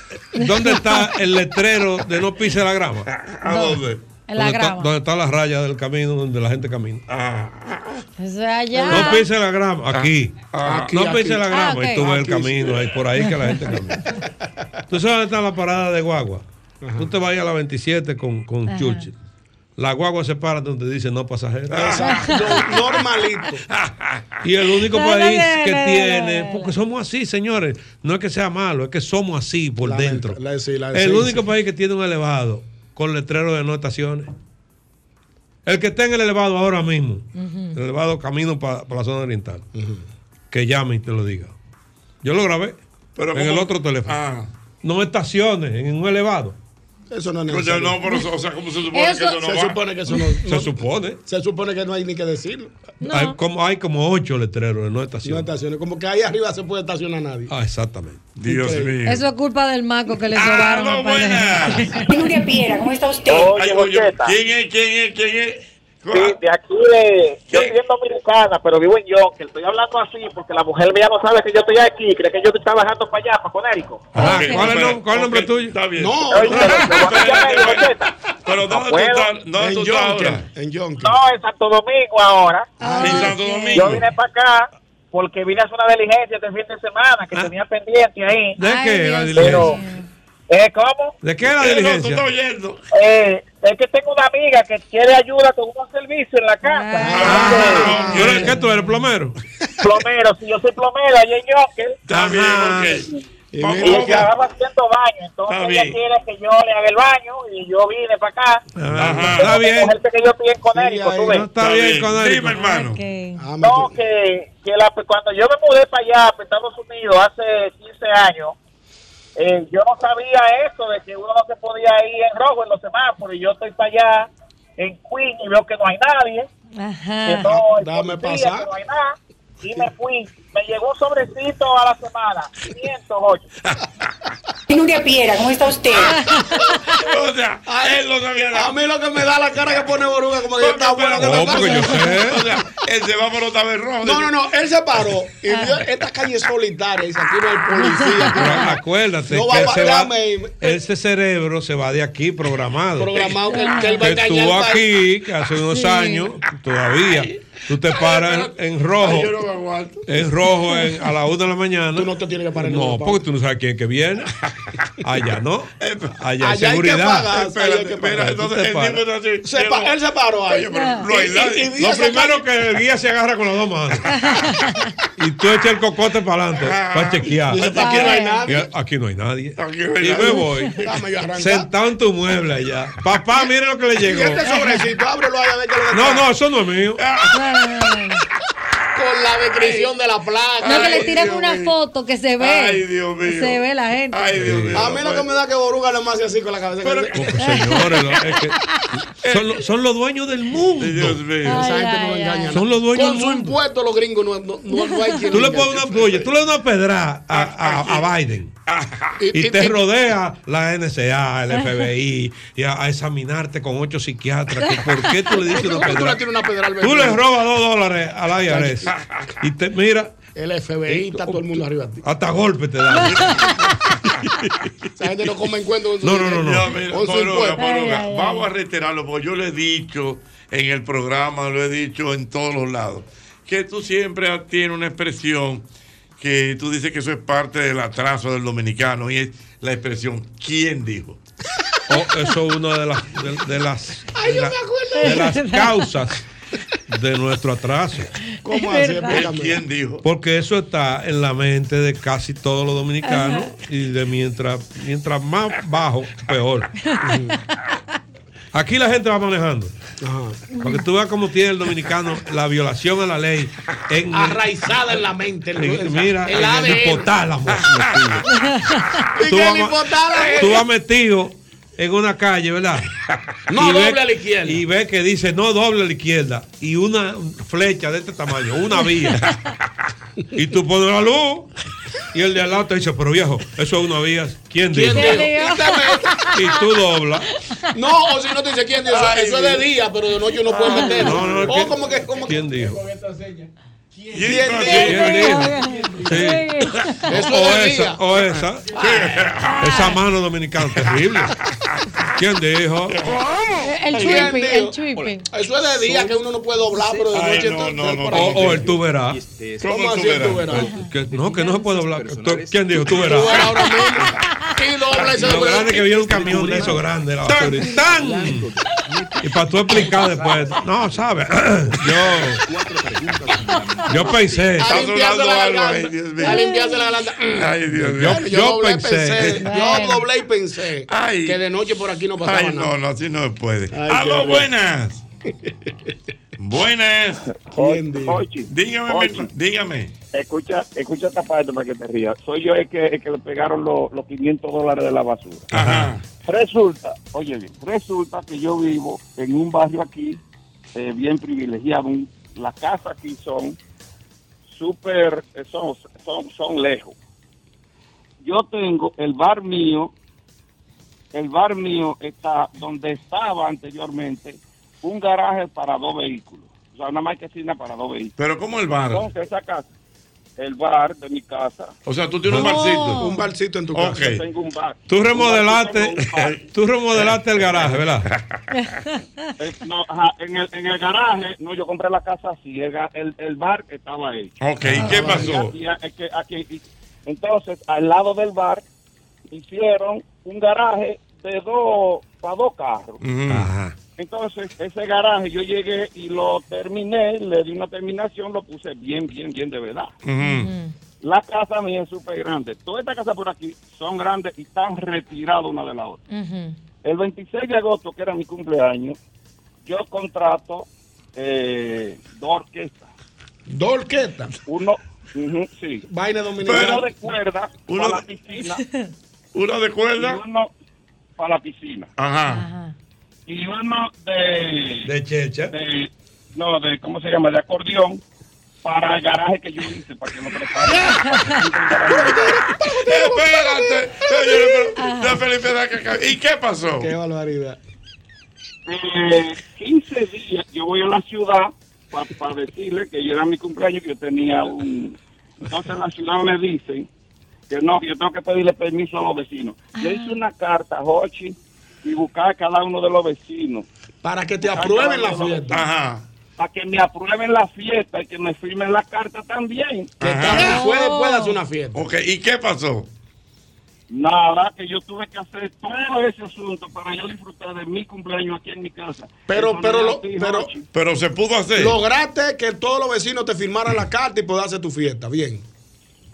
Speaker 11: dónde está el letrero de no pise la grama? ¿A dónde?
Speaker 7: En la
Speaker 11: donde, está,
Speaker 7: grama.
Speaker 11: donde está la raya del camino donde la gente camina.
Speaker 9: Ah.
Speaker 7: O sea, allá.
Speaker 11: No pise la grama, aquí.
Speaker 7: Ah, Aquí,
Speaker 11: no pise
Speaker 7: aquí.
Speaker 11: la grama,
Speaker 7: Ah, ok.
Speaker 11: y tú ves el
Speaker 7: Aquí,
Speaker 11: camino,
Speaker 7: sí.
Speaker 11: ahí, por ahí que la gente camina. ¿Tú sabes dónde está la parada de guagua? Tú te vas a la 27 con, con
Speaker 9: Ajá.
Speaker 11: Churchill. La guagua se para donde dice no pasajeros.
Speaker 7: Ah,
Speaker 9: Exacto, normalito.
Speaker 11: Y el único
Speaker 9: No, no,
Speaker 11: país
Speaker 9: no,
Speaker 11: que
Speaker 9: no, no,
Speaker 11: tiene, porque somos así, señores. No es que sea malo, es que somos así por
Speaker 9: La-
Speaker 11: dentro.
Speaker 9: la- sí, la- sí,
Speaker 11: el único país que tiene un elevado con letrero de no estaciones. El que está en el elevado ahora mismo, el elevado camino para la zona oriental, que llame y te lo diga. Yo lo grabé en
Speaker 5: ¿cómo?
Speaker 11: el otro teléfono. No estaciones, en un elevado.
Speaker 9: Ah. Eso no es
Speaker 5: Escucha, no,
Speaker 9: necesario.
Speaker 5: pero, o sea, ¿cómo se supone
Speaker 9: Eso-
Speaker 5: que eso no
Speaker 9: Se
Speaker 5: va?
Speaker 9: supone que eso no-
Speaker 11: Se supone.
Speaker 9: Se supone que no hay ni que decirlo.
Speaker 11: Hay, como, hay como ocho letreros de no
Speaker 9: No
Speaker 11: estaciones.
Speaker 9: estaciones. Como que ahí arriba se puede estacionar nadie.
Speaker 11: Ah, exactamente.
Speaker 5: Dios mío.
Speaker 7: Eso es culpa del maco que le
Speaker 25: Ah,
Speaker 7: sobraron. al parecer.
Speaker 34: Nuria Piera, ¿cómo está usted?
Speaker 5: Ay, oye, ¿Quién es? ¿Quién es? ¿Quién es?
Speaker 12: Sí, de aquí de. Yo soy en Dominicana, pero vivo en Yonkers. Estoy hablando así porque la mujer mía no sabe que yo estoy aquí. Cree que yo estoy trabajando para allá, para Conérico.
Speaker 11: ¿Cuál es el nom- cuál es el nombre tuyo?
Speaker 5: Está bien.
Speaker 11: No.
Speaker 5: Pero ¿dónde tú
Speaker 12: Abuelo.
Speaker 5: estás? ¿Dónde
Speaker 12: En
Speaker 5: tú estás
Speaker 12: Yonke,
Speaker 5: ahora?
Speaker 9: En Yonke.
Speaker 12: No, en Santo Domingo ahora.
Speaker 11: Ah,
Speaker 5: en Santo
Speaker 12: Yo
Speaker 5: Domingo.
Speaker 12: vine para acá porque vine a hacer una diligencia este fin de semana que tenía pendiente ahí.
Speaker 11: Ah. ¿De qué la
Speaker 12: Pero,
Speaker 11: diligencia?
Speaker 12: ¿eh, ¿Cómo?
Speaker 11: ¿De qué la diligencia?
Speaker 12: Eh, es que tengo una amiga que quiere ayuda con unos servicios en la casa.
Speaker 11: Ah.
Speaker 9: Ah,
Speaker 11: ¿Y ahora ¿Qué tú eres plomero?
Speaker 12: Plomero, si yo soy plomero allá en Yonkers.
Speaker 11: Está
Speaker 5: bien,
Speaker 11: ok.
Speaker 12: Y ella estaba haciendo baño, entonces
Speaker 11: Está
Speaker 12: ella
Speaker 11: bien.
Speaker 12: quiere que yo le haga el baño y yo vine para acá.
Speaker 11: Ajá,
Speaker 12: Tengo
Speaker 11: está
Speaker 12: que
Speaker 11: bien.
Speaker 12: cogerte que yo estoy en Conérico,
Speaker 11: ahí
Speaker 12: tú ves.
Speaker 11: no Ah, está Está bien, bien. Conérico. Dime,
Speaker 5: hermano.
Speaker 12: No, que, que la, cuando yo me mudé para allá, para Estados Unidos, hace 15 años, eh, yo no sabía eso de que uno no se podía ir en rojo en los semáforos. Y yo estoy para allá en Queen y veo que no hay nadie.
Speaker 7: Ajá.
Speaker 12: Que no, hay
Speaker 9: Dame
Speaker 12: policía,
Speaker 9: pasar.
Speaker 12: que no hay nada.
Speaker 22: y me fui. Me llegó un sobrecito a la semana. 508.
Speaker 6: Nuria Piera, ¿cómo está usted?
Speaker 9: o sea, a él no sabía nada.
Speaker 25: A mí lo que me da la cara que pone Boruga, como que yo estaba bueno que me
Speaker 5: No, porque
Speaker 25: pasa.
Speaker 5: yo sé.
Speaker 9: O sea, él se va por otra vez rojo.
Speaker 25: No, no, no, él se paró y vio esta calle solitaria y dice, aquí no hay policía. aquí no hay-
Speaker 11: Pero acuérdate
Speaker 25: No
Speaker 11: que
Speaker 25: va
Speaker 11: él
Speaker 25: pa-
Speaker 11: se va-
Speaker 25: dame-
Speaker 11: ese cerebro se va de aquí programado.
Speaker 25: Programado que él- que él va
Speaker 11: Que
Speaker 25: a engañar
Speaker 11: estuvo
Speaker 25: al país.
Speaker 11: aquí, que hace unos
Speaker 25: Sí.
Speaker 11: años, todavía, tú te paras en, en rojo.
Speaker 9: Ay, yo no me aguanto.
Speaker 11: En rojo en- a las 1 de la mañana. Tú no
Speaker 25: te tienes que parar
Speaker 9: en
Speaker 11: No,
Speaker 9: rojo, Pablo.
Speaker 11: porque tú no sabes quién que viene. Allá no. Allá hay
Speaker 9: Allá hay que pagar,
Speaker 11: seguridad.
Speaker 9: allá hay que
Speaker 11: mira, entonces el tipo está así.
Speaker 25: Se pa- él se paró ahí.
Speaker 9: Oye, pero lo
Speaker 11: Lo primero que el guía se agarra con las dos manos. y tú echas el cocote para adelante, para chequear.
Speaker 25: Dice, "Pa' Ah, aquí no hay nadie".
Speaker 11: Y Aquí no hay nadie.
Speaker 9: no hay
Speaker 11: y
Speaker 9: nadie.
Speaker 11: me voy.
Speaker 25: Dame yo arrancar.
Speaker 11: Sentado en tu mueble allá. Papá, mire lo que le
Speaker 25: Y
Speaker 11: llegó.
Speaker 25: este sobrecito, ábrelo ahí a ver qué es lo que
Speaker 11: No,
Speaker 25: está.
Speaker 11: no, eso no es mío.
Speaker 25: Con la descripción de la placa.
Speaker 3: No, que le tiran una foto que se ve.
Speaker 25: Ay, Dios mío.
Speaker 3: Se ve la gente.
Speaker 25: A mí lo que me da que Boruga le más hace así con la cabeza. que dice,
Speaker 11: Señores, no, es que son, lo- son los dueños del mundo.
Speaker 25: Esa gente no lo engaña.
Speaker 11: Son los dueños
Speaker 25: Con
Speaker 11: del
Speaker 25: su
Speaker 11: mundo.
Speaker 25: impuesto los gringos no, no, no, no hay quien
Speaker 11: Tú le
Speaker 25: engañe.
Speaker 11: pones una, oye, tú le das una pedra a, a- a Biden. Y te rodea la NSA, el FBI, y a, a examinarte con ocho psiquiatras. que ¿Por qué tú le dices una
Speaker 25: ¿Por qué tú
Speaker 11: pedra?
Speaker 25: le tienes una pedra al
Speaker 11: Tú
Speaker 25: vecino?
Speaker 11: le robas dos dólares al IRS. Y te mira,
Speaker 25: El FBI está todo el mundo arriba de ti.
Speaker 11: hasta golpe te da.
Speaker 25: Esa gente no come encuentro con su
Speaker 11: No, no, no, no.
Speaker 25: dinero,
Speaker 5: Ya, mira,
Speaker 25: con su
Speaker 5: Boruga,
Speaker 25: impuesto.
Speaker 5: Boruga, vamos a reiterarlo, porque yo lo he dicho en el programa, lo he dicho en todos los lados, que tú siempre tienes una expresión que tú dices que eso es parte del atraso del dominicano, y es la expresión, ¿quién dijo?
Speaker 11: Oh, eso es una de las, de, de las,
Speaker 25: Ay,
Speaker 11: de
Speaker 25: yo me
Speaker 11: la-
Speaker 25: acuerdo
Speaker 11: de
Speaker 25: de
Speaker 11: las
Speaker 25: verdad.
Speaker 11: causas de nuestro atraso.
Speaker 25: ¿Cómo así? Explícame.
Speaker 5: ¿Quién dijo?
Speaker 11: Porque eso está en la mente de casi todos los dominicanos
Speaker 5: Ajá.
Speaker 11: y de mientras, mientras más bajo, peor. Aquí la gente va manejando. Porque tú veas cómo tiene el dominicano la violación a la ley en el-
Speaker 9: Arraizada en la mente. El,
Speaker 11: en- mira, en
Speaker 9: el
Speaker 11: el
Speaker 9: ADN.
Speaker 11: hipotálamo.
Speaker 9: Y
Speaker 11: tú
Speaker 9: que
Speaker 11: vas
Speaker 9: el
Speaker 11: ma-
Speaker 9: hipotálamo-
Speaker 11: tú vas metido en una calle, ¿verdad?
Speaker 9: No
Speaker 11: ve-
Speaker 9: doble a la izquierda.
Speaker 11: Y ve que dice no doble a la izquierda. Y una flecha de este tamaño, una vía. y tú pones la luz. Y el de al lado te dice, pero viejo, eso es una vía. ¿Quién, dijo?
Speaker 25: ¿Quién dijo? Y te metes.
Speaker 11: Y tú doblas.
Speaker 25: No, o si no te dice quién dijo,
Speaker 11: Ay,
Speaker 25: eso es de
Speaker 11: Dios.
Speaker 25: día,
Speaker 9: pues.
Speaker 25: pero de noche no puedes meterlo.
Speaker 11: No, no,
Speaker 25: o
Speaker 11: ¿quién-
Speaker 25: como que, como que.
Speaker 11: ¿Quién dijo?
Speaker 25: ¿Quién
Speaker 11: dijo? Sí.
Speaker 25: Eso
Speaker 11: o
Speaker 25: es de
Speaker 11: esa,
Speaker 25: día.
Speaker 11: o esa. Esa mano dominicana terrible. ¿Quién dijo?
Speaker 3: El
Speaker 25: ¿Quién
Speaker 3: tripping,
Speaker 25: dijo?
Speaker 3: el tripping.
Speaker 25: Eso es de día que uno no puede doblar, pero de noche entonces- por ahí.
Speaker 11: O, o el tú verás.
Speaker 25: ¿Cómo así tú verás?
Speaker 11: Que- no, que no se puede hablar. Tú- ¿Quién dijo? Tú verás.
Speaker 25: Y dobla ese
Speaker 11: Lo grande que viene un camión de esos grandes, la basura. y ¡Tan! Y para tú explicar después. No, ¿sabes? Yo. Yo pensé.
Speaker 25: A limpiarse la
Speaker 5: ahí, Dios mío.
Speaker 25: garganta. A limpiarse la garganta. Mm.
Speaker 5: Ay, Dios mío.
Speaker 11: Yo,
Speaker 25: Yo
Speaker 11: yo
Speaker 25: doblé y
Speaker 11: pensé.
Speaker 25: pensé. Yo doblé y pensé
Speaker 5: Ay.
Speaker 25: que de noche por aquí no pasaba
Speaker 5: Ay,
Speaker 25: nada.
Speaker 5: no, no, así no se puede.
Speaker 25: Ay,
Speaker 5: ¡Aló,
Speaker 25: qué
Speaker 5: buenas! buenas.
Speaker 22: Ochi,
Speaker 5: Dígame,
Speaker 22: Ochi.
Speaker 5: dígame.
Speaker 22: Escucha, escucha esta parte para que te rías. Soy yo el que, el que le pegaron los- los 500 dólares de la basura.
Speaker 5: Ajá.
Speaker 22: Resulta, oye bien, resulta que yo vivo en un barrio aquí eh, bien privilegiado. Un- Las casas aquí son súper, eh, son, son, son lejos. Yo tengo el bar mío, el bar mío está donde estaba anteriormente un garaje para dos vehículos. O sea, una marquesina para dos vehículos.
Speaker 5: Pero ¿cómo el bar?
Speaker 22: Entonces esa casa, el bar de mi casa.
Speaker 5: O sea, tú tienes un
Speaker 22: No.
Speaker 5: barcito.
Speaker 25: Un barcito en tu
Speaker 5: Ok.
Speaker 25: casa.
Speaker 22: Yo tengo un bar.
Speaker 11: Tú
Speaker 22: Un
Speaker 11: remodelaste.
Speaker 22: barcito con un bar.
Speaker 11: Tú remodelaste el garaje, ¿verdad?
Speaker 22: Eh, no, ajá, en, el, en el garaje, no, yo compré la casa así, el, ga- el, el bar estaba ahí.
Speaker 5: Ok, ¿y qué pasó?
Speaker 22: Y a- es que aquí- y- entonces, al lado del bar, hicieron un garaje de dos, para dos carros.
Speaker 5: Mm. Ajá.
Speaker 22: Entonces, ese garaje yo llegué y lo terminé, le di una terminación, lo puse bien, bien, bien de verdad. La casa mía es súper grande. Todas estas casas por aquí son grandes y están retiradas una de la otra. El 26 de agosto, que era mi cumpleaños, yo contrato eh, dos orquestas.
Speaker 25: Dos orquestas.
Speaker 22: Uno, ujú, sí.
Speaker 25: Vaina
Speaker 22: Uno
Speaker 25: dominicana.
Speaker 22: de cuerda
Speaker 5: Uno
Speaker 22: para la
Speaker 5: de-
Speaker 22: piscina.
Speaker 5: ¿Uno de cuerda?
Speaker 22: Y uno para la piscina.
Speaker 5: Ajá.
Speaker 22: Y uno de...
Speaker 11: De checha.
Speaker 22: de- no, de, ¿cómo se llama? De acordeón.
Speaker 8: para el garaje que yo hice, para que lo
Speaker 5: Espérate, señores, pero la felicidad que acaba- ¿Y qué pasó?
Speaker 25: Qué barbaridad.
Speaker 8: Eh, 15 días yo voy a la ciudad para decirle que yo era mi cumpleaños que yo tenía un... Entonces en la ciudad me dicen que no, que yo tengo que pedirle permiso a los vecinos. Yo
Speaker 9: Ah.
Speaker 8: hice una carta, Jochi, y buscar a cada uno de los vecinos.
Speaker 9: Para que te
Speaker 8: Buscar a
Speaker 9: aprueben
Speaker 8: cada
Speaker 9: la
Speaker 8: uno de los
Speaker 9: fiesta.
Speaker 8: vecinos. Para que me aprueben la fiesta y que me firmen la carta también.
Speaker 9: Puede, puede hacer una fiesta.
Speaker 5: Ok, ¿y qué pasó?
Speaker 8: Nada, que yo tuve que hacer todo ese asunto para yo disfrutar de mi cumpleaños aquí en mi casa. Eso
Speaker 9: Pero,
Speaker 8: no
Speaker 9: pero,
Speaker 8: era
Speaker 9: lo-
Speaker 8: así,
Speaker 9: pero,
Speaker 8: Jochi.
Speaker 5: pero se pudo hacer.
Speaker 9: Lograste que todos los vecinos te firmaran la carta y poder hacer tu fiesta. Bien.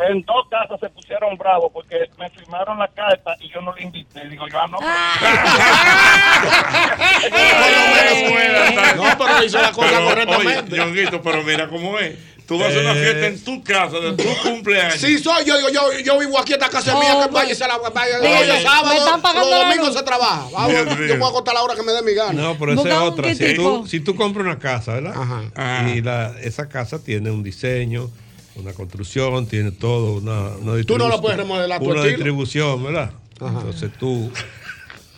Speaker 8: En dos casas se pusieron bravos porque me firmaron la carta y yo no le invité. Digo, yo ah, no.
Speaker 5: No, pero hizo la cosa correctamente. Oye, Ñonguito, pero mira cómo es. Tú vas a hacer una fiesta en tu casa de tu cumpleaños.
Speaker 9: Sí, soy yo, digo, yo, yo vivo aquí, esta casa es mía,
Speaker 5: Oh,
Speaker 9: que vaya, se la vaya,
Speaker 5: Oye,
Speaker 9: oye,
Speaker 5: me
Speaker 9: sábado,
Speaker 5: están pagando
Speaker 9: los
Speaker 5: la
Speaker 9: domingos
Speaker 5: luz.
Speaker 9: se trabaja. Vamos,
Speaker 11: Dios mío.
Speaker 9: yo voy a contar la hora que me dé mi gana.
Speaker 11: No, pero esa es
Speaker 9: Busca un
Speaker 11: otra. Si
Speaker 9: quintico.
Speaker 11: tú, si tú compras una casa, ¿verdad? Ah. Y la, esa casa tiene un diseño, una construcción, tiene todo, una, una
Speaker 9: Tú no la
Speaker 11: distribu-
Speaker 9: puedes remodelar a tu
Speaker 11: Una
Speaker 9: estilo.
Speaker 11: distribución, ¿verdad? Entonces tú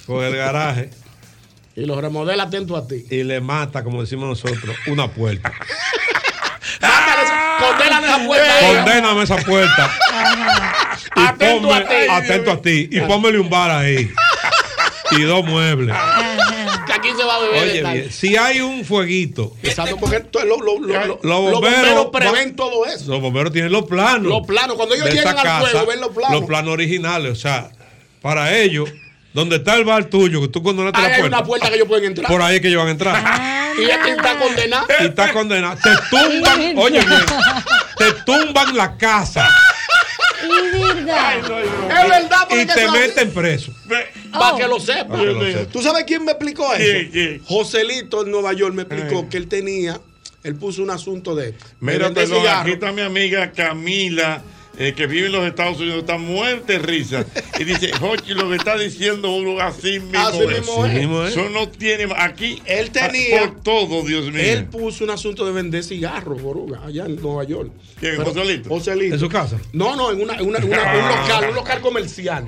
Speaker 11: coges el garaje.
Speaker 9: Y lo remodela atento a ti.
Speaker 11: Y le mata, como decimos nosotros, una puerta.
Speaker 9: Condena de esa puerta. ahí.
Speaker 11: Condéname esa puerta. Y
Speaker 9: Atento
Speaker 11: ponme-
Speaker 9: a ti.
Speaker 11: Atento a ti. Y pónmele un bar ahí. Y dos muebles.
Speaker 9: Que aquí se va a beber. de
Speaker 11: Oye,
Speaker 9: tal.
Speaker 11: bien, si hay un fueguito,
Speaker 9: Exacto, porque esto es lo- lo- lo- lo-
Speaker 11: Los
Speaker 9: los
Speaker 11: bomberos
Speaker 9: bomberos
Speaker 11: va-
Speaker 9: prevén todo eso.
Speaker 11: los bomberos tienen los planos.
Speaker 9: Los planos, cuando ellos
Speaker 11: de
Speaker 9: llegan
Speaker 11: esa
Speaker 9: al fuego, ven los planos.
Speaker 11: Los planos originales, o sea, para ellos, donde está el bar tuyo, que tú condenaste
Speaker 9: Ahí
Speaker 11: la
Speaker 9: hay
Speaker 11: puerta,
Speaker 9: una puerta que ellos pueden entrar.
Speaker 11: por ahí es que ellos van a entrar.
Speaker 9: Y es que está condenado.
Speaker 11: Y está condenado. Te tumban, oye, bien, te tumban la casa
Speaker 9: Ay, no, yo no. Es verdad,
Speaker 11: y
Speaker 9: porque es Ah, que
Speaker 11: te
Speaker 9: eso-
Speaker 11: meten preso.
Speaker 9: Para que lo sepa.
Speaker 11: Para que lo sepa.
Speaker 9: ¿Tú sabes quién me explicó eso?
Speaker 11: ¿Quién,
Speaker 9: Joselito en Nueva York me explicó que él tenía, él puso un asunto de.
Speaker 5: Eh. Mira,
Speaker 9: de
Speaker 5: perdón,
Speaker 9: cigarro.
Speaker 5: aquí está mi amiga Camila, eh, que vive en los Estados Unidos, está muerta de risa. Y dice, Jochi, lo que está diciendo uno así mismo.
Speaker 9: Así mismo
Speaker 5: es.
Speaker 9: es. mismo es.
Speaker 5: Eso no tiene aquí. ah,
Speaker 9: Él tenía-
Speaker 5: Por todo, Dios mío.
Speaker 9: Él puso un asunto de vender cigarros, Boruga, allá en Nueva York.
Speaker 5: ¿Quién,
Speaker 9: Pero-
Speaker 5: Joselito? Ah.
Speaker 9: Joselito.
Speaker 11: ¿En su casa?
Speaker 9: No, no, en, una, en una- en una- un local, un local comercial.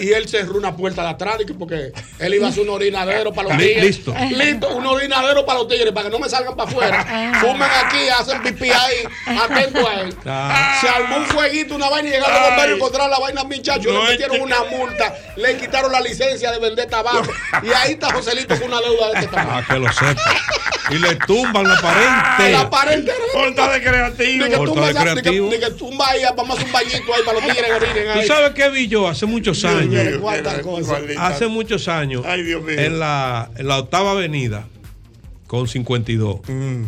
Speaker 9: Y él cerró una puerta de atrás dije, porque él iba a hacer un orinadero para los
Speaker 11: Li-
Speaker 9: tigres.
Speaker 11: Ah, listo.
Speaker 9: Listo, un orinadero para los tigres, para que no me salgan para afuera. Fumen aquí, hacen pipí ahí, atento a él.
Speaker 11: Ah.
Speaker 9: Se armó un fueguito, una vaina y llegaron los
Speaker 11: Ay.
Speaker 9: bomberos y encontraron la vaina, muchachos.
Speaker 11: No,
Speaker 9: le metieron
Speaker 11: este-
Speaker 9: una multa, le quitaron la licencia de vender tabaco. Y ahí está Joselito con una deuda de este tamaño.
Speaker 11: Para Ah, que lo sepa. Y le tumban la pared entera.
Speaker 9: La pared entera.
Speaker 5: Porta de creativo.
Speaker 9: Ni que
Speaker 11: Porta
Speaker 9: tumba,
Speaker 11: de
Speaker 9: esa- ni que-
Speaker 11: creativo.
Speaker 9: ni que tumba ahí, vamos a un bañito ahí para los tigres que orinen
Speaker 11: ¿Tú
Speaker 9: ahí.
Speaker 11: sabes qué vi yo hace muchos años?
Speaker 9: Cuántas cosas.
Speaker 11: Hace muchos años, en, la, en la octava avenida, con 52,
Speaker 5: Mm.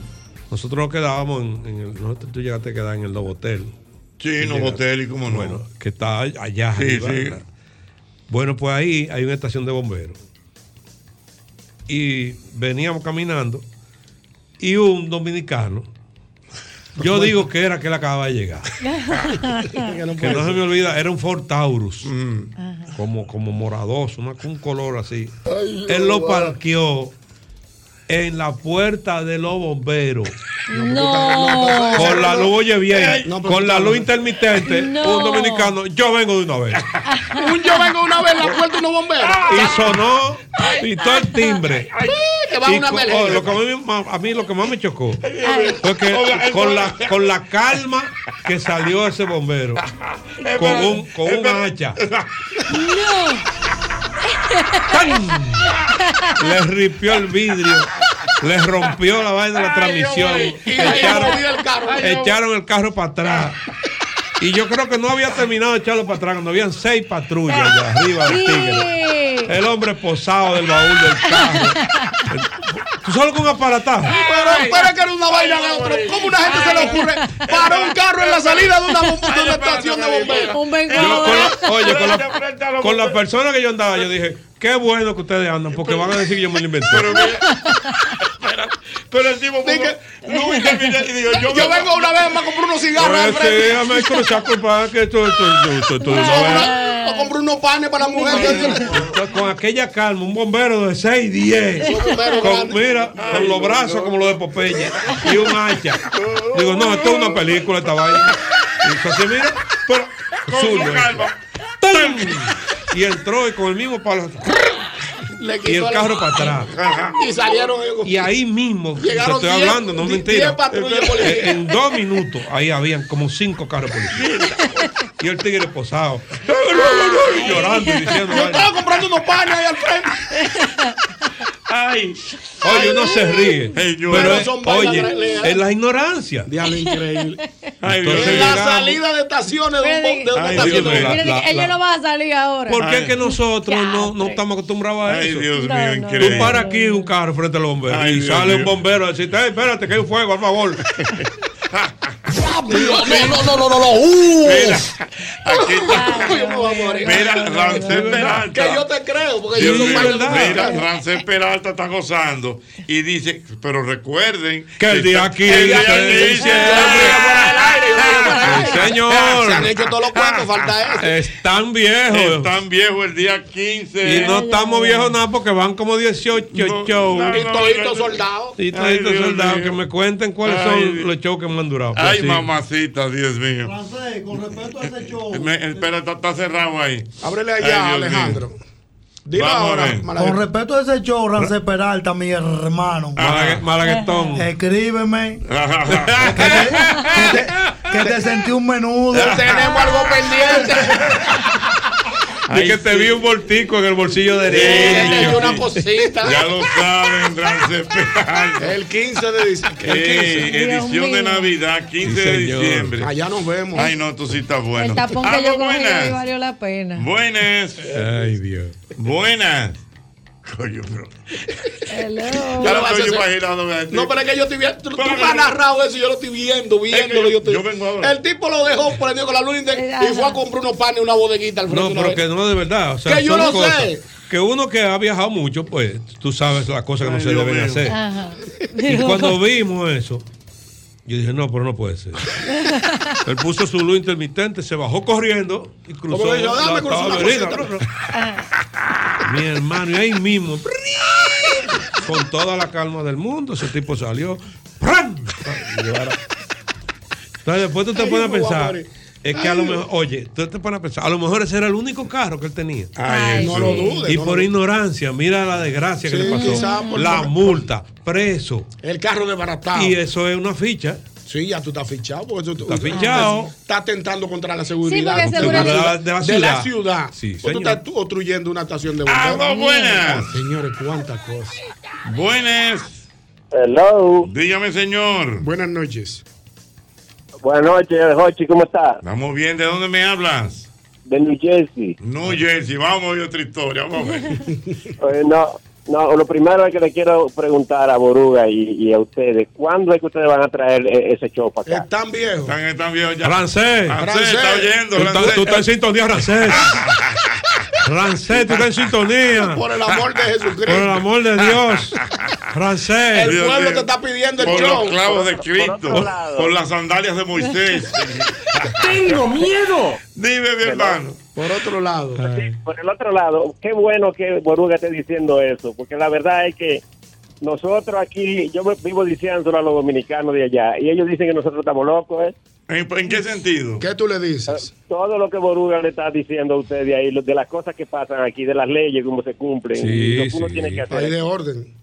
Speaker 11: nosotros nos quedábamos en, en el. Nosotros, tú llegaste a quedar en el Novotel.
Speaker 5: Sí, Novotel, ¿y cómo no?
Speaker 11: Bueno, que está allá.
Speaker 5: Sí,
Speaker 11: arriba,
Speaker 5: sí.
Speaker 11: ¿verdad? Bueno, pues ahí hay una estación de bomberos. Y veníamos caminando y un dominicano. Yo digo que era que él acababa de llegar. Que no se me olvida, era un Ford Taurus.
Speaker 5: Mm.
Speaker 11: Como, como moradoso, una- con un color así.
Speaker 9: Ay,
Speaker 11: Él
Speaker 9: Jehová.
Speaker 11: lo parqueó en la puerta de los bomberos.
Speaker 9: No.
Speaker 11: Con la luz, oye bien,
Speaker 9: Ay, no, pero
Speaker 11: con la
Speaker 9: no.
Speaker 11: luz intermitente,
Speaker 9: No.
Speaker 11: un dominicano, yo vengo de una vez.
Speaker 9: Un yo vengo una vez en la puerta de unos bomberos.
Speaker 11: Y sonó, pitó el timbre.
Speaker 9: Ay, Que va
Speaker 11: Y
Speaker 9: una
Speaker 11: co- oh, lo
Speaker 9: emergencia.
Speaker 11: que a, mí, ma- a mí lo que más me chocó
Speaker 9: Ay.
Speaker 11: fue que
Speaker 9: Oiga,
Speaker 11: con
Speaker 9: eso-
Speaker 11: la, con la calma que salió ese bombero, con un, con un hacha, le ripió el vidrio, le rompió la vaina de la transmisión,
Speaker 9: Y ahí
Speaker 11: echaron,
Speaker 9: movió el carro.
Speaker 11: echaron el carro para atrás. Y yo creo que no había terminado de echarlo para atrás, cuando habían seis patrullas allá arriba del tigre. El hombre posado del baúl del carro. Tú solo con un aparataje.
Speaker 9: Pero espera que era una vaina de otro. ¿Cómo una gente se le ocurre parar un carro en la salida de una, bom- de una estación de bomberos?
Speaker 11: Yo con
Speaker 3: Un vengador.
Speaker 11: la- oye, con la, con la persona que yo andaba, yo dije, qué bueno que ustedes andan, porque van a decir que yo me lo inventé.
Speaker 5: Pero el tipo
Speaker 9: Dije,
Speaker 5: no intermitente y digo,
Speaker 9: yo,
Speaker 5: yo,
Speaker 9: vengo una vez más a comprar unos cigarros al
Speaker 11: Pues sí,
Speaker 9: frente.
Speaker 11: déjame cruzar, compadre, que esto- esto- esto- esto- esto- esto-
Speaker 9: O
Speaker 11: no es-
Speaker 9: una- o compro un unos panes para la mujer.
Speaker 11: Entonces, con aquella calma, un bombero de 6, 10.
Speaker 9: Un bombero
Speaker 11: Con,
Speaker 9: grande.
Speaker 11: mira, con los brazos como los de Popeye. Y un hacha. Digo, no, esto es una película esta vaina. Y entonces, mira, pero.
Speaker 9: Con su
Speaker 11: zurdo.
Speaker 9: calma.
Speaker 11: ¡Tan! Y entró y con el mismo palo.
Speaker 9: Le
Speaker 11: Y el
Speaker 9: quitó la-
Speaker 11: carro para atrás.
Speaker 9: Y salieron ellos.
Speaker 11: Y ahí mismo, te
Speaker 9: Llegaron
Speaker 11: estoy
Speaker 9: diez-
Speaker 11: hablando, no es
Speaker 9: diez
Speaker 11: mentira.
Speaker 9: patrullas policiales.
Speaker 11: En dos minutos, ahí habían como cinco carros policiales. Y el tigre posado. Llorando y diciendo.
Speaker 9: Yo
Speaker 11: "Ay,
Speaker 9: estaba comprando unos panes ahí al frente.
Speaker 11: Ay, oye, uno se ríe. pero
Speaker 9: Pero
Speaker 11: es-
Speaker 9: son vainas
Speaker 11: oye,
Speaker 9: grandes.
Speaker 11: es la ignorancia.
Speaker 9: Diablo increíble.
Speaker 11: Entonces
Speaker 9: la
Speaker 11: llegamos-
Speaker 9: salida de estaciones de un,
Speaker 7: Freddy.
Speaker 9: de una
Speaker 11: Ay, Dios
Speaker 9: estación.
Speaker 11: mío, la-
Speaker 7: Mira,
Speaker 11: la-
Speaker 7: dije,
Speaker 11: la-
Speaker 7: ellos no van a salir ahora.
Speaker 11: ¿Por qué es que nosotros no, no estamos acostumbrados a eso? Ay, Dios mío,
Speaker 5: increíble.
Speaker 11: Tú paras aquí un carro frente al bombero
Speaker 5: Ay,
Speaker 11: y
Speaker 5: Dios
Speaker 11: sale
Speaker 5: mío.
Speaker 11: un bombero a decirte, "Ey, espérate, que hay un fuego, por favor.
Speaker 9: No, no, no, no, no.
Speaker 5: Mira, aquí
Speaker 9: Yo me voy a morir.
Speaker 5: Mira, Rancel Peralta.
Speaker 9: Que yo te creo, porque
Speaker 5: Dios
Speaker 9: yo
Speaker 5: mío,
Speaker 9: soy malo.
Speaker 5: Mira, Rancel Peralta está gozando y dice, pero recuerden
Speaker 11: Que el día 15
Speaker 5: el día
Speaker 11: de
Speaker 5: 15
Speaker 11: Sí, Ah, señor.
Speaker 9: Se han hecho todos los cuentos, falta eso.
Speaker 11: Están viejos.
Speaker 5: Están viejos el día 15.
Speaker 11: Y no estamos viejos nada porque van como 18 shows.
Speaker 9: Y toditos soldados.
Speaker 11: Y todos
Speaker 5: Ay,
Speaker 11: estos
Speaker 5: Dios
Speaker 11: soldados,
Speaker 5: mío.
Speaker 11: que me cuenten cuáles
Speaker 5: Ay,
Speaker 11: son
Speaker 5: Dios.
Speaker 11: los shows que me han durado. Pues
Speaker 5: Ay,
Speaker 11: sí.
Speaker 5: mamacita, Dios mío. Eh,
Speaker 4: Francés, con respecto a ese show.
Speaker 5: Me- espera, está, está cerrado ahí.
Speaker 9: Ábrele allá,
Speaker 5: Ay, Dios mío.
Speaker 9: Alejandro.
Speaker 4: Dilo
Speaker 5: Vamos a
Speaker 4: ahora,
Speaker 5: ver.
Speaker 4: Con respecto a ese show, Rance Peralta, mi hermano.
Speaker 11: Malague- Malaguetón.
Speaker 4: Escríbeme que te sentí un menudo.
Speaker 9: Tenemos algo pendiente.
Speaker 11: De que te vi un voltico en el bolsillo
Speaker 9: Tiene
Speaker 11: derecho.
Speaker 9: ahí una cosita.
Speaker 5: Ya lo saben, Rancel Peralta.
Speaker 9: El 15 de diciembre.
Speaker 5: Ey,
Speaker 9: El 15.
Speaker 5: edición de Navidad, 15 de
Speaker 11: señor.
Speaker 5: diciembre.
Speaker 9: Allá nos vemos.
Speaker 5: Ay, no, tú sí estás bueno.
Speaker 7: El tapón que
Speaker 25: Ah,
Speaker 5: Aló,
Speaker 7: yo cogí ahí
Speaker 5: buenas.
Speaker 7: valió la pena.
Speaker 5: Buenas.
Speaker 11: Ay, Dios.
Speaker 5: Buenas. Coño, pero.
Speaker 7: Hello.
Speaker 9: Yo
Speaker 5: Ya
Speaker 9: lo
Speaker 5: lo
Speaker 9: voy a
Speaker 5: estoy
Speaker 9: hacer-
Speaker 5: imaginando. me-
Speaker 9: No, pero es que yo estoy viendo. Tú, tú
Speaker 5: Pero-
Speaker 9: me has narrado eso y yo lo estoy viendo, viéndolo.
Speaker 5: yo-
Speaker 9: yo, estoy-
Speaker 5: yo vengo ahora.
Speaker 9: El tipo lo dejó prendido con la luz indec- y fue a comprar unos panes y una bodeguita al frente.
Speaker 11: No,
Speaker 9: una
Speaker 11: pero
Speaker 9: vez.
Speaker 11: que no de verdad. O sea,
Speaker 9: Que yo
Speaker 11: son
Speaker 9: lo
Speaker 11: cosas
Speaker 9: sé.
Speaker 11: Que uno que ha viajado mucho, pues tú sabes las cosas que no
Speaker 5: Ay,
Speaker 11: se
Speaker 5: Dios
Speaker 11: deben
Speaker 5: mío.
Speaker 11: hacer.
Speaker 7: Ajá.
Speaker 11: Y cuando vimos eso, yo dije, no, pero no puede ser. Él puso su luz intermitente, se bajó corriendo y cruzó.
Speaker 9: Como que yo,
Speaker 11: la
Speaker 9: dame, cruzó una
Speaker 11: avenida.
Speaker 9: cosita.
Speaker 11: Mi hermano, y ahí mismo, con toda la calma del mundo, ese tipo salió. ¡pran! Y yo era- Entonces después tú te
Speaker 9: Ay,
Speaker 11: pones a
Speaker 9: yo me voy a
Speaker 11: pensar.
Speaker 9: morir.
Speaker 11: Es que a lo
Speaker 9: Ay.
Speaker 11: mejor, oye, tú te pones a pensar, a lo mejor ese era el único carro que él tenía.
Speaker 5: Ay,
Speaker 9: No lo
Speaker 5: Jesús.
Speaker 9: dudes.
Speaker 11: Y
Speaker 9: no
Speaker 11: por
Speaker 9: lo-
Speaker 11: ignorancia, mira la desgracia que
Speaker 9: Sí,
Speaker 11: le pasó.
Speaker 9: quizá por-
Speaker 11: la multa, preso.
Speaker 9: El carro desbaratado.
Speaker 11: Y eso es una ficha.
Speaker 9: Sí, ya tú estás fichado. Porque tú, Ah, pues,
Speaker 11: Estás fichado.
Speaker 9: Estás tentando contra la
Speaker 7: Sí,
Speaker 9: seguridad.
Speaker 7: porque
Speaker 9: de la
Speaker 7: seguramente-
Speaker 9: ciudad.
Speaker 11: De la
Speaker 9: De la
Speaker 11: ciudad.
Speaker 9: ciudad.
Speaker 11: Sí,
Speaker 9: O tú
Speaker 11: señor.
Speaker 9: estás obstruyendo una estación de
Speaker 5: Ah,
Speaker 9: bomberos.
Speaker 5: no, buenas.
Speaker 9: Señores, cuántas cosas.
Speaker 5: Buenas.
Speaker 8: Hello.
Speaker 5: Dígame, señor.
Speaker 9: Buenas noches.
Speaker 8: Buenas noches, Jochi, ¿cómo estás?
Speaker 5: Vamos bien, ¿de dónde me hablas?
Speaker 8: De New Jersey.
Speaker 5: No, Jesse, vamos a ver otra historia. Vamos a ver.
Speaker 8: Eh, no, no, lo primero que le quiero preguntar a Boruga y, y a ustedes, ¿cuándo es que ustedes van a traer eh, ese show para acá?
Speaker 9: Están viejos.
Speaker 5: Están, están viejos ya.
Speaker 11: Rancé.
Speaker 5: Rancel, está oyendo,
Speaker 11: Tú estás-
Speaker 5: Rancel.
Speaker 11: Tú estás en sintonía, Rancel. Rancel, tú estás en sintonía.
Speaker 9: Por el amor de Jesucristo.
Speaker 11: Por el amor de Dios. Rancel.
Speaker 9: El
Speaker 5: Dios
Speaker 9: pueblo
Speaker 5: mío.
Speaker 9: te está pidiendo el
Speaker 5: Por
Speaker 9: show.
Speaker 5: los clavos de
Speaker 8: por
Speaker 5: Cristo,
Speaker 8: otro lado.
Speaker 5: por las sandalias de Moisés.
Speaker 8: ¡Tengo miedo!
Speaker 5: Dime, mi hermano.
Speaker 9: Por otro lado.
Speaker 11: Ah.
Speaker 8: Por el otro lado, qué bueno que Boruga esté diciendo eso, porque la verdad es que nosotros aquí, yo me- vivo diciéndolo a los dominicanos de allá, y ellos dicen que nosotros estamos locos, ¿eh? Ah,
Speaker 5: ¿En, en qué sentido?
Speaker 9: ¿Qué tú le dices?
Speaker 8: Todo lo que Boruga le está diciendo a ustedes de ahí, lo- de las cosas que pasan aquí, de las leyes, cómo se cumplen,
Speaker 11: Sí,
Speaker 8: y lo que uno
Speaker 11: sí.
Speaker 8: tiene que hacer.
Speaker 9: Hay de orden.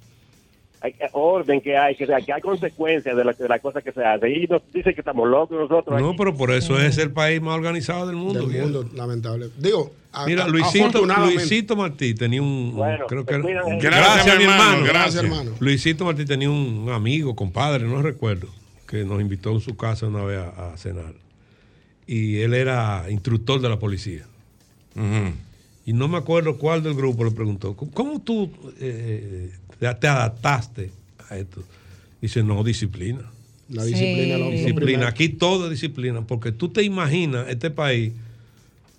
Speaker 8: hay hay orden que hay, que, que hay consecuencias de, la- de las cosas que se hacen. Y nos dicen que estamos locos nosotros.
Speaker 11: No,
Speaker 8: aquí.
Speaker 11: pero por eso es el país más organizado del mundo.
Speaker 9: Del
Speaker 11: viejo.
Speaker 9: mundo, lamentable. Digo, a-
Speaker 11: Mira,
Speaker 9: a-
Speaker 11: Luisito,
Speaker 9: afortunadamente.
Speaker 11: Luisito Martí tenía un. un-
Speaker 8: Bueno,
Speaker 11: creo
Speaker 8: te
Speaker 11: que era-
Speaker 8: cuidan, gente.
Speaker 11: gracias, mi hermano.
Speaker 5: Gracias,
Speaker 9: Gracias,
Speaker 5: hermano.
Speaker 9: hermano.
Speaker 11: Luisito Martí tenía un amigo, compadre, no recuerdo, que nos invitó a su casa una vez a, a cenar. Y él era instructor de la policía.
Speaker 5: Ujú.
Speaker 11: Y no me acuerdo cuál del grupo le preguntó, "¿Cómo- ¿cómo tú eh, te, te adaptaste a esto? Dice, no, disciplina.
Speaker 9: La disciplina,
Speaker 7: Sí.
Speaker 9: lo- lo
Speaker 11: Disciplina,
Speaker 9: primero.
Speaker 11: aquí todo es disciplina, porque tú te imaginas este país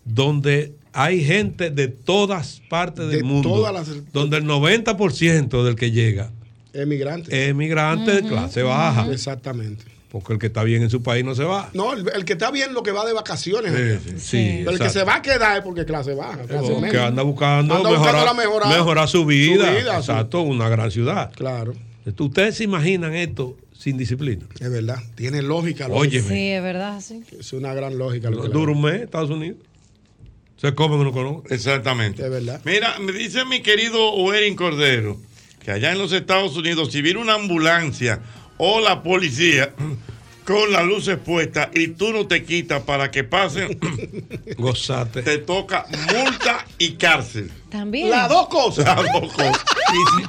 Speaker 11: donde hay gente de todas partes del
Speaker 9: De
Speaker 11: mundo,
Speaker 9: todas las-
Speaker 11: donde el 90% del que llega
Speaker 9: Emigrante.
Speaker 11: es emigrante de clase baja.
Speaker 9: Exactamente.
Speaker 11: Porque el que está bien en su país no se va.
Speaker 9: No, el, el que está bien lo que va de vacaciones. allá.
Speaker 11: Sí, sí, sí,
Speaker 9: Pero el que
Speaker 11: exacto. Oh,
Speaker 9: se va a quedar es porque clase baja. clase
Speaker 11: Porque
Speaker 9: media.
Speaker 11: anda buscando,
Speaker 9: Anda buscando
Speaker 11: mejorar,
Speaker 9: la mejorada.
Speaker 11: mejorar su vida.
Speaker 9: Su vida, sí.
Speaker 11: exacto, una gran ciudad.
Speaker 9: Claro.
Speaker 11: Ustedes se imaginan esto sin disciplina.
Speaker 9: Es verdad. Tiene lógica. lo que-
Speaker 11: Óyeme.
Speaker 7: Sí, es verdad, sí.
Speaker 9: Es una gran lógica. Lo que le-
Speaker 11: Dura un mes, Estados Unidos. Se comen uno con otro.
Speaker 5: Exactamente.
Speaker 9: Es verdad.
Speaker 5: Mira, me dice mi querido Oerin Cordero que allá en los Estados Unidos, si viene una ambulancia o la policía con las luces puestas y tú no te quitas para que pasen,
Speaker 11: gozate.
Speaker 5: Te toca multa y cárcel.
Speaker 7: También.
Speaker 9: Las dos cosas.
Speaker 5: Las dos cosas.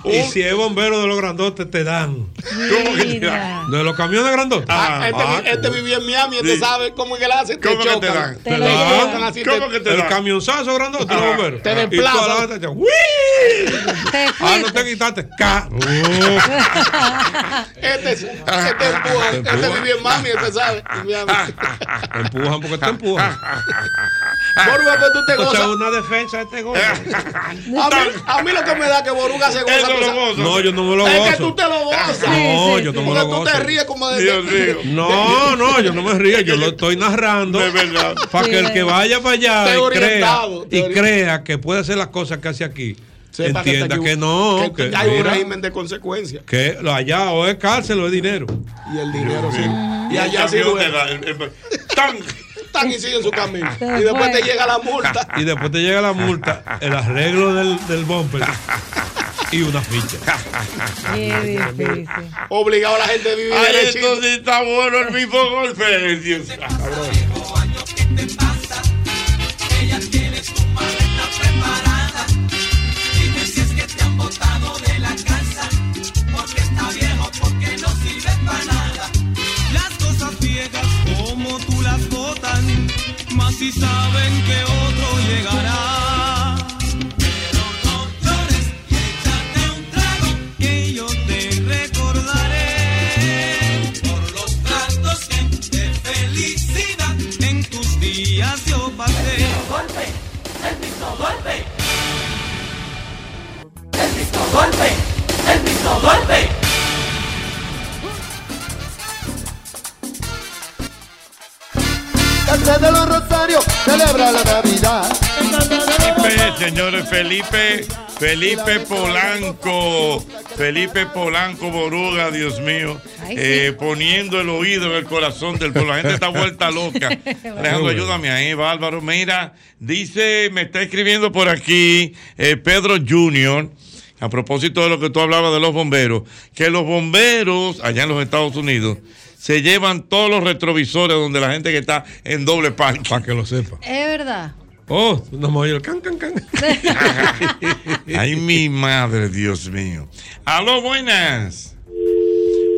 Speaker 11: Y, si- y si es bombero de los grandotes, te dan.
Speaker 5: ¿Cómo que te dan?
Speaker 11: De los camiones grandotes.
Speaker 9: Ah, este, vi- este vivía en Miami, este
Speaker 11: Sí.
Speaker 9: sabe cómo es que la hace. Te
Speaker 11: ¿Cómo que
Speaker 9: chocan.
Speaker 11: te dan?
Speaker 9: Te
Speaker 11: Te
Speaker 9: lo
Speaker 11: dan.
Speaker 9: chocan así.
Speaker 11: ¿Cómo
Speaker 9: te-
Speaker 11: que te El dan? camionzazo grandote, los bomberos.
Speaker 9: Te
Speaker 11: Y
Speaker 9: desplazan.
Speaker 11: toda la gente te- ¡Uy! Ah, no te quitaste. Ca-
Speaker 9: Este, es- este empuja. Este vivía en Miami, este sabe. en Miami.
Speaker 11: Te empujan porque te empujan.
Speaker 9: Boruga, pues tú te
Speaker 11: O sea,
Speaker 9: gozas.
Speaker 11: una defensa de este gol.
Speaker 9: A mí, a mí lo que me da que Boruga se goza.
Speaker 11: Eso lo
Speaker 9: cosas.
Speaker 11: gozo. No, yo no me lo
Speaker 9: Es que
Speaker 11: gozo.
Speaker 9: tú te lo gozas.
Speaker 11: No, yo no me
Speaker 9: Porque
Speaker 11: lo
Speaker 9: tú te
Speaker 11: gozo.
Speaker 9: ríes como de.
Speaker 11: No, no, yo no me río, yo lo estoy narrando. Para que el que vaya para allá
Speaker 9: Estoy
Speaker 11: y crea,
Speaker 9: orientado,
Speaker 11: y
Speaker 9: estoy ori-
Speaker 11: crea que puede hacer las cosas que hace aquí,
Speaker 9: Sepa que
Speaker 11: entienda
Speaker 9: te
Speaker 11: que,
Speaker 9: equivo-
Speaker 11: no,
Speaker 9: que
Speaker 11: que,
Speaker 9: hay un
Speaker 11: mira,
Speaker 9: régimen de consecuencias.
Speaker 11: que lo allá o es cárcel o es dinero.
Speaker 9: Y el dinero sí. Y
Speaker 5: El
Speaker 9: allá sí
Speaker 5: camión
Speaker 9: duele.
Speaker 5: te da, el- el- Tan,
Speaker 9: tan y siguen su camino. Y después te llega la multa.
Speaker 11: Y después te llega la multa, el arreglo del, del bumper y una ficha.
Speaker 9: Obligado a la gente a vivir
Speaker 5: Ay,
Speaker 9: derechito.
Speaker 5: entonces está bueno el mismo golpe. Dios.
Speaker 1: Ella tiene su maleta preparada. Dime si es que te han botado de la casa. Porque está viejo, porque no sirve para nada. Las cosas viejas como tú las botan. Más si saben que otro llegará. Pero no llores y échate un trago. Que yo te recordaré. Por los platos que te felicidad en tus días yo pasé. El mismo golpe, el mismo golpe. El mismo golpe, el mismo golpe.
Speaker 35: Casa de los Rosarios celebra la Navidad.
Speaker 5: Felipe, señores, Felipe, Felipe Polanco, Felipe Polanco Boruga, Dios mío,
Speaker 36: Ay,
Speaker 5: eh,
Speaker 36: sí.
Speaker 5: poniendo el oído en el corazón del pueblo. La gente está vuelta loca. Alejandro, ayúdame ahí, Bárbaro. Mira, dice, me está escribiendo por aquí eh, Pedro Junior. A propósito de lo que tú hablabas de los bomberos, que los bomberos allá en los Estados Unidos se llevan todos los retrovisores donde la gente que está en doble parque. Para
Speaker 11: que lo sepa.
Speaker 7: Es verdad.
Speaker 11: Oh, no me oye el can, can, can. Eh,
Speaker 5: Ay, mi madre, Dios mío. Aló, buenas.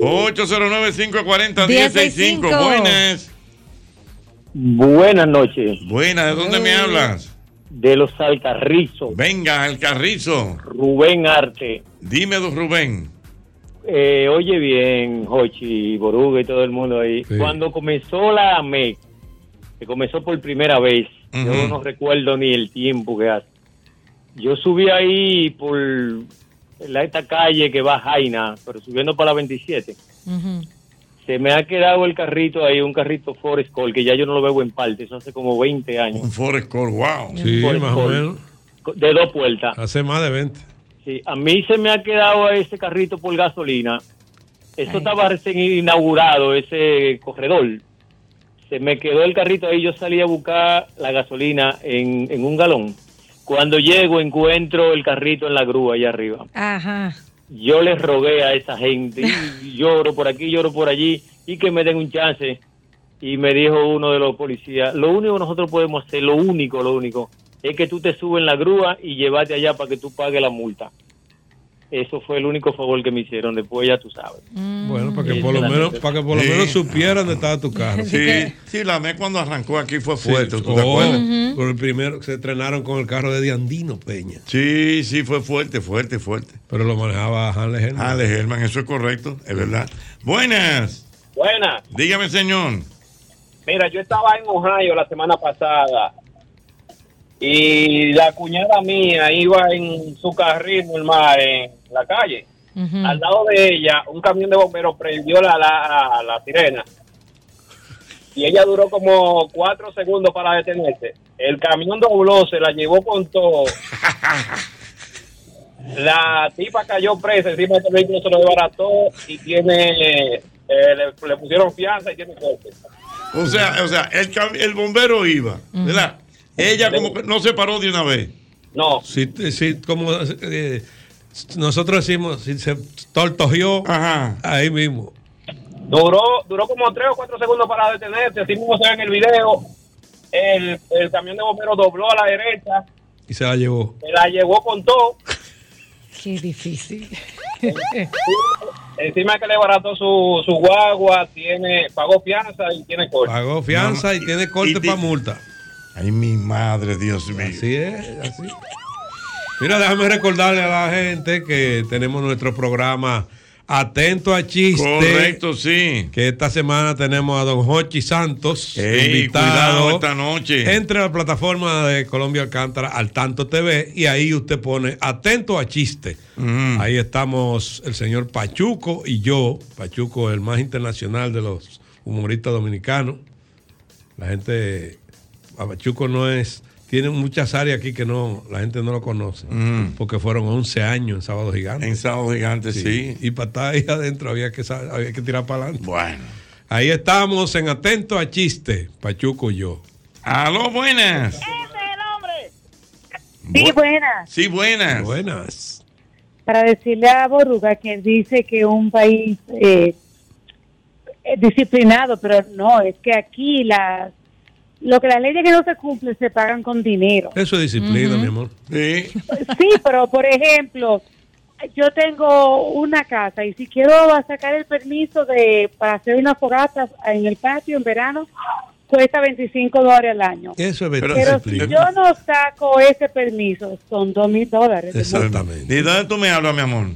Speaker 5: 809-540-1065. Buenas.
Speaker 15: Buenas noches.
Speaker 5: Buenas, ¿de dónde me hablas?
Speaker 15: Eh. De los Alcarrizos.
Speaker 5: Venga, al carrizo.
Speaker 15: Rubén Arte.
Speaker 5: Dime, don Rubén.
Speaker 15: Eh, oye bien, Hochi, Boruga y todo el mundo ahí. Cuando comenzó la AMEC, que comenzó por primera vez, yo
Speaker 37: Ujú.
Speaker 15: no recuerdo ni el tiempo que hace. Yo subí ahí por la, esta calle que va a Jaina, pero subiendo para la 27. Se me ha quedado el carrito ahí, un carrito Forest Call, que ya yo no lo veo en parte, eso hace como 20 años.
Speaker 5: Un Forest Call, wow.
Speaker 11: Sí, más o menos.
Speaker 15: De dos puertas.
Speaker 11: Hace más de 20.
Speaker 15: Sí, a mí se me ha quedado ese carrito por gasolina. Eso estaba recién inaugurado, ese corredor. Se me quedó el carrito ahí, yo salí a buscar la gasolina en, en un galón. Cuando llego encuentro el carrito en la grúa allá arriba.
Speaker 7: Ajá.
Speaker 15: Yo les rogué a esa gente, y lloro por aquí, lloro por allí, y que me den un chance. Y me dijo uno de los policías, lo único que nosotros podemos hacer, lo único, lo único, es que tú te subes en la grúa y llévate allá para que tú pagues la multa. Eso fue el único favor que me hicieron, después ya tú sabes.
Speaker 11: Bueno, para que
Speaker 15: Sí,
Speaker 11: por lo
Speaker 15: la
Speaker 11: menos,
Speaker 15: neta.
Speaker 11: para que por lo
Speaker 15: Sí.
Speaker 11: menos supieran dónde estaba tu carro.
Speaker 5: Sí, sí, la me cuando arrancó aquí fue
Speaker 11: Sí.
Speaker 5: fuerte. ¿tú te
Speaker 11: Oh,
Speaker 5: acuerdas?
Speaker 11: Por el primero se entrenaron con el carro de Diandino Peña.
Speaker 5: Sí, sí, fue fuerte, fuerte, fuerte.
Speaker 11: Pero lo manejaba Hanley Herman.
Speaker 5: Ale Germán, eso es correcto, es verdad. Buenas.
Speaker 8: Buenas.
Speaker 5: Dígame, señor.
Speaker 8: Mira, yo estaba en Ohio la semana pasada y la cuñada mía iba en su carril normal en la calle Al lado de ella, un camión de bomberos prendió la, la, la sirena. Y ella duró como cuatro segundos para detenerse. El camión dobló, se la llevó con todo. La tipa cayó presa, encima del vehículo se lo desbarató y tiene, eh, le, le pusieron fianza y tiene corte.
Speaker 5: O sea, o sea el, cam- el bombero iba, ¿verdad? Ella como que no se paró de una vez.
Speaker 8: No.
Speaker 11: Si, si- como eh, nosotros decimos, si se tortogió, ahí mismo.
Speaker 8: Duró, duró como tres o cuatro segundos para detenerse, así como se ve en el video. El, el camión de bomberos dobló a la derecha,
Speaker 11: Y se la llevó.
Speaker 8: se la llevó con todo.
Speaker 7: Qué difícil.
Speaker 8: Encima que le barató su, su guagua, tiene, pagó fianza y tiene corte.
Speaker 11: Pagó fianza y tiene corte para multa.
Speaker 5: Ay, mi madre, Dios mío.
Speaker 11: Así es, así. Mira, déjame recordarle a la gente que tenemos nuestro programa Atento a Chiste.
Speaker 5: Correcto, sí.
Speaker 11: Que esta semana tenemos a don Jochi Santos,
Speaker 5: Ey, cuidado esta noche.
Speaker 11: Entre a la plataforma de Colombia Alcántara al Tanto TV y ahí usted pone atento a chiste.
Speaker 5: Mm.
Speaker 11: Ahí estamos el señor Pachuco y yo. Pachuco, el más internacional de los humoristas dominicanos. La gente, a Pachuco no es, tiene muchas áreas aquí que no, la gente no lo conoce. Porque fueron 11 años en Sábado Gigante.
Speaker 5: Mm. En Sábado Gigante, sí.
Speaker 11: Y para estar ahí adentro había que, sa- había que tirar para adelante.
Speaker 5: Bueno.
Speaker 11: Ahí estamos en Atento a Chiste, Pachuco y yo.
Speaker 5: Aló, buenas.
Speaker 13: Sí, buenas.
Speaker 5: Sí, buenas.
Speaker 11: Buenas.
Speaker 13: Para decirle a Boruga que dice que un país eh, es disciplinado, pero no, es que aquí las lo que las leyes que no se cumplen se pagan con dinero.
Speaker 11: Eso es disciplina, mi amor.
Speaker 5: Sí.
Speaker 13: Sí, pero por ejemplo, yo tengo una casa y si quiero sacar el permiso de para hacer una fogata en el patio en verano, cuesta 25 dólares al año.
Speaker 11: Eso es
Speaker 5: Pero-
Speaker 13: Pero si yo no saco ese permiso, son 2 mil dólares de multa.
Speaker 5: Exactamente. ¿De dónde tú me hablas, mi amor?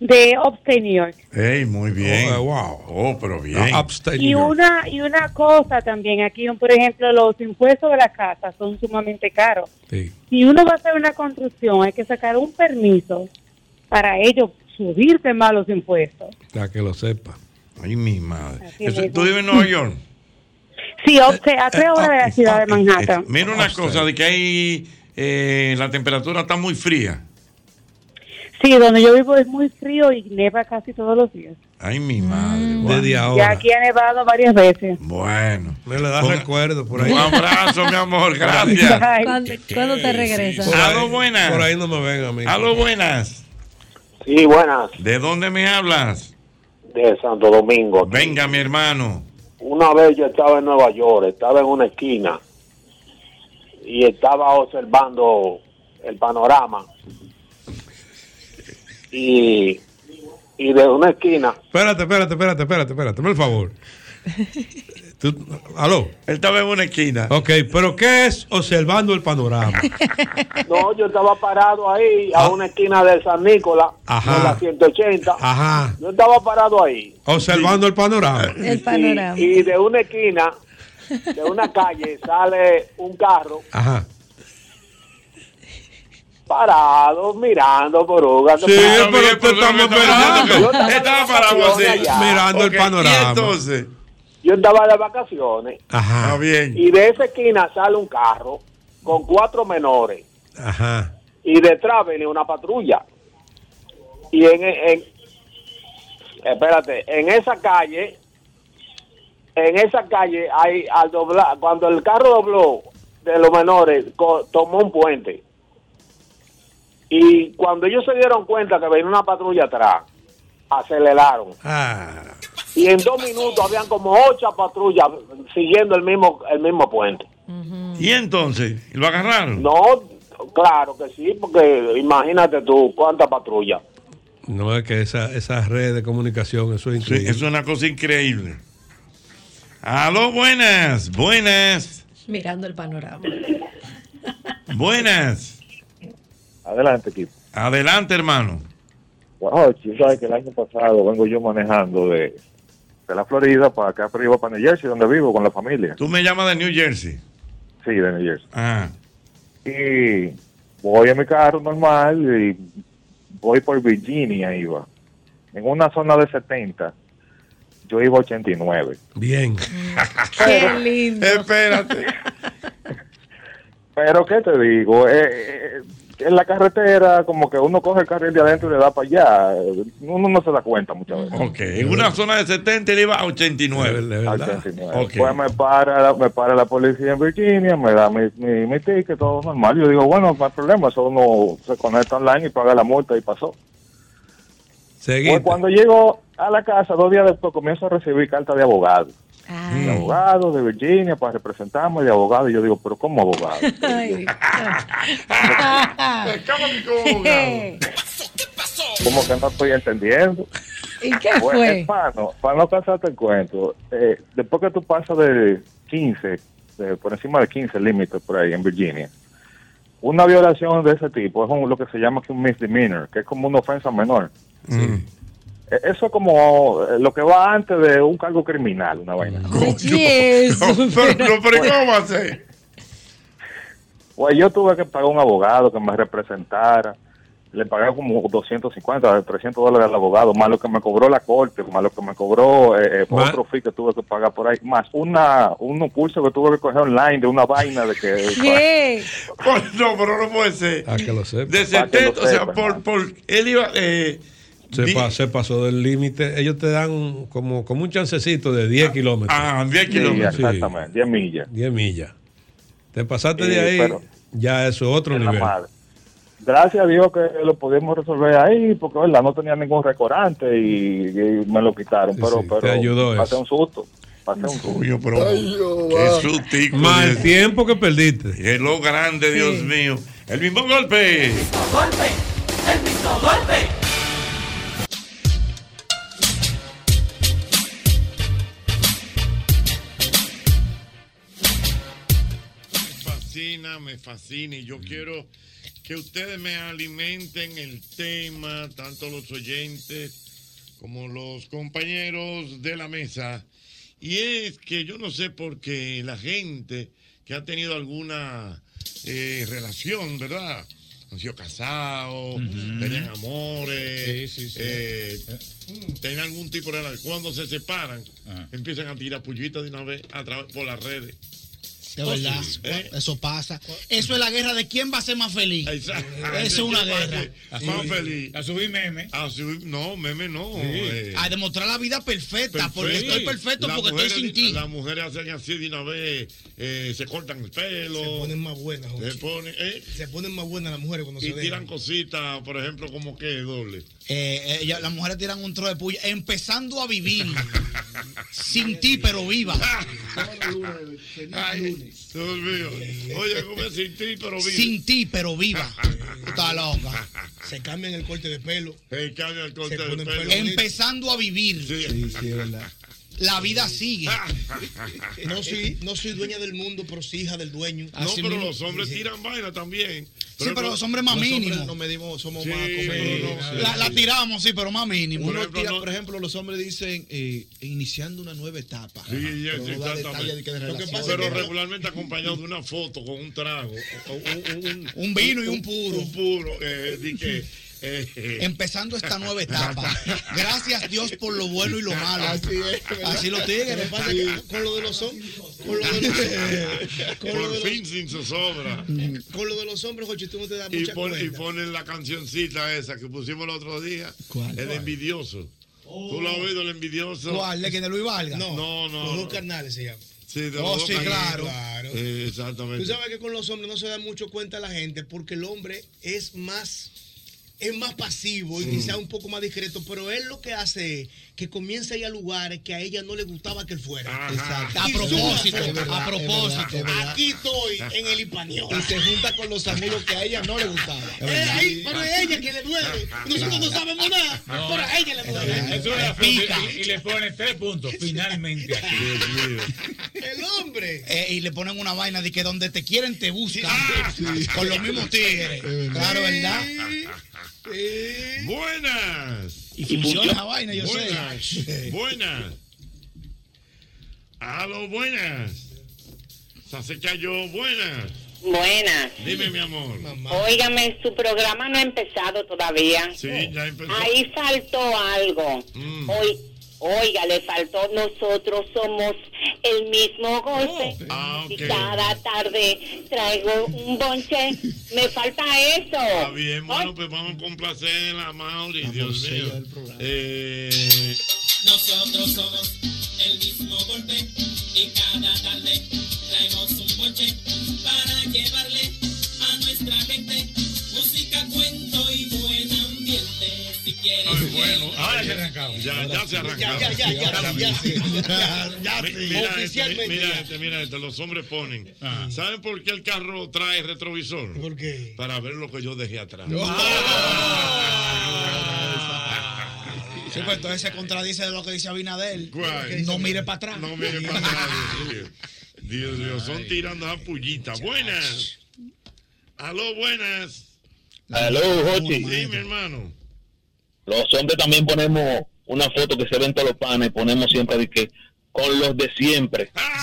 Speaker 13: de Upstate New York.
Speaker 5: Ey, muy bien.
Speaker 11: Oh, wow.
Speaker 5: Oh, pero bien.
Speaker 13: Y una, y una cosa también, aquí por ejemplo los impuestos de las casas son sumamente caros.
Speaker 11: Sí.
Speaker 13: Si uno va a hacer una construcción hay que sacar un permiso para ello subirse más los impuestos.
Speaker 11: Para que lo sepa.
Speaker 5: Ay, mi madre.
Speaker 13: Así
Speaker 5: Eso-
Speaker 13: mismo.
Speaker 5: ¿Tú vives en Nueva York?
Speaker 13: Sí, Upstate, a tres horas de la ciudad de Manhattan.
Speaker 5: Mira una cosa, de que hay... eh, la temperatura está muy fría.
Speaker 13: Sí, donde yo vivo es muy frío y neva casi todos los días.
Speaker 5: Ay, mi madre.
Speaker 11: Desde
Speaker 13: Ya aquí ha nevado varias veces.
Speaker 5: Bueno.
Speaker 11: Me lo das recuerdo por ahí.
Speaker 5: Un abrazo, mi amor. Gracias.
Speaker 13: Bye.
Speaker 7: ¿Cuándo, cuándo te regresas?
Speaker 11: Por ahí-
Speaker 5: Aló, buenas.
Speaker 11: Por ahí no me ven a mí.
Speaker 5: Aló, buenas.
Speaker 29: Sí, buenas,
Speaker 5: ¿De dónde me hablas?
Speaker 29: de Santo Domingo.
Speaker 5: Venga, mi hermano.
Speaker 29: Una vez yo estaba en Nueva York, estaba en una esquina y estaba observando el panorama. Y, y de una esquina,
Speaker 11: Espérate, espérate, espérate, espérate, espérate. Hazme el favor. Tú- aló.
Speaker 5: Él estaba en una esquina.
Speaker 11: Ok, pero ¿qué es observando el panorama?
Speaker 29: no, yo estaba parado ahí, a una esquina de San Nicolás,
Speaker 11: Ajá.
Speaker 29: en la 180.
Speaker 11: Ajá.
Speaker 29: Yo estaba parado ahí.
Speaker 11: Observando el panorama.
Speaker 7: El panorama.
Speaker 29: Y de una esquina, de una calle, sale un carro
Speaker 11: Ajá.
Speaker 29: parado, mirando oruga.
Speaker 11: Sí, pero te estamos esperando.
Speaker 29: Estaba
Speaker 5: parado así,
Speaker 11: mirando el panorama.
Speaker 5: entonces?
Speaker 29: Yo estaba de vacaciones
Speaker 11: Ajá.
Speaker 5: bien.
Speaker 29: y de esa esquina sale un carro con cuatro menores
Speaker 11: Ajá.
Speaker 29: y detrás venía una patrulla. Y en, en- espérate, en esa calle, en esa calle hay al doblar, cuando el carro dobló de los menores, co- tomó un puente. Y cuando ellos se dieron cuenta que venía una patrulla atrás, aceleraron.
Speaker 11: Ah.
Speaker 29: Y en dos minutos habían como ocho patrullas siguiendo el mismo, el mismo puente.
Speaker 5: ¿Y entonces? ¿Lo agarraron?
Speaker 29: No, claro que sí, porque imagínate tú cuántas patrullas.
Speaker 11: No es que esa, esa red de comunicación, eso es
Speaker 5: Sí,
Speaker 11: increíble.
Speaker 5: es una cosa increíble. Aló, buenas, buenas,
Speaker 7: Mirando el panorama.
Speaker 5: buenas.
Speaker 26: Adelante, equipo.
Speaker 5: Adelante, hermano.
Speaker 26: Bueno, tú sabes que el año pasado vengo yo manejando de, de la Florida para acá arriba, para New Jersey, donde vivo con la familia.
Speaker 5: Tú me llamas de New Jersey.
Speaker 26: Sí, de New Jersey.
Speaker 5: Ah,
Speaker 26: Y voy en mi carro normal y voy por Virginia, iba. En una zona de 70, yo iba 89.
Speaker 11: Bien.
Speaker 3: Qué lindo.
Speaker 11: Espérate.
Speaker 26: Pero, ¿qué te digo? Eh, eh, en la carretera, como que uno coge el carril de adentro y le da para allá. Uno no se da cuenta muchas veces.
Speaker 5: Ok, en una zona de 70 él iba a 89.
Speaker 26: Al 69. Pues me para, me para la policía en Virginia, me da mi, mi, mi ticket, todo normal. Yo digo, bueno, no hay problema, eso uno se conecta online y paga la multa y pasó. Pues cuando llego a la casa, dos días después comienzo a recibir cartas de abogado. De abogado de Virginia para representarme de abogado. Y yo digo, pero ¿cómo abogado? Como que no estoy entendiendo.
Speaker 3: ¿Y qué
Speaker 1: Ah,
Speaker 26: Pues,
Speaker 3: fue?
Speaker 26: hermano, para no cansarte el cuento, eh, después que tú pasas de 15, de- por encima de 15 límites por ahí en Virginia, una violación de ese tipo es un- lo que se llama que un misdemeanor, que es como una ofensa menor. Eh, Eso es como eh, lo que va antes de un cargo criminal, una vaina.
Speaker 5: pero, pero ¿y ¿cómo va a ser?
Speaker 26: Pues yo tuve que pagar un abogado que me representara. Le pagué como 250, 300 dólares al abogado, más lo que me cobró la corte, más lo que me cobró eh, eh, por
Speaker 11: Ma-
Speaker 26: otro fee que tuve que pagar por ahí, más una un curso que tuve que coger online de una vaina de que...
Speaker 5: Pues, no, pero no puede ser.
Speaker 11: A Ah, que lo sepa.
Speaker 5: De 70, o sea, por, por- él iba. eh,
Speaker 11: Se, pa- se pasó del límite. Ellos te dan como, como un chancecito de 10 kilómetros.
Speaker 5: ah, 10
Speaker 11: Sí,
Speaker 5: kilómetros.
Speaker 26: exactamente, 10 millas.
Speaker 11: 10 millas. Te pasaste
Speaker 26: Sí,
Speaker 11: de ahí,
Speaker 26: pero-
Speaker 11: ya eso es otro nivel.
Speaker 26: Gracias a Dios que lo pudimos resolver ahí, porque verdad no tenía ningún recorante y, y me lo quitaron, pero, pero
Speaker 11: te ayudó
Speaker 26: pasé un susto. Pasé un susto.
Speaker 5: Qué sustico.
Speaker 11: Mal tiempo que perdiste.
Speaker 5: Es lo grande, Dios mío. El mismo golpe.
Speaker 1: Golpe, el mismo golpe.
Speaker 5: fascina, me fascina y yo quiero que ustedes me alimenten el tema, tanto los oyentes como los compañeros de la mesa. Y es que yo no sé por qué la gente que ha tenido alguna eh, relación, ¿verdad? Han sido casados, tenían amores, eh, tenían algún tipo de relación. Cuando se separan, empiezan a tirar pullitas de una vez a través por las redes.
Speaker 4: De verdad,
Speaker 5: Eh.
Speaker 4: eso pasa. Eso es la guerra de quién va a ser más feliz. Esa
Speaker 5: Ah,
Speaker 4: es una guerra.
Speaker 5: Más feliz. A subir meme. A subir, no, meme no. eh,
Speaker 4: A demostrar la vida perfecta, porque
Speaker 5: perfecto.
Speaker 4: estoy perfecto
Speaker 5: Las
Speaker 4: porque estoy
Speaker 5: mujeres
Speaker 4: sin
Speaker 5: di-
Speaker 4: ti.
Speaker 5: Las mujeres hacen así de una vez, eh, se cortan el pelo. Se ponen más buenas. Se ponen, eh,
Speaker 25: Se ponen más buenas las mujeres cuando
Speaker 5: y
Speaker 25: se
Speaker 5: tiran
Speaker 25: dejan.
Speaker 5: cositas, por ejemplo, como que doble.
Speaker 4: Eh, eh, ya las mujeres tiran un tro de puya, empezando a vivir sin ti, pero viva.
Speaker 5: Ay, Dios mío. Oye, ¿cómo es sin ti, pero viva?
Speaker 4: Sin ti, pero viva. Está loca.
Speaker 25: Se cambian el corte de pelo.
Speaker 5: Se cambian el corte
Speaker 25: de pelo.
Speaker 4: Empezando a vivir. La vida sigue. Eh,
Speaker 25: No soy, no soy dueña del mundo, pero sí hija del dueño.
Speaker 5: no, pero los hombres tiran vaina también.
Speaker 4: Sí, pero los hombres más mínimos.
Speaker 25: No medimos, somos
Speaker 5: Sí,
Speaker 25: más
Speaker 5: no, no,
Speaker 25: comedidos.
Speaker 5: no.
Speaker 4: La, la tiramos, sí, pero más mínimo.
Speaker 25: Uno tira, por ejemplo, los hombres dicen eh, iniciando una nueva etapa.
Speaker 5: Sí, sí,
Speaker 25: Pero no da
Speaker 5: exactamente.
Speaker 25: detalle de que de
Speaker 5: Lo que
Speaker 25: relación.
Speaker 5: pasa es que regularmente acompañado de una foto con un trago, o- o- un,
Speaker 4: Un vino y un puro.
Speaker 5: Un puro, eh, di que, eh, eh.
Speaker 4: Empezando esta nueva etapa. Gracias Dios por lo bueno y lo malo.
Speaker 25: Así es, ¿verdad?
Speaker 4: Así lo tigres.
Speaker 25: Lo que pasa es que con lo de los hombres, con lo de los, con lo
Speaker 5: por
Speaker 25: de los-
Speaker 5: fin sin zozobra.
Speaker 25: con lo de los hombres, Jochi, tú no te das
Speaker 5: Y,
Speaker 25: mucha
Speaker 5: pon- y
Speaker 25: cuenta.
Speaker 5: ponen la cancioncita esa que pusimos el otro día.
Speaker 25: ¿Cuál?
Speaker 5: El
Speaker 25: ¿Cuál?
Speaker 5: envidioso. ¿Tú
Speaker 25: Oh.
Speaker 5: lo has oído, el envidioso?
Speaker 4: ¿Cuál? ¿De que de Luis Valga?
Speaker 5: No, no. no,
Speaker 25: Los dos carnales se llaman.
Speaker 5: Sí, de los
Speaker 25: Oh,
Speaker 5: dos
Speaker 25: sí,
Speaker 5: carnales.
Speaker 25: claro.
Speaker 5: Eh, exactamente.
Speaker 25: Tú sabes que con los hombres no se da mucho cuenta la gente porque el hombre es más es más pasivo y
Speaker 5: Sí.
Speaker 25: quizá un poco más discreto, pero él lo que hace es que comienza a ir a lugares que a ella no le gustaba que él fuera.
Speaker 4: Exacto.
Speaker 25: Y
Speaker 4: A propósito,
Speaker 25: suma-
Speaker 4: es verdad,
Speaker 25: a propósito.
Speaker 4: es verdad.
Speaker 25: Aquí estoy en el hispanión.
Speaker 4: Y se junta con los amigos que a ella no le gustaba.
Speaker 25: Eh, ahí, pero es ella que le duele. Nosotros no sabemos nada,
Speaker 18: No.
Speaker 25: pero a ella le duele.
Speaker 18: Eso es la fruta. Y, y le ponen tres puntos finalmente aquí.
Speaker 25: El hombre.
Speaker 4: Eh, y le ponen una vaina de que donde te quieren te buscan. Ah, Con los mismos tigres. Claro, ¿verdad?
Speaker 5: Buenas.
Speaker 4: Y funciona la vaina, yo sé.
Speaker 5: buenas. Buenas. Aló, buenas. O sea, se cayó, buenas.
Speaker 6: Buenas.
Speaker 5: Dime, mi amor.
Speaker 6: Óigame, su programa no ha empezado todavía.
Speaker 5: Sí, ya empezó. Mm.
Speaker 6: Ahí faltó algo. Hoy, oiga, le faltó. Nosotros somos el mismo golpe.
Speaker 5: Oh. Ah,
Speaker 6: Y cada tarde traigo un bonche. Me falta eso.
Speaker 5: Está bien, bueno, pues vamos a complacer a Mauri, Dios mío. Eh,
Speaker 1: Nosotros somos el mismo golpe y cada tarde traemos un coche para llevarle a nuestra gente música, cuento y buen ambiente. Si quieres,
Speaker 5: bueno, ahora se arrancamos. Ya, ya se arrancamos.
Speaker 1: Ya, ya, ya, ya, ya, sí. Ya, ya,
Speaker 5: Mi-
Speaker 1: sí.
Speaker 5: Mira este,
Speaker 1: Oficialmente
Speaker 5: mira
Speaker 1: ya.
Speaker 5: este, mira este, los hombres ponen. ¿Saben por qué el carro trae retrovisor? ¿Por qué? Para ver lo que yo dejé atrás. Ah.
Speaker 4: Sí, pues entonces se contradice de lo que dice Abinader.
Speaker 5: ¿Cuál?
Speaker 4: No mire para atrás.
Speaker 5: No mire para atrás. Dios mío, son tirando a pullita. Buenas. Aló, buenas.
Speaker 2: Aló, Jochi.
Speaker 5: Sí, mi hermano.
Speaker 2: Los hombres también ponemos una foto que se ven todos los panes, ponemos siempre de que con los de siempre.
Speaker 5: Ah.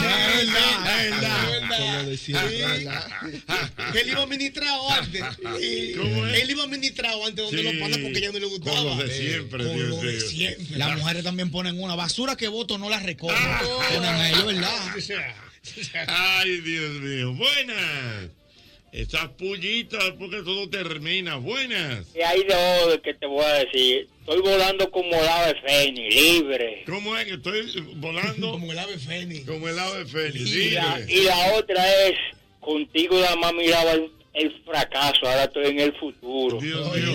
Speaker 25: Que él iba administrado antes. Sí. Él iba administrado antes donde
Speaker 2: Sí.
Speaker 25: lo pasan porque ya no le gustaba.
Speaker 2: Con los de
Speaker 25: Eh,
Speaker 2: siempre,
Speaker 25: con
Speaker 2: Dios
Speaker 25: los de
Speaker 2: mío.
Speaker 25: siempre.
Speaker 2: Las mujeres también ponen una basura que voto no la recogen.
Speaker 5: Ah.
Speaker 2: Ponen a ellos, ¿verdad?
Speaker 5: Ay, Dios mío. Buenas. Esas pullitas, porque todo termina. Buenas.
Speaker 24: Y hay dos que te voy a decir. Estoy volando como el ave fénix, libre.
Speaker 5: ¿Cómo es que estoy volando? como el ave fénix. Como el ave fénix.
Speaker 24: Y la,
Speaker 5: libre.
Speaker 24: y la otra es, contigo nada más miraba el, el fracaso, ahora estoy en el futuro.
Speaker 5: Dios mío,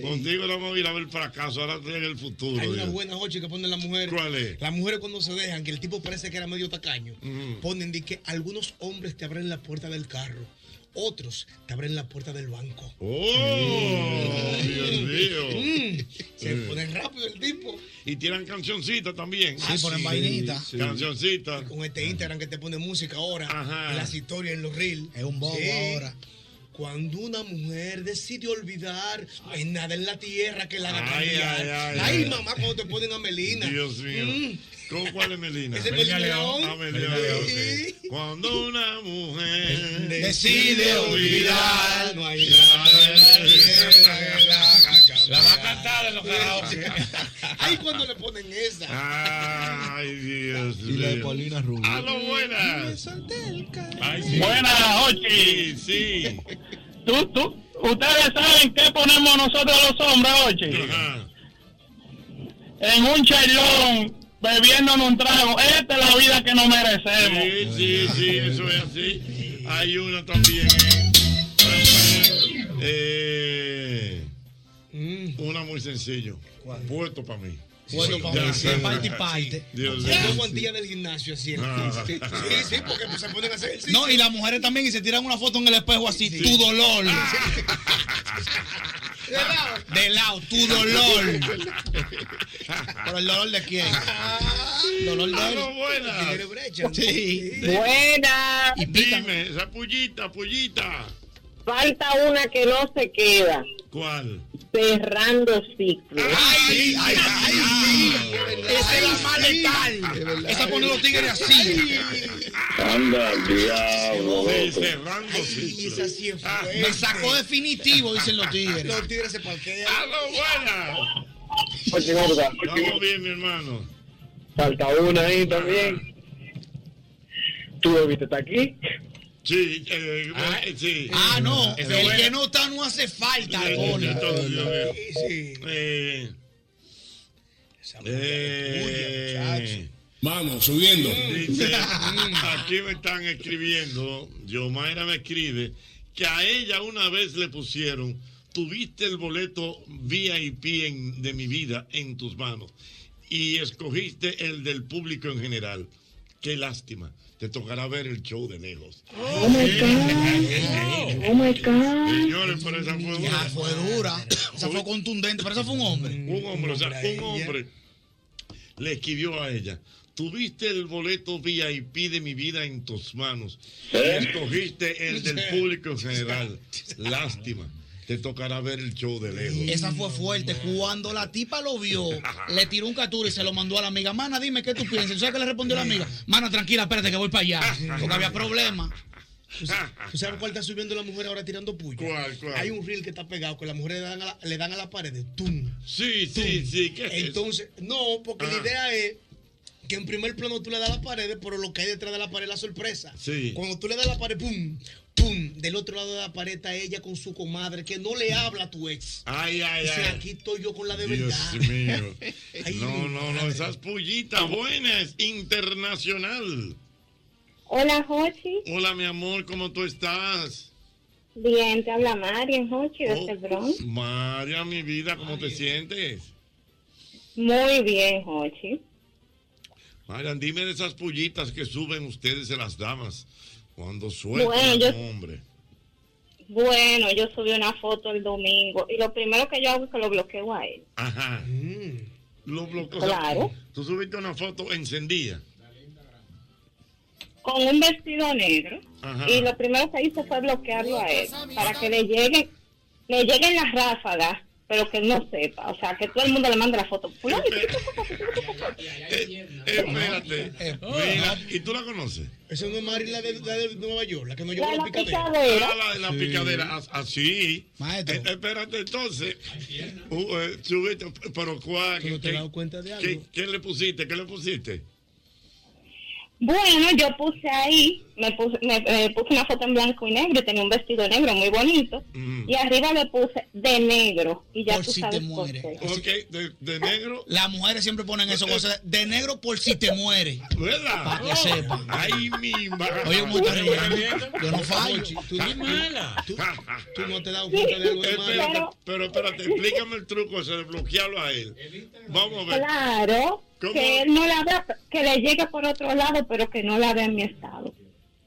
Speaker 5: con- contigo la vamos a ir a ver el fracaso, ahora estoy en el futuro.
Speaker 25: Hay una
Speaker 5: Dios.
Speaker 25: buena ocho que ponen las mujeres.
Speaker 5: ¿Cuál es? Mm.
Speaker 25: Las mujeres cuando se dejan, que el tipo parece que era medio tacaño, ponen de que algunos hombres te abren la puerta del carro, otros te abren la puerta del banco.
Speaker 5: ¡Oh! Dios mío.
Speaker 25: Se
Speaker 5: Mm.
Speaker 25: pone rápido el tipo.
Speaker 5: Y tiran cancioncitas también.
Speaker 25: Ah, sí.
Speaker 5: Cancioncitas.
Speaker 25: Con este Instagram que te pone música ahora,
Speaker 5: Ajá.
Speaker 25: en las historias, en los reels. Es un
Speaker 4: bobo ahora.
Speaker 25: Cuando una mujer decide olvidar, no hay nada en la tierra que la haga
Speaker 5: Ay,
Speaker 25: cambiar.
Speaker 5: ay,
Speaker 25: Ay,
Speaker 5: ay, ay.
Speaker 25: mamá, cuando te ponen a Melina. Mm.
Speaker 5: Dios mío. ¿Cómo cuál es Melina?
Speaker 25: Ese es Melina León.
Speaker 5: Ah, Melina León, sí. Cuando una mujer
Speaker 1: Decide olvidar,
Speaker 5: no
Speaker 1: hay
Speaker 5: La va a cantar en los karaoke.
Speaker 25: Ay, cuando le ponen esa.
Speaker 5: Ay, Dios mío.
Speaker 1: Y la de Paulina Rubio.
Speaker 5: A lo buenas. Ay, sí.
Speaker 19: Buenas, Ochi.
Speaker 5: Sí.
Speaker 19: Tú, tú, ustedes saben qué ponemos nosotros los hombres, Ochi. En un chailón, bebiéndonos un trago. Esta es la vida que nos merecemos.
Speaker 5: Sí, sí, sí, eso es así. Hay una también. eh. Eh, una muy sencillo. Puesto para mí.
Speaker 25: Puesto pa' mí, sí, parte y parte.
Speaker 5: Dios
Speaker 25: Son dos
Speaker 5: mío.
Speaker 25: guantillas del gimnasio así.
Speaker 5: Ah.
Speaker 25: Sí, sí, porque pues, se ponen a hacer ejercicio.
Speaker 4: No, y las mujeres también y se tiran una foto en el espejo así, tu dolor.
Speaker 5: Ah.
Speaker 4: De lado, tu dolor. Pero el dolor de quién? Dolor de
Speaker 5: Ah,
Speaker 4: él.
Speaker 5: no, buenas.
Speaker 4: Sí.
Speaker 5: Buenas. Dime, esa pullita, pullita.
Speaker 29: Falta una que no se queda.
Speaker 5: ¿Cuál?
Speaker 29: Cerrando ciclo.
Speaker 5: Ay, ay,
Speaker 4: Esa es la más letal. Esa pone los tigres así.
Speaker 1: Anda, diablo.
Speaker 5: cerrando
Speaker 4: Esa sí es
Speaker 5: Ah,
Speaker 4: fuerte. Me sacó definitivo, dicen los
Speaker 25: Ah,
Speaker 4: tigres. Los tigres se parquean.
Speaker 5: Ah, ¡Aló,
Speaker 29: buena!
Speaker 5: Vamos bien, mi hermano.
Speaker 29: Falta una ahí también. ¿Tú debiste estar aquí?
Speaker 5: Sí, eh, eh, sí.
Speaker 4: Ah, no.
Speaker 5: Esa es
Speaker 4: el
Speaker 5: buena.
Speaker 4: que no está no hace falta,
Speaker 5: Sí,
Speaker 4: pone.
Speaker 5: entonces, Dios mío. Eh, eh,
Speaker 33: Vamos, subiendo.
Speaker 5: dice, aquí me están escribiendo, Yomaira me escribe, que a ella una vez le pusieron, tuviste el boleto VIP en- de mi vida en tus manos y escogiste el del público en general. Qué lástima, te tocará ver el show de lejos.
Speaker 29: Oh my God. Oh my God.
Speaker 5: Señores, pero esa fue dura.
Speaker 4: fue dura. Esa fue contundente, pero esa fue un hombre.
Speaker 5: Un hombre, eh. o sea, un hombre le escribió a ella. Tuviste el boleto VIP de mi vida en tus manos. Y
Speaker 25: ¿Eh?
Speaker 5: escogiste el del público en general. Lástima. Te tocará ver el show de lejos.
Speaker 4: Esa fue fuerte. Cuando la tipa lo vio, le tiró un caturo y se lo mandó a la amiga. Mana, dime qué tú piensas. ¿Sabes qué le respondió la amiga? Mana, tranquila, espérate que voy para allá. Porque había problemas.
Speaker 25: ¿Tú sa- tú sabes cuál está subiendo la mujer ahora tirando puya?
Speaker 5: ¿Cuál, cuál?
Speaker 25: Hay un reel que está pegado que las mujeres le dan a la, le dan a la pared. ¡Tum!
Speaker 5: Sí, sí, sí. ¿qué es eso? Ah.
Speaker 25: Entonces, no, porque
Speaker 5: Ajá.
Speaker 25: la idea es que en primer plano tú le das a la pared, pero lo que hay detrás de la pared es la sorpresa.
Speaker 5: Sí.
Speaker 25: Cuando tú le das a la pared, ¡pum! ¡pum! Del otro lado de la pared está ella con su comadre, que no le habla a tu ex.
Speaker 5: Ay, ay,
Speaker 25: Dice,
Speaker 5: ay.
Speaker 25: aquí estoy yo con la de verdad.
Speaker 5: Dios mío.
Speaker 25: Ay,
Speaker 5: No,
Speaker 25: mi
Speaker 5: no, no,
Speaker 25: madre.
Speaker 5: esas pullitas buenas, internacional.
Speaker 23: Hola, Jochi.
Speaker 5: Hola, mi amor, ¿cómo tú estás?
Speaker 23: Bien, te habla Marian, Jochi, desde
Speaker 5: Oh.
Speaker 23: el Bronx.
Speaker 5: María, mi vida, ¿cómo te sientes?
Speaker 23: Muy bien, Jochi.
Speaker 5: Marian, dime de esas pullitas que suben ustedes en las damas cuando sueltan
Speaker 23: Bueno,
Speaker 5: al
Speaker 23: yo-
Speaker 5: hombre.
Speaker 23: Bueno, yo subí una foto el domingo y lo primero que yo hago es que lo bloqueo a él.
Speaker 5: Ajá.
Speaker 25: Mm.
Speaker 5: Lo bloqueó.
Speaker 23: Claro.
Speaker 5: Tú subiste una foto encendida.
Speaker 23: Con un vestido negro.
Speaker 5: Ajá.
Speaker 23: Y lo primero que hice fue bloquearlo a él para que le lleguen, le lleguen las ráfagas, pero que él no sepa. O sea, que todo el mundo le mande la foto. Fulano, ¿y qué tú
Speaker 5: Eh,
Speaker 25: Eh,
Speaker 5: Espérate. Mira, ¿y tú la conoces?
Speaker 25: Esa no es Mari, la de, la de Nueva York, la que no
Speaker 23: La
Speaker 25: llevó
Speaker 23: de
Speaker 25: la
Speaker 23: la
Speaker 25: picadera.
Speaker 5: Ah, la de la
Speaker 25: Sí.
Speaker 5: picadera, as- así. Eh, espérate, entonces. Uh, eh, subiste, pero cuál.
Speaker 25: ¿Tú no te
Speaker 5: qué-
Speaker 25: has dado cuenta de
Speaker 5: qué-
Speaker 25: algo?
Speaker 5: ¿Qué le pusiste? ¿Qué le pusiste?
Speaker 23: Bueno, yo puse ahí, me puse, me, me puse una foto en blanco y negro y tenía un vestido negro muy bonito.
Speaker 5: Mm.
Speaker 23: Y arriba le puse de negro. Y ya
Speaker 4: Por
Speaker 23: tú
Speaker 4: si
Speaker 23: sabes
Speaker 4: te
Speaker 23: por
Speaker 4: mueres.
Speaker 23: qué.
Speaker 5: Ok, de, de negro.
Speaker 4: Las mujeres siempre ponen eso, cosas de negro por si te mueres.
Speaker 5: ¿Verdad? Oh.
Speaker 4: Para que sepan.
Speaker 5: Ay, mi madre.
Speaker 4: Oye, ¿cómo está riendo? Yo no fallo.
Speaker 25: Jochi, tú, tú- tú- tú no te has dado cuenta de algo de Mari.
Speaker 5: Espérate, pero espérate, explícame el truco ese de bloquearlo a él. Vamos a ver.
Speaker 23: Claro,
Speaker 5: ¿Cómo?
Speaker 23: que él no la vea, que le llegue por otro lado, pero que no la vea en mi estado.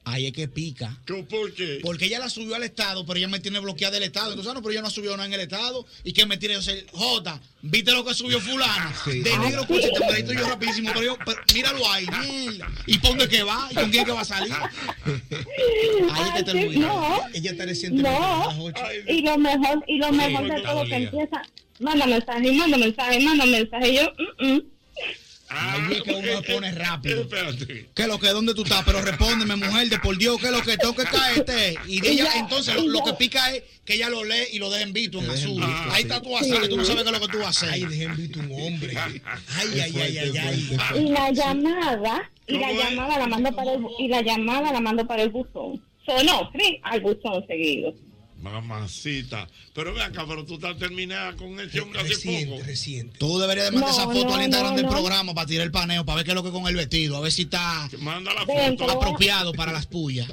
Speaker 4: Ahí es que pica.
Speaker 5: ¿Por qué?
Speaker 4: Porque ella la subió al Estado, pero ella me tiene bloqueada del Estado. Entonces, ah, no, pero yo no subió nada en el Estado. ¿Y que me tiene? O sea, Jota, ¿viste lo que subió fulano? De negro por si te mueres. Y tú, yo rapidísimo, pero yo, pero míralo ahí. mierda. ¿Y por dónde que va? ¿Y con quién que va a salir?
Speaker 23: Ahí
Speaker 4: es que te
Speaker 23: Antes
Speaker 4: lo
Speaker 23: no,
Speaker 25: Ella está reciente.
Speaker 23: no, y lo mejor, y lo
Speaker 25: Sí,
Speaker 23: mejor de
Speaker 25: porque
Speaker 23: todo que
Speaker 25: dolía.
Speaker 23: empieza, manda mensaje, manda mensaje, manda mensaje, y yo, mm, mm.
Speaker 4: Ahí es que uno me pone rápido.
Speaker 5: Espérate.
Speaker 4: ¿Qué es lo que? ¿Dónde tú estás? Pero respóndeme, mujer, de por Dios, ¿qué es lo que tengo que caerte? Y de ella, Ella- entonces, lo, lo que pica es que ella lo lee y lo deja en visto, en azul. visto, Ahí sí. está tú así, que tú no sabes qué es lo que tú vas a hacer. Ay,
Speaker 25: deja en visto un hombre. Ay,
Speaker 4: ay, ay, ay, ay.
Speaker 23: y la llamada y la
Speaker 4: ¿Cómo es?
Speaker 23: llamada la mando para el bu- y la llamada la mando para el buzón sonó sí, al buzón seguido
Speaker 5: Mamacita. Pero ve acá, pero tú estás terminada con ese hombre hace poco.
Speaker 25: Reciente.
Speaker 4: Tú deberías de mandar
Speaker 5: No,
Speaker 4: esa foto
Speaker 5: no,
Speaker 4: al Instagram
Speaker 5: no,
Speaker 4: del
Speaker 5: no.
Speaker 4: programa para tirar el paneo, para ver qué es lo que con el vestido, a ver si está
Speaker 5: Manda la
Speaker 23: Ven, foto. te lo voy a-
Speaker 4: apropiado para las puyas.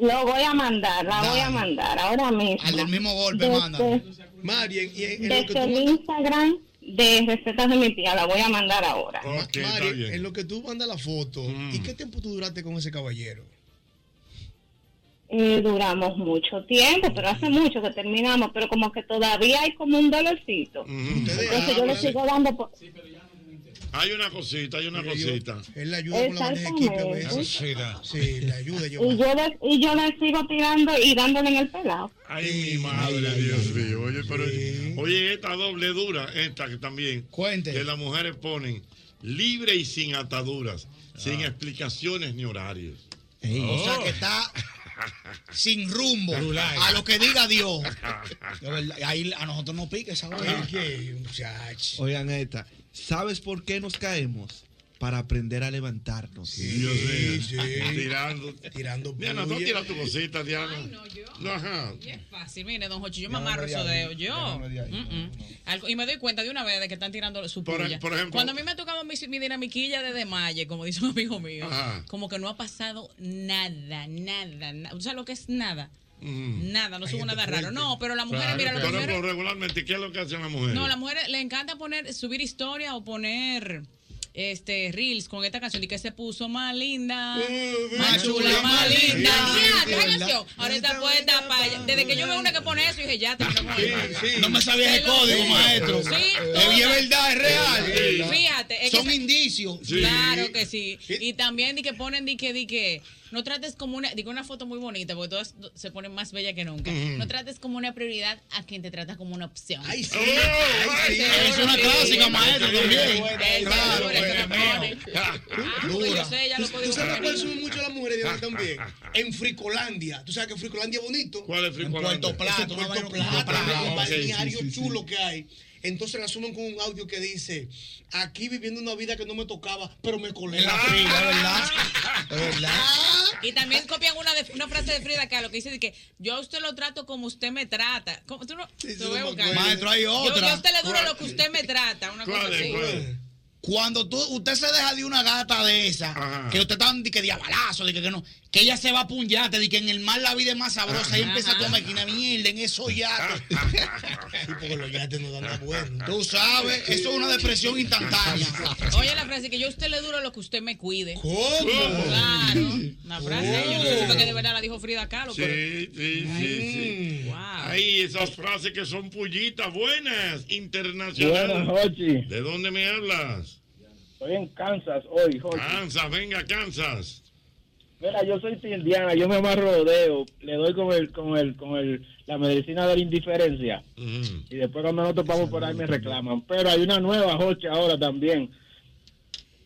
Speaker 23: lo voy a mandar la voy a
Speaker 4: Dale.
Speaker 23: mandar ahora mismo
Speaker 4: Al del mismo golpe,
Speaker 23: Desde-
Speaker 4: mándalo.
Speaker 25: Marien, y en, en lo que
Speaker 23: desde
Speaker 25: tú
Speaker 23: el Instagram de recetas de mi tía la voy a mandar ahora
Speaker 25: Mari, en lo que tú mandas la foto,
Speaker 4: Mm.
Speaker 25: ¿y qué tiempo tú duraste con ese caballero?
Speaker 23: Eh, duramos mucho tiempo pero hace mucho que terminamos pero como que todavía hay como un dolorcito
Speaker 5: Mm.
Speaker 23: entonces yo le sigo dando por-
Speaker 5: Hay una cosita, hay una cosita.
Speaker 25: Él le ayuda con la bandeja de equipo a veces. Sí, le ayuda. Yo,
Speaker 23: y yo le, y yo le sigo tirando y dándole en el pelado
Speaker 5: Ay, mi madre, Dios mío. Oye, pero, oye, esta doble dura, esta que también. Cuente. Que las mujeres ponen libre y sin ataduras, sin explicaciones ni horarios. Oh.
Speaker 4: O sea que está sin rumbo
Speaker 5: Rulay.
Speaker 4: a lo que diga Dios. De verdad, Ahí a nosotros nos pica esa vaina.
Speaker 22: Oigan esta. ¿Sabes por qué nos caemos? Para aprender a levantarnos.
Speaker 5: Dios mío. Tirando. Tirando. Diana, no
Speaker 22: puya.
Speaker 5: tira tu cosita, Diana. no, Ajá.
Speaker 7: Y es fácil, mire, don Jochi, yo me
Speaker 5: Ya no
Speaker 7: amarro
Speaker 5: me di
Speaker 7: esos
Speaker 5: ahí,
Speaker 7: dedos,
Speaker 5: ya
Speaker 7: yo.
Speaker 5: no me di ahí,
Speaker 7: Mm, mm. Algo- Y me doy cuenta de una vez de que están tirando su
Speaker 5: Por- e-
Speaker 7: puya.
Speaker 5: por ejemplo-
Speaker 7: Cuando a mí me ha tocado mi, mi dinamiquilla de demalle, como dice un amigo mío,
Speaker 5: Ajá.
Speaker 7: como que no ha pasado nada, nada, nada. ¿Tú sabes lo que es nada?
Speaker 5: Mm.
Speaker 7: Nada, no subo nada raro. No, pero las mujeres,
Speaker 5: Claro,
Speaker 7: mira, las
Speaker 5: pero
Speaker 7: mujeres...
Speaker 5: por regularmente, ¿qué es lo que hacen las mujeres?
Speaker 7: No, a las mujeres le encanta poner, subir historia o poner este reels con esta canción y que se puso más linda.
Speaker 4: Uh,
Speaker 7: Más chula, más linda. Ya, ¿qué canción? Ahora está puesta para allá. Desde que yo veo una que pone eso, dije, ya terminó con ella.
Speaker 4: No me sabía ese
Speaker 7: Te lo
Speaker 4: código,
Speaker 7: juro.
Speaker 4: maestro.
Speaker 7: Sí, todo.
Speaker 4: Eh, y es verdad, es real.
Speaker 7: Fíjate, es que
Speaker 4: Son
Speaker 7: esa-
Speaker 4: indicios.
Speaker 7: Claro que sí. Y también di que ponen, di que, di que, no trates como una, digo una foto muy bonita, porque todas se ponen más bella que nunca.
Speaker 4: Ujú.
Speaker 7: No trates como una prioridad a quien te trata como una opción. Ay,
Speaker 4: sí. Ay, sí. Es una clásica, maestro, también.
Speaker 7: Claro.
Speaker 4: Dura.
Speaker 7: Yo sé, ya lo
Speaker 25: ¿Tú
Speaker 7: códigos
Speaker 25: sabes cuál
Speaker 7: femeninos.
Speaker 25: suben mucho las
Speaker 4: mujeres de ahora también. En Fricolandia. ¿Tú sabes que Fricolandia es bonito?
Speaker 11: ¿Cuál es Fricolandia?
Speaker 4: En Puerto Plata.
Speaker 11: Eso es
Speaker 4: una
Speaker 11: Puerto
Speaker 4: vaina-
Speaker 11: Plata.
Speaker 4: Plata,
Speaker 11: Ah,
Speaker 4: un
Speaker 11: ok,
Speaker 4: balneario
Speaker 11: sí, sí, sí.
Speaker 4: chulo que hay. Entonces la suman con un audio que dice: Aquí viviendo una vida que no me tocaba, pero me colé.
Speaker 7: En la
Speaker 11: Ah.
Speaker 4: fila,
Speaker 7: ¿verdad?
Speaker 4: ¿Verdad?
Speaker 7: Y también copian una, de, una frase de Frida Kahlo que dice de que yo a usted lo trato como usted me trata. ¿Cómo? tú no? te voy a
Speaker 4: me
Speaker 7: buscar.
Speaker 4: acuerdo. Maestro, hay
Speaker 7: Yo- Yo,
Speaker 4: otra.
Speaker 7: a usted le duro lo que usted me trata. Una cosa así.
Speaker 4: Cuando tú, usted se deja de una gata de esa, que usted está de que diabalazo, de que, que no, que ella se va a puñarte, de que en el mar la vida es más sabrosa, y empieza a comer quina mierda en esos yates. Sí, porque los yates no dan nada "Ah, bueno. Tú sabes, eso es una depresión instantánea.
Speaker 7: Oye la frase que yo a usted le duro lo que usted me cuide.
Speaker 4: ¿Cómo?
Speaker 7: Claro. Una frase. Yo no sé si
Speaker 5: ¿Cómo?
Speaker 7: fue que de verdad la dijo Frida Kahlo.
Speaker 5: Sí,
Speaker 7: pero-
Speaker 5: sí, sí, sí. Ay, esas frases que son pullitas buenas, internacionales.
Speaker 29: Buenas, Jochi.
Speaker 5: ¿De dónde me hablas?
Speaker 29: Estoy en Kansas hoy, Jochi.
Speaker 5: Kansas, venga, Kansas.
Speaker 29: Mira, yo soy tindiana, yo me amarro rodeo, le doy con el, con el, con el, la medicina de la indiferencia. Y después cuando nos topamos por ahí me reclaman. Pero hay una nueva Jochi ahora también,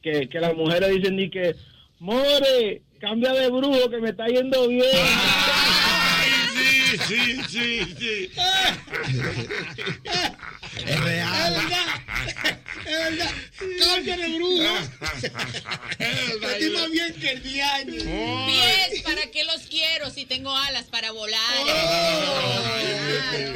Speaker 29: que, que las mujeres dicen ni que, more, cambia de brujo que me está yendo bien.
Speaker 5: Sí, sí, sí, sí.
Speaker 4: Es real. Es verdad. Es verdad. Cambia de brujo. Yo estoy más bien que el diario.
Speaker 7: Pies, ¿para qué los quiero si tengo alas para volar?
Speaker 4: Ah.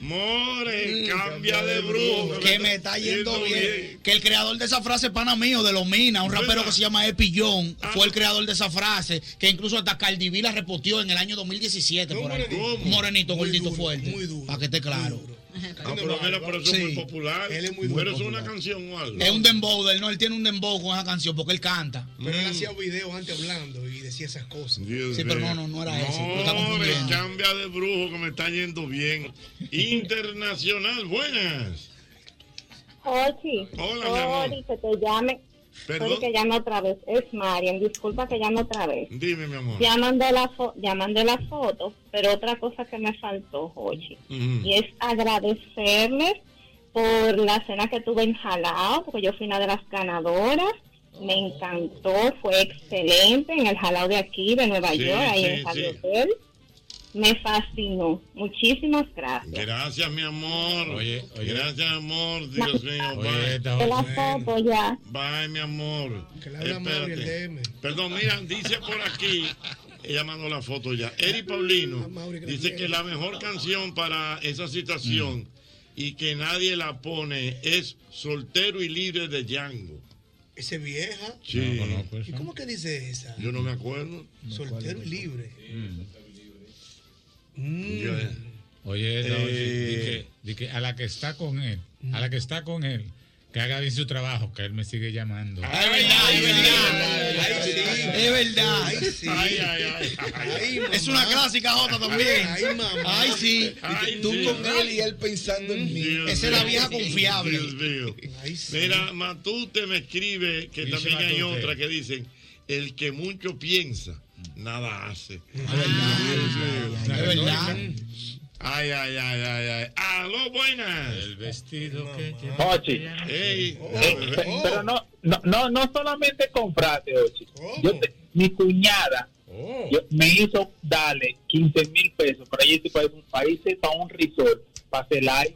Speaker 5: More, cambia de brujo.
Speaker 4: Que me está yendo bien. Que el creador de esa frase es pana mío, de los Minas, un rapero que se llama Epillón,
Speaker 5: Ah.
Speaker 4: fue el creador de esa frase, que incluso hasta Cardi B la reputió en el año 2017. por ahí. Morenito, gordito fuerte. Para que esté claro.
Speaker 5: Ah, pero mira, pero eso es muy popular. pero eso es una canción o algo.
Speaker 4: Es un dembow, de él, no, él tiene un dembow con esa canción porque él canta. Mm. Pero
Speaker 5: Mm.
Speaker 4: él hacía videos antes hablando y decía esas cosas.
Speaker 5: Sí,
Speaker 4: pero no, no, no era ese. Lo está
Speaker 5: More,
Speaker 4: confundiendo.
Speaker 5: cambia de brujo que me está yendo bien. Internacional, buenas.
Speaker 23: Ochi,
Speaker 5: Hola, mi amor.
Speaker 23: sorry que te llame.
Speaker 5: Perdón.
Speaker 23: Sorry que llame otra vez. Es Marian, disculpa que llame otra vez.
Speaker 5: Dime, mi amor.
Speaker 23: Ya mandé la, fo- ya mandé la foto, pero otra cosa que me faltó, Ochi,
Speaker 5: Ujú.
Speaker 23: y es agradecerles por la cena que tuve en Jalao, porque yo fui una de las ganadoras. Me
Speaker 5: Oh.
Speaker 23: encantó, fue excelente en el Jalao de aquí, de Nueva
Speaker 5: Sí,
Speaker 23: York, ahí
Speaker 5: sí,
Speaker 23: en San
Speaker 5: sí.
Speaker 23: Hotel. Me fascinó. Muchísimas gracias.
Speaker 5: Gracias, mi amor. Gracias, amor. Dios mío.
Speaker 23: Te la
Speaker 5: Bye.
Speaker 23: foto ya.
Speaker 5: Bye, mi amor.
Speaker 4: habla Mario, el
Speaker 5: Espérate. Perdón, mira, dice por aquí, ella mandó la foto ya. Eri Paulino dice que la mejor canción para esa situación y que nadie la pone es Soltero y Libre de Django.
Speaker 4: Ese vieja.
Speaker 5: Sí.
Speaker 4: ¿Y cómo que dice esa?
Speaker 5: Yo no me acuerdo.
Speaker 4: Soltero y libre.
Speaker 5: Yo-
Speaker 18: Oye, no,
Speaker 5: Eh.
Speaker 18: di- di que- di que a la que está con él, a la que está con él, que haga bien su trabajo, que él me sigue llamando.
Speaker 4: Es verdad. Ay, sí. es una clásica Jota también. Ay, sí.
Speaker 5: Ay,
Speaker 4: Tú
Speaker 5: sí.
Speaker 4: con él y él pensando en mí. Esa es la vieja confiable.
Speaker 5: Dios mío. Mira, Matute me escribe que
Speaker 18: Dice
Speaker 5: también hay
Speaker 18: Matute.
Speaker 5: otra que dicen, el que mucho piensa, nada hace.
Speaker 18: Es verdad.
Speaker 5: Ay, ay, ay, ay, ay. Aló, buenas. El
Speaker 18: vestido que
Speaker 29: Ochi.
Speaker 5: Ey,
Speaker 29: Eh, pe- Pero no, no, no, no solamente con frase, Ochi. Yo te- mi cuñada
Speaker 1: Oh.
Speaker 29: yo- me hizo darle 15 mil pesos para irse para un país, para un resort, para celar.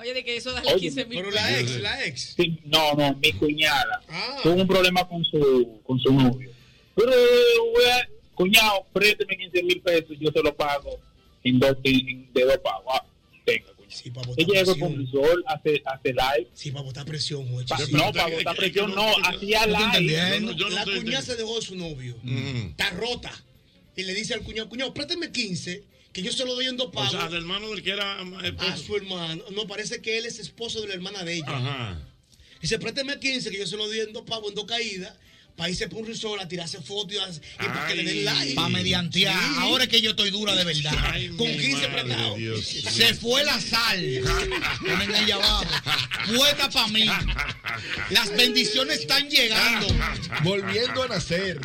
Speaker 7: Oye, de que eso dale 15 mil pesos.
Speaker 4: ex.
Speaker 29: no, no, mi cuñada. Tuvo un problema con su, con su novio. Pero, eh, cuñado, présteme 15 mil pesos, yo se lo pago en dos, en- en- de dos pagos. Ah, tenga, cuñado. Ella llegó con un sol a, ce- a celar.
Speaker 4: Sí, para botar presión, güey.
Speaker 29: Pa-
Speaker 4: Sí.
Speaker 29: no, para botar presión, eh, no,
Speaker 4: No te
Speaker 29: hacía live. Mm.
Speaker 4: entendí, ¿eh? la cuñada se dejó de su novio. Está rota. Y le dice al cuñado, cuñado, préstame 15, que yo se lo doy en dos pagos. Ah,
Speaker 5: sea, al hermano del que era eh, pues.
Speaker 4: A su hermano. No, parece que él es esposo de la hermana de ella.
Speaker 5: Ajá.
Speaker 4: Dice, préstame 15, que yo se lo doy en dos pagos, en dos caídas. Para irse por un resort a tirarse fotos y, a- y para que le den like. Pa' mediantear. Ahora es que yo estoy dura de verdad. Con 15 prestados. Se fue la sal. Ponen ahí abajo. Puesta para mí. Las bendiciones están llegando.
Speaker 8: Volviendo a nacer.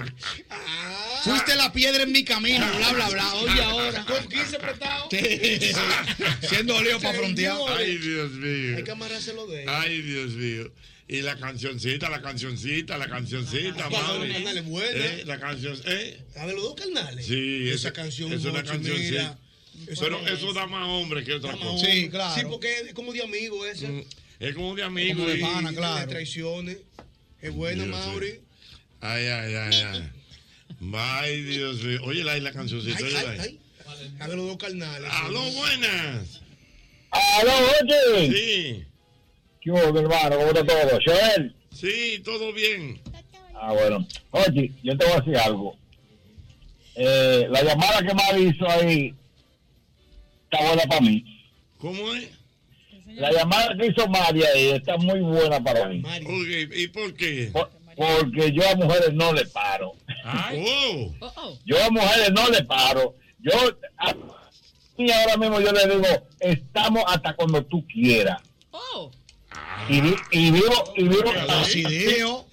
Speaker 25: Fuiste la piedra en mi camino, bla, bla, bla. Oye, ahora. Con 15 prestado. Siendo lío para frontear.
Speaker 5: Ay, Dios mío.
Speaker 25: Hay que amarrárselo de él.
Speaker 5: Ay, Dios mío. Y la cancioncita, la cancioncita, la cancioncita, madre.
Speaker 25: Dale, buena.
Speaker 5: Eh, la canción, eh.
Speaker 25: La de los dos carnales.
Speaker 5: Sí,
Speaker 25: Esa
Speaker 5: es-
Speaker 25: canción,
Speaker 5: Es una
Speaker 25: Jochi,
Speaker 5: canción, sí.
Speaker 25: mira.
Speaker 5: Pero eso da más hombre que otra
Speaker 25: No,
Speaker 5: cosa.
Speaker 25: hombre, Sí, porque es como de amigo esa.
Speaker 5: Mm, Es como de amigo.
Speaker 25: Como de
Speaker 5: y-
Speaker 25: pana, claro. De traiciones. Es bueno,
Speaker 5: Dios mío.
Speaker 25: Mauri.
Speaker 5: Ay, ay, ay, ay. Ay, Dios mío. Oye, la, la cancioncita.
Speaker 25: Ay,
Speaker 5: oye, la-
Speaker 25: ay, ay. La de los dos carnales.
Speaker 5: Aló, buenas.
Speaker 29: Aló, oye.
Speaker 5: Sí.
Speaker 29: ¿Qué hubo, hermano? ¿Cómo está todo? Joel.
Speaker 5: Sí, todo bien.
Speaker 29: Ah, bueno. Oye, yo te voy a decir algo. Eh, la llamada que Mari hizo ahí está buena para mí.
Speaker 5: ¿Cómo es?
Speaker 29: La llamada que hizo Mari ahí está muy buena para mí.
Speaker 5: Ok, ¿Y por qué?
Speaker 29: Porque yo a mujeres no le paro.
Speaker 5: Oh.
Speaker 29: Yo a mujeres no le paro. Yo a- y ahora mismo yo le digo, estamos hasta cuando tú quieras. Y, vi- y vivo, y vivo.
Speaker 25: Así dijo.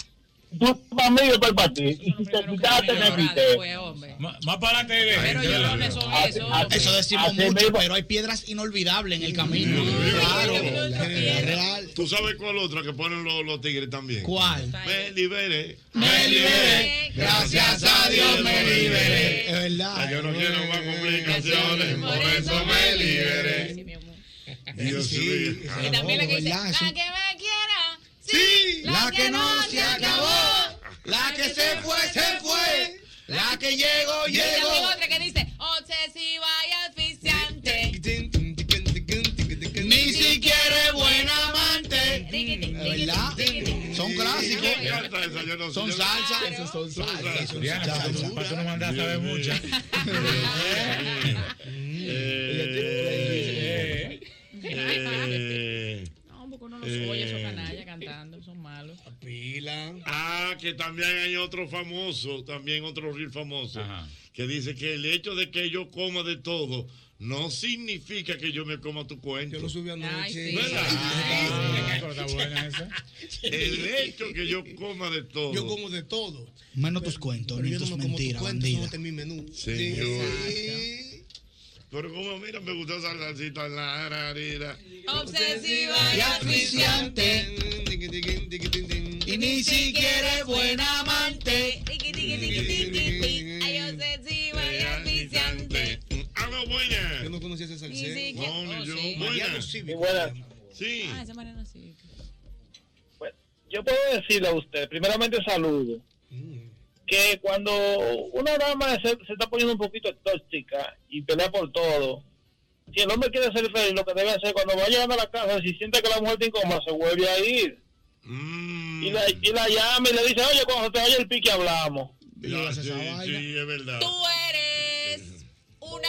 Speaker 29: Tú para mí, yo estoy para ti. Y si te quitaste, me quité.
Speaker 4: Más para adelante, Pero yo no
Speaker 25: Así- así- Eso decimos
Speaker 29: así
Speaker 25: mucho,
Speaker 29: mismo.
Speaker 25: pero hay piedras inolvidables en el camino.
Speaker 5: Claro. ¿Tú sabes cuál otra que ponen los, los tigres también?
Speaker 25: ¿Cuál?
Speaker 5: Me libere.
Speaker 25: Me liberé,
Speaker 5: gracias a Dios me
Speaker 4: Eh,
Speaker 5: liberé.
Speaker 25: Es verdad.
Speaker 5: Yo no quiero más complicaciones, por eso me liberé. Dios mío.
Speaker 16: Y también la que dice,
Speaker 25: ¿verdad?
Speaker 16: la que me quiera.
Speaker 25: Sí, Oh, la que no se acabó. La que se fue, se fue. La que llegó,
Speaker 16: Y también
Speaker 25: llegó.
Speaker 16: otra que dice, obsesiva y asfixiante.
Speaker 25: Ni siquiera es buen amante. ¿Verdad? Son clásicos.
Speaker 5: Me encanta esa, yo no sé,
Speaker 25: Son
Speaker 5: yo no-
Speaker 25: salsa. Esos son salsa. Son
Speaker 4: Diana, para
Speaker 25: salsa.
Speaker 4: tú- para tú no mandaste a ver muchas.
Speaker 5: Eh, eh,
Speaker 16: No, porque uno no los oye esos canallas cantando, son malos.
Speaker 25: Pila.
Speaker 5: Ah, que también hay otro famoso, también otro reel famoso, que dice que el hecho de que yo coma de todo no significa que yo me coma tu cuento. Yo lo
Speaker 25: subí
Speaker 5: anoche.
Speaker 25: sí.
Speaker 5: ¿Verdad?
Speaker 25: Ay, sí.
Speaker 5: Está buena esa. El hecho que yo coma de todo.
Speaker 25: Yo como de todo. Menos tus cuentos, ni tus mentiras, bandida.
Speaker 5: mi menú. Señor. Pero como mira, me gustó esa salsita en la ararira.
Speaker 16: Obsesiva
Speaker 25: y asfixiante. Y ni siquiera es buen amante.
Speaker 16: Ay, obsesiva y asfixiante.
Speaker 5: Aló, buenas.
Speaker 25: Yo no conocía ese
Speaker 16: Ni siquiera- oh, sí.
Speaker 5: Sí.
Speaker 16: Ah, ese Mariano sí.
Speaker 38: yo puedo decirle a usted, primeramente saludo, que cuando una dama se, se está poniendo un poquito tóxica y pelea por todo, si el hombre quiere ser feliz, lo que debe hacer cuando va llegando a la casa, si siente que la mujer tiene coma, se vuelve a ir.
Speaker 5: Mm.
Speaker 38: Y, la, y la llama y le dice, oye, cuando te vaya el pique hablamos.
Speaker 5: Ya, sí, sí, es verdad.
Speaker 16: Tú eres una